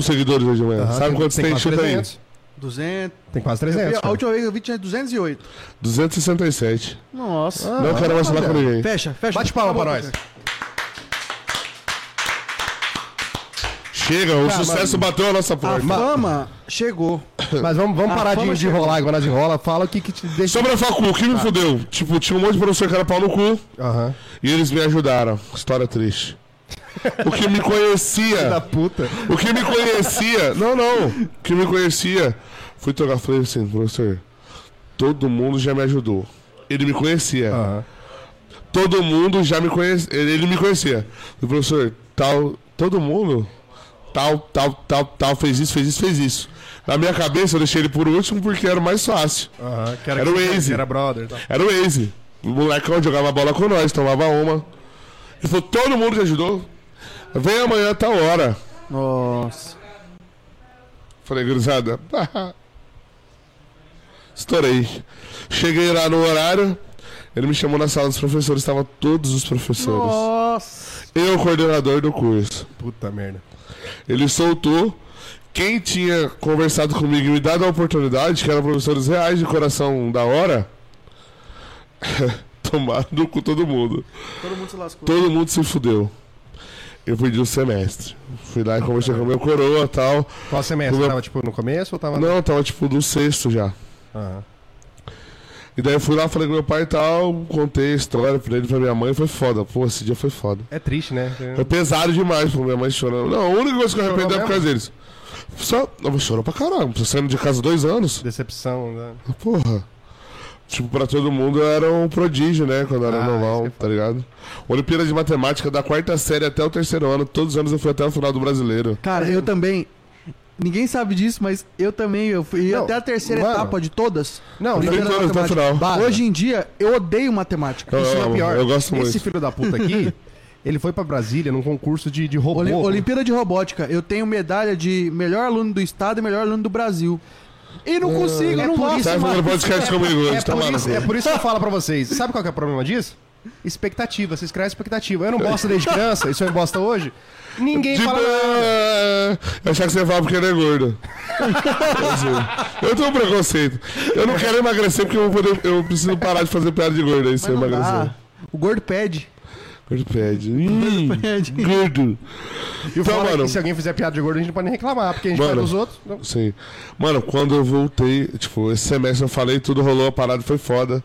Speaker 3: seguidores hoje de manhã.
Speaker 1: É. Aham,
Speaker 3: Sabe quantos tem?
Speaker 1: quase
Speaker 3: Chuta aí.
Speaker 1: 300.
Speaker 2: 200.
Speaker 1: Tem quase
Speaker 2: Eu vi-
Speaker 1: 300.
Speaker 2: a
Speaker 1: cara.
Speaker 2: última vez que eu vi tinha 208.
Speaker 3: 267.
Speaker 2: Nossa.
Speaker 3: não quero mais falar com ninguém.
Speaker 2: Fecha, fecha.
Speaker 1: Bate palma
Speaker 2: Acabou,
Speaker 1: pra nós.
Speaker 3: Chega, o
Speaker 1: Tá,
Speaker 3: sucesso bateu a nossa
Speaker 2: A
Speaker 3: porta.
Speaker 2: fama chegou.
Speaker 1: Mas vamos, vamos
Speaker 2: Ah,
Speaker 1: parar
Speaker 2: fama
Speaker 1: de, de
Speaker 2: chegou.
Speaker 1: enrolar agora, nós enrola. Fala o que, que te deixa.
Speaker 3: Sobre a facu, o que me fudeu? Tipo, tinha um monte de professor que era pau no cu,
Speaker 1: Aham.
Speaker 3: e eles me ajudaram. História triste. O que me conhecia...
Speaker 1: Da puta.
Speaker 3: O que me conhecia. Não, não. O que me conhecia. Fui trocar. Falei assim, professor. Todo mundo já me ajudou. Ele me conhecia.
Speaker 1: Aham.
Speaker 3: Todo mundo já me conhecia. Ele ele me conhecia. O professor, tal. Todo mundo. Tal, tal, tal, tal. Fez isso, fez isso, fez isso. Na minha cabeça, eu deixei ele por último porque era o mais fácil.
Speaker 1: Aham. Que
Speaker 3: Era o
Speaker 1: que-
Speaker 3: Waze.
Speaker 1: que Era brother. tá? e tal.
Speaker 3: Era o Waze. O molecão jogava bola com nós, tomava uma. Ele falou: todo mundo te ajudou. Vem amanhã, a tal hora.
Speaker 2: Nossa.
Speaker 3: Falei, gurizada. Estourei. Cheguei lá no horário, ele me chamou na sala dos professores, estavam todos os professores.
Speaker 2: Nossa.
Speaker 3: Eu, coordenador do curso.
Speaker 1: Puta merda.
Speaker 3: Ele soltou. Quem tinha conversado comigo e me dado a oportunidade, que eram professores reais de coração da hora, tomaram no cu todo mundo.
Speaker 2: Todo mundo se lascou.
Speaker 3: Todo mundo se fudeu. Eu perdi o semestre. Fui lá e conversei com meu coroa e tal.
Speaker 1: Qual semestre?
Speaker 3: Como eu-
Speaker 1: Tava tipo no começo ou tava.
Speaker 3: Não, tava tipo do sexto já.
Speaker 1: Aham.
Speaker 3: E daí eu fui lá, falei com meu pai e tal, contei a história pra ele, pra minha mãe, foi foda. Pô, esse dia foi foda.
Speaker 1: É triste, né?
Speaker 3: Foi pesado demais, pô, minha mãe chorando. Não, a única coisa que eu
Speaker 1: Chorou
Speaker 3: arrependi é
Speaker 1: mesmo?
Speaker 3: por causa deles. Só, eu chorou pra caralho, saindo de casa dois anos. Ah,
Speaker 1: Decepção, né?
Speaker 3: Porra. Tipo, pra todo mundo eu era um prodígio, né? Quando eu era
Speaker 1: Ah, isso
Speaker 3: normal,
Speaker 1: que é
Speaker 3: tá ligado? Olimpíada de Matemática, da quarta série até o terceiro ano, todos os anos eu fui até o final do brasileiro.
Speaker 2: Cara, eu também. Ninguém sabe disso, mas eu também. Eu fui eu
Speaker 1: Não,
Speaker 2: até a terceira
Speaker 1: mano.
Speaker 2: etapa de todas.
Speaker 1: Não,
Speaker 3: Fui
Speaker 1: não,
Speaker 2: Primeira
Speaker 3: todas até o
Speaker 2: matemática.
Speaker 3: final.
Speaker 2: Barra. Hoje em dia, eu odeio matemática.
Speaker 3: Eu,
Speaker 1: isso é
Speaker 3: amo,
Speaker 1: pior.
Speaker 3: eu gosto muito.
Speaker 1: Esse filho da puta aqui, ele foi pra Brasília num concurso de, de robô.
Speaker 2: Olim- Olimpíada de Robótica. Eu tenho medalha de melhor aluno do estado e melhor aluno do Brasil. E
Speaker 3: Ah,
Speaker 2: não consigo, eu não
Speaker 1: por é
Speaker 2: gosto.
Speaker 1: isso,
Speaker 3: Tá fazendo
Speaker 1: mano.
Speaker 3: podcast comigo hoje,
Speaker 1: É
Speaker 3: tá
Speaker 1: por, isso,
Speaker 3: maluco?
Speaker 1: é por isso que eu falo pra vocês. Sabe qual que é o problema disso? Expectativa. Vocês criam expectativa. Eu não bosta desde criança, isso eu bosta hoje. Ninguém
Speaker 3: Tipo,
Speaker 1: fala nada.
Speaker 3: é, eu achava que você falava porque ele é gordo. Eu sei. eu tenho um preconceito. Eu não quero emagrecer porque eu, vou poder- eu preciso parar de fazer piada de gordo aí se eu
Speaker 2: Não
Speaker 3: emagrecer.
Speaker 2: dá. O gordo pede.
Speaker 3: Gordo pede. Hum,
Speaker 2: pede.
Speaker 3: gordo.
Speaker 1: E o
Speaker 3: Então,
Speaker 1: foda é que
Speaker 3: mano-
Speaker 1: se alguém fizer piada de gordo, a gente não pode nem reclamar, porque a gente
Speaker 3: Mano.
Speaker 1: fala dos outros. Não.
Speaker 3: Sim. Mano, quando eu voltei, tipo, esse semestre eu falei, tudo rolou, a parada foi foda.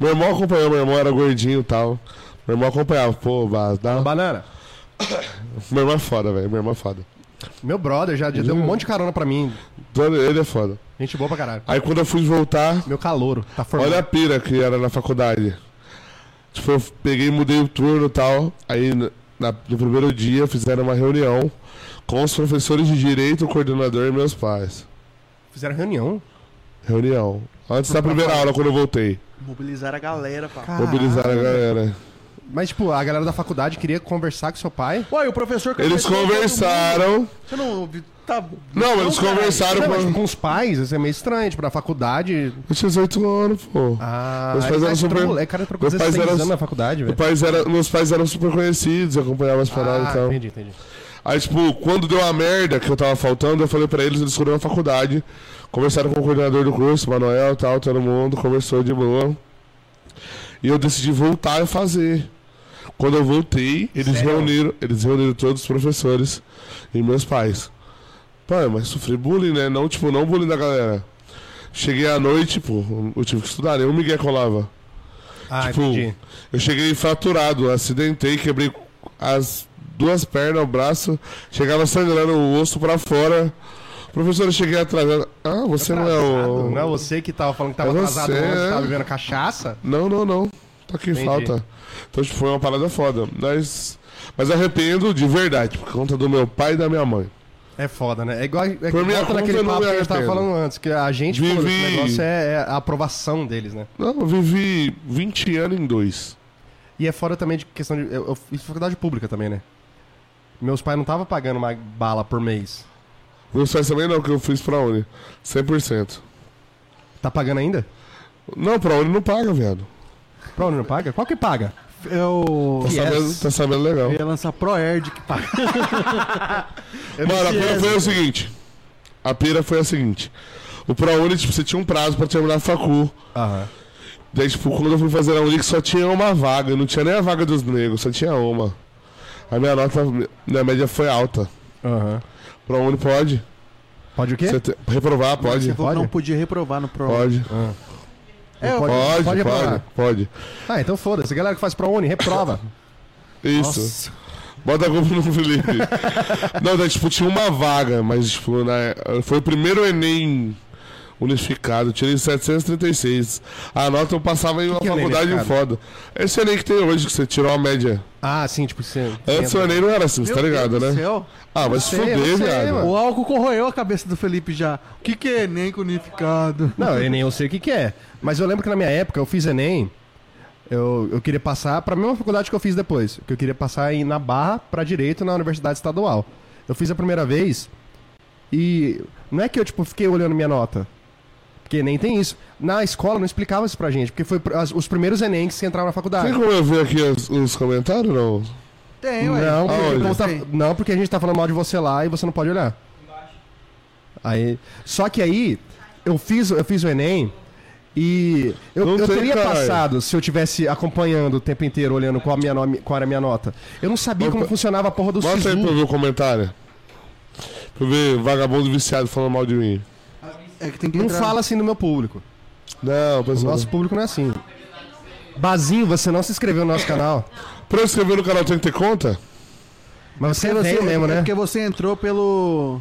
Speaker 3: Meu irmão acompanhou, meu irmão era gordinho e tal. Meu irmão acompanhava, pô, bah, dá...
Speaker 1: Banana.
Speaker 3: meu irmão é foda, velho, meu irmão é foda.
Speaker 1: Meu brother já, já deu um monte de carona pra mim.
Speaker 3: Todo- Ele é foda.
Speaker 1: Gente boa pra caralho.
Speaker 3: Aí quando eu fui voltar,
Speaker 1: Meu calouro. Tá formado.
Speaker 3: Olha a pira que era na faculdade. Tipo, eu peguei, mudei o turno e tal. Aí n- na- no primeiro dia fizeram uma reunião com os professores de direito, o coordenador e meus pais.
Speaker 1: Fizeram reunião.
Speaker 3: Reunião. Antes da primeira aula, quando eu voltei.
Speaker 2: Mobilizar a galera, pá.
Speaker 3: Mobilizaram a galera.
Speaker 1: Mas, tipo, a galera da faculdade queria conversar com seu pai.
Speaker 2: Ué, o professor que
Speaker 3: Eles
Speaker 2: apresentou todo
Speaker 3: conversaram.
Speaker 2: mundo. Você não ouviu? Tá.
Speaker 3: Não, eles
Speaker 2: cara.
Speaker 3: conversaram
Speaker 1: Não, mas, tipo,
Speaker 3: com.
Speaker 1: com os pais, isso é meio estranho. Tipo, na faculdade.
Speaker 3: Eu tinha 18 anos, pô.
Speaker 1: Ah,
Speaker 3: Meus pais
Speaker 1: aí, cara,
Speaker 3: eram super-
Speaker 1: trocou- é, cara, trocou
Speaker 3: meus pais
Speaker 1: 16
Speaker 3: eram-
Speaker 1: anos na faculdade,
Speaker 3: Meu
Speaker 1: velho.
Speaker 3: pais era- meus pais eram super conhecidos, eu acompanhava as paradas e
Speaker 1: Ah,
Speaker 3: tal.
Speaker 1: entendi, entendi.
Speaker 3: Aí, tipo, quando deu a merda que eu tava faltando, eu falei pra eles, eles foram na faculdade, conversaram com o coordenador do curso, Manuel tal, todo mundo, conversou de boa. E eu decidi voltar e fazer. Quando eu voltei, eles
Speaker 1: Sério?
Speaker 3: reuniram, eles reuniram todos os professores e meus pais. Pai, mas sofri bullying, né? Não, tipo, não bullying da galera. Cheguei à noite, pô, eu tive que estudar, nenhum Miguel colava.
Speaker 1: Ah,
Speaker 3: Tipo,
Speaker 1: entendi.
Speaker 3: Eu cheguei fraturado, acidentei, quebrei as duas pernas, o braço, chegava sangrando o osso pra fora. Professor, eu cheguei atrasado. Ah, você não é o.
Speaker 1: Não é você que tava falando que tava
Speaker 3: É
Speaker 1: atrasado
Speaker 3: você,
Speaker 1: ontem,
Speaker 3: é.
Speaker 1: tava bebendo cachaça?
Speaker 3: Não, não, não. Tá aqui
Speaker 1: Entendi.
Speaker 3: falta. Então, tipo, foi uma parada foda. Mas. Mas arrependo de verdade, por conta do meu pai e da minha mãe.
Speaker 1: É foda, né? É igual é que
Speaker 3: Por minha
Speaker 1: volta naquele
Speaker 3: conta, eu não
Speaker 1: papo que
Speaker 3: me
Speaker 1: a gente tava
Speaker 3: arrependo.
Speaker 1: falando antes, que a gente falou que o
Speaker 3: Vivi.
Speaker 1: negócio é, é a aprovação deles, né?
Speaker 3: Não, eu vivi 20 anos em dois.
Speaker 1: E é fora também de questão de. Eu, eu fiz faculdade pública também, né? Meus pais não estavam pagando uma bala por mês.
Speaker 3: Meus pais também não, que eu fiz pra Uni. 100%.
Speaker 1: Tá pagando ainda?
Speaker 3: Não, pra Uni não paga, viado.
Speaker 1: Pra onde não paga? Qual que paga?
Speaker 2: Eu.
Speaker 3: Tá, sabendo, tá sabendo legal.
Speaker 2: é Eu ia lançar ProErd que paga. É
Speaker 3: Mano, a pira foi o seguinte. A pira foi a seguinte. O ProUni, tipo, você tinha um prazo pra terminar a facu.
Speaker 1: Aham.
Speaker 3: Daí, tipo, quando eu fui fazer a Unic, só tinha uma vaga. Não tinha nem a vaga dos negros, só tinha uma. A minha nota, minha média foi alta.
Speaker 1: Aham.
Speaker 3: ProUni pode?
Speaker 1: Pode o quê?
Speaker 3: Você te- Reprovar, pode?
Speaker 2: Você
Speaker 3: Pode.
Speaker 2: falou que
Speaker 1: Pode?
Speaker 2: não podia reprovar no ProErd.
Speaker 3: Pode,
Speaker 2: É, eu-
Speaker 3: pode,
Speaker 1: pode
Speaker 3: pode.
Speaker 1: reprovar.
Speaker 3: pode.
Speaker 1: Ah, então foda-se. Galera que faz ProUni, reprova.
Speaker 3: Isso.
Speaker 2: Nossa.
Speaker 3: Bota a culpa no Felipe. não, daí, tipo, tinha uma vaga, mas, tipo, na- foi o primeiro Enem unificado. Eu Tirei 736. A nota eu passava em uma
Speaker 1: que é o Enem
Speaker 3: faculdade
Speaker 1: unificado?
Speaker 3: foda. Esse Enem que tem hoje, que você tirou a média.
Speaker 1: ah, sim, tipo, você.
Speaker 3: Antes o Enem não era assim, você tá
Speaker 2: Meu
Speaker 3: ligado,
Speaker 2: Deus do
Speaker 3: né?
Speaker 2: céu.
Speaker 3: Ah, vai se
Speaker 1: sei, eu
Speaker 3: fuder,
Speaker 1: sei, mano.
Speaker 3: viado.
Speaker 2: O álcool corroeu a cabeça do Felipe já. O que, que é Enem com unificado?
Speaker 1: Não, Enem eu sei o que, que é. Mas eu lembro que na minha época eu fiz Enem. Eu, eu queria passar pra mesma faculdade que eu fiz depois. Que eu queria passar em, na Barra pra Direito na Universidade Estadual. Eu fiz a primeira vez e não é que eu tipo, fiquei olhando minha nota. Porque Enem tem isso. Na escola não explicava isso pra gente, porque foi pr- as- os primeiros Enem que se entrava na faculdade.
Speaker 3: Tem como eu ver aqui os, os comentários, não? é Ah,
Speaker 2: Tem, ué.
Speaker 1: Não,
Speaker 3: Aonde?
Speaker 1: porque,
Speaker 2: Não
Speaker 1: não, tá-
Speaker 2: tem.
Speaker 1: não, porque a gente tá falando mal de você lá e você não pode olhar. Aí, só que aí, eu fiz, eu fiz o Enem e eu,
Speaker 3: Não
Speaker 1: eu
Speaker 3: tem,
Speaker 1: teria
Speaker 3: cara.
Speaker 1: passado se eu tivesse acompanhando o tempo inteiro, olhando qual, a minha, nome- qual era a minha nota. Eu não sabia
Speaker 3: Mas
Speaker 1: como
Speaker 3: pra-
Speaker 1: funcionava a porra do
Speaker 3: Bota aí pra eu
Speaker 1: SISU.
Speaker 3: ver o comentário. Pra eu ver vagabundo viciado falando mal de mim.
Speaker 2: É que tem que
Speaker 1: Não
Speaker 2: entrar.
Speaker 1: fala assim no meu público.
Speaker 3: Não,
Speaker 1: O
Speaker 3: pessoal.
Speaker 1: nosso público não é assim. Bazinho, você não se inscreveu no nosso canal.
Speaker 3: Pra eu inscrever no canal tem que ter conta?
Speaker 1: Mas você é
Speaker 2: Porque
Speaker 1: velho mesmo,
Speaker 2: é
Speaker 1: né?
Speaker 2: Porque você entrou pelo.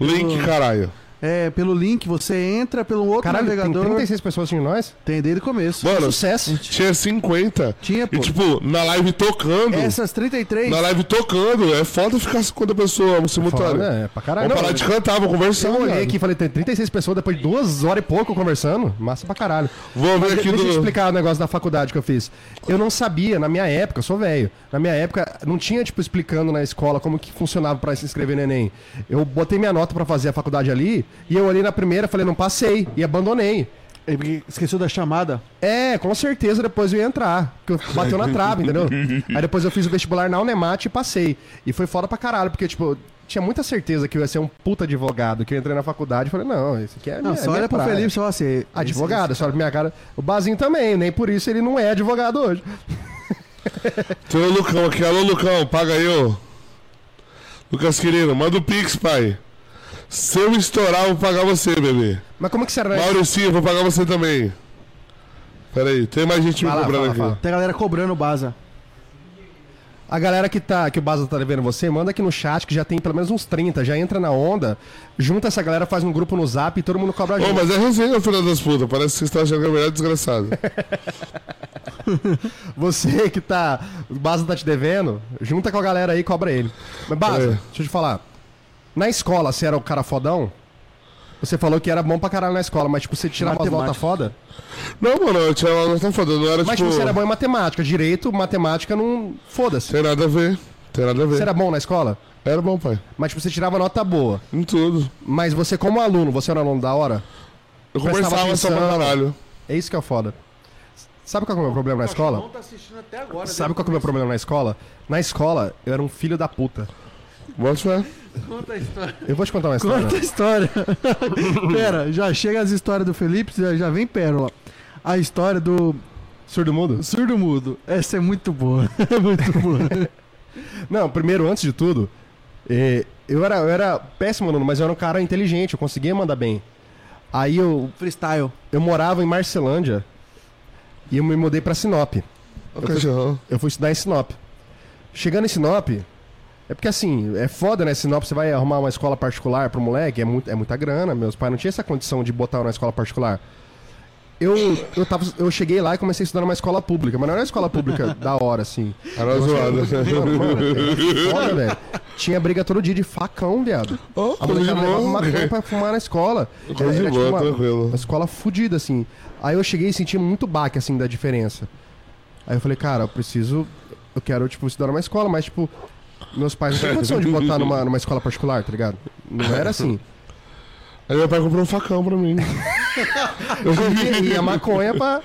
Speaker 3: Link, caralho.
Speaker 2: É, pelo link, você entra pelo outro
Speaker 1: Caralho, tem
Speaker 2: um navegador. Tem,
Speaker 1: 36 pessoas assistindo nós?
Speaker 2: desde o começo.
Speaker 3: Mano,
Speaker 1: Sucesso.
Speaker 3: tinha 50.
Speaker 2: Tinha, É, pô. é
Speaker 3: E tipo, na live tocando.
Speaker 2: Essas 33.
Speaker 3: Na live tocando. É foda ficar com outra pessoa simultânea.
Speaker 1: Foda, é, pra caralho.
Speaker 3: Vamos
Speaker 1: Não,
Speaker 3: parar de cantar, vou conversar.
Speaker 1: Eu olhei
Speaker 3: viado.
Speaker 1: aqui e falei, tem 36 pessoas depois de duas horas e pouco conversando. Massa pra caralho.
Speaker 3: Vou ver aqui
Speaker 1: Deixa eu
Speaker 3: do.
Speaker 1: explicar o negócio da faculdade que eu fiz. Eu não sabia, na minha época, eu sou velho, na minha época não tinha, tipo, explicando na escola como que funcionava pra se inscrever no Enem. Eu botei minha nota pra fazer a faculdade ali e eu olhei na primeira, falei, não passei e abandonei.
Speaker 2: Ele Esqueceu da chamada.
Speaker 1: É, com certeza depois eu ia entrar. Porque eu- bateu na trave, entendeu? Aí depois eu fiz o vestibular na Unemat e passei. E foi foda pra caralho, porque, tipo, eu tinha muita certeza que eu ia ser um puta advogado, que eu entrei na faculdade e falei, não, isso aqui é
Speaker 2: Não,
Speaker 1: minha,
Speaker 2: só
Speaker 1: é minha
Speaker 2: olha pro
Speaker 1: praia.
Speaker 2: Felipe e fala assim.
Speaker 1: Advogado, só olha pra minha cara. O Bazinho também, nem por isso ele não é advogado hoje.
Speaker 3: Tem o Lucão aqui. Alô, Lucão, paga aí, ô. Lucas querido, manda o Pix, pai. Se eu estourar, eu vou pagar você, bebê.
Speaker 1: Mas como que será? né?
Speaker 3: Maurício, eu vou pagar você também. Pera aí, tem mais gente me
Speaker 1: Vai lá,
Speaker 3: cobrando
Speaker 1: fala,
Speaker 3: aqui.
Speaker 1: fala.
Speaker 2: Tem a galera cobrando Baza.
Speaker 1: A galera que tá, que o Baza tá devendo você, manda aqui no chat que já tem pelo menos uns 30, já entra na onda, junta essa galera, faz um grupo no Zap e todo mundo cobra a
Speaker 3: Ô,
Speaker 1: gente.
Speaker 3: mas é resenha, filha das putas. Parece que vocês estão achando que é melhor desgraçado.
Speaker 1: Você que tá, o Baza tá te devendo, junta com a galera aí e cobra ele. Mas Baza,
Speaker 3: É.
Speaker 1: deixa eu te falar. Na escola, você era o cara fodão? Você falou que era bom pra caralho na escola, mas tipo, você tirava as notas
Speaker 2: Matemática.
Speaker 1: foda?
Speaker 3: não, mano, eu tinha não tá foda. Não era
Speaker 1: Mas
Speaker 3: tipo.
Speaker 1: tipo, você era bom em matemática, direito, matemática não. Foda-se.
Speaker 3: Tem nada a ver. Tem nada a ver.
Speaker 1: Você era bom na escola?
Speaker 3: Era bom, pai.
Speaker 1: Mas tipo, você tirava nota boa.
Speaker 3: Em tudo.
Speaker 1: Mas você, como aluno, você era um aluno da hora?
Speaker 3: Eu
Speaker 1: Prestava
Speaker 3: conversava só pra
Speaker 1: atenção.
Speaker 3: caralho.
Speaker 1: É isso que é o foda. Sabe qual que é o meu problema na escola?
Speaker 2: tá assistindo até agora.
Speaker 1: Sabe qual que é o meu problema na escola? Na escola, eu era um filho da puta.
Speaker 3: Bota fé.
Speaker 2: Conta a história.
Speaker 1: Eu vou te contar uma história.
Speaker 2: Conta a história. Pera, já chega as histórias do Felipe, já, já vem pérola. A história do
Speaker 1: Surdo mudo?
Speaker 2: surdo mudo. Essa é muito boa. É muito boa.
Speaker 1: Não, primeiro, antes de tudo, eh, eu, era, eu era péssimo aluno, mas eu era um cara inteligente, eu conseguia mandar bem. Aí eu,
Speaker 2: Freestyle.
Speaker 1: eu morava em Marcelândia e eu me mudei pra Sinop.
Speaker 3: Ô, cachorrão.
Speaker 1: Eu fui estudar em Sinop. Chegando em Sinop, é porque assim, é foda, né? Sinop, você vai arrumar uma escola particular pro moleque, é, muito, é muita grana. Meus pais não tinham essa condição de botar na escola particular. Eu, eu, tava, eu cheguei lá e comecei a estudar numa escola pública, mas não era uma escola pública da hora, assim.
Speaker 3: Era uma zoada.
Speaker 1: Mano, mano, é foda, velho. Tinha briga todo dia de facão, viado.
Speaker 3: Ô,
Speaker 1: A
Speaker 3: tamo de
Speaker 1: molecada levava
Speaker 3: boa.
Speaker 1: maconha pra fumar na escola. tipo,
Speaker 3: Tamo de boa,
Speaker 1: uma,
Speaker 3: tranquilo.
Speaker 1: uma escola fudida assim. Aí eu cheguei e senti muito baque, assim, da diferença. Aí eu falei, cara, eu preciso... Eu quero, tipo, estudar numa escola, mas, tipo... Meus pais não tinham condição de botar numa, numa escola particular, tá ligado? Não era assim.
Speaker 3: Aí meu pai comprou um facão pra mim.
Speaker 1: E, e a maconha pra...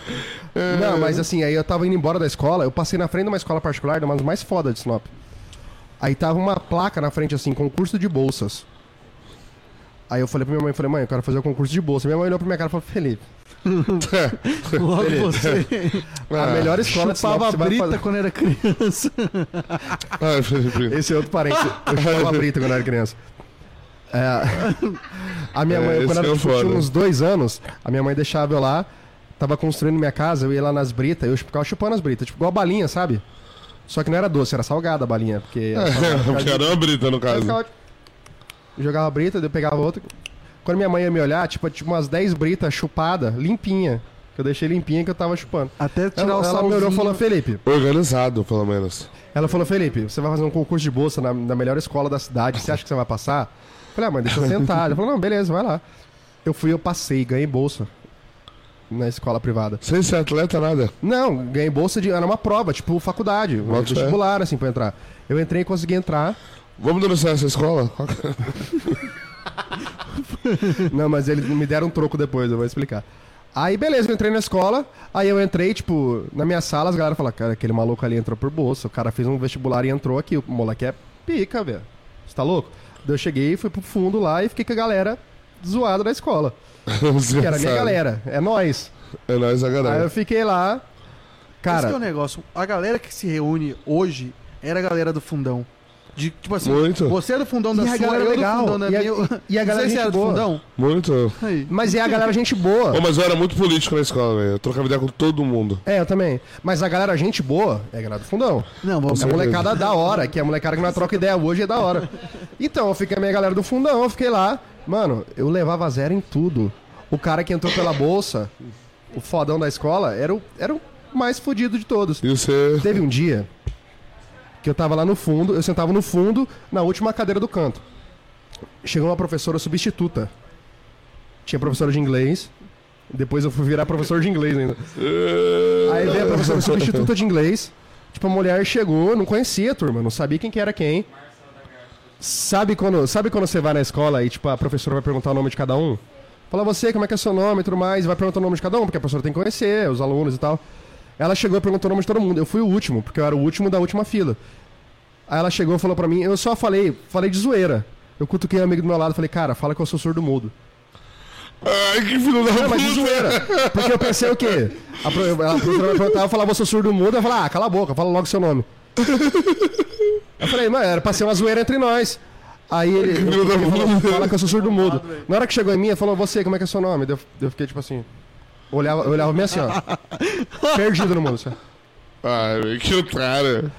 Speaker 3: É.
Speaker 1: Não, mas assim, aí eu tava indo embora da escola, eu passei na frente de uma escola particular, de uma das mais foda de Sinop. Aí tava uma placa na frente, assim, concurso de bolsas. Aí eu falei pra minha mãe, falei, mãe, eu quero fazer o concurso de bolsa. Minha mãe olhou pra minha cara e falou, Felipe,
Speaker 2: Logo você
Speaker 3: Ah,
Speaker 1: a melhor escola de Sinop
Speaker 2: Ah, chupava
Speaker 1: você vai
Speaker 2: brita
Speaker 1: fazer-
Speaker 2: quando era criança.
Speaker 3: Ai, Felipe.
Speaker 1: Esse é outro parente. Eu chupava a brita quando era criança. É, a minha
Speaker 3: É,
Speaker 1: mãe,
Speaker 3: esse
Speaker 1: quando
Speaker 3: é
Speaker 1: ela
Speaker 3: o
Speaker 1: tinha
Speaker 3: foda.
Speaker 1: uns dois anos, a minha mãe deixava eu lá, tava construindo minha casa, eu ia lá nas britas, eu ficava chupando as britas, tipo, igual balinha, sabe? Só que não era doce, era salgada a balinha, porque... Era salgada, por causa
Speaker 3: Porque
Speaker 1: de-
Speaker 3: era uma brita, no
Speaker 1: Aí eu
Speaker 3: caso.
Speaker 1: ficava- eu jogava a brita, daí eu pegava outra. Quando minha mãe ia me olhar, tipo, tinha umas 10 britas chupadas, limpinha, que eu deixei limpinha que eu tava chupando.
Speaker 2: Até tirar
Speaker 1: Ela,
Speaker 2: o
Speaker 1: ela me olhou e
Speaker 2: salãozinho.
Speaker 1: falou, Felipe,
Speaker 3: Organizado, pelo menos.
Speaker 1: ela falou, Felipe, você vai fazer um concurso de bolsa na, na melhor escola da cidade, você acha que você vai passar? Eu falei, ah, mãe, deixa eu sentar. Ela falou, não, beleza, vai lá. Eu fui, eu passei, ganhei bolsa na escola privada.
Speaker 3: Sem ser atleta, nada.
Speaker 1: Não, ganhei bolsa de. Era uma prova, tipo faculdade, um
Speaker 3: Bota fé.
Speaker 1: vestibular, assim, pra entrar. Eu entrei e consegui entrar.
Speaker 3: Vamos denunciar essa escola?
Speaker 1: Não, mas eles me deram um troco depois, eu vou explicar. Aí, beleza, eu entrei na escola, aí eu entrei, tipo, na minha sala, as galera falaram, cara, aquele maluco ali entrou por bolsa, o cara fez um vestibular e entrou aqui, o moleque é pica, velho. Você tá louco? Daí eu cheguei, fui pro fundo lá e fiquei com a galera zoada da escola. Que era a minha galera, é nós.
Speaker 3: É nóis a
Speaker 1: Aí eu
Speaker 3: galera.
Speaker 1: fiquei lá,
Speaker 2: Esse que é o
Speaker 1: cara,
Speaker 2: negócio. A galera que se reúne hoje era a galera do fundão. De, tipo assim,
Speaker 3: Muito.
Speaker 2: você é do fundão da
Speaker 1: E a
Speaker 2: sua,
Speaker 1: galera
Speaker 2: eu
Speaker 1: legal.
Speaker 2: do fundão da
Speaker 1: E a-
Speaker 2: minha. eu-
Speaker 1: e a
Speaker 2: Não
Speaker 1: galera
Speaker 2: sei se
Speaker 1: gente
Speaker 2: era do
Speaker 1: boa.
Speaker 2: fundão.
Speaker 3: Muito.
Speaker 2: Aí.
Speaker 1: Mas é a galera gente boa.
Speaker 3: Ô, mas eu era muito político na escola, velho. Eu trocava ideia com todo mundo.
Speaker 1: É, eu também. Mas a galera gente boa é a galera do fundão.
Speaker 2: Não, vamos
Speaker 1: É a
Speaker 3: certeza.
Speaker 1: molecada da hora, que é a molecada que nós troca ideia hoje é da hora. Então, eu fiquei a minha galera do fundão, eu fiquei lá. Mano, eu levava zero em tudo. O cara que entrou pela bolsa, o fodão da escola, era o, era o mais fodido de todos.
Speaker 3: E você.
Speaker 1: Teve um dia que eu tava lá no fundo, eu sentava no fundo, na última cadeira do canto. Chegou uma professora substituta. Tinha professora de inglês. Depois eu fui virar professor de inglês ainda. Aí veio a professora substituta de inglês. Tipo, a mulher chegou, não conhecia a turma, não sabia quem que era quem. Sabe quando, sabe quando você vai na escola e tipo, a professora vai perguntar o nome de cada um? Fala você, como é que é seu nome e tudo mais, e vai perguntar o nome de cada um, porque a professora tem que conhecer, os alunos e tal. Ela chegou e perguntou o nome de todo mundo. Eu fui o último, porque eu era o último da última fila. Aí ela chegou e falou pra mim, eu só falei, falei de zoeira. Eu cutuquei um amigo do meu lado e falei, cara, fala que eu sou surdo mudo.
Speaker 3: Ai, que filho da
Speaker 1: Não, mas de
Speaker 3: puta!
Speaker 1: zoeira. Porque eu pensei o quê? A pro- a professora vai perguntar, eu falava, sou surdo mudo, eu falava, ah, cala a boca, fala logo seu nome. Eu falei, mano, era pra ser uma zoeira entre nós. Aí ele, ele
Speaker 3: filho da
Speaker 1: falou,
Speaker 3: puta.
Speaker 1: fala que eu sou surdo mudo. Na hora que chegou em mim, ele falou, você, como é que é seu nome? Daí Eu, daí eu fiquei tipo assim, olhava, eu olhava bem assim, ó. Perdido no mundo, assim.
Speaker 3: Ai, velho, que otário.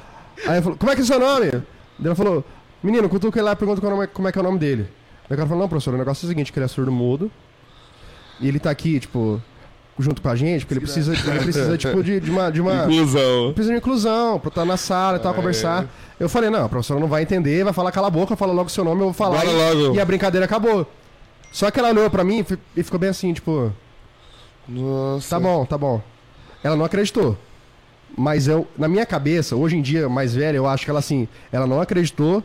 Speaker 1: Aí ele falou, como é que é seu nome? Daí ela falou, menino, cutuca ele lá e pergunta qual nome é- como é que é o nome dele. Daí o cara falou, não, professor, o negócio é o seguinte, que ele é surdo mudo. E ele tá aqui, tipo, junto com a gente, porque ele precisa, ele precisa tipo, de, de uma. De uma
Speaker 3: Inclusão.
Speaker 1: precisa de inclusão, pra estar na sala e
Speaker 3: É.
Speaker 1: tal, conversar. Eu falei, não, a professora não vai entender, vai falar, cala a boca, fala logo o seu nome, eu vou falar.
Speaker 3: Bora
Speaker 1: e,
Speaker 3: logo.
Speaker 1: e a brincadeira acabou. Só que ela olhou pra mim e fi- e ficou bem assim, tipo,
Speaker 3: Nossa.
Speaker 1: Tá bom, tá bom. Ela não acreditou. Mas eu, na minha cabeça, hoje em dia, mais velha, eu acho que ela assim, ela não acreditou,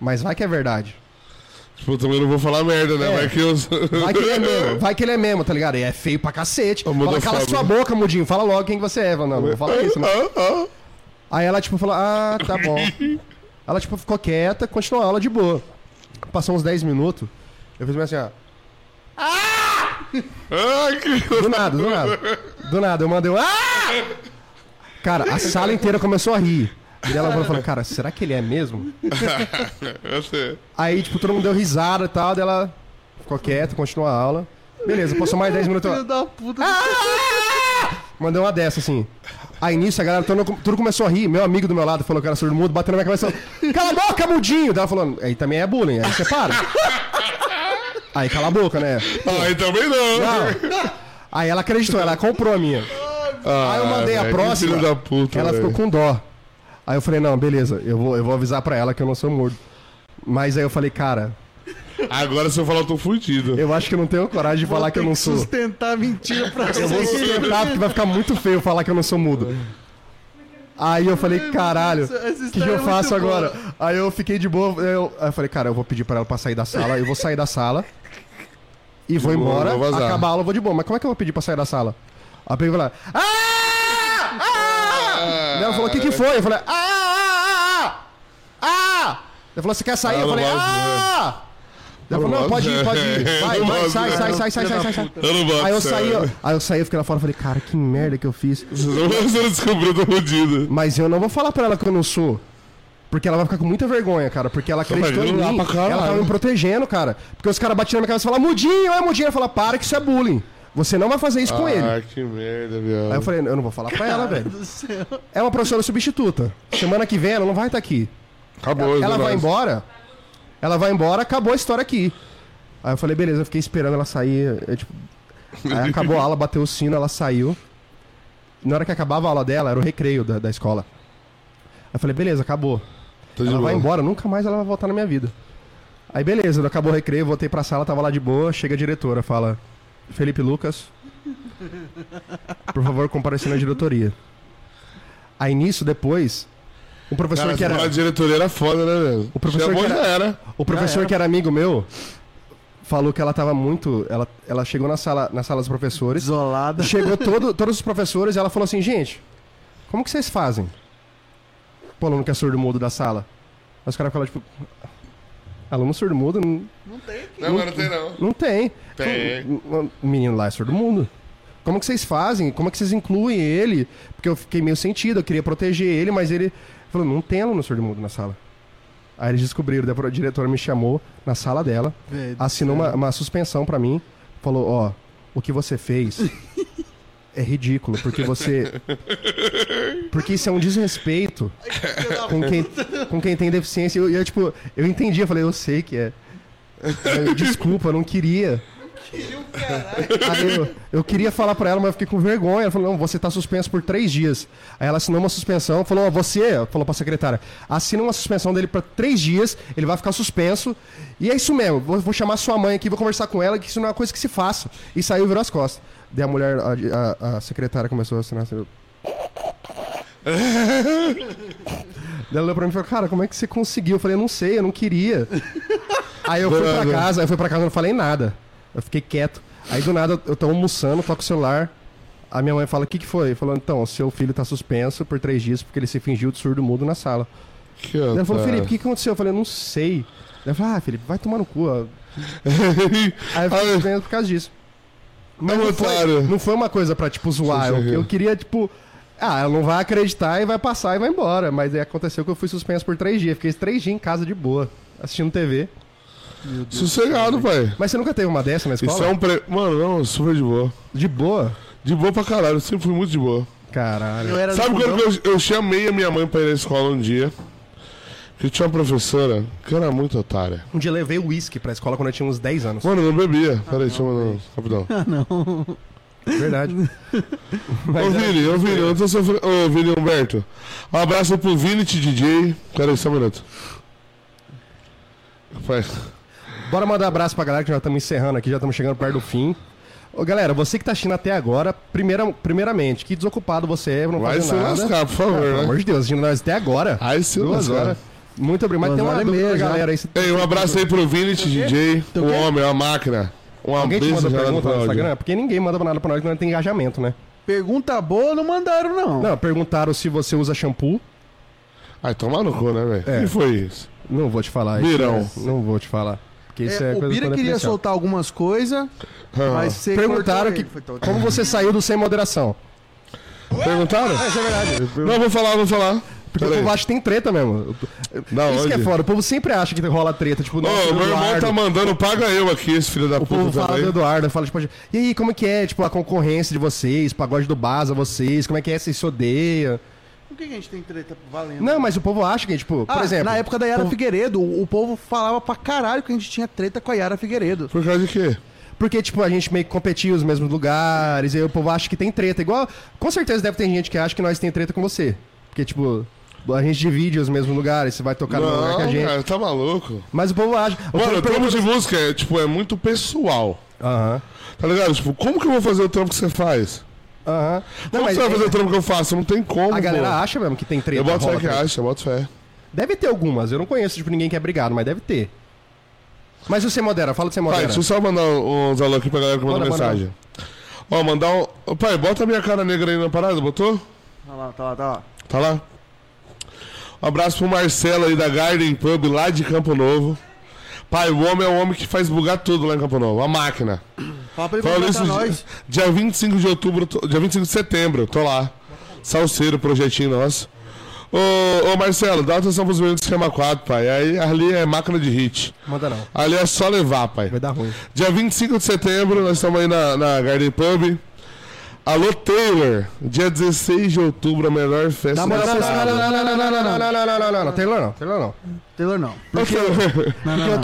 Speaker 1: mas vai que é verdade.
Speaker 3: Tipo, eu também não vou falar merda, né?
Speaker 1: É.
Speaker 3: Vai que eu.
Speaker 1: Vai que ele é mesmo, vai que ele é mesmo, tá ligado? E é feio pra cacete.
Speaker 3: Ô,
Speaker 1: Fala, cala
Speaker 3: mudofóbico.
Speaker 1: sua boca, mudinho, fala logo quem que você é. Eu falo, Não, não vou falar isso, não.
Speaker 3: Ah, ah.
Speaker 1: Aí ela, tipo, falou, ah, tá bom. Ela, tipo, ficou quieta, continuou a aula de boa. Passou uns 10 minutos, eu fiz meio assim, ó.
Speaker 3: Ah, que.
Speaker 1: Do nada, do nada. Do nada, eu mandei um. Ah! Cara, a sala inteira começou a rir. E ela falou, cara, será que ele é mesmo?
Speaker 3: Eu sei.
Speaker 1: Aí, tipo, todo mundo deu risada e tal, daí ela ficou quieta, continuou a aula. Beleza, passou mais 10 minutos.
Speaker 2: Filho
Speaker 1: ela Ah!
Speaker 2: da puta.
Speaker 1: Mandei uma dessa, assim. Aí nisso a galera todo, tudo começou a rir. Meu amigo do meu lado falou que era surdo mudo, batendo na minha cabeça. Cala a boca, mudinho! Daí ela falou, aí também é bullying, aí você para. Aí cala a boca, né?
Speaker 3: Ai, também não.
Speaker 1: Não. Aí ela acreditou, ela comprou a minha.
Speaker 3: Ah,
Speaker 1: Aí eu mandei a
Speaker 3: velho, que
Speaker 1: próxima,
Speaker 3: Filho da puta.
Speaker 1: ela
Speaker 3: velho.
Speaker 1: ficou com dó. Aí eu falei, não, beleza, eu vou, eu vou avisar pra ela que eu não sou morto. Mas aí eu falei, cara,
Speaker 3: Agora se eu falar, eu tô fudido.
Speaker 1: eu acho que eu não tenho coragem de falar Ah, que eu
Speaker 2: Tem
Speaker 1: não
Speaker 2: que
Speaker 1: sou.
Speaker 2: sustentar a mentira pra
Speaker 1: Eu vou
Speaker 2: vocês.
Speaker 1: sustentar porque vai ficar muito feio falar que eu não sou mudo. Aí eu falei, caralho,
Speaker 2: Essa- essa
Speaker 1: o que,
Speaker 2: história
Speaker 1: eu
Speaker 2: é
Speaker 1: faço
Speaker 2: muito boa.
Speaker 1: agora? Aí eu fiquei de boa, eu, aí eu falei, cara, eu vou pedir pra ela pra sair da sala, eu vou sair da sala e vou
Speaker 3: boa,
Speaker 1: embora,
Speaker 3: vou vazar.
Speaker 1: acabar a aula, eu vou de boa. Mas como é que eu vou pedir pra sair da sala? Aí eu peguei e falei, ah! ah! Ela falou, o que que foi? Eu falei, ah, ah, ah, ah! ah! Ela falou, você quer sair?
Speaker 3: Ah,
Speaker 1: Eu falei,
Speaker 3: não gosto,
Speaker 1: ah! Ela falou, não,
Speaker 3: Não
Speaker 1: pode ir,
Speaker 3: gosto,
Speaker 1: pode ir.
Speaker 3: né?
Speaker 1: Vai,
Speaker 3: Não
Speaker 1: vai,
Speaker 3: gosto,
Speaker 1: sai,
Speaker 3: né?
Speaker 1: sai, sai, sai, sai, sai, sai.
Speaker 3: Eu não boto.
Speaker 1: Aí eu saí, eu,
Speaker 3: sério.
Speaker 1: aí eu saí, eu fiquei lá fora e falei, cara, que merda que eu fiz.
Speaker 3: Você não descobriu, eu tô fudido.
Speaker 1: Mas eu não vou falar pra ela que eu não sou. Porque ela vai ficar com muita vergonha, cara. Porque ela acreditou em
Speaker 3: vai lá
Speaker 1: mim.
Speaker 3: pra caralho.
Speaker 1: Ela tava me protegendo, cara. Porque os caras batiam na minha cabeça e falavam, mudinho, é mudinho. Ela fala, para que isso é bullying. Você não vai fazer isso com ele.
Speaker 3: Ah, que merda, viado.
Speaker 1: Aí eu falei, eu não vou falar pra ela, velho. É uma professora substituta. Semana que vem ela não vai estar aqui.
Speaker 3: Acabou,
Speaker 1: ela
Speaker 3: é
Speaker 1: vai
Speaker 3: nóis.
Speaker 1: embora. Ela vai embora, acabou a história aqui. Aí eu falei, beleza, eu fiquei esperando ela sair. eu, tipo, Aí acabou a aula, bateu o sino, ela saiu. Na hora que acabava a aula dela, era o recreio da, da escola. Aí eu falei, beleza, acabou.
Speaker 3: Tô Tá de
Speaker 1: Ela vai
Speaker 3: boa.
Speaker 1: embora, nunca mais ela vai voltar na minha vida. Aí beleza, acabou o recreio, voltei pra sala, tava lá de boa, chega a diretora, fala, Felipe Lucas, por favor, compareça na diretoria. Aí nisso, depois, o professor
Speaker 3: Cara,
Speaker 1: que era...
Speaker 3: A diretoria era foda, né, velho?
Speaker 1: O professor
Speaker 3: Chamou,
Speaker 1: que era-
Speaker 3: já era.
Speaker 1: O professor que era amigo meu falou que ela tava muito. Ela, ela chegou na sala, na sala dos professores.
Speaker 2: Isolada.
Speaker 1: Chegou todo, todos os professores e ela falou assim, gente, como que vocês fazem? O aluno que é surdo mudo da sala. Aí os caras falaram, tipo. Aluno surdo mudo não,
Speaker 3: Não, mas não tem não.
Speaker 1: não tem.
Speaker 3: Tem.
Speaker 1: Então, O menino lá é surdo mundo. Como que vocês fazem? Como é que vocês incluem ele? Porque eu fiquei meio sentido, eu queria proteger ele, mas ele falou, não tem aluno surdo mudo na sala. Aí eles descobriram, daí a diretora me chamou na sala dela,
Speaker 2: Velho,
Speaker 1: assinou uma, uma suspensão pra mim, falou, ó, o que você fez é ridículo, porque você... Porque isso é um desrespeito com quem, com quem tem deficiência. E eu, e eu, tipo, eu entendi, eu falei, eu sei que é. Eu, desculpa, eu não queria. Aí eu, eu queria falar pra ela, mas eu fiquei com vergonha. Ela falou, não, você tá suspenso por três dias. Aí ela assinou uma suspensão, falou, ó, você, falou pra secretária, assina uma suspensão dele pra três dias, ele vai ficar suspenso. E é isso mesmo, vou, vou chamar sua mãe aqui, vou conversar com ela, que isso não é uma coisa que se faça. E saiu e virou as costas. Daí a mulher, a, a- a secretária começou a assinar. Assim, Daí ela olhou pra mim e falou, cara, como é que você conseguiu? Eu falei, eu não sei, eu não queria. aí eu fui pra
Speaker 3: Droga.
Speaker 1: casa, aí eu fui pra casa e não falei nada. Eu fiquei quieto. Aí do nada eu tô almoçando, toco o celular. A minha mãe fala, o que, que foi? Falou, então, seu filho tá suspenso por três dias porque ele se fingiu de surdo mudo na sala.
Speaker 3: Que
Speaker 1: Daí ela falou,
Speaker 3: otário.
Speaker 1: Felipe, o que, que aconteceu? Eu falei, não sei. Daí Ela falou, ah, Felipe, vai tomar no cu. ó." Aí eu fiquei suspenso por causa disso. Mas
Speaker 3: É um
Speaker 1: não foi,
Speaker 3: otário.
Speaker 1: não foi uma coisa pra, tipo, zoar. Eu,
Speaker 3: Sim, sim.
Speaker 1: eu queria, tipo... Ah, ela não vai acreditar e vai passar e vai embora. Mas aí aconteceu que eu fui suspenso por três dias. Fiquei três dias em casa de boa, assistindo TV.
Speaker 3: Sossegado, pai.
Speaker 1: Mas você nunca teve uma dessa na escola?
Speaker 3: Isso é um pre... Mano, não, super de boa.
Speaker 1: De boa?
Speaker 3: De boa pra caralho, eu sempre fui muito de boa.
Speaker 1: Caralho.
Speaker 2: Eu era
Speaker 3: Sabe
Speaker 2: do
Speaker 3: quando que eu, eu chamei a minha mãe pra ir na escola um dia? Que tinha uma professora que era muito otária.
Speaker 1: Um dia eu levei uísque pra escola quando eu tinha uns 10 anos.
Speaker 3: Mano, eu não
Speaker 1: Ah,
Speaker 3: bebia. Peraí, deixa eu mandar. um Rapidão.
Speaker 1: Verdade.
Speaker 3: Ô Vini, ô Vini, eu tô sofrendo. Ô Vini Humberto. Um abraço pro Vinity DJ. Peraí, só um minuto. Vai.
Speaker 1: Bora mandar abraço pra galera que já estamos encerrando aqui, já estamos chegando perto do fim. Ô, galera, você que tá assistindo até agora, primeira, primeiramente, que desocupado você é, não
Speaker 3: Vai se
Speaker 1: fazendo nada.
Speaker 3: lascar, por
Speaker 1: Ah,
Speaker 3: favor,
Speaker 1: pelo amor
Speaker 3: né?
Speaker 1: de Deus, assistindo nós até agora.
Speaker 3: Vai se
Speaker 1: duas
Speaker 3: lascar.
Speaker 1: horas. Muito obrigado. Mas tem
Speaker 2: Duas
Speaker 1: uma
Speaker 2: horas e
Speaker 1: dúvida da
Speaker 2: meia já.
Speaker 1: galera aí. se-
Speaker 3: Ei, um abraço aí pro Vinity DJ. Um homem, uma máquina. Um
Speaker 1: Alguém te
Speaker 3: beijo
Speaker 1: manda
Speaker 3: gelado
Speaker 1: pergunta
Speaker 3: pra
Speaker 1: no
Speaker 3: áudio.
Speaker 1: Instagram? Porque ninguém manda nada pra nós, não tem engajamento, né?
Speaker 2: Pergunta boa não mandaram, não.
Speaker 1: Não, perguntaram se você usa shampoo.
Speaker 3: Ai, tomar no cu, né, velho?
Speaker 1: É.
Speaker 3: O que foi isso?
Speaker 1: Não vou te falar isso.
Speaker 3: Virão.
Speaker 1: né? Não vou te falar. Porque isso é,
Speaker 2: É, o
Speaker 1: coisa
Speaker 2: Bira queria
Speaker 1: confidencial.
Speaker 2: soltar algumas coisas,
Speaker 3: Ah,
Speaker 2: mas você
Speaker 1: Perguntaram
Speaker 2: cortou Então,
Speaker 1: que,
Speaker 2: ele. Foi todo-
Speaker 1: como você saiu do sem moderação.
Speaker 3: Perguntaram?
Speaker 1: Isso é verdade.
Speaker 3: Não, vou falar, vou falar.
Speaker 1: Porque o
Speaker 3: Peraí.
Speaker 1: povo acha que tem treta mesmo.
Speaker 3: Da
Speaker 1: Isso que é
Speaker 3: onde?
Speaker 1: foda, o povo sempre acha que rola treta, tipo,
Speaker 3: Ô,
Speaker 1: nossa,
Speaker 3: meu irmão
Speaker 1: Eduardo.
Speaker 3: tá mandando, paga eu aqui, esse filho da
Speaker 1: O povo
Speaker 3: puta
Speaker 1: fala do
Speaker 3: também.
Speaker 1: Eduardo, fala, tipo, e aí, como é que é, tipo, a concorrência de vocês, pagode do Baza, vocês, como é que é, vocês se odeiam?
Speaker 2: Por que que a gente tem treta valendo?
Speaker 1: Não, mas o povo acha que, tipo,
Speaker 2: Ah,
Speaker 1: por exemplo...
Speaker 2: na época da Yara
Speaker 1: povo-
Speaker 2: Figueiredo, o, o povo falava pra caralho que a gente tinha treta com a Yara Figueiredo.
Speaker 3: Por causa de quê?
Speaker 1: Porque, tipo, a gente meio que competia os mesmos lugares, e aí o povo acha que tem treta. Igual, com certeza deve ter gente que acha que nós tem treta com você. Porque, tipo, a gente divide os mesmos lugares, você vai tocar no lugar
Speaker 3: não,
Speaker 1: é que a gente...
Speaker 3: cara, tá maluco.
Speaker 1: Mas o povo acha... O
Speaker 3: Mano,
Speaker 1: povo
Speaker 3: o trampo de música é, tipo, é muito pessoal.
Speaker 1: Aham,
Speaker 3: Tá ligado? Tipo, como que eu vou fazer o trampo que você faz?
Speaker 1: aham. Não,
Speaker 3: Como
Speaker 1: mas é-
Speaker 3: você vai fazer o trampo que eu faço? Não tem como.
Speaker 1: a galera
Speaker 3: pô.
Speaker 1: acha mesmo que tem treta.
Speaker 3: Eu boto
Speaker 1: rola
Speaker 3: fé que
Speaker 1: treta.
Speaker 3: acha, eu boto fé.
Speaker 1: Deve ter algumas, eu não conheço, tipo, ninguém que é brigado, mas deve ter. Mas você modera, fala que você
Speaker 3: Pai,
Speaker 1: modera.
Speaker 3: deixa eu só mandar um, uns alô aqui pra galera que mandou
Speaker 1: Manda, manda.
Speaker 3: mensagem. Ó, mandar um. Ô, Pai, bota a minha cara negra aí na parada, botou?
Speaker 2: Tá lá, tá lá, tá lá.
Speaker 3: Tá lá? Um abraço pro Marcelo aí da Garden Pub, lá de Campo Novo. Pai, o homem é o homem que faz bugar tudo lá em Campo Novo, a máquina.
Speaker 2: Fala pra ele
Speaker 3: Falando
Speaker 2: mandar
Speaker 3: isso,
Speaker 2: pra nós.
Speaker 3: dia, dia 25 de outubro, eu tô- dia 25 de setembro, eu tô lá. Salseiro, projetinho nosso. Ô, ô Marcelo, dá atenção pros meninos do esquema 4, pai. Aí ali é máquina de hit.
Speaker 1: Manda não,
Speaker 3: Ali é só levar, pai.
Speaker 1: vai dar ruim.
Speaker 3: Dia 25 de setembro, nós estamos aí na, na Garden Pub. Alô, Taylor. Dia 16 de outubro, a melhor festa
Speaker 2: Dá uma
Speaker 3: da
Speaker 2: olhada
Speaker 3: cidade.
Speaker 2: não, não, não, não, não, não, não,
Speaker 1: não, não, não, não, não, Taylor não, Taylor não.
Speaker 2: Taylor não.
Speaker 1: Porque,
Speaker 3: Agora minha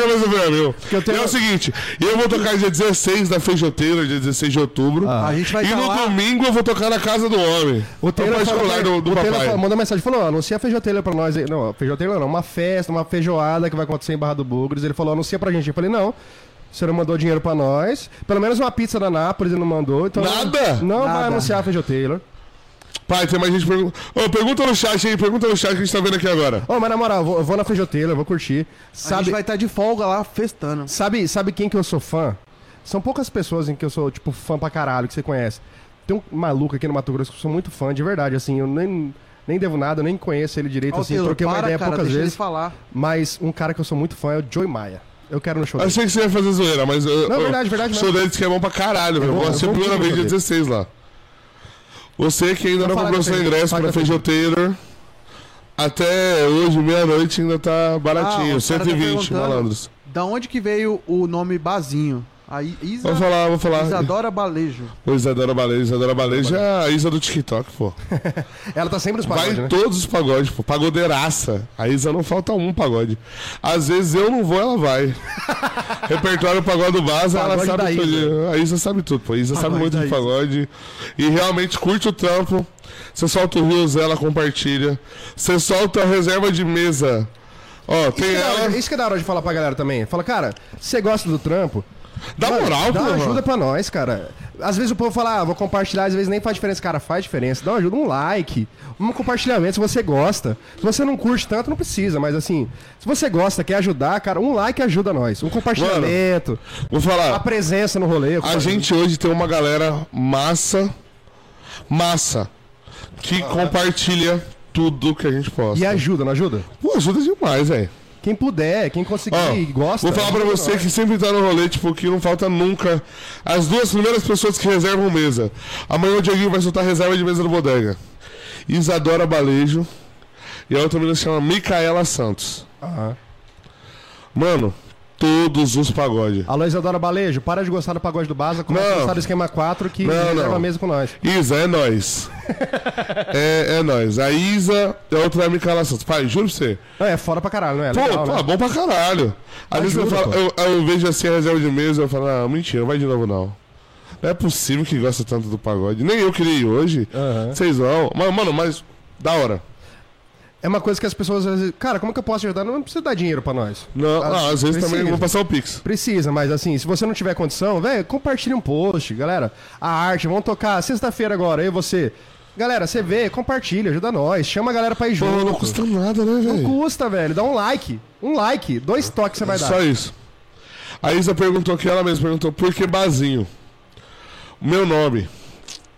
Speaker 3: cabeça foi meu.
Speaker 1: eu tenho-
Speaker 3: E é o seguinte, eu vou tocar dia 16 da Feijoteira, dia 16 de outubro.
Speaker 1: Ah.
Speaker 2: A gente vai
Speaker 3: e
Speaker 2: tá
Speaker 3: no
Speaker 2: lá.
Speaker 3: domingo eu vou tocar na casa do homem.
Speaker 1: o Taylor,
Speaker 3: no
Speaker 1: falou,
Speaker 3: particular do, do
Speaker 1: o Taylor
Speaker 3: papai.
Speaker 1: falou- mandou mensagem, falou, ó, anuncia a feijoteira pra nós aí. Não, feijoteira não, uma festa, uma feijoada que vai acontecer em Barra do Bugres. Ele falou, anuncia pra gente. Eu falei, não, você não mandou dinheiro pra nós. Pelo menos uma pizza da Nápoles ele não mandou. Então
Speaker 3: Nada?
Speaker 1: Não vai
Speaker 2: Nada.
Speaker 1: anunciar a feijoteira.
Speaker 3: Pai, tem mais gente perguntando. Ô, pergunta no chat aí, pergunta no chat que a gente tá vendo aqui agora.
Speaker 1: Ô, mas na moral, eu vou, eu vou na feijoteira, eu vou curtir.
Speaker 2: A gente
Speaker 1: Sabe,
Speaker 2: vai estar de folga lá, festando.
Speaker 1: Sabe, sabe quem que eu sou fã? São poucas pessoas em que eu sou, tipo, fã pra caralho, que você conhece. Tem um maluco aqui no Mato Grosso que eu sou muito fã, de verdade, assim, eu nem, nem devo nada, eu nem conheço ele direito,
Speaker 2: Ó,
Speaker 1: assim,
Speaker 2: Taylor,
Speaker 1: troquei uma
Speaker 2: para,
Speaker 1: ideia
Speaker 2: cara,
Speaker 1: poucas
Speaker 2: deixa ele
Speaker 1: vezes.
Speaker 2: falar.
Speaker 1: Mas um cara que eu sou muito fã é o Joey Maia. Eu quero ir no show dele.
Speaker 3: Achei que você ia fazer zoeira, mas. eu-
Speaker 1: Não,
Speaker 3: eu-
Speaker 1: verdade, verdade
Speaker 3: Sou
Speaker 1: mesmo.
Speaker 3: dele que é bom pra caralho, velho.
Speaker 1: vou-
Speaker 3: Vou ser a
Speaker 1: eu vou
Speaker 3: primeira
Speaker 1: muito
Speaker 3: vez dia
Speaker 1: dele.
Speaker 3: 16 lá. Você que ainda não
Speaker 1: Fala
Speaker 3: comprou
Speaker 1: da
Speaker 3: seu
Speaker 1: Feijo-
Speaker 3: ingresso
Speaker 1: fala
Speaker 3: pra
Speaker 1: da Feijo-
Speaker 3: Feijoteira, Até hoje, meia-noite, ainda tá
Speaker 2: Ah,
Speaker 3: baratinho.
Speaker 2: o cara tá
Speaker 3: 120,
Speaker 2: perguntando.
Speaker 3: malandros.
Speaker 2: Da onde que veio o nome Bazinho? Aí, Isa,
Speaker 3: Vou falar, vou falar.
Speaker 2: Isadora Balejo.
Speaker 3: O Isadora Baleia, Isadora Baleia é a Isa do TikTok, pô.
Speaker 1: Ela tá sempre nos
Speaker 3: Vai
Speaker 1: pagodes,
Speaker 3: em
Speaker 1: né?
Speaker 3: todos os pagodes, pô. Pagodeiraça. A Isa não falta um pagode. Às vezes eu não vou, ela vai. Repertório pagode do Baza, ela
Speaker 1: Pagode da
Speaker 3: sabe tudo.
Speaker 1: Isa.
Speaker 3: A Isa sabe tudo, pô. A Isa sabe
Speaker 2: Pagode
Speaker 3: muito
Speaker 2: da
Speaker 3: de
Speaker 2: Isa.
Speaker 3: pagode. E realmente curte o trampo. Você solta o rios, ela compartilha. Você solta a reserva de mesa. Ó,
Speaker 1: Isso
Speaker 3: tem
Speaker 1: que, é da hora-
Speaker 3: ela.
Speaker 1: isso que é da hora de falar pra galera também. Fala, cara, você gosta do trampo?
Speaker 3: Dá
Speaker 1: Mano,
Speaker 3: moral,
Speaker 1: é Dá
Speaker 3: pô.
Speaker 1: ajuda pra nós, cara. Às vezes o povo fala, ah, vou compartilhar, às vezes nem faz diferença. Cara, faz diferença. Dá uma ajuda, um like, um compartilhamento se você gosta. Se você não curte tanto, não precisa, mas assim, se você gosta, quer ajudar, cara, um like ajuda nós. Um compartilhamento,
Speaker 3: Vou falar.
Speaker 1: a presença no rolê.
Speaker 3: ah, A gente hoje tem uma galera massa, massa, que compartilha tudo que a gente posta.
Speaker 1: Ah. E ajuda, não ajuda?
Speaker 3: Pô, ajuda demais, velho.
Speaker 1: Quem puder, quem conseguir
Speaker 3: Ó,
Speaker 1: e gosta.
Speaker 3: Vou falar pra
Speaker 1: ajuda
Speaker 3: você
Speaker 1: nós.
Speaker 3: que sempre tá no rolê, tipo, que não falta nunca. As duas primeiras pessoas que reservam mesa. Amanhã o Dieguinho vai soltar reserva de mesa no Bodega. Isadora Balejo. E a outra menina se chama Micaela Santos.
Speaker 1: Aham.
Speaker 3: Mano, todos os pagodes.
Speaker 1: Alô, Isadora Balejo, para de gostar do pagode do Baza, começa a
Speaker 3: Não.
Speaker 1: gostar do esquema 4 que
Speaker 3: Não,
Speaker 1: reserva
Speaker 3: não.
Speaker 1: a mesa com nós.
Speaker 3: Isa, é nós. é, é nós. A Isa é outra da Micaela Santos. Pai, juro pra você.
Speaker 1: Não, é fora pra caralho, não é?
Speaker 3: Pô,
Speaker 1: Legal,
Speaker 3: pô,
Speaker 1: né?
Speaker 3: bom pra caralho. Às vezes eu,
Speaker 1: Ajuda,
Speaker 3: falo,
Speaker 1: pô.
Speaker 3: eu, eu vejo assim a reserva de mesa e eu falo, ah, mentira, não vai de novo não. Não é possível que gosta tanto do pagode. Nem eu queria ir hoje.
Speaker 1: Aham.
Speaker 3: Vocês vão. Mas, mano, mas da hora.
Speaker 1: É uma coisa que as pessoas às vezes, cara, como é que eu posso te ajudar? Não precisa dar dinheiro pra nós.
Speaker 3: Não,
Speaker 1: Ah,
Speaker 3: ah, às vezes
Speaker 1: precisa.
Speaker 3: também eu vou passar o Pix.
Speaker 1: Precisa, mas assim, se você não tiver condição, velho, compartilha um post, galera. A arte, vamos tocar sexta-feira agora, eu e você. Galera, você vê, compartilha, ajuda nós, chama a galera pra ir
Speaker 3: Pô,
Speaker 1: junto.
Speaker 3: não custa nada, né,
Speaker 1: Não
Speaker 3: velho? É
Speaker 1: custa, velho, dá um like. Um like, dois toques você vai dar.
Speaker 3: Só isso. A Isa perguntou que ela mesma perguntou, por que Bazinho? Meu nome.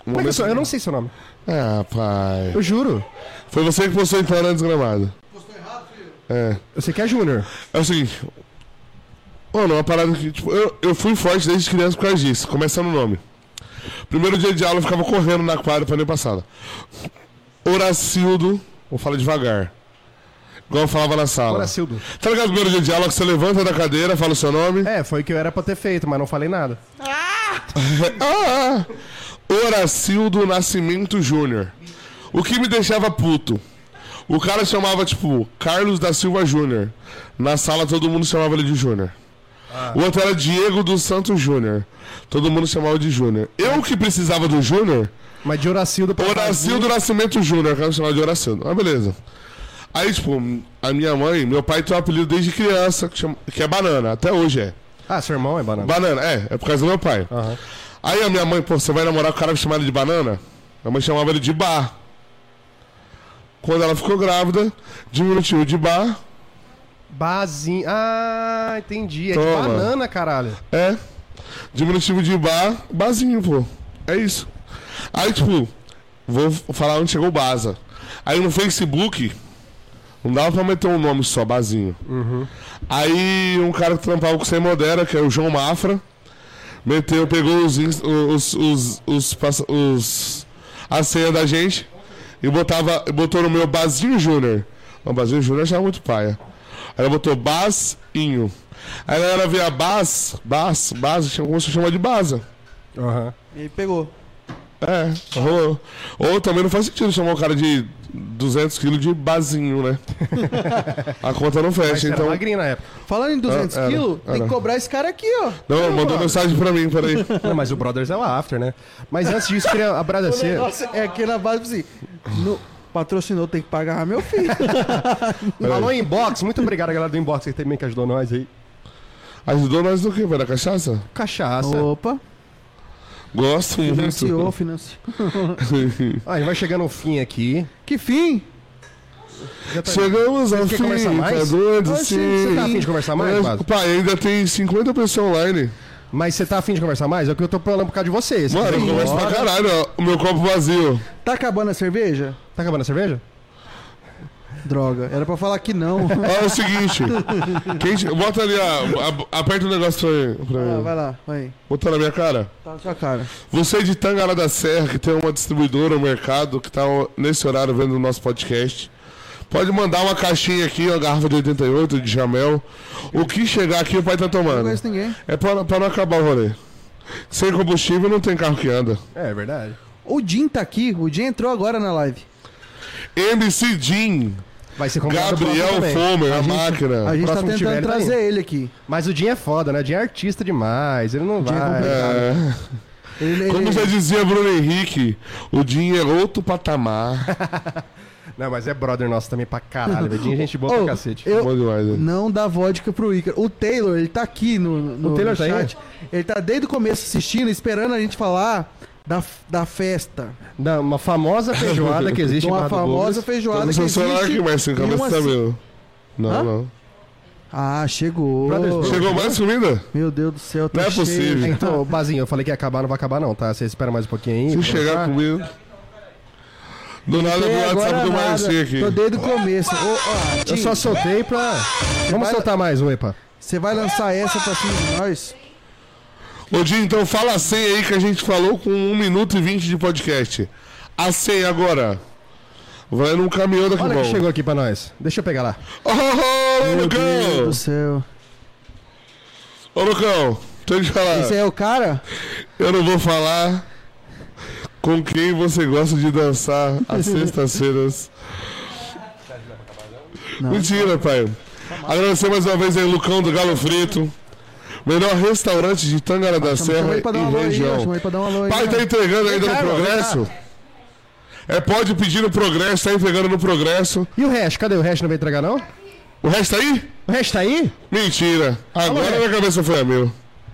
Speaker 1: Como é que eu, sou? eu não sei seu nome.
Speaker 3: Ah, pai.
Speaker 1: Eu juro.
Speaker 3: Foi você que postou então na desgramada. Postou errado, filho? É.
Speaker 1: Eu sei que é Júnior.
Speaker 3: É o seguinte. Mano, uma parada que, tipo, eu, eu fui forte desde criança por causa disso, começando o nome. Primeiro dia de aula eu ficava correndo na quadra pra nem passada. Horacildo, vou falar devagar. Igual eu falava na sala.
Speaker 1: Horacildo.
Speaker 3: Tá ligado? Primeiro dia de aula que você levanta da cadeira, fala o seu nome.
Speaker 1: É, foi o que eu era pra ter feito, mas não falei nada.
Speaker 3: Ah! Horacildo Nascimento Júnior. O que me deixava puto? O cara chamava, tipo, Carlos da Silva Júnior. Na sala todo mundo chamava ele de Júnior. O outro era Diego dos Santos Júnior. Todo mundo chamava de Júnior. Eu que precisava do Júnior,
Speaker 1: Mas de Horacildo pra
Speaker 3: Horacildo Nascimento Júnior, que eu chamava de Horacildo. Ah, beleza. Aí, tipo, a minha mãe, meu pai tem um apelido desde criança, que, chama- que é Banana, até hoje é.
Speaker 1: Ah, seu irmão é banana.
Speaker 3: Banana, é, é por causa do meu pai.
Speaker 1: Aham.
Speaker 3: Aí a minha mãe, pô, você vai namorar com o cara que chamava ele de banana? Minha mãe chamava ele de bar. Quando ela ficou grávida, diminuiu de bar.
Speaker 1: Bazinho. Ah, entendi. É
Speaker 3: Toma.
Speaker 1: de banana, caralho.
Speaker 3: É. Diminutivo de bar, bazinho, pô. É isso. Aí, tipo, vou falar onde chegou o Baza. Aí no Facebook, não dava pra meter um nome só, Bazinho. Aí um cara que trampava com o Sem Modera, que é o João Mafra, meteu, pegou os, ins- os, os, os, passa- os- a senha da gente e botava, botou no meu Bazinho Júnior. O Bazinho Júnior achava muito paia. Aí ela botou Bazinho. Aí a galera via Baz, Baz, Baz, chama- começou a chamar de Baza.
Speaker 1: Aham.
Speaker 2: E aí pegou.
Speaker 3: É, rolou. Ou também não faz sentido chamar o cara de 200 quilos de Bazinho, né? a conta não
Speaker 1: Mas é
Speaker 3: fecha,
Speaker 1: era
Speaker 3: então.
Speaker 1: magrinho na época.
Speaker 2: Falando em 200
Speaker 3: Ah, era,
Speaker 2: quilos, tem
Speaker 3: era.
Speaker 2: que cobrar esse cara aqui, ó.
Speaker 3: Não, mandou mensagem pra mim, peraí.
Speaker 1: Não, mas o Brothers é lá after, né? Mas antes disso, queria agradecer.
Speaker 2: É aqui na base, assim, no- patrocinou, tem que pagar meu filho.
Speaker 1: Falou em inbox, muito obrigado, galera do inbox que também que ajudou nós aí.
Speaker 3: Ajudou nós do quê? Vai dar cachaça?
Speaker 1: Cachaça.
Speaker 2: Opa,
Speaker 3: Gosto
Speaker 2: financiou,
Speaker 3: muito.
Speaker 2: financiou.
Speaker 1: Ah, a gente vai chegando ao fim aqui.
Speaker 2: Que fim!
Speaker 1: Já tá-
Speaker 3: Chegamos ao
Speaker 1: quer
Speaker 3: fim,
Speaker 1: conversar mais?
Speaker 3: tá doido,
Speaker 1: Ah, sim,
Speaker 3: sim.
Speaker 1: você tá afim de conversar mais,
Speaker 3: Mas,
Speaker 1: Baza?
Speaker 3: Pai, ainda tem 50 pessoas online.
Speaker 1: Mas você tá afim de conversar mais? É o que eu tô falando por causa de vocês.
Speaker 3: Mano, eu converso pra caralho, ó. O meu copo vazio.
Speaker 2: Tá acabando a cerveja?
Speaker 1: Tá acabando a cerveja?
Speaker 2: Droga, era pra falar que não.
Speaker 3: Ó, é o seguinte. quem te- Bota ali, a, a- aperta o negócio pra mim. Pra
Speaker 2: Ah,
Speaker 3: mim.
Speaker 2: vai lá, vai.
Speaker 3: Bota na minha cara.
Speaker 2: Tá na sua cara.
Speaker 3: Você de Tangará da Serra, que tem uma distribuidora, um mercado, que tá nesse horário vendo o nosso podcast. Pode mandar uma caixinha aqui, uma garrafa de 88, de Jamel. O que chegar aqui o pai tá
Speaker 2: Não
Speaker 3: tomando.
Speaker 2: conheço ninguém.
Speaker 3: É pra, pra não acabar o rolê. Sem combustível não tem carro que anda.
Speaker 1: É, é verdade.
Speaker 2: O Jim tá aqui, o Jim entrou agora na live.
Speaker 3: MC Jim,
Speaker 1: Vai ser convidado pro
Speaker 3: Gabriel
Speaker 1: próximo também.
Speaker 3: Fomer, a,
Speaker 1: gente-
Speaker 3: máquina.
Speaker 2: A gente tá
Speaker 1: próximo
Speaker 2: tentando
Speaker 1: tiver, ele tá
Speaker 2: trazer
Speaker 1: aí.
Speaker 2: ele aqui.
Speaker 1: Mas o Dinho é foda, né? O Dinho é artista demais. Ele não
Speaker 2: Dinho é
Speaker 1: vai.
Speaker 2: complicado.
Speaker 3: É,
Speaker 2: Ele,
Speaker 3: como
Speaker 2: ele-
Speaker 3: já dizia Bruno Henrique, o Jim é outro patamar.
Speaker 1: Não, mas é brother nosso também pra caralho. velho. Dinho é gente boa
Speaker 2: Ô,
Speaker 1: pra cacete.
Speaker 2: eu-
Speaker 3: Bom demais, né?
Speaker 2: Não dá vodka pro Ícaro. O Taylor, ele tá aqui no, no,
Speaker 1: O Taylor
Speaker 2: no
Speaker 1: tá aí?
Speaker 2: chat. Ele tá desde o começo assistindo, esperando a gente falar da, da festa.
Speaker 1: Não, uma famosa feijoada que existe
Speaker 2: De uma
Speaker 1: em Barra do
Speaker 2: famosa
Speaker 1: Douglas.
Speaker 3: Tá
Speaker 2: feijoada
Speaker 3: no
Speaker 2: que
Speaker 3: seu celular
Speaker 2: existe.
Speaker 3: aqui, Marcinho,
Speaker 2: e
Speaker 3: cabeça
Speaker 2: uma
Speaker 3: tá
Speaker 2: ci-
Speaker 3: meu. Não,
Speaker 2: Hã?
Speaker 3: não.
Speaker 2: Ah, chegou.
Speaker 1: Brothers Brown.
Speaker 3: Chegou mais comida?
Speaker 2: Meu Deus do céu, tá
Speaker 3: Não é
Speaker 2: cheio.
Speaker 3: possível.
Speaker 1: É, Então, Bazinho, eu falei que ia acabar, não vai acabar não, tá? Você espera mais um pouquinho aí.
Speaker 3: Se
Speaker 1: vou deixar.
Speaker 3: chegar comida. Do nada
Speaker 1: é
Speaker 2: Até
Speaker 3: do
Speaker 2: agora
Speaker 3: WhatsApp do
Speaker 2: nada.
Speaker 3: Marcinho aqui.
Speaker 2: Tô desde o começo. Ô, ó,
Speaker 1: Eu
Speaker 2: Tim,
Speaker 1: só soltei pra... Vamos
Speaker 2: vai-
Speaker 1: soltar mais um, Epa.
Speaker 2: Você vai lançar essa pra cima de nós?
Speaker 3: Ô, Dinho, então fala a senha aí que a gente falou com 1 minuto e 20 de podcast. A senha agora. Vai num caminhão daqui
Speaker 1: Olha
Speaker 3: bom.
Speaker 1: que chegou aqui pra nós. Deixa eu pegar lá.
Speaker 3: Ô, ô, ô,
Speaker 2: Meu Deus
Speaker 3: Lucão!
Speaker 2: do céu.
Speaker 3: Ô, Lucão, deixa eu te falar.
Speaker 2: Esse aí é o cara?
Speaker 3: Eu não vou falar com quem você gosta de dançar às sextas-feiras.
Speaker 2: Não.
Speaker 3: Mentira, pai. Agradecer mais uma vez aí, Lucão do Galo Frito. Melhor restaurante de Tangara da
Speaker 1: é
Speaker 2: Chama- chama
Speaker 3: Serra
Speaker 2: ele pra dar um
Speaker 3: e
Speaker 2: alô aí, ó,
Speaker 3: região.
Speaker 2: chama ele pra dar um alô aí.
Speaker 3: Pai, tá entregando ainda no
Speaker 1: cá, irmão,
Speaker 3: Progresso? É, pode pedir no Progresso, tá entregando no Progresso.
Speaker 1: E o resto? Cadê o resto? Não vai entregar, não?
Speaker 3: O resto tá aí?
Speaker 1: O resto tá aí?
Speaker 3: Mentira. Agora
Speaker 1: Alô,
Speaker 3: minha cabeça foi a mil.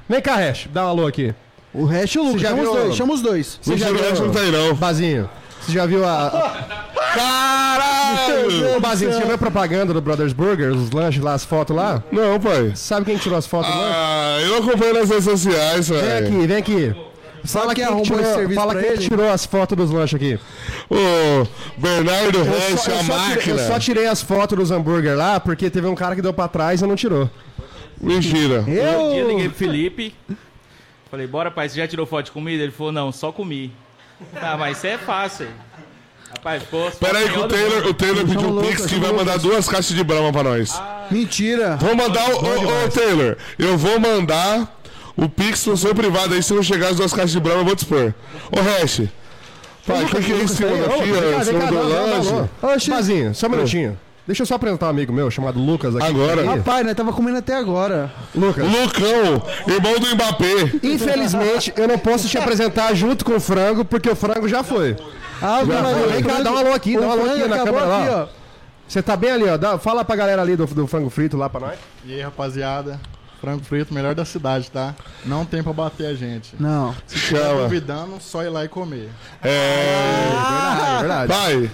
Speaker 1: Vem cá, Hash, dá um alô aqui.
Speaker 2: O resto é o Lucas.
Speaker 1: já
Speaker 2: Chama os
Speaker 1: viu-
Speaker 2: dois, chama os dois.
Speaker 1: Você já
Speaker 3: Mentira, o
Speaker 1: viu-
Speaker 3: resto não tá aí, não.
Speaker 1: Bazinho, você já viu a.
Speaker 3: Caralho!
Speaker 1: Ô, Bazinho, você já viu a propaganda do Brothers Burger, os lanches lá, as fotos lá?
Speaker 3: Não, pai.
Speaker 1: Sabe quem tirou as fotos lá?
Speaker 3: Ah, é. eu acompanho nas redes sociais,
Speaker 1: Vem
Speaker 3: velho.
Speaker 1: aqui, vem aqui. Fala quem
Speaker 2: Sabe quem
Speaker 1: que
Speaker 2: arrumou esse
Speaker 1: tirou,
Speaker 2: serviço
Speaker 1: fala
Speaker 2: pra
Speaker 1: quem
Speaker 2: ele?
Speaker 1: tirou as fotos dos lanches aqui.
Speaker 3: Ô, Bernardo
Speaker 1: Eu
Speaker 3: Rancho,
Speaker 1: só, eu só tirei,
Speaker 3: a
Speaker 1: eu
Speaker 3: máquina.
Speaker 1: só tirei as fotos dos hambúrguer lá porque teve um cara que deu pra trás e não tirou.
Speaker 3: Mentira.
Speaker 5: Um dia eu
Speaker 2: Eu...
Speaker 5: liguei pro Felipe.
Speaker 6: Falei, bora, pai, você já tirou foto de comida? Ele falou, não, só comi. Ah, mas isso é fácil. Rapaz, pô, só
Speaker 3: Pera aí
Speaker 1: é
Speaker 3: que
Speaker 6: melhor
Speaker 3: o
Speaker 6: do
Speaker 3: Taylor,
Speaker 6: mundo.
Speaker 3: o Taylor pediu um
Speaker 2: louco,
Speaker 3: pix que
Speaker 2: tamo
Speaker 3: vai
Speaker 2: louco.
Speaker 3: mandar duas caixas de brama pra nós.
Speaker 1: Ah,
Speaker 2: Mentira.
Speaker 3: Vou mandar o. Ô, ô, Taylor, eu vou mandar o pix no seu privado aí. Se não chegar as duas caixas de brama, eu vou te expor. Ô, Hash.
Speaker 1: Tá,
Speaker 3: Pai, o
Speaker 1: então
Speaker 3: que, que é isso que você
Speaker 1: Ô,
Speaker 3: mandou aqui?
Speaker 1: vem cá,
Speaker 3: ó? Você
Speaker 1: vem cá,
Speaker 3: mandou
Speaker 1: dá- dá um alô.
Speaker 3: lanche?
Speaker 2: Oxi.
Speaker 1: Bazinho, só um minutinho. Deixa eu só apresentar um amigo meu chamado Lucas aqui.
Speaker 3: Agora.
Speaker 1: Ih,
Speaker 2: Rapaz, nós tava comendo até agora.
Speaker 1: Lucas.
Speaker 3: Lucão, irmão do Mbappé.
Speaker 1: Infelizmente, eu não posso te apresentar junto com o frango, porque o frango já foi.
Speaker 2: Ah, o
Speaker 1: Já
Speaker 2: Dona
Speaker 1: foi.
Speaker 2: Lúcia,
Speaker 1: Vem cá,
Speaker 2: o
Speaker 1: dá um alô aqui,
Speaker 2: o
Speaker 1: dá um alô
Speaker 2: Frango
Speaker 1: aqui na
Speaker 2: acabou
Speaker 1: câmera lá.
Speaker 2: ó.
Speaker 1: Você tá bem ali, ó. Dá- fala pra galera ali do, do frango frito lá pra nós.
Speaker 7: E aí, rapaziada, frango frito, melhor da cidade, tá? Não tem pra bater a gente.
Speaker 2: Não.
Speaker 7: Tá
Speaker 3: Chama.
Speaker 7: duvidando, só ir lá e comer.
Speaker 3: É.
Speaker 1: É verdade.
Speaker 3: Pai,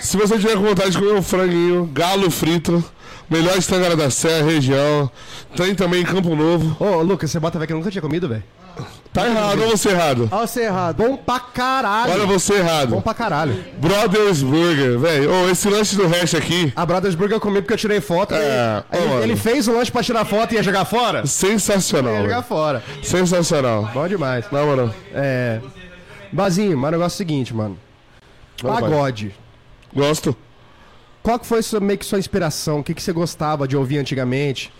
Speaker 3: se você tiver com vontade de comer um franguinho, galo frito, melhor estangara da Serra, região, tem também em Campo Novo.
Speaker 1: Ô, Lucas, você bota velho que eu nunca tinha comido, velho. Hum.
Speaker 3: Tá errado, ou você errado?
Speaker 2: Olha você errado.
Speaker 1: Bom pra caralho.
Speaker 3: Olha
Speaker 1: Bom
Speaker 3: você errado.
Speaker 1: pra caralho.
Speaker 3: Brothers Burger, velho. Ô, esse lanche do hash aqui,
Speaker 1: A Brothers Burger eu comi porque eu tirei foto.
Speaker 3: É,
Speaker 1: ele,
Speaker 3: ô,
Speaker 1: ele-
Speaker 3: mano.
Speaker 1: ele fez o lanche pra tirar foto e ia jogar fora?
Speaker 3: sensacional.
Speaker 1: Ia jogar
Speaker 3: velho.
Speaker 1: fora.
Speaker 3: Sensacional.
Speaker 1: Bom demais.
Speaker 3: Na moral.
Speaker 1: É. Bazinho, mas o negócio é o seguinte, mano.
Speaker 3: Vai, vai.
Speaker 1: Pagode.
Speaker 3: Gosto.
Speaker 1: Qual que foi sua, meio que sua inspiração? O que, que você gostava de ouvir antigamente?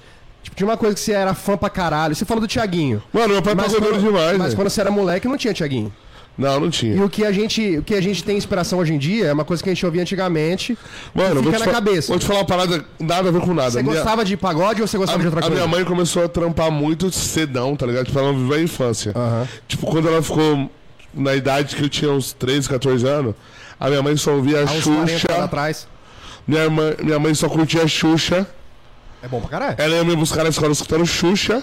Speaker 1: Tipo, tinha uma coisa que você era fã pra caralho. Você falou do Tiaguinho.
Speaker 3: Mano, meu pai tá
Speaker 1: quando,
Speaker 3: jogando demais,
Speaker 1: mas
Speaker 3: velho.
Speaker 1: quando você era moleque não tinha Tiaguinho.
Speaker 3: Não, não
Speaker 1: E
Speaker 3: tinha.
Speaker 1: o que, a gente, o que a gente tem inspiração hoje em dia é uma coisa que a gente ouvia antigamente.
Speaker 3: Mano,
Speaker 1: fica
Speaker 3: vou te,
Speaker 1: na
Speaker 3: fa-
Speaker 1: cabeça.
Speaker 3: vou te falar uma parada, nada a ver com nada.
Speaker 1: Você
Speaker 3: Minha-
Speaker 1: gostava de pagode ou você
Speaker 3: A,
Speaker 1: gostava de outra
Speaker 3: a
Speaker 1: coisa?
Speaker 3: minha mãe começou a trampar muito cedão, tá ligado? Tipo, ela não viveu a infância.
Speaker 1: Aham.
Speaker 3: Tipo, quando ela ficou na idade que eu tinha uns 13, 14 anos, a minha mãe só ouvia a
Speaker 1: Há uns 40 anos
Speaker 3: Xuxa.
Speaker 1: atrás.
Speaker 3: Minha, irmã- minha mãe só curtia a Xuxa.
Speaker 1: É bom pra caralho.
Speaker 3: Ela ia me buscar na escola escutando Xuxa.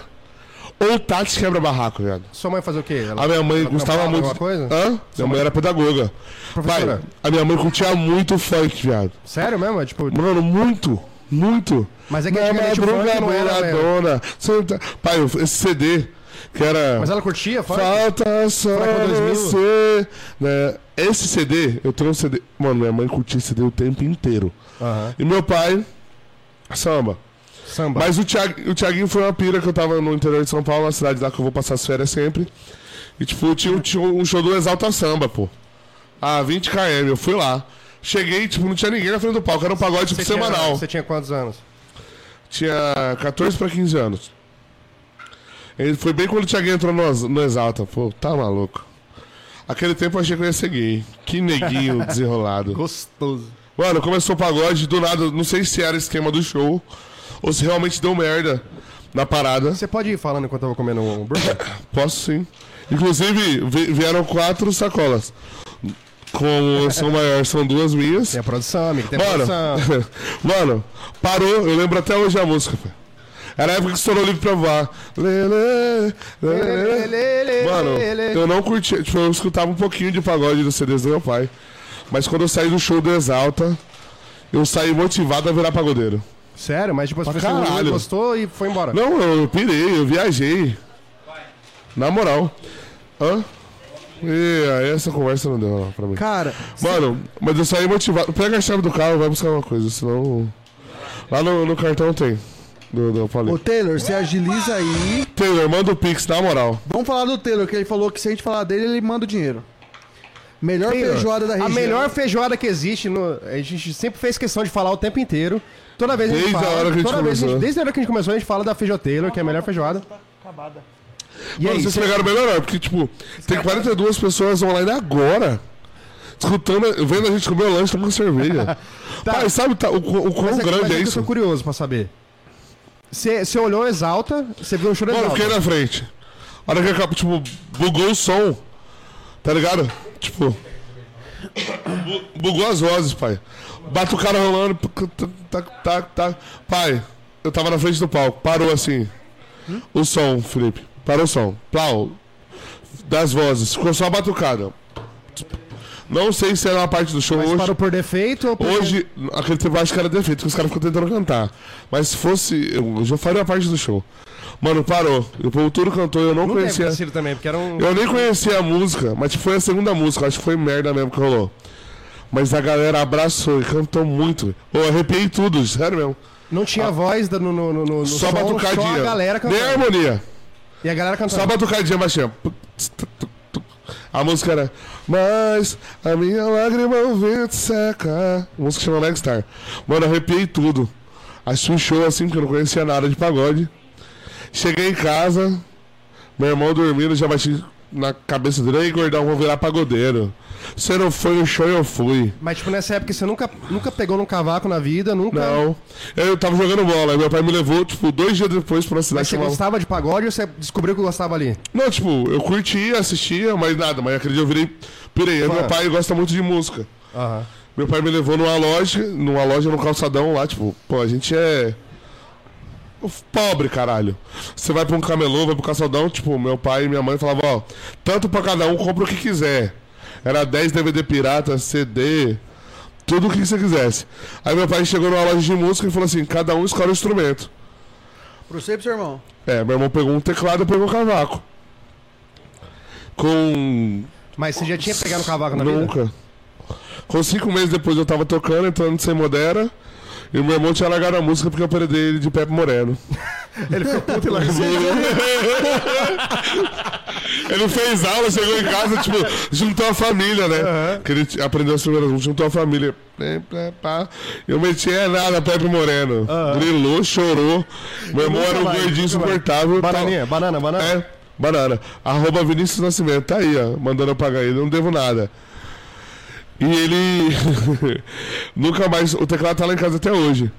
Speaker 3: Ou Tati quebra barraco, viado.
Speaker 1: Sua mãe fazia o quê? Ela-
Speaker 3: A minha mãe
Speaker 1: Então, ela
Speaker 3: gostava
Speaker 1: trampava
Speaker 3: muito.
Speaker 1: alguma coisa?
Speaker 3: Hã? Minha mãe era pedagoga.
Speaker 1: Professora?
Speaker 3: Pai, a minha mãe curtia muito funk, viado.
Speaker 1: Sério mesmo? É, Tipo,
Speaker 3: Mano, muito, muito.
Speaker 1: Mas é que
Speaker 3: Na
Speaker 1: antigamente o funk né?
Speaker 3: madruga
Speaker 1: não era, velho.
Speaker 3: boladona. Senta- tá- Pai, esse CD que era.
Speaker 1: mas ela curtia? Fala.
Speaker 3: Falta só
Speaker 1: Furacão 2000.
Speaker 3: você. Né? Esse CD, eu tenho um CD. Mano, minha mãe curtia esse CD o tempo inteiro.
Speaker 1: Aham.
Speaker 3: E meu pai, samba.
Speaker 1: Samba.
Speaker 3: Mas o, Thiag, o Thiaguinho foi uma pira que eu tava no interior de São Paulo, na cidade lá que eu vou passar as férias sempre. E tipo, tinha, um- tinha um show do Exalta Samba, pô. A 20 km, eu fui lá. Cheguei, tipo, não tinha ninguém na frente do palco. Era um pagode tipo,
Speaker 1: tinha-
Speaker 3: semanal.
Speaker 1: Você tinha quantos anos?
Speaker 3: Tinha 14 pra 15 anos. Ele foi bem quando o Thiaguinho entrou no, no Exalta. Pô, tá maluco. Aquele tempo eu achei que eu ia ser gay. Que neguinho desenrolado.
Speaker 1: Gostoso.
Speaker 3: Mano, começou o pagode, do nada, não sei se era esquema do show ou se realmente deu merda na parada.
Speaker 1: Você pode ir falando enquanto eu vou comendo um hambúrguer?
Speaker 3: Posso sim. Inclusive, vi- vieram quatro sacolas. Com são maior, são duas minhas.
Speaker 1: Tem a produção, amigo. Tem a
Speaker 3: Mano,
Speaker 1: produção.
Speaker 3: mano, parou, eu lembro até hoje a música, velho. Era a época que estourou o livro pra voar. Lê, lê, lê, lê, lê. Mano, eu não curtia, tipo, eu escutava um pouquinho de pagode dos CDs do meu pai. Mas quando eu saí do show do Exalta, eu saí motivado a virar pagodeiro.
Speaker 1: Sério? Mas tipo, você
Speaker 3: caralho.
Speaker 1: gostou e foi embora.
Speaker 3: Não, eu pirei, eu viajei. Na moral. Hã? E aí essa conversa não deu pra mim.
Speaker 2: Cara,
Speaker 3: Mano, mas eu saí motivado. Pega a chave do carro, vai buscar uma coisa, senão. Lá no, no cartão tem. Do, do, eu falei.
Speaker 2: ô Taylor, você agiliza aí.
Speaker 3: Taylor, manda o Pix, na moral.
Speaker 2: Vamos falar do Taylor, que ele falou que se a gente falar dele, ele manda o dinheiro. Melhor feijoada da região.
Speaker 1: A melhor feijoada que existe, no- a gente sempre fez questão de falar o tempo inteiro. Toda vez a gente
Speaker 3: Desde
Speaker 1: fala.
Speaker 3: a hora que a gente
Speaker 1: toda vez
Speaker 3: começou.
Speaker 1: desde a hora que a gente começou, a gente fala da Feijó Taylor, que é a melhor feijoada. E é
Speaker 3: Mano,
Speaker 1: aí,
Speaker 3: vocês
Speaker 1: você-
Speaker 3: pegaram melhor, hora, porque, tipo, tem 42 pessoas online agora. Escutando, vendo a gente comer o lanche, tomando cerveja. Pai, sabe tá, o, qu- o quão
Speaker 1: mas é que- mas
Speaker 3: grande
Speaker 1: é
Speaker 3: é
Speaker 1: que Eu sou
Speaker 3: isso?
Speaker 1: curioso pra saber. Você você olhou Exalta, você viu o show do
Speaker 3: Mano, eu
Speaker 1: Exalta.
Speaker 3: fiquei na frente. A hora que acabou, tipo, bugou o som. Tá ligado? Tipo. bu- Bugou as vozes, pai. Bate o cara rolando. p- c- Tac, tac, tac. Pai, eu tava na frente do palco. Parou assim. O som, Felipe. Parou o som. Plau. Das vozes. Ficou só a batucada. Não sei se era uma parte do show
Speaker 1: Mas
Speaker 3: hoje.
Speaker 1: parou por defeito ou por...
Speaker 3: Hoje, aquele tempo eu acho que era defeito, que os caras ficam tentando cantar. Mas se fosse. Eu já faria parte do show. Mano, parou. E O povo todo cantou, eu não,
Speaker 1: Não deve
Speaker 3: conhecia.
Speaker 1: ter sido também, porque era um...
Speaker 3: Eu nem conhecia a música, mas tipo, foi a segunda música, acho que foi merda mesmo que rolou. Mas a galera abraçou e cantou muito. Eu arrepiei tudo, sério mesmo.
Speaker 1: Não tinha voz da- no, no, no, no
Speaker 3: Ah. só
Speaker 1: som,
Speaker 3: batucadinha.
Speaker 1: Só a galera
Speaker 3: Nem a
Speaker 1: cantando.
Speaker 3: harmonia.
Speaker 1: E a galera
Speaker 3: Só
Speaker 1: cantando.
Speaker 3: batucadinha baixinha. A música era Mas a minha lágrima o vento seca. A música chama Next Star. Mano, arrepiei tudo. Achei um show assim, porque eu não conhecia nada de pagode. Cheguei em casa, meu irmão dormindo, já bati na cabeça dele, aí gordão, vou virar pagodeiro. Você não foi no show, eu fui.
Speaker 1: Mas, tipo, nessa época você nunca, nunca pegou num cavaco na vida, nunca...
Speaker 3: Não. Eu tava jogando bola, aí meu pai me levou, tipo, dois dias depois pra uma cidade
Speaker 1: Mas você
Speaker 3: chamada-
Speaker 1: gostava de pagode ou você descobriu que gostava ali?
Speaker 3: Não, tipo, eu curtia, assistia, mas nada, mas aquele dia eu virei. Pirei, Aí meu pai gosta muito de música.
Speaker 1: Aham.
Speaker 3: Meu pai me levou numa loja, numa loja no calçadão lá, tipo, pô, a gente é. Pobre, caralho. Você vai pra um camelô, vai pro calçadão, tipo, meu pai e minha mãe falavam, ó, tanto pra cada um, compra o que quiser. Era 10 DVD pirata, CD, tudo o que você quisesse. Aí meu pai chegou numa loja de música e falou assim: cada um escolhe o instrumento.
Speaker 2: Pro você e pro seu irmão.
Speaker 3: É, meu irmão pegou um teclado e pegou um cavaco. Com
Speaker 1: Mas você já tinha pegado um cavaco na vida?
Speaker 3: Nunca. Com cinco meses depois eu tava tocando, entrando sem modera. E meu irmão tinha largado a música porque eu perdi ele de Pepe Moreno.
Speaker 1: Ele ficou puto e largou.
Speaker 3: Ele fez aula, chegou em casa, tipo, juntou a família, né? Que ele t- aprendeu as primeiras músicas, juntou a família. Pé, pé, pá. Eu meti é nada, Pepe Moreno. Grilou, chorou. Meu irmão era um
Speaker 1: mais,
Speaker 3: gordinho
Speaker 1: nunca mais.
Speaker 3: insuportável. tal.
Speaker 1: Bananinha, banana, banana.
Speaker 3: É, banana. Arroba Vinícius Nascimento. Tá aí, ó. Mandando eu pagar ele. Não devo nada. E ele. Nunca mais. O teclado tá lá em casa até hoje.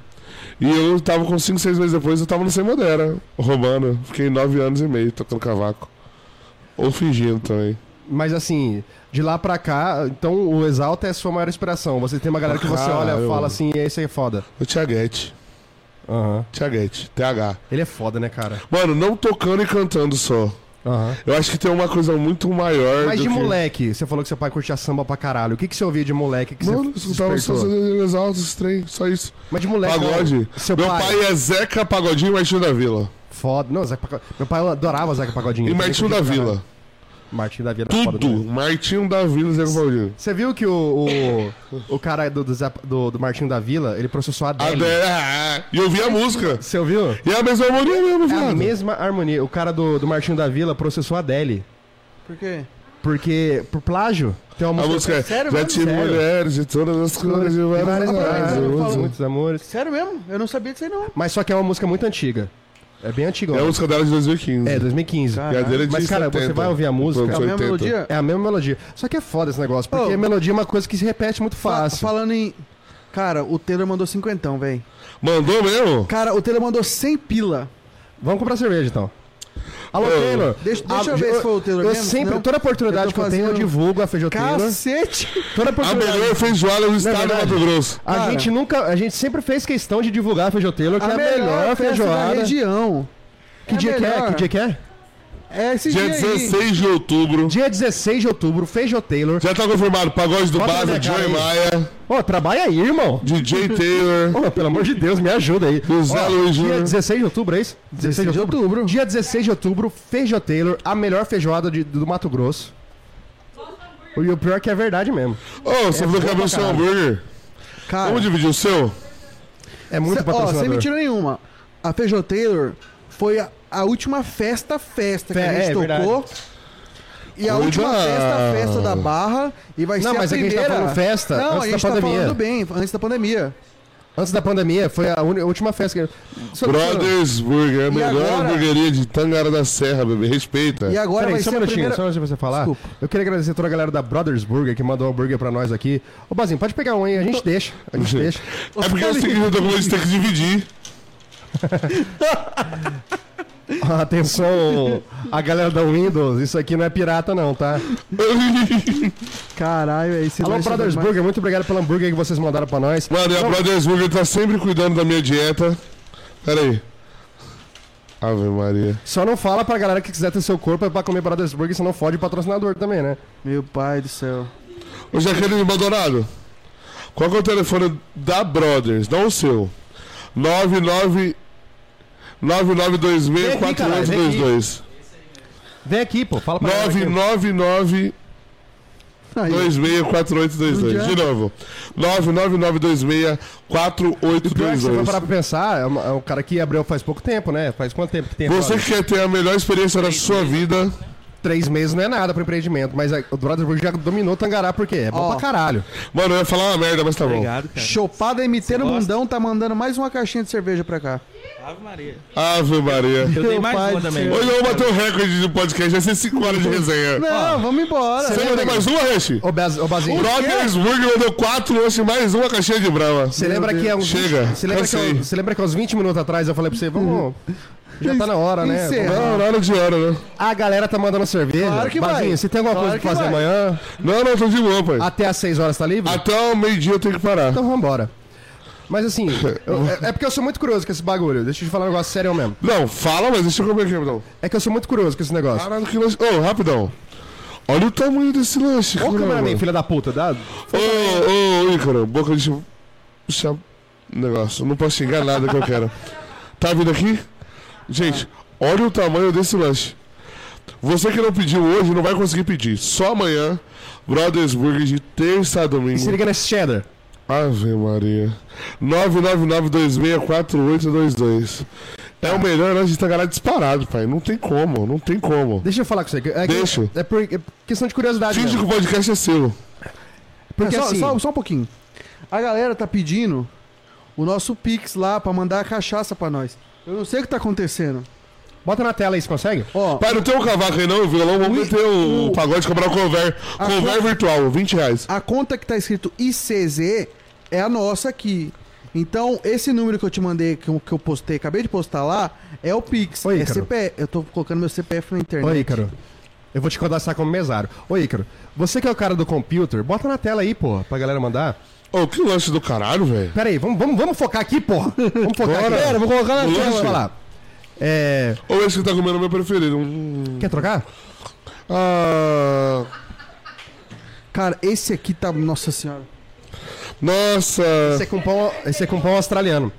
Speaker 3: E eu tava com 5, 6 meses depois, eu tava no Sem Modera, roubando. Fiquei 9 anos e meio tocando cavaco. Ou fingindo também.
Speaker 1: Mas assim, de lá pra cá, então o Exalta é a sua maior inspiração. Você tem uma galera que você
Speaker 3: Ah,
Speaker 1: olha e
Speaker 3: eu-
Speaker 1: fala assim, esse aí é foda.
Speaker 3: O Tiaguete. Tiaguete, TH.
Speaker 1: Ele é foda, né, cara?
Speaker 3: Mano, não tocando e cantando só. Eu acho que tem uma coisa muito maior.
Speaker 1: Mas
Speaker 3: do
Speaker 1: de
Speaker 3: que...
Speaker 1: moleque, você falou que seu pai curtia samba pra caralho. O que, que você ouvia de moleque que
Speaker 3: Mano, eu
Speaker 1: você
Speaker 3: escutava só
Speaker 1: despertou?
Speaker 3: os altos, os trem, só isso.
Speaker 1: Mas de moleque,
Speaker 3: Pagode.
Speaker 1: não. Seu
Speaker 3: Meu
Speaker 1: pai.
Speaker 3: pai. é Zeca Pagodinho e Martinho da Vila.
Speaker 1: Foda. Não, Zeca Pagodinho. Meu pai adorava Zeca Pagodinho.
Speaker 3: E
Speaker 1: Também
Speaker 3: Martinho da
Speaker 1: curtia pra
Speaker 3: Vila.
Speaker 1: caralho. Martinho da Vila. era foda
Speaker 3: Tudo.
Speaker 1: também.
Speaker 3: Martinho da Vila e Zeca Pagodinho.
Speaker 1: Você viu que o, o, o cara do, do, Zé- do- do Martinho da Vila, ele processou a Adele.
Speaker 3: Adé- ah, E eu vi a música.
Speaker 1: Você ouviu?
Speaker 3: E é a mesma harmonia mesmo,
Speaker 1: É a
Speaker 3: viado.
Speaker 1: mesma harmonia. O cara do, do Martinho da Vila processou a Adele.
Speaker 2: Por quê?
Speaker 1: Porque, por plágio, tem uma
Speaker 3: A
Speaker 1: música...
Speaker 3: música é
Speaker 2: sério
Speaker 3: Já
Speaker 2: mesmo?
Speaker 3: tive
Speaker 1: Sério?
Speaker 3: mulheres de todas as cores de
Speaker 1: Tem
Speaker 3: várias
Speaker 1: várias
Speaker 3: cores.
Speaker 1: mulheres,
Speaker 3: Eu uso.
Speaker 1: muitos amores.
Speaker 2: Sério mesmo? Eu não sabia disso aí, não.
Speaker 1: Mas só que é uma música muito antiga. É bem antiga.
Speaker 3: É a
Speaker 1: ó.
Speaker 3: música dela de 2015.
Speaker 1: É, 2015.
Speaker 3: E a dele é de
Speaker 1: Mas, cara,
Speaker 3: 70.
Speaker 1: você vai ouvir a música,
Speaker 3: Dos
Speaker 2: É a mesma
Speaker 3: 80.
Speaker 2: melodia?
Speaker 1: É a mesma melodia. Só que é foda esse negócio, porque
Speaker 2: Ô.
Speaker 1: melodia é uma coisa que se repete muito
Speaker 2: Oh. Fa-
Speaker 1: fácil.
Speaker 2: Falando em. Cara, o Taylor mandou cinquentão, velho.
Speaker 3: Mandou mesmo?
Speaker 2: Cara, o Taylor mandou 100 pila.
Speaker 1: Vamos comprar cerveja, então. Alô,
Speaker 3: Ô,
Speaker 1: Taylor.
Speaker 2: deixa- deixa Ah, eu ver se foi o Taylor
Speaker 1: Eu
Speaker 2: mesmo,
Speaker 1: sempre,
Speaker 2: Oh. não?
Speaker 1: toda oportunidade
Speaker 2: Eu tô
Speaker 1: que eu tenho, eu
Speaker 2: fazendo-
Speaker 1: divulgo a feijoteira.
Speaker 2: Cacete!
Speaker 1: Toda
Speaker 3: A
Speaker 1: oportunidade.
Speaker 3: melhor feijoada do estado do
Speaker 1: é verdade.
Speaker 3: Mato Grosso.
Speaker 1: A
Speaker 2: Cara.
Speaker 1: gente nunca, a gente sempre fez questão de divulgar a feijoteira, que é a melhor
Speaker 2: festa
Speaker 1: feijoada.
Speaker 2: Da região.
Speaker 1: Que
Speaker 2: É a
Speaker 1: dia que é?
Speaker 2: melhor.
Speaker 1: Que dia que é?
Speaker 2: É esse
Speaker 3: Dia
Speaker 2: dia, aí.
Speaker 3: 16 de outubro.
Speaker 1: Dia 16 de outubro, feijoteira.
Speaker 3: Já tá confirmado. Pagode do
Speaker 1: Bota na
Speaker 3: Baza,
Speaker 1: minha cara
Speaker 3: Joey
Speaker 1: aí.
Speaker 3: Maia,
Speaker 1: Ô, trabalha aí, irmão.
Speaker 3: DJ Taylor.
Speaker 1: Ô, pelo amor de Deus, me ajuda aí.
Speaker 3: Do Zé
Speaker 1: Ó,
Speaker 3: Luiz
Speaker 1: Dia
Speaker 3: Júnior.
Speaker 1: 16 de outubro, é isso? 16 de outubro. Dia 16 de outubro, Feijo Taylor, a melhor feijoada de- do Mato Grosso. E o pior é que é verdade mesmo.
Speaker 3: Ô, você
Speaker 2: É
Speaker 3: falou que abriu o seu
Speaker 1: caralho.
Speaker 3: hambúrguer.
Speaker 2: Cara,
Speaker 3: Vamos dividir o seu?
Speaker 1: É muito
Speaker 2: cê- ó, sem
Speaker 1: patrocinador.
Speaker 2: mentira nenhuma. A Feijão Taylor foi a, a última festa festa que
Speaker 1: Fe-
Speaker 2: a
Speaker 1: é,
Speaker 2: gente
Speaker 1: verdade.
Speaker 2: tocou. E a
Speaker 3: Olha!
Speaker 2: última festa festa da Barra. E vai
Speaker 1: Não,
Speaker 2: ser
Speaker 1: mas
Speaker 2: a
Speaker 1: é que a gente
Speaker 2: primeira.
Speaker 1: tá falando festa
Speaker 2: Não,
Speaker 1: antes
Speaker 2: a
Speaker 1: da
Speaker 2: gente tá
Speaker 1: pandemia.
Speaker 2: falando bem, antes da pandemia.
Speaker 1: Antes da pandemia, foi a, uni- a última festa que... Só-
Speaker 3: Brothers Burger, a melhor
Speaker 2: agora?
Speaker 3: hamburgueria de Tangara da Serra, bebê. Respeita.
Speaker 2: E agora
Speaker 1: Peraí,
Speaker 2: vai
Speaker 1: só um
Speaker 2: ser a
Speaker 1: minutinho,
Speaker 2: primeira...
Speaker 1: só antes de você falar.
Speaker 2: Desculpa.
Speaker 1: Eu queria agradecer toda a galera da Brothers Burger que mandou um hambúrguer pra nós aqui. Ô, Bazinho, pode pegar um aí, a gente deixa. A gente deixa.
Speaker 3: É porque eu sei que o documento tem que dividir.
Speaker 1: Atenção, a galera da Windows, isso aqui não é pirata não, tá?
Speaker 2: Caralho, aí você
Speaker 1: um- Alô,
Speaker 2: vai
Speaker 1: Brothers
Speaker 2: chamar-
Speaker 1: Burger, muito obrigado pelo hambúrguer que vocês mandaram pra nós.
Speaker 3: Mano, e a Brothers Burger tá sempre cuidando da minha dieta. Pera aí. Ave Maria.
Speaker 1: Só não fala pra galera que quiser ter seu corpo é pra comer Brothers Burger, senão fode o patrocinador também, né?
Speaker 2: Meu pai do céu.
Speaker 3: Ô, Jaqueline Maldonado, qual que é o telefone da Brothers, não o seu? 99... 9926
Speaker 1: Vem aqui, caralho, vem aqui.
Speaker 3: 4822.
Speaker 1: Vem aqui, pô, fala pra galera aqui.
Speaker 3: 999
Speaker 2: Aí,
Speaker 3: 264822. De novo.
Speaker 1: O pior
Speaker 3: 999264822.
Speaker 1: é que você for parar pra pensar, é uma- é um cara que abriu faz pouco tempo, né? Faz quanto tempo que tem?
Speaker 3: Você
Speaker 1: Brothers?
Speaker 3: que quer ter a melhor experiência da sua vida,
Speaker 1: Três meses não é nada pro empreendimento, mas a- o Brothers Burger já dominou o Tangará porque é bom
Speaker 2: Ó.
Speaker 1: pra caralho.
Speaker 3: mano, eu ia falar uma merda, mas tá bom.
Speaker 6: Obrigado, cara.
Speaker 2: Chopada MT no
Speaker 6: gosta?
Speaker 2: mundão tá mandando mais uma caixinha de cerveja pra cá.
Speaker 6: Ave Maria.
Speaker 3: Ave
Speaker 6: Eu
Speaker 3: Maria.
Speaker 6: dei
Speaker 2: Meu
Speaker 6: mais
Speaker 2: pai
Speaker 6: uma
Speaker 2: do
Speaker 6: também.
Speaker 3: Hoje eu vou bater o recorde de podcast, vai ser 5 horas de resenha.
Speaker 2: Não, vamos embora.
Speaker 3: Você mandou mais uma, Reche?
Speaker 1: Ô, Baz- ô Bazinho,
Speaker 3: Brothers Burger mandou 4 lanches, mais uma caixinha de brama.
Speaker 1: você lembra que é uns
Speaker 3: Chega,
Speaker 1: Você lembra, que é
Speaker 3: cansei.
Speaker 1: uns- você lembra que é uns 20 minutos atrás eu falei pra você, vamos... Já tá na hora, né?
Speaker 2: Hum. Encerra.
Speaker 3: Não, nada de hora, né?
Speaker 1: A galera tá mandando cerveja.
Speaker 2: Claro que vai.
Speaker 1: Bazinho, você tem alguma
Speaker 2: Claro
Speaker 1: coisa pra
Speaker 2: que
Speaker 1: fazer
Speaker 2: vai.
Speaker 1: amanhã?
Speaker 3: Não, não, tô de boa, pai.
Speaker 1: Até às 6 horas tá livre?
Speaker 3: Até o meio-dia eu tenho que parar.
Speaker 1: Então vambora. Mas assim, eu- é, é porque eu sou muito curioso com esse bagulho. Deixa eu te falar um negócio sério mesmo.
Speaker 3: Não, fala, mas deixa eu comer aqui, então. rapidão.
Speaker 1: É que eu sou muito curioso com esse negócio.
Speaker 3: Caralho, que lanche. Ô, Oh, rapidão. Olha o tamanho desse lanche,
Speaker 1: Ô,
Speaker 3: caramba.
Speaker 1: cameraman, filha da puta, dá.
Speaker 3: Ô, ô, Ícaro, boca de chap... chap- Negócio, não posso xingar nada que eu quero. Tá vindo aqui? Gente, olha o tamanho desse lanche. Você que não pediu hoje não vai conseguir pedir. Só amanhã, Brothers Burger de terça a domingo.
Speaker 1: E se liga nesse cheddar.
Speaker 3: Ave Maria. 999264822. É o melhor lanche de Tangará disparado, pai. Não tem como, não tem como.
Speaker 1: Deixa eu falar com você. que- É, que-
Speaker 3: Deixa.
Speaker 1: é por é questão de curiosidade.
Speaker 3: Finge que
Speaker 1: mesmo.
Speaker 3: o podcast é seu.
Speaker 1: Porque
Speaker 2: só,
Speaker 1: assim,
Speaker 2: só, só um pouquinho. A galera tá pedindo o nosso Pix lá pra mandar a cachaça pra nós. Eu não sei o que tá acontecendo.
Speaker 1: bota na tela aí, você consegue?
Speaker 2: Ó,
Speaker 3: Pai, não tem um cavaco aí não, o violão. Vamos meter o, pagode cobrar o cover.
Speaker 2: A
Speaker 3: Cover
Speaker 2: co-
Speaker 3: virtual, 20 reais.
Speaker 2: a conta que tá escrito ICZ é a nossa aqui. Então, esse número que eu te mandei, que eu, que eu postei, acabei de postar lá, é o Pix.
Speaker 1: Ô,
Speaker 2: é
Speaker 1: Ícaro.
Speaker 2: CPF. Eu tô colocando meu CPF na internet.
Speaker 1: Ô, Ícaro. Eu vou te cadastrar como mesário. Ô, Ícaro, você que é o cara do computer, bota na tela aí, porra, pra galera mandar.
Speaker 3: Ô, que lanche do caralho, velho.
Speaker 1: Pera aí, vamos, vamos, vamos focar aqui, porra. Vamos focar
Speaker 3: Bora.
Speaker 1: aqui. Pera, eu vou colocar
Speaker 3: Lanche.
Speaker 1: Deixa eu falar. É...
Speaker 3: Ou esse que tá comendo é o meu preferido. Hum.
Speaker 1: Quer trocar?
Speaker 3: Ah,
Speaker 2: Cara, esse aqui tá. Nossa senhora.
Speaker 3: nossa.
Speaker 1: Esse é com pão, esse é com pão australiano.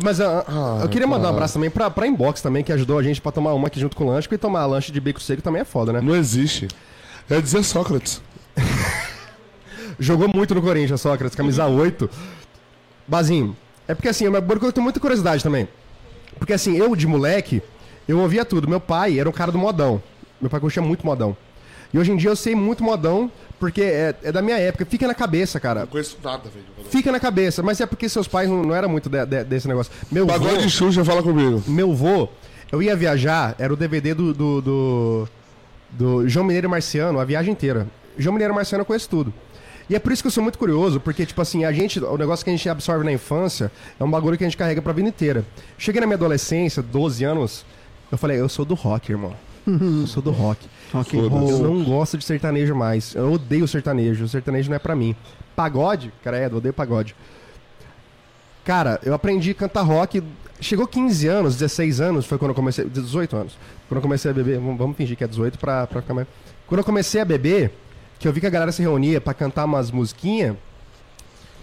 Speaker 1: Mas ah, ah, eu queria mandar um abraço também pra, pra Inbox também, que ajudou a gente pra tomar uma aqui junto com o lanche, porque tomar lanche de bico seco também é foda, né?
Speaker 3: Não existe. É dizer Sócrates.
Speaker 1: Jogou muito no Corinthians, Sócrates, camisa 8. Bazinho, é porque assim, é uma coisa que eu tenho muita curiosidade também. Porque assim, eu de moleque, eu ouvia tudo. Meu pai era um cara do modão. Meu pai curtia muito modão. E hoje em dia eu sei muito modão, porque é, é da minha época. Fica na cabeça, cara.
Speaker 3: Não conheço nada, velho.
Speaker 1: Fica na cabeça, mas é porque seus pais não, não eram muito de- de- desse negócio. Meu
Speaker 3: Pagode de Xuxa, fala comigo.
Speaker 1: meu vô, eu ia viajar, era o DVD do, do, do, do João Mineiro e Marciano, a viagem inteira. João Mineiro e Marciano eu conheço tudo. E é por isso que eu sou muito curioso, porque, tipo assim, a gente, o negócio que a gente absorve na infância é um bagulho que a gente carrega pra vida inteira. Cheguei na minha adolescência, 12 anos, eu falei, eu sou do rock, irmão. Eu sou do rock.
Speaker 2: Rock
Speaker 3: and roll.
Speaker 1: Eu não gosto de sertanejo mais. Eu odeio sertanejo. O sertanejo não é pra mim. Pagode, cara, é, eu odeio pagode. Cara, eu aprendi a cantar rock. Chegou 15 anos, 16 anos, foi quando eu comecei. 18 anos. Quando eu comecei a beber. vamos- Vamos fingir que é 18 pra, pra ficar mais. Quando eu comecei a beber, que eu vi que a galera se reunia pra cantar umas musiquinhas.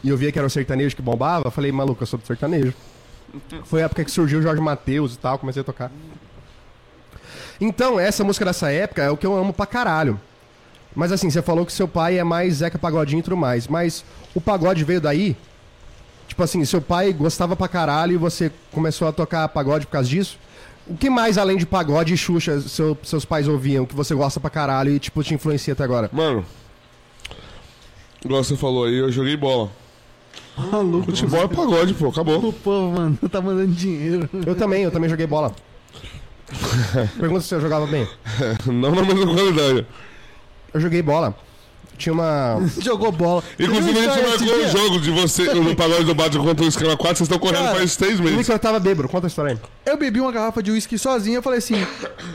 Speaker 1: E eu via que era o sertanejo que bombava. eu Falei, maluco, eu sou do sertanejo. Foi a época que surgiu o Jorge Matheus e tal. Comecei a tocar. Então, essa música dessa época é o que eu amo pra caralho. Mas assim, você falou que seu pai é mais Zeca Pagodinho e tudo mais. Mas o pagode veio daí? Tipo assim, seu pai gostava pra caralho e você começou a tocar pagode por causa disso? O que mais além de pagode e Xuxa seu- seus pais ouviam que você gosta pra caralho e tipo te influencia até agora?
Speaker 3: Mano, igual você falou aí, eu joguei bola.
Speaker 2: Maluco.
Speaker 3: Futebol é pagode, pô, acabou.
Speaker 2: O povo, mano, tá mandando dinheiro.
Speaker 1: Eu também, eu também joguei bola. Pergunta se eu jogava bem.
Speaker 3: Não na mesma qualidade.
Speaker 1: Eu joguei bola. Tinha uma.
Speaker 2: Jogou bola.
Speaker 3: Inclusive, a gente marcou um jogo de você no pagode do Batman contra o esquema 4, vocês estão correndo
Speaker 2: Cara,
Speaker 3: faz três
Speaker 1: Eu vi
Speaker 3: meses.
Speaker 1: que eu tava bêbado, conta a história aí.
Speaker 2: Eu bebi uma garrafa de uísque sozinho, eu falei assim,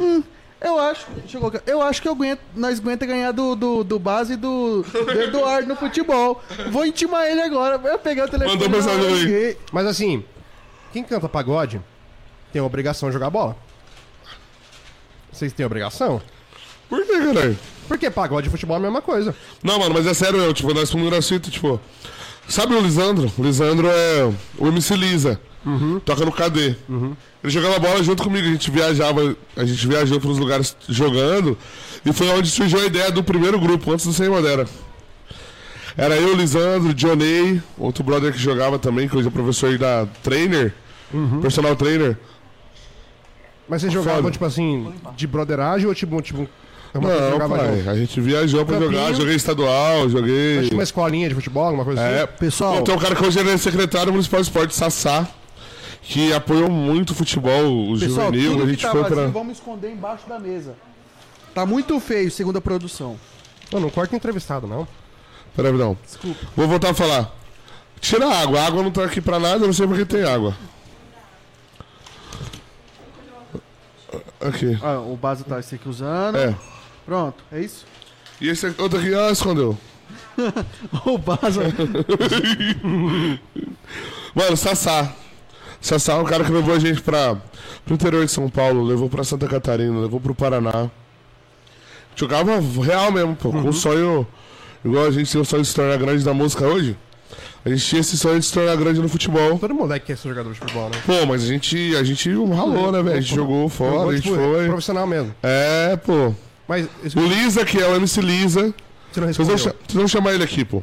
Speaker 2: hum, eu acho, deixa eu colocar, eu acho que eu aguento, nós aguenta ganhar do, do, do base e do, do Eduardo no futebol. Vou intimar ele agora. Eu peguei o telefone.
Speaker 3: Mandou mensagem aí.
Speaker 2: liguei.
Speaker 1: Mas assim, quem canta pagode tem a obrigação de jogar bola. Vocês têm obrigação?
Speaker 3: Por que, caralho?
Speaker 1: Porque pagode e futebol é a mesma coisa.
Speaker 3: Não, mano, mas é sério mesmo, tipo, nós fomos no Gracito, tipo. Sabe o Lisandro? O Lisandro é o MC Lisa.
Speaker 1: Uhum.
Speaker 3: Toca no KD. Ele jogava bola junto comigo, a gente viajava, a gente viajou para os lugares jogando. E foi onde surgiu a ideia do primeiro grupo, antes do Sem Madeira. Era eu, Lisandro, Johnny, outro brother que jogava também, que hoje é professor da trainer,
Speaker 1: Uhum.
Speaker 3: personal trainer.
Speaker 1: Mas vocês jogavam, tipo assim, de broderagem ou tipo, tipo uma coisa que
Speaker 3: Não, pai,
Speaker 1: junto?
Speaker 3: a gente viajou pra
Speaker 1: Campinho.
Speaker 3: jogar, joguei estadual, joguei.
Speaker 1: Acho que uma escolinha de futebol, alguma coisa
Speaker 3: É,
Speaker 1: assim?
Speaker 2: Pessoal,
Speaker 3: Pô, tem um cara que hoje é secretário municipal de esporte, Sassá, que apoiou muito o futebol o
Speaker 2: pessoal,
Speaker 3: juvenil.
Speaker 2: tudo
Speaker 3: A
Speaker 2: que
Speaker 3: gente
Speaker 2: tá
Speaker 3: foi
Speaker 2: vazio,
Speaker 3: pra.
Speaker 2: vamos esconder embaixo da mesa. Tá muito feio, segundo a produção.
Speaker 1: Não, não corta entrevistado, não.
Speaker 3: Peraí, não.
Speaker 2: Desculpa.
Speaker 3: Vou voltar a falar. Tira a água. A água não tá aqui pra nada, eu não sei porque tem água. Aqui.
Speaker 2: Ah, o base tá esse aqui usando.
Speaker 3: É.
Speaker 2: Pronto, é isso?
Speaker 3: E esse aqui- outro aqui, ah, escondeu.
Speaker 2: O Baza.
Speaker 3: É, Mano, Sassá. Sassá é um cara que levou a gente pra, pro interior de São Paulo, levou pra Santa Catarina, levou pro Paraná. Jogava real mesmo, pô. Com o sonho. Igual a gente tem o sonho de se tornar grande da música hoje. A gente tinha esse sonho de se tornar grande no futebol.
Speaker 1: Todo moleque quer ser jogador de futebol, né?
Speaker 3: Pô, mas a gente, a gente ralou, né, velho? A gente jogou fora, a gente
Speaker 1: Tipo,
Speaker 3: foi.
Speaker 1: Profissional mesmo.
Speaker 3: É, pô.
Speaker 1: Mas isso
Speaker 3: O Lisa, que é o MC Lisa.
Speaker 1: você não
Speaker 3: Vocês vão,
Speaker 1: respondeu.
Speaker 3: cha- vocês vão chamar ele aqui, pô.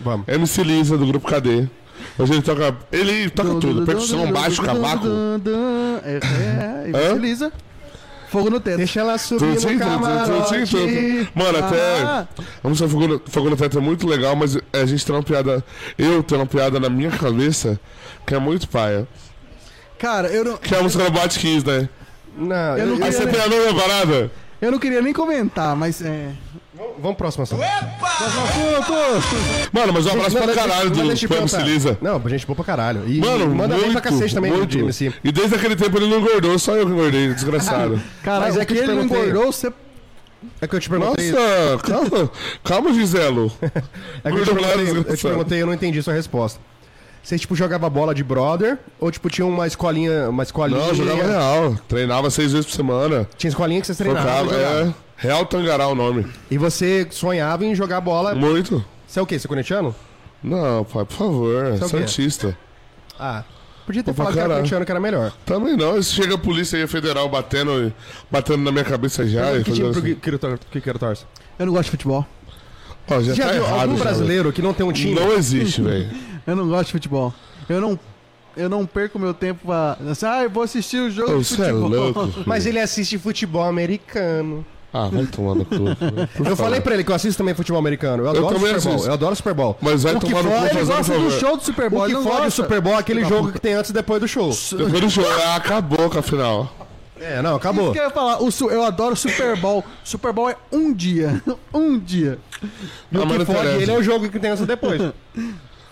Speaker 1: Vamos.
Speaker 3: MC Lisa, do grupo KD. Hoje ele toca. Ele toca tudo. Percussão, baixo, cavaco.
Speaker 2: É, é,
Speaker 3: Hã?
Speaker 2: e utiliza. Fogo no teto.
Speaker 1: Deixa ela
Speaker 3: Tum,
Speaker 1: subir no
Speaker 3: tum, tum, tum, tum, tum,
Speaker 1: camarote.
Speaker 3: tum. Mano, um até.
Speaker 2: Ah.
Speaker 3: A música Fogo Fogo Teto é muito legal, mas a gente tem uma piada. Eu tenho uma piada na minha cabeça que é muito paia.
Speaker 2: Cara, eu não,
Speaker 3: Que é a música do Bat Kiss, né?
Speaker 1: Não,
Speaker 2: Eu não
Speaker 1: eu-
Speaker 2: queria-
Speaker 3: Aí você tem a mesma parada?
Speaker 2: eu não queria nem comentar, mas é.
Speaker 1: Vamos próximo assunto.
Speaker 3: Mano, mas um abraço pra
Speaker 1: Não,
Speaker 3: caralho
Speaker 1: não,
Speaker 3: do
Speaker 1: deixa eu
Speaker 3: Pam
Speaker 1: perguntar.
Speaker 3: Lisa.
Speaker 1: Não, gente boa pra caralho. E
Speaker 3: Mano,
Speaker 1: manda
Speaker 3: muito,
Speaker 1: bem pra cacete também
Speaker 3: muito.
Speaker 1: do MC.
Speaker 3: E desde aquele tempo ele não engordou, só eu que engordei, desgraçado.
Speaker 2: Cara,
Speaker 1: Mas
Speaker 2: mas
Speaker 1: é
Speaker 2: é
Speaker 1: que
Speaker 2: que
Speaker 1: eu te
Speaker 2: ele não
Speaker 1: perguntei.
Speaker 2: engordou, você.
Speaker 1: É que eu te perguntei.
Speaker 3: Nossa, calma, calma, Giselo.
Speaker 1: é que eu te
Speaker 3: Bruno Lázaro,
Speaker 1: perguntei, eu te
Speaker 3: desgraçado.
Speaker 1: perguntei, eu não entendi sua resposta. Você, tipo, jogava bola de brother? Ou, tipo, tinha uma escolinha. Uma escolinha.
Speaker 3: Não, eu jogava real. Treinava seis vezes por semana.
Speaker 1: Tinha escolinha que você treinava. e
Speaker 3: Trocava,
Speaker 1: jogava.
Speaker 3: é. Real Tangará o nome.
Speaker 1: E você sonhava em jogar bola.
Speaker 3: Muito.
Speaker 1: Você é o quê? Você é corintiano?
Speaker 3: Não, pai, por favor.
Speaker 1: Você é o quê?
Speaker 3: Santista.
Speaker 1: Ah. Podia ter
Speaker 3: Pô, pra
Speaker 1: falado que era
Speaker 3: caralho.
Speaker 1: corintiano que era melhor.
Speaker 3: Também não. Se chega a polícia aí, a federal, batendo, batendo na minha cabeça já. e
Speaker 1: que time
Speaker 3: fazendo
Speaker 1: pro
Speaker 3: assim.
Speaker 1: que- que tor- que quero torce?
Speaker 2: Eu não gosto de futebol.
Speaker 3: Ó, já,
Speaker 1: Já
Speaker 3: tá
Speaker 1: viu
Speaker 3: errado,
Speaker 1: algum
Speaker 3: já,
Speaker 1: brasileiro que não tem um
Speaker 3: velho.
Speaker 1: time?
Speaker 3: Não existe, velho.
Speaker 2: Eu não gosto de futebol. Eu não. Eu não perco meu tempo pra. Assim, ah, eu vou assistir o jogo
Speaker 3: Ô,
Speaker 2: de
Speaker 3: Você é
Speaker 2: futebol.
Speaker 3: louco.
Speaker 1: tipo, Mas
Speaker 3: filho.
Speaker 1: ele assiste futebol americano.
Speaker 3: Ah, vai tomar no cu. por
Speaker 1: Eu
Speaker 3: favor.
Speaker 1: falei pra ele que eu assisto também futebol americano. Eu adoro
Speaker 3: também
Speaker 1: Super Bowl.
Speaker 3: assisto.
Speaker 1: Eu adoro Super Bowl.
Speaker 3: Mas vai
Speaker 1: o que
Speaker 3: tomar
Speaker 2: Ah,
Speaker 3: no cu,
Speaker 1: fode-
Speaker 3: fazendo
Speaker 1: gosta do
Speaker 3: favor.
Speaker 1: show do Super Bowl. um O
Speaker 2: ele
Speaker 1: que
Speaker 2: não
Speaker 1: fode
Speaker 2: gosta.
Speaker 1: do Super Bowl é
Speaker 3: Tá
Speaker 1: aquele jogo que tem antes e depois do show.
Speaker 3: Depois do jogo, ah, acabou com a final. Ah,
Speaker 1: É, não,
Speaker 2: Isso
Speaker 1: acabou.
Speaker 2: que eu ia falar, o su- eu adoro Super Bowl. Super Bowl é um dia. um dia.
Speaker 1: E o
Speaker 3: Ah, mas
Speaker 1: que
Speaker 3: não
Speaker 1: fode
Speaker 3: interessa.
Speaker 1: ele é o jogo que tem antes e depois.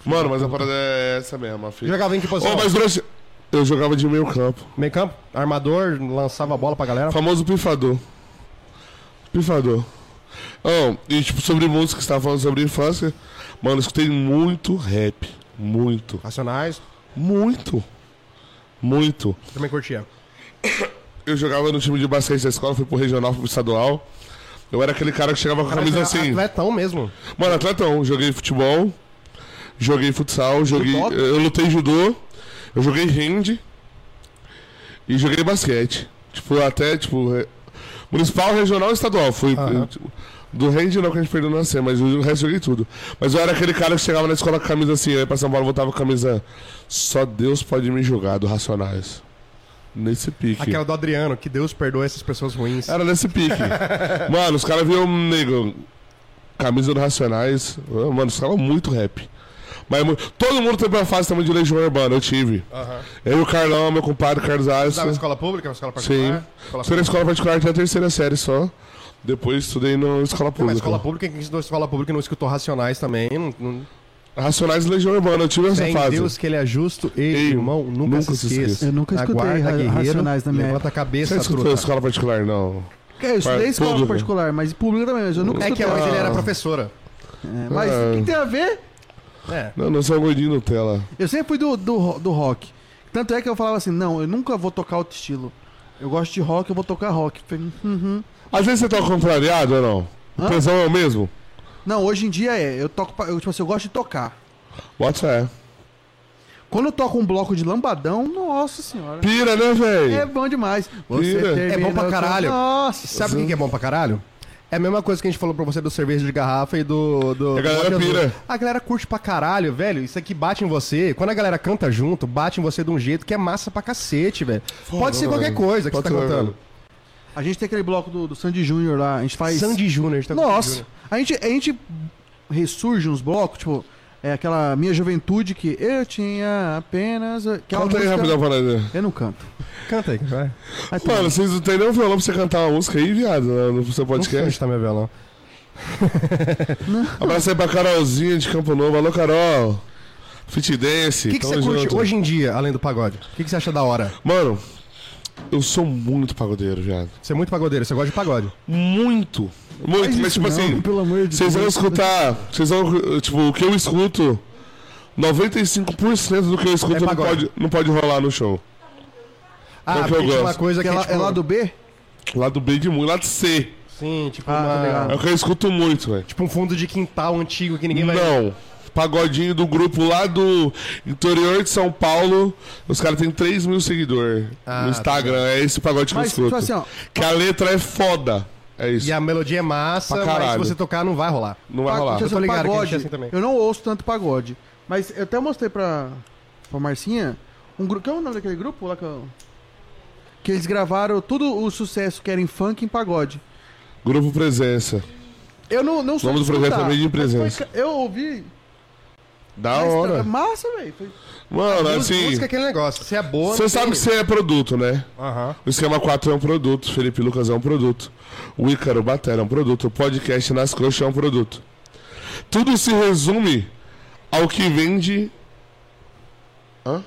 Speaker 3: Mano, mas a parada é essa mesmo, filho.
Speaker 1: Jogava em que
Speaker 3: Ô,
Speaker 1: posição?
Speaker 3: mas durante... Eu jogava de meio campo.
Speaker 1: Meio campo, armador, lançava a bola pra galera.
Speaker 3: Famoso pifador. Pifador. Oh, e tipo, sobre música, você tava falando sobre infância. Mano, eu escutei muito rap. Muito.
Speaker 1: Racionais,
Speaker 3: Muito. Muito.
Speaker 1: também curtia.
Speaker 3: Eu jogava no time de basquete da escola, fui pro regional, fui pro estadual. Eu era aquele cara que chegava com a camisa
Speaker 1: Era
Speaker 3: assim.
Speaker 1: Atletão mesmo.
Speaker 3: Mano, atletão. Joguei futebol, joguei futsal, joguei.
Speaker 2: Judô?
Speaker 3: Eu lutei judô, eu joguei rende e joguei basquete. Tipo, até, tipo. re- Municipal, regional e estadual. Fui.
Speaker 1: Aham.
Speaker 3: eu, tipo, do rende não que a gente perdeu na C, mas o resto eu joguei tudo. Mas eu era aquele cara que chegava na escola com a camisa assim, eu ia pra São Paulo voltava com a camisa. Só Deus pode me julgar, do Racionais. Nesse pique.
Speaker 1: Aquela do Adriano, que Deus perdoa essas pessoas ruins.
Speaker 3: Era nesse pique. mano, os caras viam, nego, camisa do Racionais. Mano, os caras muito rap. Mas mu- todo mundo teve uma fase também de Legião Urbana, eu tive. Eu e o Carlão, meu compadre, Carlos Ares.
Speaker 1: Estudava em escola pública, em escola
Speaker 3: Sim.
Speaker 1: particular? Escola
Speaker 3: Estudei na escola particular até a terceira série só. Depois estudei na escola
Speaker 1: Não, mas
Speaker 3: pública.
Speaker 1: escola pública, quem estudou escola pública e não escutou Racionais também. Não, não...
Speaker 3: Racionais e Legião Urbana, eu tive essa
Speaker 1: Sem
Speaker 3: fase.
Speaker 1: Deus que ele é justo e,
Speaker 3: Ei,
Speaker 1: irmão, nunca, se esqueça.
Speaker 2: Eu nunca escutei
Speaker 1: Aguarda,
Speaker 2: Ra-
Speaker 1: guerreiro,
Speaker 2: Racionais na minha
Speaker 1: Levanta a
Speaker 3: Você
Speaker 1: cabeça,
Speaker 3: escutou
Speaker 1: truta.
Speaker 3: escola particular, não?
Speaker 2: É, eu estudei
Speaker 3: Par-
Speaker 2: escola
Speaker 3: público.
Speaker 2: particular, mas público também. Mas eu nunca
Speaker 1: É que a
Speaker 2: escutei.
Speaker 1: mãe dele era professora.
Speaker 2: É, mas o que tem a ver?
Speaker 1: É.
Speaker 3: Não, não sou um gordinho Nutella.
Speaker 2: Eu sempre fui do, do, ro- do rock. Tanto é que eu falava assim, não, eu nunca vou tocar outro estilo. Eu gosto de rock, eu vou tocar rock. Falei, uhum.
Speaker 3: Às vezes você tá contrariado ou não? O
Speaker 2: Hã?
Speaker 3: tesão é o mesmo?
Speaker 2: Não, hoje em dia é. Eu toco, pa- eu, tipo assim, eu gosto de tocar.
Speaker 3: Bota fé.
Speaker 2: Quando eu toco um bloco de lambadão, nossa senhora.
Speaker 3: Pira, né, velho?
Speaker 2: É bom demais.
Speaker 3: Pira.
Speaker 1: É bom pra
Speaker 2: terminou-
Speaker 1: caralho.
Speaker 2: Nossa.
Speaker 1: Sabe o que que é bom pra caralho? É a mesma coisa que a gente falou pra você do cerveja de garrafa e do. do
Speaker 3: A
Speaker 1: do
Speaker 3: galera
Speaker 1: Monte Azul.
Speaker 3: pira.
Speaker 1: A galera curte pra caralho, velho. Isso aqui bate em você. Quando a galera canta junto, bate em você de um jeito que é massa pra cacete, velho. Pode ser qualquer
Speaker 3: velho.
Speaker 1: coisa que
Speaker 3: Pode
Speaker 1: você tá
Speaker 3: ser,
Speaker 1: cantando.
Speaker 2: A gente tem aquele bloco do, do Sandy Júnior lá, a gente faz...
Speaker 1: Sandy Júnior, a gente tá com Sandy
Speaker 2: Nossa,
Speaker 1: Júnior.
Speaker 2: a gente, a gente ressurge uns blocos, tipo, é aquela minha juventude que eu tinha apenas. Que é uma
Speaker 3: Conta aí
Speaker 2: música-
Speaker 3: rapidão pra nós. né?
Speaker 2: Eu não canto.
Speaker 1: Canta aí, vai.
Speaker 2: Aí tá.
Speaker 3: Mano, vocês não tem nem um violão pra você cantar uma música aí, viado, no no seu
Speaker 1: Não sei onde
Speaker 3: podcast.
Speaker 1: tá meu violão.
Speaker 3: Abraço aí pra Carolzinha de Campo Novo. Alô, Carol. Fit Dance.
Speaker 1: O que, que
Speaker 3: tamo
Speaker 1: você curte
Speaker 3: junto.
Speaker 1: hoje em dia, além do pagode? O que, que você acha da hora?
Speaker 3: Mano, eu sou muito pagodeiro, viado.
Speaker 1: Você é muito pagodeiro, você gosta de pagode.
Speaker 3: Muito. Muito, mas tipo assim,
Speaker 2: Pelo amor de
Speaker 3: vocês vão
Speaker 2: Deus.
Speaker 3: escutar. Vocês vão. Tipo, o que eu escuto, 95% do que eu escuto
Speaker 1: É
Speaker 3: não,
Speaker 1: pagode.
Speaker 3: pode, não pode rolar no show.
Speaker 1: Ah,
Speaker 3: que tipo,
Speaker 1: porque
Speaker 3: eu
Speaker 1: tinha uma
Speaker 3: gosto?
Speaker 1: coisa que,
Speaker 2: Que é,
Speaker 1: a
Speaker 2: lá,
Speaker 1: gente
Speaker 2: é lá
Speaker 1: falou-
Speaker 2: do B?
Speaker 3: Lado B de muito, lado C.
Speaker 1: Sim, tipo
Speaker 2: Ah,
Speaker 1: uma-
Speaker 2: tá ligado.
Speaker 3: É o que eu escuto muito, velho.
Speaker 1: Tipo um fundo de quintal antigo que ninguém vai...
Speaker 3: Não. Pagodinho do grupo lá do interior de São Paulo. Os caras têm 3 mil seguidores
Speaker 1: Ah,
Speaker 3: no Instagram. É esse pagode que
Speaker 2: Mas,
Speaker 3: eu
Speaker 2: tipo
Speaker 3: escuto.
Speaker 2: assim, ó.
Speaker 3: Que a letra é foda. É isso.
Speaker 1: E a melodia é massa,
Speaker 3: Pra
Speaker 1: mas se
Speaker 3: caralho.
Speaker 1: você tocar não vai rolar.
Speaker 3: Não vai
Speaker 2: pa-
Speaker 3: rolar.
Speaker 2: tipo assim,
Speaker 1: Eu tô ligado que a gente
Speaker 2: pagode,
Speaker 1: é assim também.
Speaker 2: Eu não ouço tanto pagode. Mas eu até mostrei pra, pra Marcinha um grupo. Que é o nome daquele grupo lá que eu. Que eles gravaram todo o sucesso que era em funk em pagode.
Speaker 3: Grupo Presença.
Speaker 2: Eu não, não
Speaker 3: O
Speaker 2: sou
Speaker 3: nome do
Speaker 2: de
Speaker 3: projeto
Speaker 2: escutar,
Speaker 3: também de
Speaker 2: mas foi
Speaker 3: Presença.
Speaker 2: ca- Eu ouvi.
Speaker 3: Da
Speaker 2: mas
Speaker 3: hora.
Speaker 2: tá Massa, velho. Foi-
Speaker 3: Mano,
Speaker 1: Música-
Speaker 3: assim.
Speaker 1: Música é aquele negócio, se é boa...
Speaker 3: Você
Speaker 1: não
Speaker 3: sabe
Speaker 1: tem-
Speaker 3: que você é produto, né?
Speaker 1: Aham.
Speaker 3: O Esquema 4 é um produto, Felipe Lucas é um produto, o Ícaro Batera é um produto, o podcast Nas Coxas é um produto. Tudo se resume ao que vende. Hã?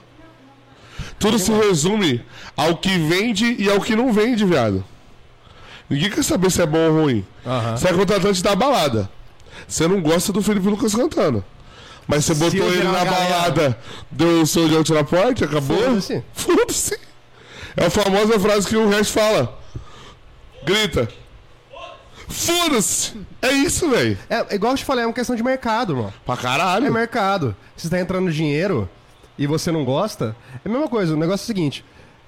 Speaker 3: Tudo se resume ao que vende e ao que não vende, viado. Ninguém quer saber se é bom ou ruim.
Speaker 1: Aham.
Speaker 3: Você é contratante da balada. Você não gosta do Felipe Lucas cantando. Mas você
Speaker 1: eu
Speaker 3: botou ele
Speaker 1: virar
Speaker 3: na
Speaker 1: uma galera-
Speaker 3: balada, Né? deu o seu de outro na porta, acabou?
Speaker 1: Foda-se.
Speaker 3: Foda-se. É a famosa frase que o resto fala. Grita. Foda-se! É isso, velho.
Speaker 1: É, igual eu te falei, é uma questão de mercado, mano.
Speaker 3: Pra
Speaker 1: É
Speaker 3: caralho.
Speaker 1: mercado. Se tá entrando dinheiro e você não gosta, é a mesma coisa. O negócio é o seguinte: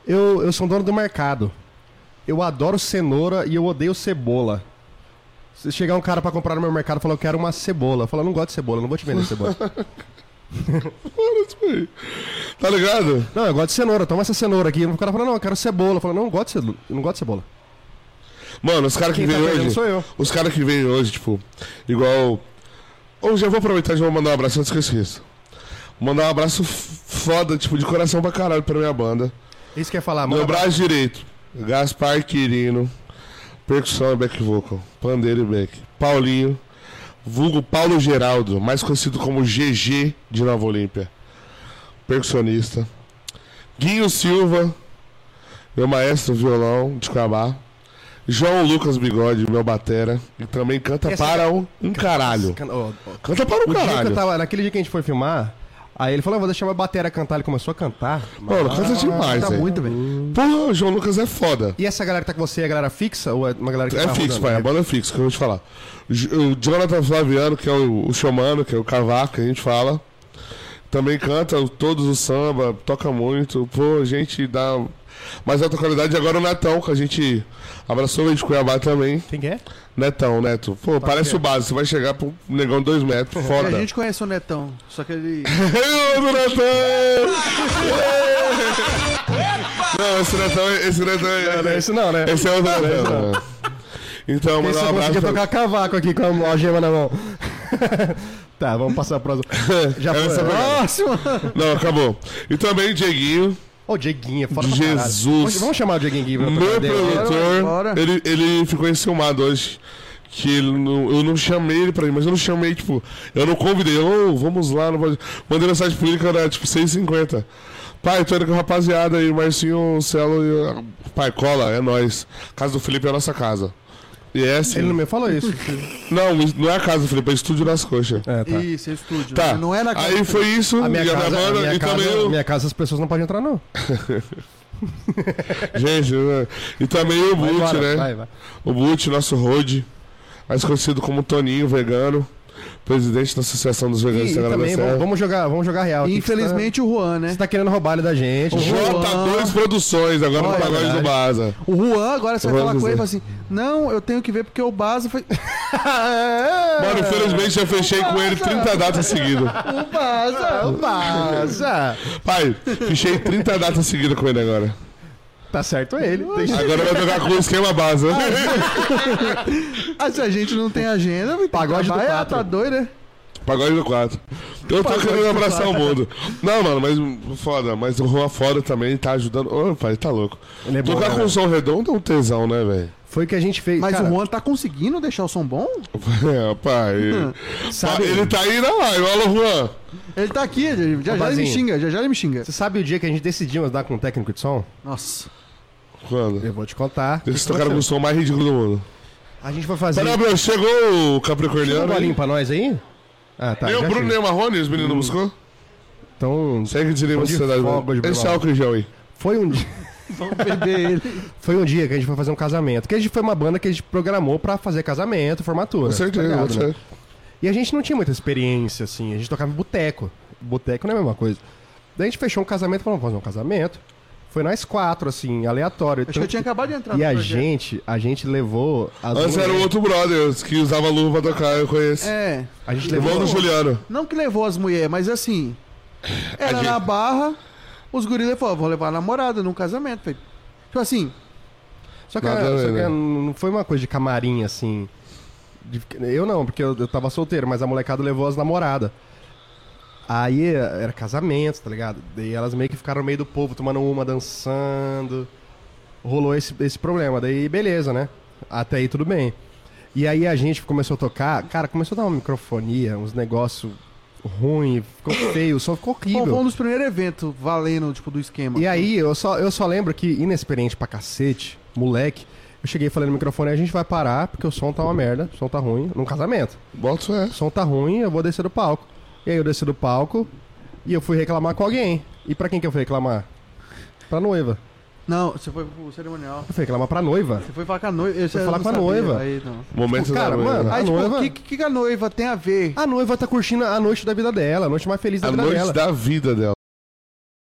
Speaker 1: eu, eu sou um dono do mercado. Eu adoro cenoura e eu odeio cebola. Se chegar um cara pra comprar no meu mercado e falar, eu quero uma cebola. Eu falo, eu não gosto de cebola, eu não vou te vender cebola.
Speaker 3: Foda-se, véi. Tá ligado?
Speaker 1: não, eu gosto de cenoura, toma essa cenoura aqui. O cara fala, não, eu quero cebola. Eu falo, não, eu gosto de cenoura, eu não gosto de cebola.
Speaker 3: Mano, os caras que
Speaker 1: Quem tá
Speaker 3: vêm
Speaker 1: perdendo
Speaker 3: hoje.
Speaker 1: sou eu.
Speaker 3: Os caras que vêm hoje, tipo, igual. Ou já vou aproveitar e já vou mandar um abraço antes que eu esqueça. Mandar um abraço f- foda, tipo, de coração pra caralho pra minha banda.
Speaker 1: Isso que eu ia falar, um mano.
Speaker 3: Meu braço direito, Gaspar Quirino, percussão e back vocal, pandeiro e back. Paulinho, vulgo Paulo Geraldo, mais conhecido como GG de Nova Olímpia, percussionista. Guinho Silva, meu maestro violão de Cuiabá. João Lucas Bigode, meu batera, que também canta
Speaker 1: Essa-
Speaker 3: para um, um caralho.
Speaker 1: Can- ó, ó,
Speaker 3: Canta para um
Speaker 1: O tá dia que eu
Speaker 3: caralho.
Speaker 1: tava, naquele dia que a gente foi filmar, aí ele falou, "Ah, vou deixar uma batera cantar. Ele começou a cantar.
Speaker 3: Mano, canta demais,
Speaker 1: Canta
Speaker 3: velho.
Speaker 1: muito, velho.
Speaker 3: Porra, o João Lucas é foda.
Speaker 1: E essa galera que tá com você é a galera fixa ou é uma galera que
Speaker 3: É
Speaker 1: tá
Speaker 3: fixo,
Speaker 1: rodando?
Speaker 3: pai. A banda é fixa, que eu vou te falar. J- O Jonathan Flaviano, que é o, o xamano, que é o cavaco, que a gente fala. Também canta o- todos os samba, toca muito. Pô, a gente dá mais alta qualidade. E Agora o Netão, que a gente abraçou ele de Cuiabá também.
Speaker 1: Quem que é?
Speaker 3: Netão, Neto. Pô, parece o base. Você vai chegar pro negão de dois metros.
Speaker 2: E
Speaker 3: Foda.
Speaker 2: a gente conhece o Netão, só que ele.
Speaker 3: Eu do Netão! Não, esse Netão, esse Netão é...
Speaker 1: Esse não, né?
Speaker 3: Esse é o Netão. né? Então,
Speaker 1: Porque
Speaker 3: mandar um
Speaker 1: você
Speaker 3: abraço
Speaker 1: conseguia
Speaker 3: pra-
Speaker 1: tocar cavaco aqui com a algema na mão. tá, vamos passar pro próximo. Já
Speaker 3: Era essa é a
Speaker 1: foi. Ah!
Speaker 3: pegada.
Speaker 2: Próximo!
Speaker 3: Não, acabou. E também Dieguinho,
Speaker 1: Ô, o Dieguinho, é foda pra caralho.
Speaker 3: Jesus.
Speaker 1: Vamos- Vamos chamar o Dieguinho aqui. pra
Speaker 3: meu
Speaker 1: tocar dele.
Speaker 3: produtor.
Speaker 2: Bora, bora.
Speaker 3: Ele, ele ficou enciumado hoje. Que ele não- eu não chamei ele pra ir, mas eu não chamei, tipo, eu não convidei. Ô, vamos lá, não pode. Mandei mensagem pra ele que era tipo 6h50. Pai, tô indo com a rapaziada aí, Marcinho, Celo e. a- Pai, cola, é nóis. Casa do Felipe é a nossa casa. E é assim.
Speaker 1: Ele não me falou isso.
Speaker 3: Não, não é a casa do Felipe, é estúdio nas coxas.
Speaker 1: É, tá.
Speaker 2: Isso, é estúdio.
Speaker 3: Tá.
Speaker 2: Não é na casa.
Speaker 3: Aí foi isso,
Speaker 1: A minha
Speaker 3: e a
Speaker 1: casa,
Speaker 3: minha banda,
Speaker 1: a minha,
Speaker 3: e
Speaker 1: casa
Speaker 3: também eu.
Speaker 1: minha casa as pessoas não podem entrar, não.
Speaker 3: Gente, né? e também
Speaker 1: Vai
Speaker 3: o Boot,
Speaker 1: embora,
Speaker 3: né?
Speaker 1: vai, vai.
Speaker 3: O Boot, nosso road, mais conhecido como Toninho Vegano, presidente da Associação dos Veganos
Speaker 1: E,
Speaker 3: de
Speaker 1: e
Speaker 3: Sagrada
Speaker 1: também,
Speaker 3: da Serra.
Speaker 1: vamos, vamos jogar, vamos jogar
Speaker 3: tá.
Speaker 1: real. aqui, que
Speaker 2: Infelizmente o Juan, né?
Speaker 1: Você tá, você tá querendo roubar ele da gente.
Speaker 3: J2 Produções, agora no
Speaker 1: Olha,
Speaker 3: Pagode do
Speaker 1: verdade.
Speaker 3: Baza.
Speaker 2: O Juan agora você vai
Speaker 3: Juan
Speaker 2: falar com ele e fala
Speaker 3: José.
Speaker 2: assim: Não, eu tenho que ver porque o Baza foi.
Speaker 3: Mano, infelizmente eu fechei com ele 30 datas seguidas.
Speaker 2: O
Speaker 1: Ah,
Speaker 2: Baza!
Speaker 1: Vaza!
Speaker 3: Pai, fechei 30 datas seguidas com ele agora.
Speaker 1: Tá certo ele. Tem-
Speaker 3: Agora vai jogar com o esquema Baza.
Speaker 2: Ah, se a gente não tem agenda, vai ter
Speaker 1: Pagode do
Speaker 2: trabalho,
Speaker 1: quatro.
Speaker 2: tá doido, né?
Speaker 3: Pagode do 4. Eu tô querendo abraçar o mundo. Não, mano, mas foda, mas o Juan foda também tá ajudando. Ô, pai, tá louco.
Speaker 1: Ele é bom,
Speaker 3: Tocar
Speaker 1: né,
Speaker 3: com
Speaker 1: velho?
Speaker 3: o som redondo é um tesão, né, velho?
Speaker 1: Foi o que a gente fez.
Speaker 2: Mas
Speaker 1: cara,
Speaker 2: o Juan tá conseguindo deixar o som bom?
Speaker 3: É, pai.
Speaker 1: Hum, Sabe-
Speaker 3: Pai, Ele tá aí na live, olha o Juan.
Speaker 2: Ele tá aqui, ele- já, já ele me
Speaker 1: Bazinho.
Speaker 2: xinga, já, já ele me xinga.
Speaker 1: Você sabe o dia que a gente decidiu andar com um técnico de som?
Speaker 2: Nossa.
Speaker 3: Quando?
Speaker 1: Eu vou te contar.
Speaker 3: Eles tocaram com é o som mais ridículo do mundo.
Speaker 1: A gente foi fazer.
Speaker 3: Pera, meu, chegou o
Speaker 1: Dá um
Speaker 3: Capricorniano.
Speaker 1: golinho
Speaker 3: hein?
Speaker 1: pra nós aí? Ah, tá.
Speaker 3: Nem o
Speaker 1: já
Speaker 3: Bruno,
Speaker 1: chega.
Speaker 3: nem o Marrone, os meninos não buscou?
Speaker 1: Então,
Speaker 3: Segue desliga a
Speaker 1: Tô de
Speaker 3: sociedade,
Speaker 1: folga
Speaker 3: mano.
Speaker 1: de
Speaker 3: tá Esse é
Speaker 1: Bilal.
Speaker 3: álcool em gel aí.
Speaker 1: foi um dia. Foi um dia que a gente foi fazer um casamento. Que a gente foi uma banda que a gente programou pra fazer casamento, formatura.
Speaker 3: Com certeza,
Speaker 1: tá
Speaker 3: com
Speaker 1: ligado, né?
Speaker 3: certeza.
Speaker 1: E a gente não tinha muita experiência, assim. A gente tocava em boteco. Boteco não é a mesma coisa. Daí a gente fechou um casamento, falou, vamos fazer um casamento. Foi nós quatro, assim, aleatório.
Speaker 2: Acho que eu tinha acabado de entrar
Speaker 1: E
Speaker 2: no
Speaker 1: a
Speaker 2: projeto.
Speaker 1: gente, a gente levou as
Speaker 3: Antes era o outro brother que usava luva pra tocar, eu conheço.
Speaker 2: É.
Speaker 1: A gente
Speaker 3: Irmão
Speaker 1: levou
Speaker 3: do Juliano.
Speaker 2: Não que levou as mulheres, mas assim. Era
Speaker 3: A gente-
Speaker 2: na barra, os guris falaram, vou levar a namorada num casamento. Falei, Tipo assim,
Speaker 1: Só que, é,
Speaker 3: Nada a ver,
Speaker 1: só que
Speaker 3: né?
Speaker 1: não foi uma coisa de camarim, assim. de- eu não, porque eu, eu tava solteiro, mas a molecada levou as namoradas. Aí eh, era casamento, tá ligado? Daí elas meio que ficaram no meio do povo, tomando uma, dançando. Rolou esse, esse problema. Daí beleza, né? Até aí tudo bem. E aí a gente começou a tocar, cara, começou a dar uma microfonia, uns negócios ruim, ficou feio, o som ficou
Speaker 2: bom, foi um
Speaker 1: horrível.
Speaker 2: dos primeiros eventos valendo, tipo, do esquema.
Speaker 1: E aí, eu só, eu só lembro que, inexperiente pra cacete, moleque, eu cheguei e falei no microfone, a gente vai parar, porque o som tá uma merda, o som tá ruim, num casamento.
Speaker 3: Bota fé.
Speaker 1: O som tá ruim, eu vou descer do palco. E aí eu desci do palco e eu fui reclamar com alguém. E pra quem que eu fui reclamar? Pra noiva.
Speaker 2: Não, você foi pro cerimonial.
Speaker 1: Eu fui reclamar pra noiva.
Speaker 2: Você foi falar com a noiva. eu-
Speaker 1: Fui
Speaker 2: eu
Speaker 1: falar
Speaker 2: não
Speaker 1: com a
Speaker 2: sabia,
Speaker 1: noiva.
Speaker 2: Aí, não.
Speaker 3: Momento
Speaker 1: Cara,
Speaker 3: da
Speaker 1: mano,
Speaker 3: mano.
Speaker 2: Aí, tipo,
Speaker 1: noiva?
Speaker 2: o que, que que a noiva tem a ver?
Speaker 1: A noiva tá curtindo a noite da vida dela, a noite mais feliz da
Speaker 3: A
Speaker 1: vida
Speaker 3: noite
Speaker 1: dela.
Speaker 3: da vida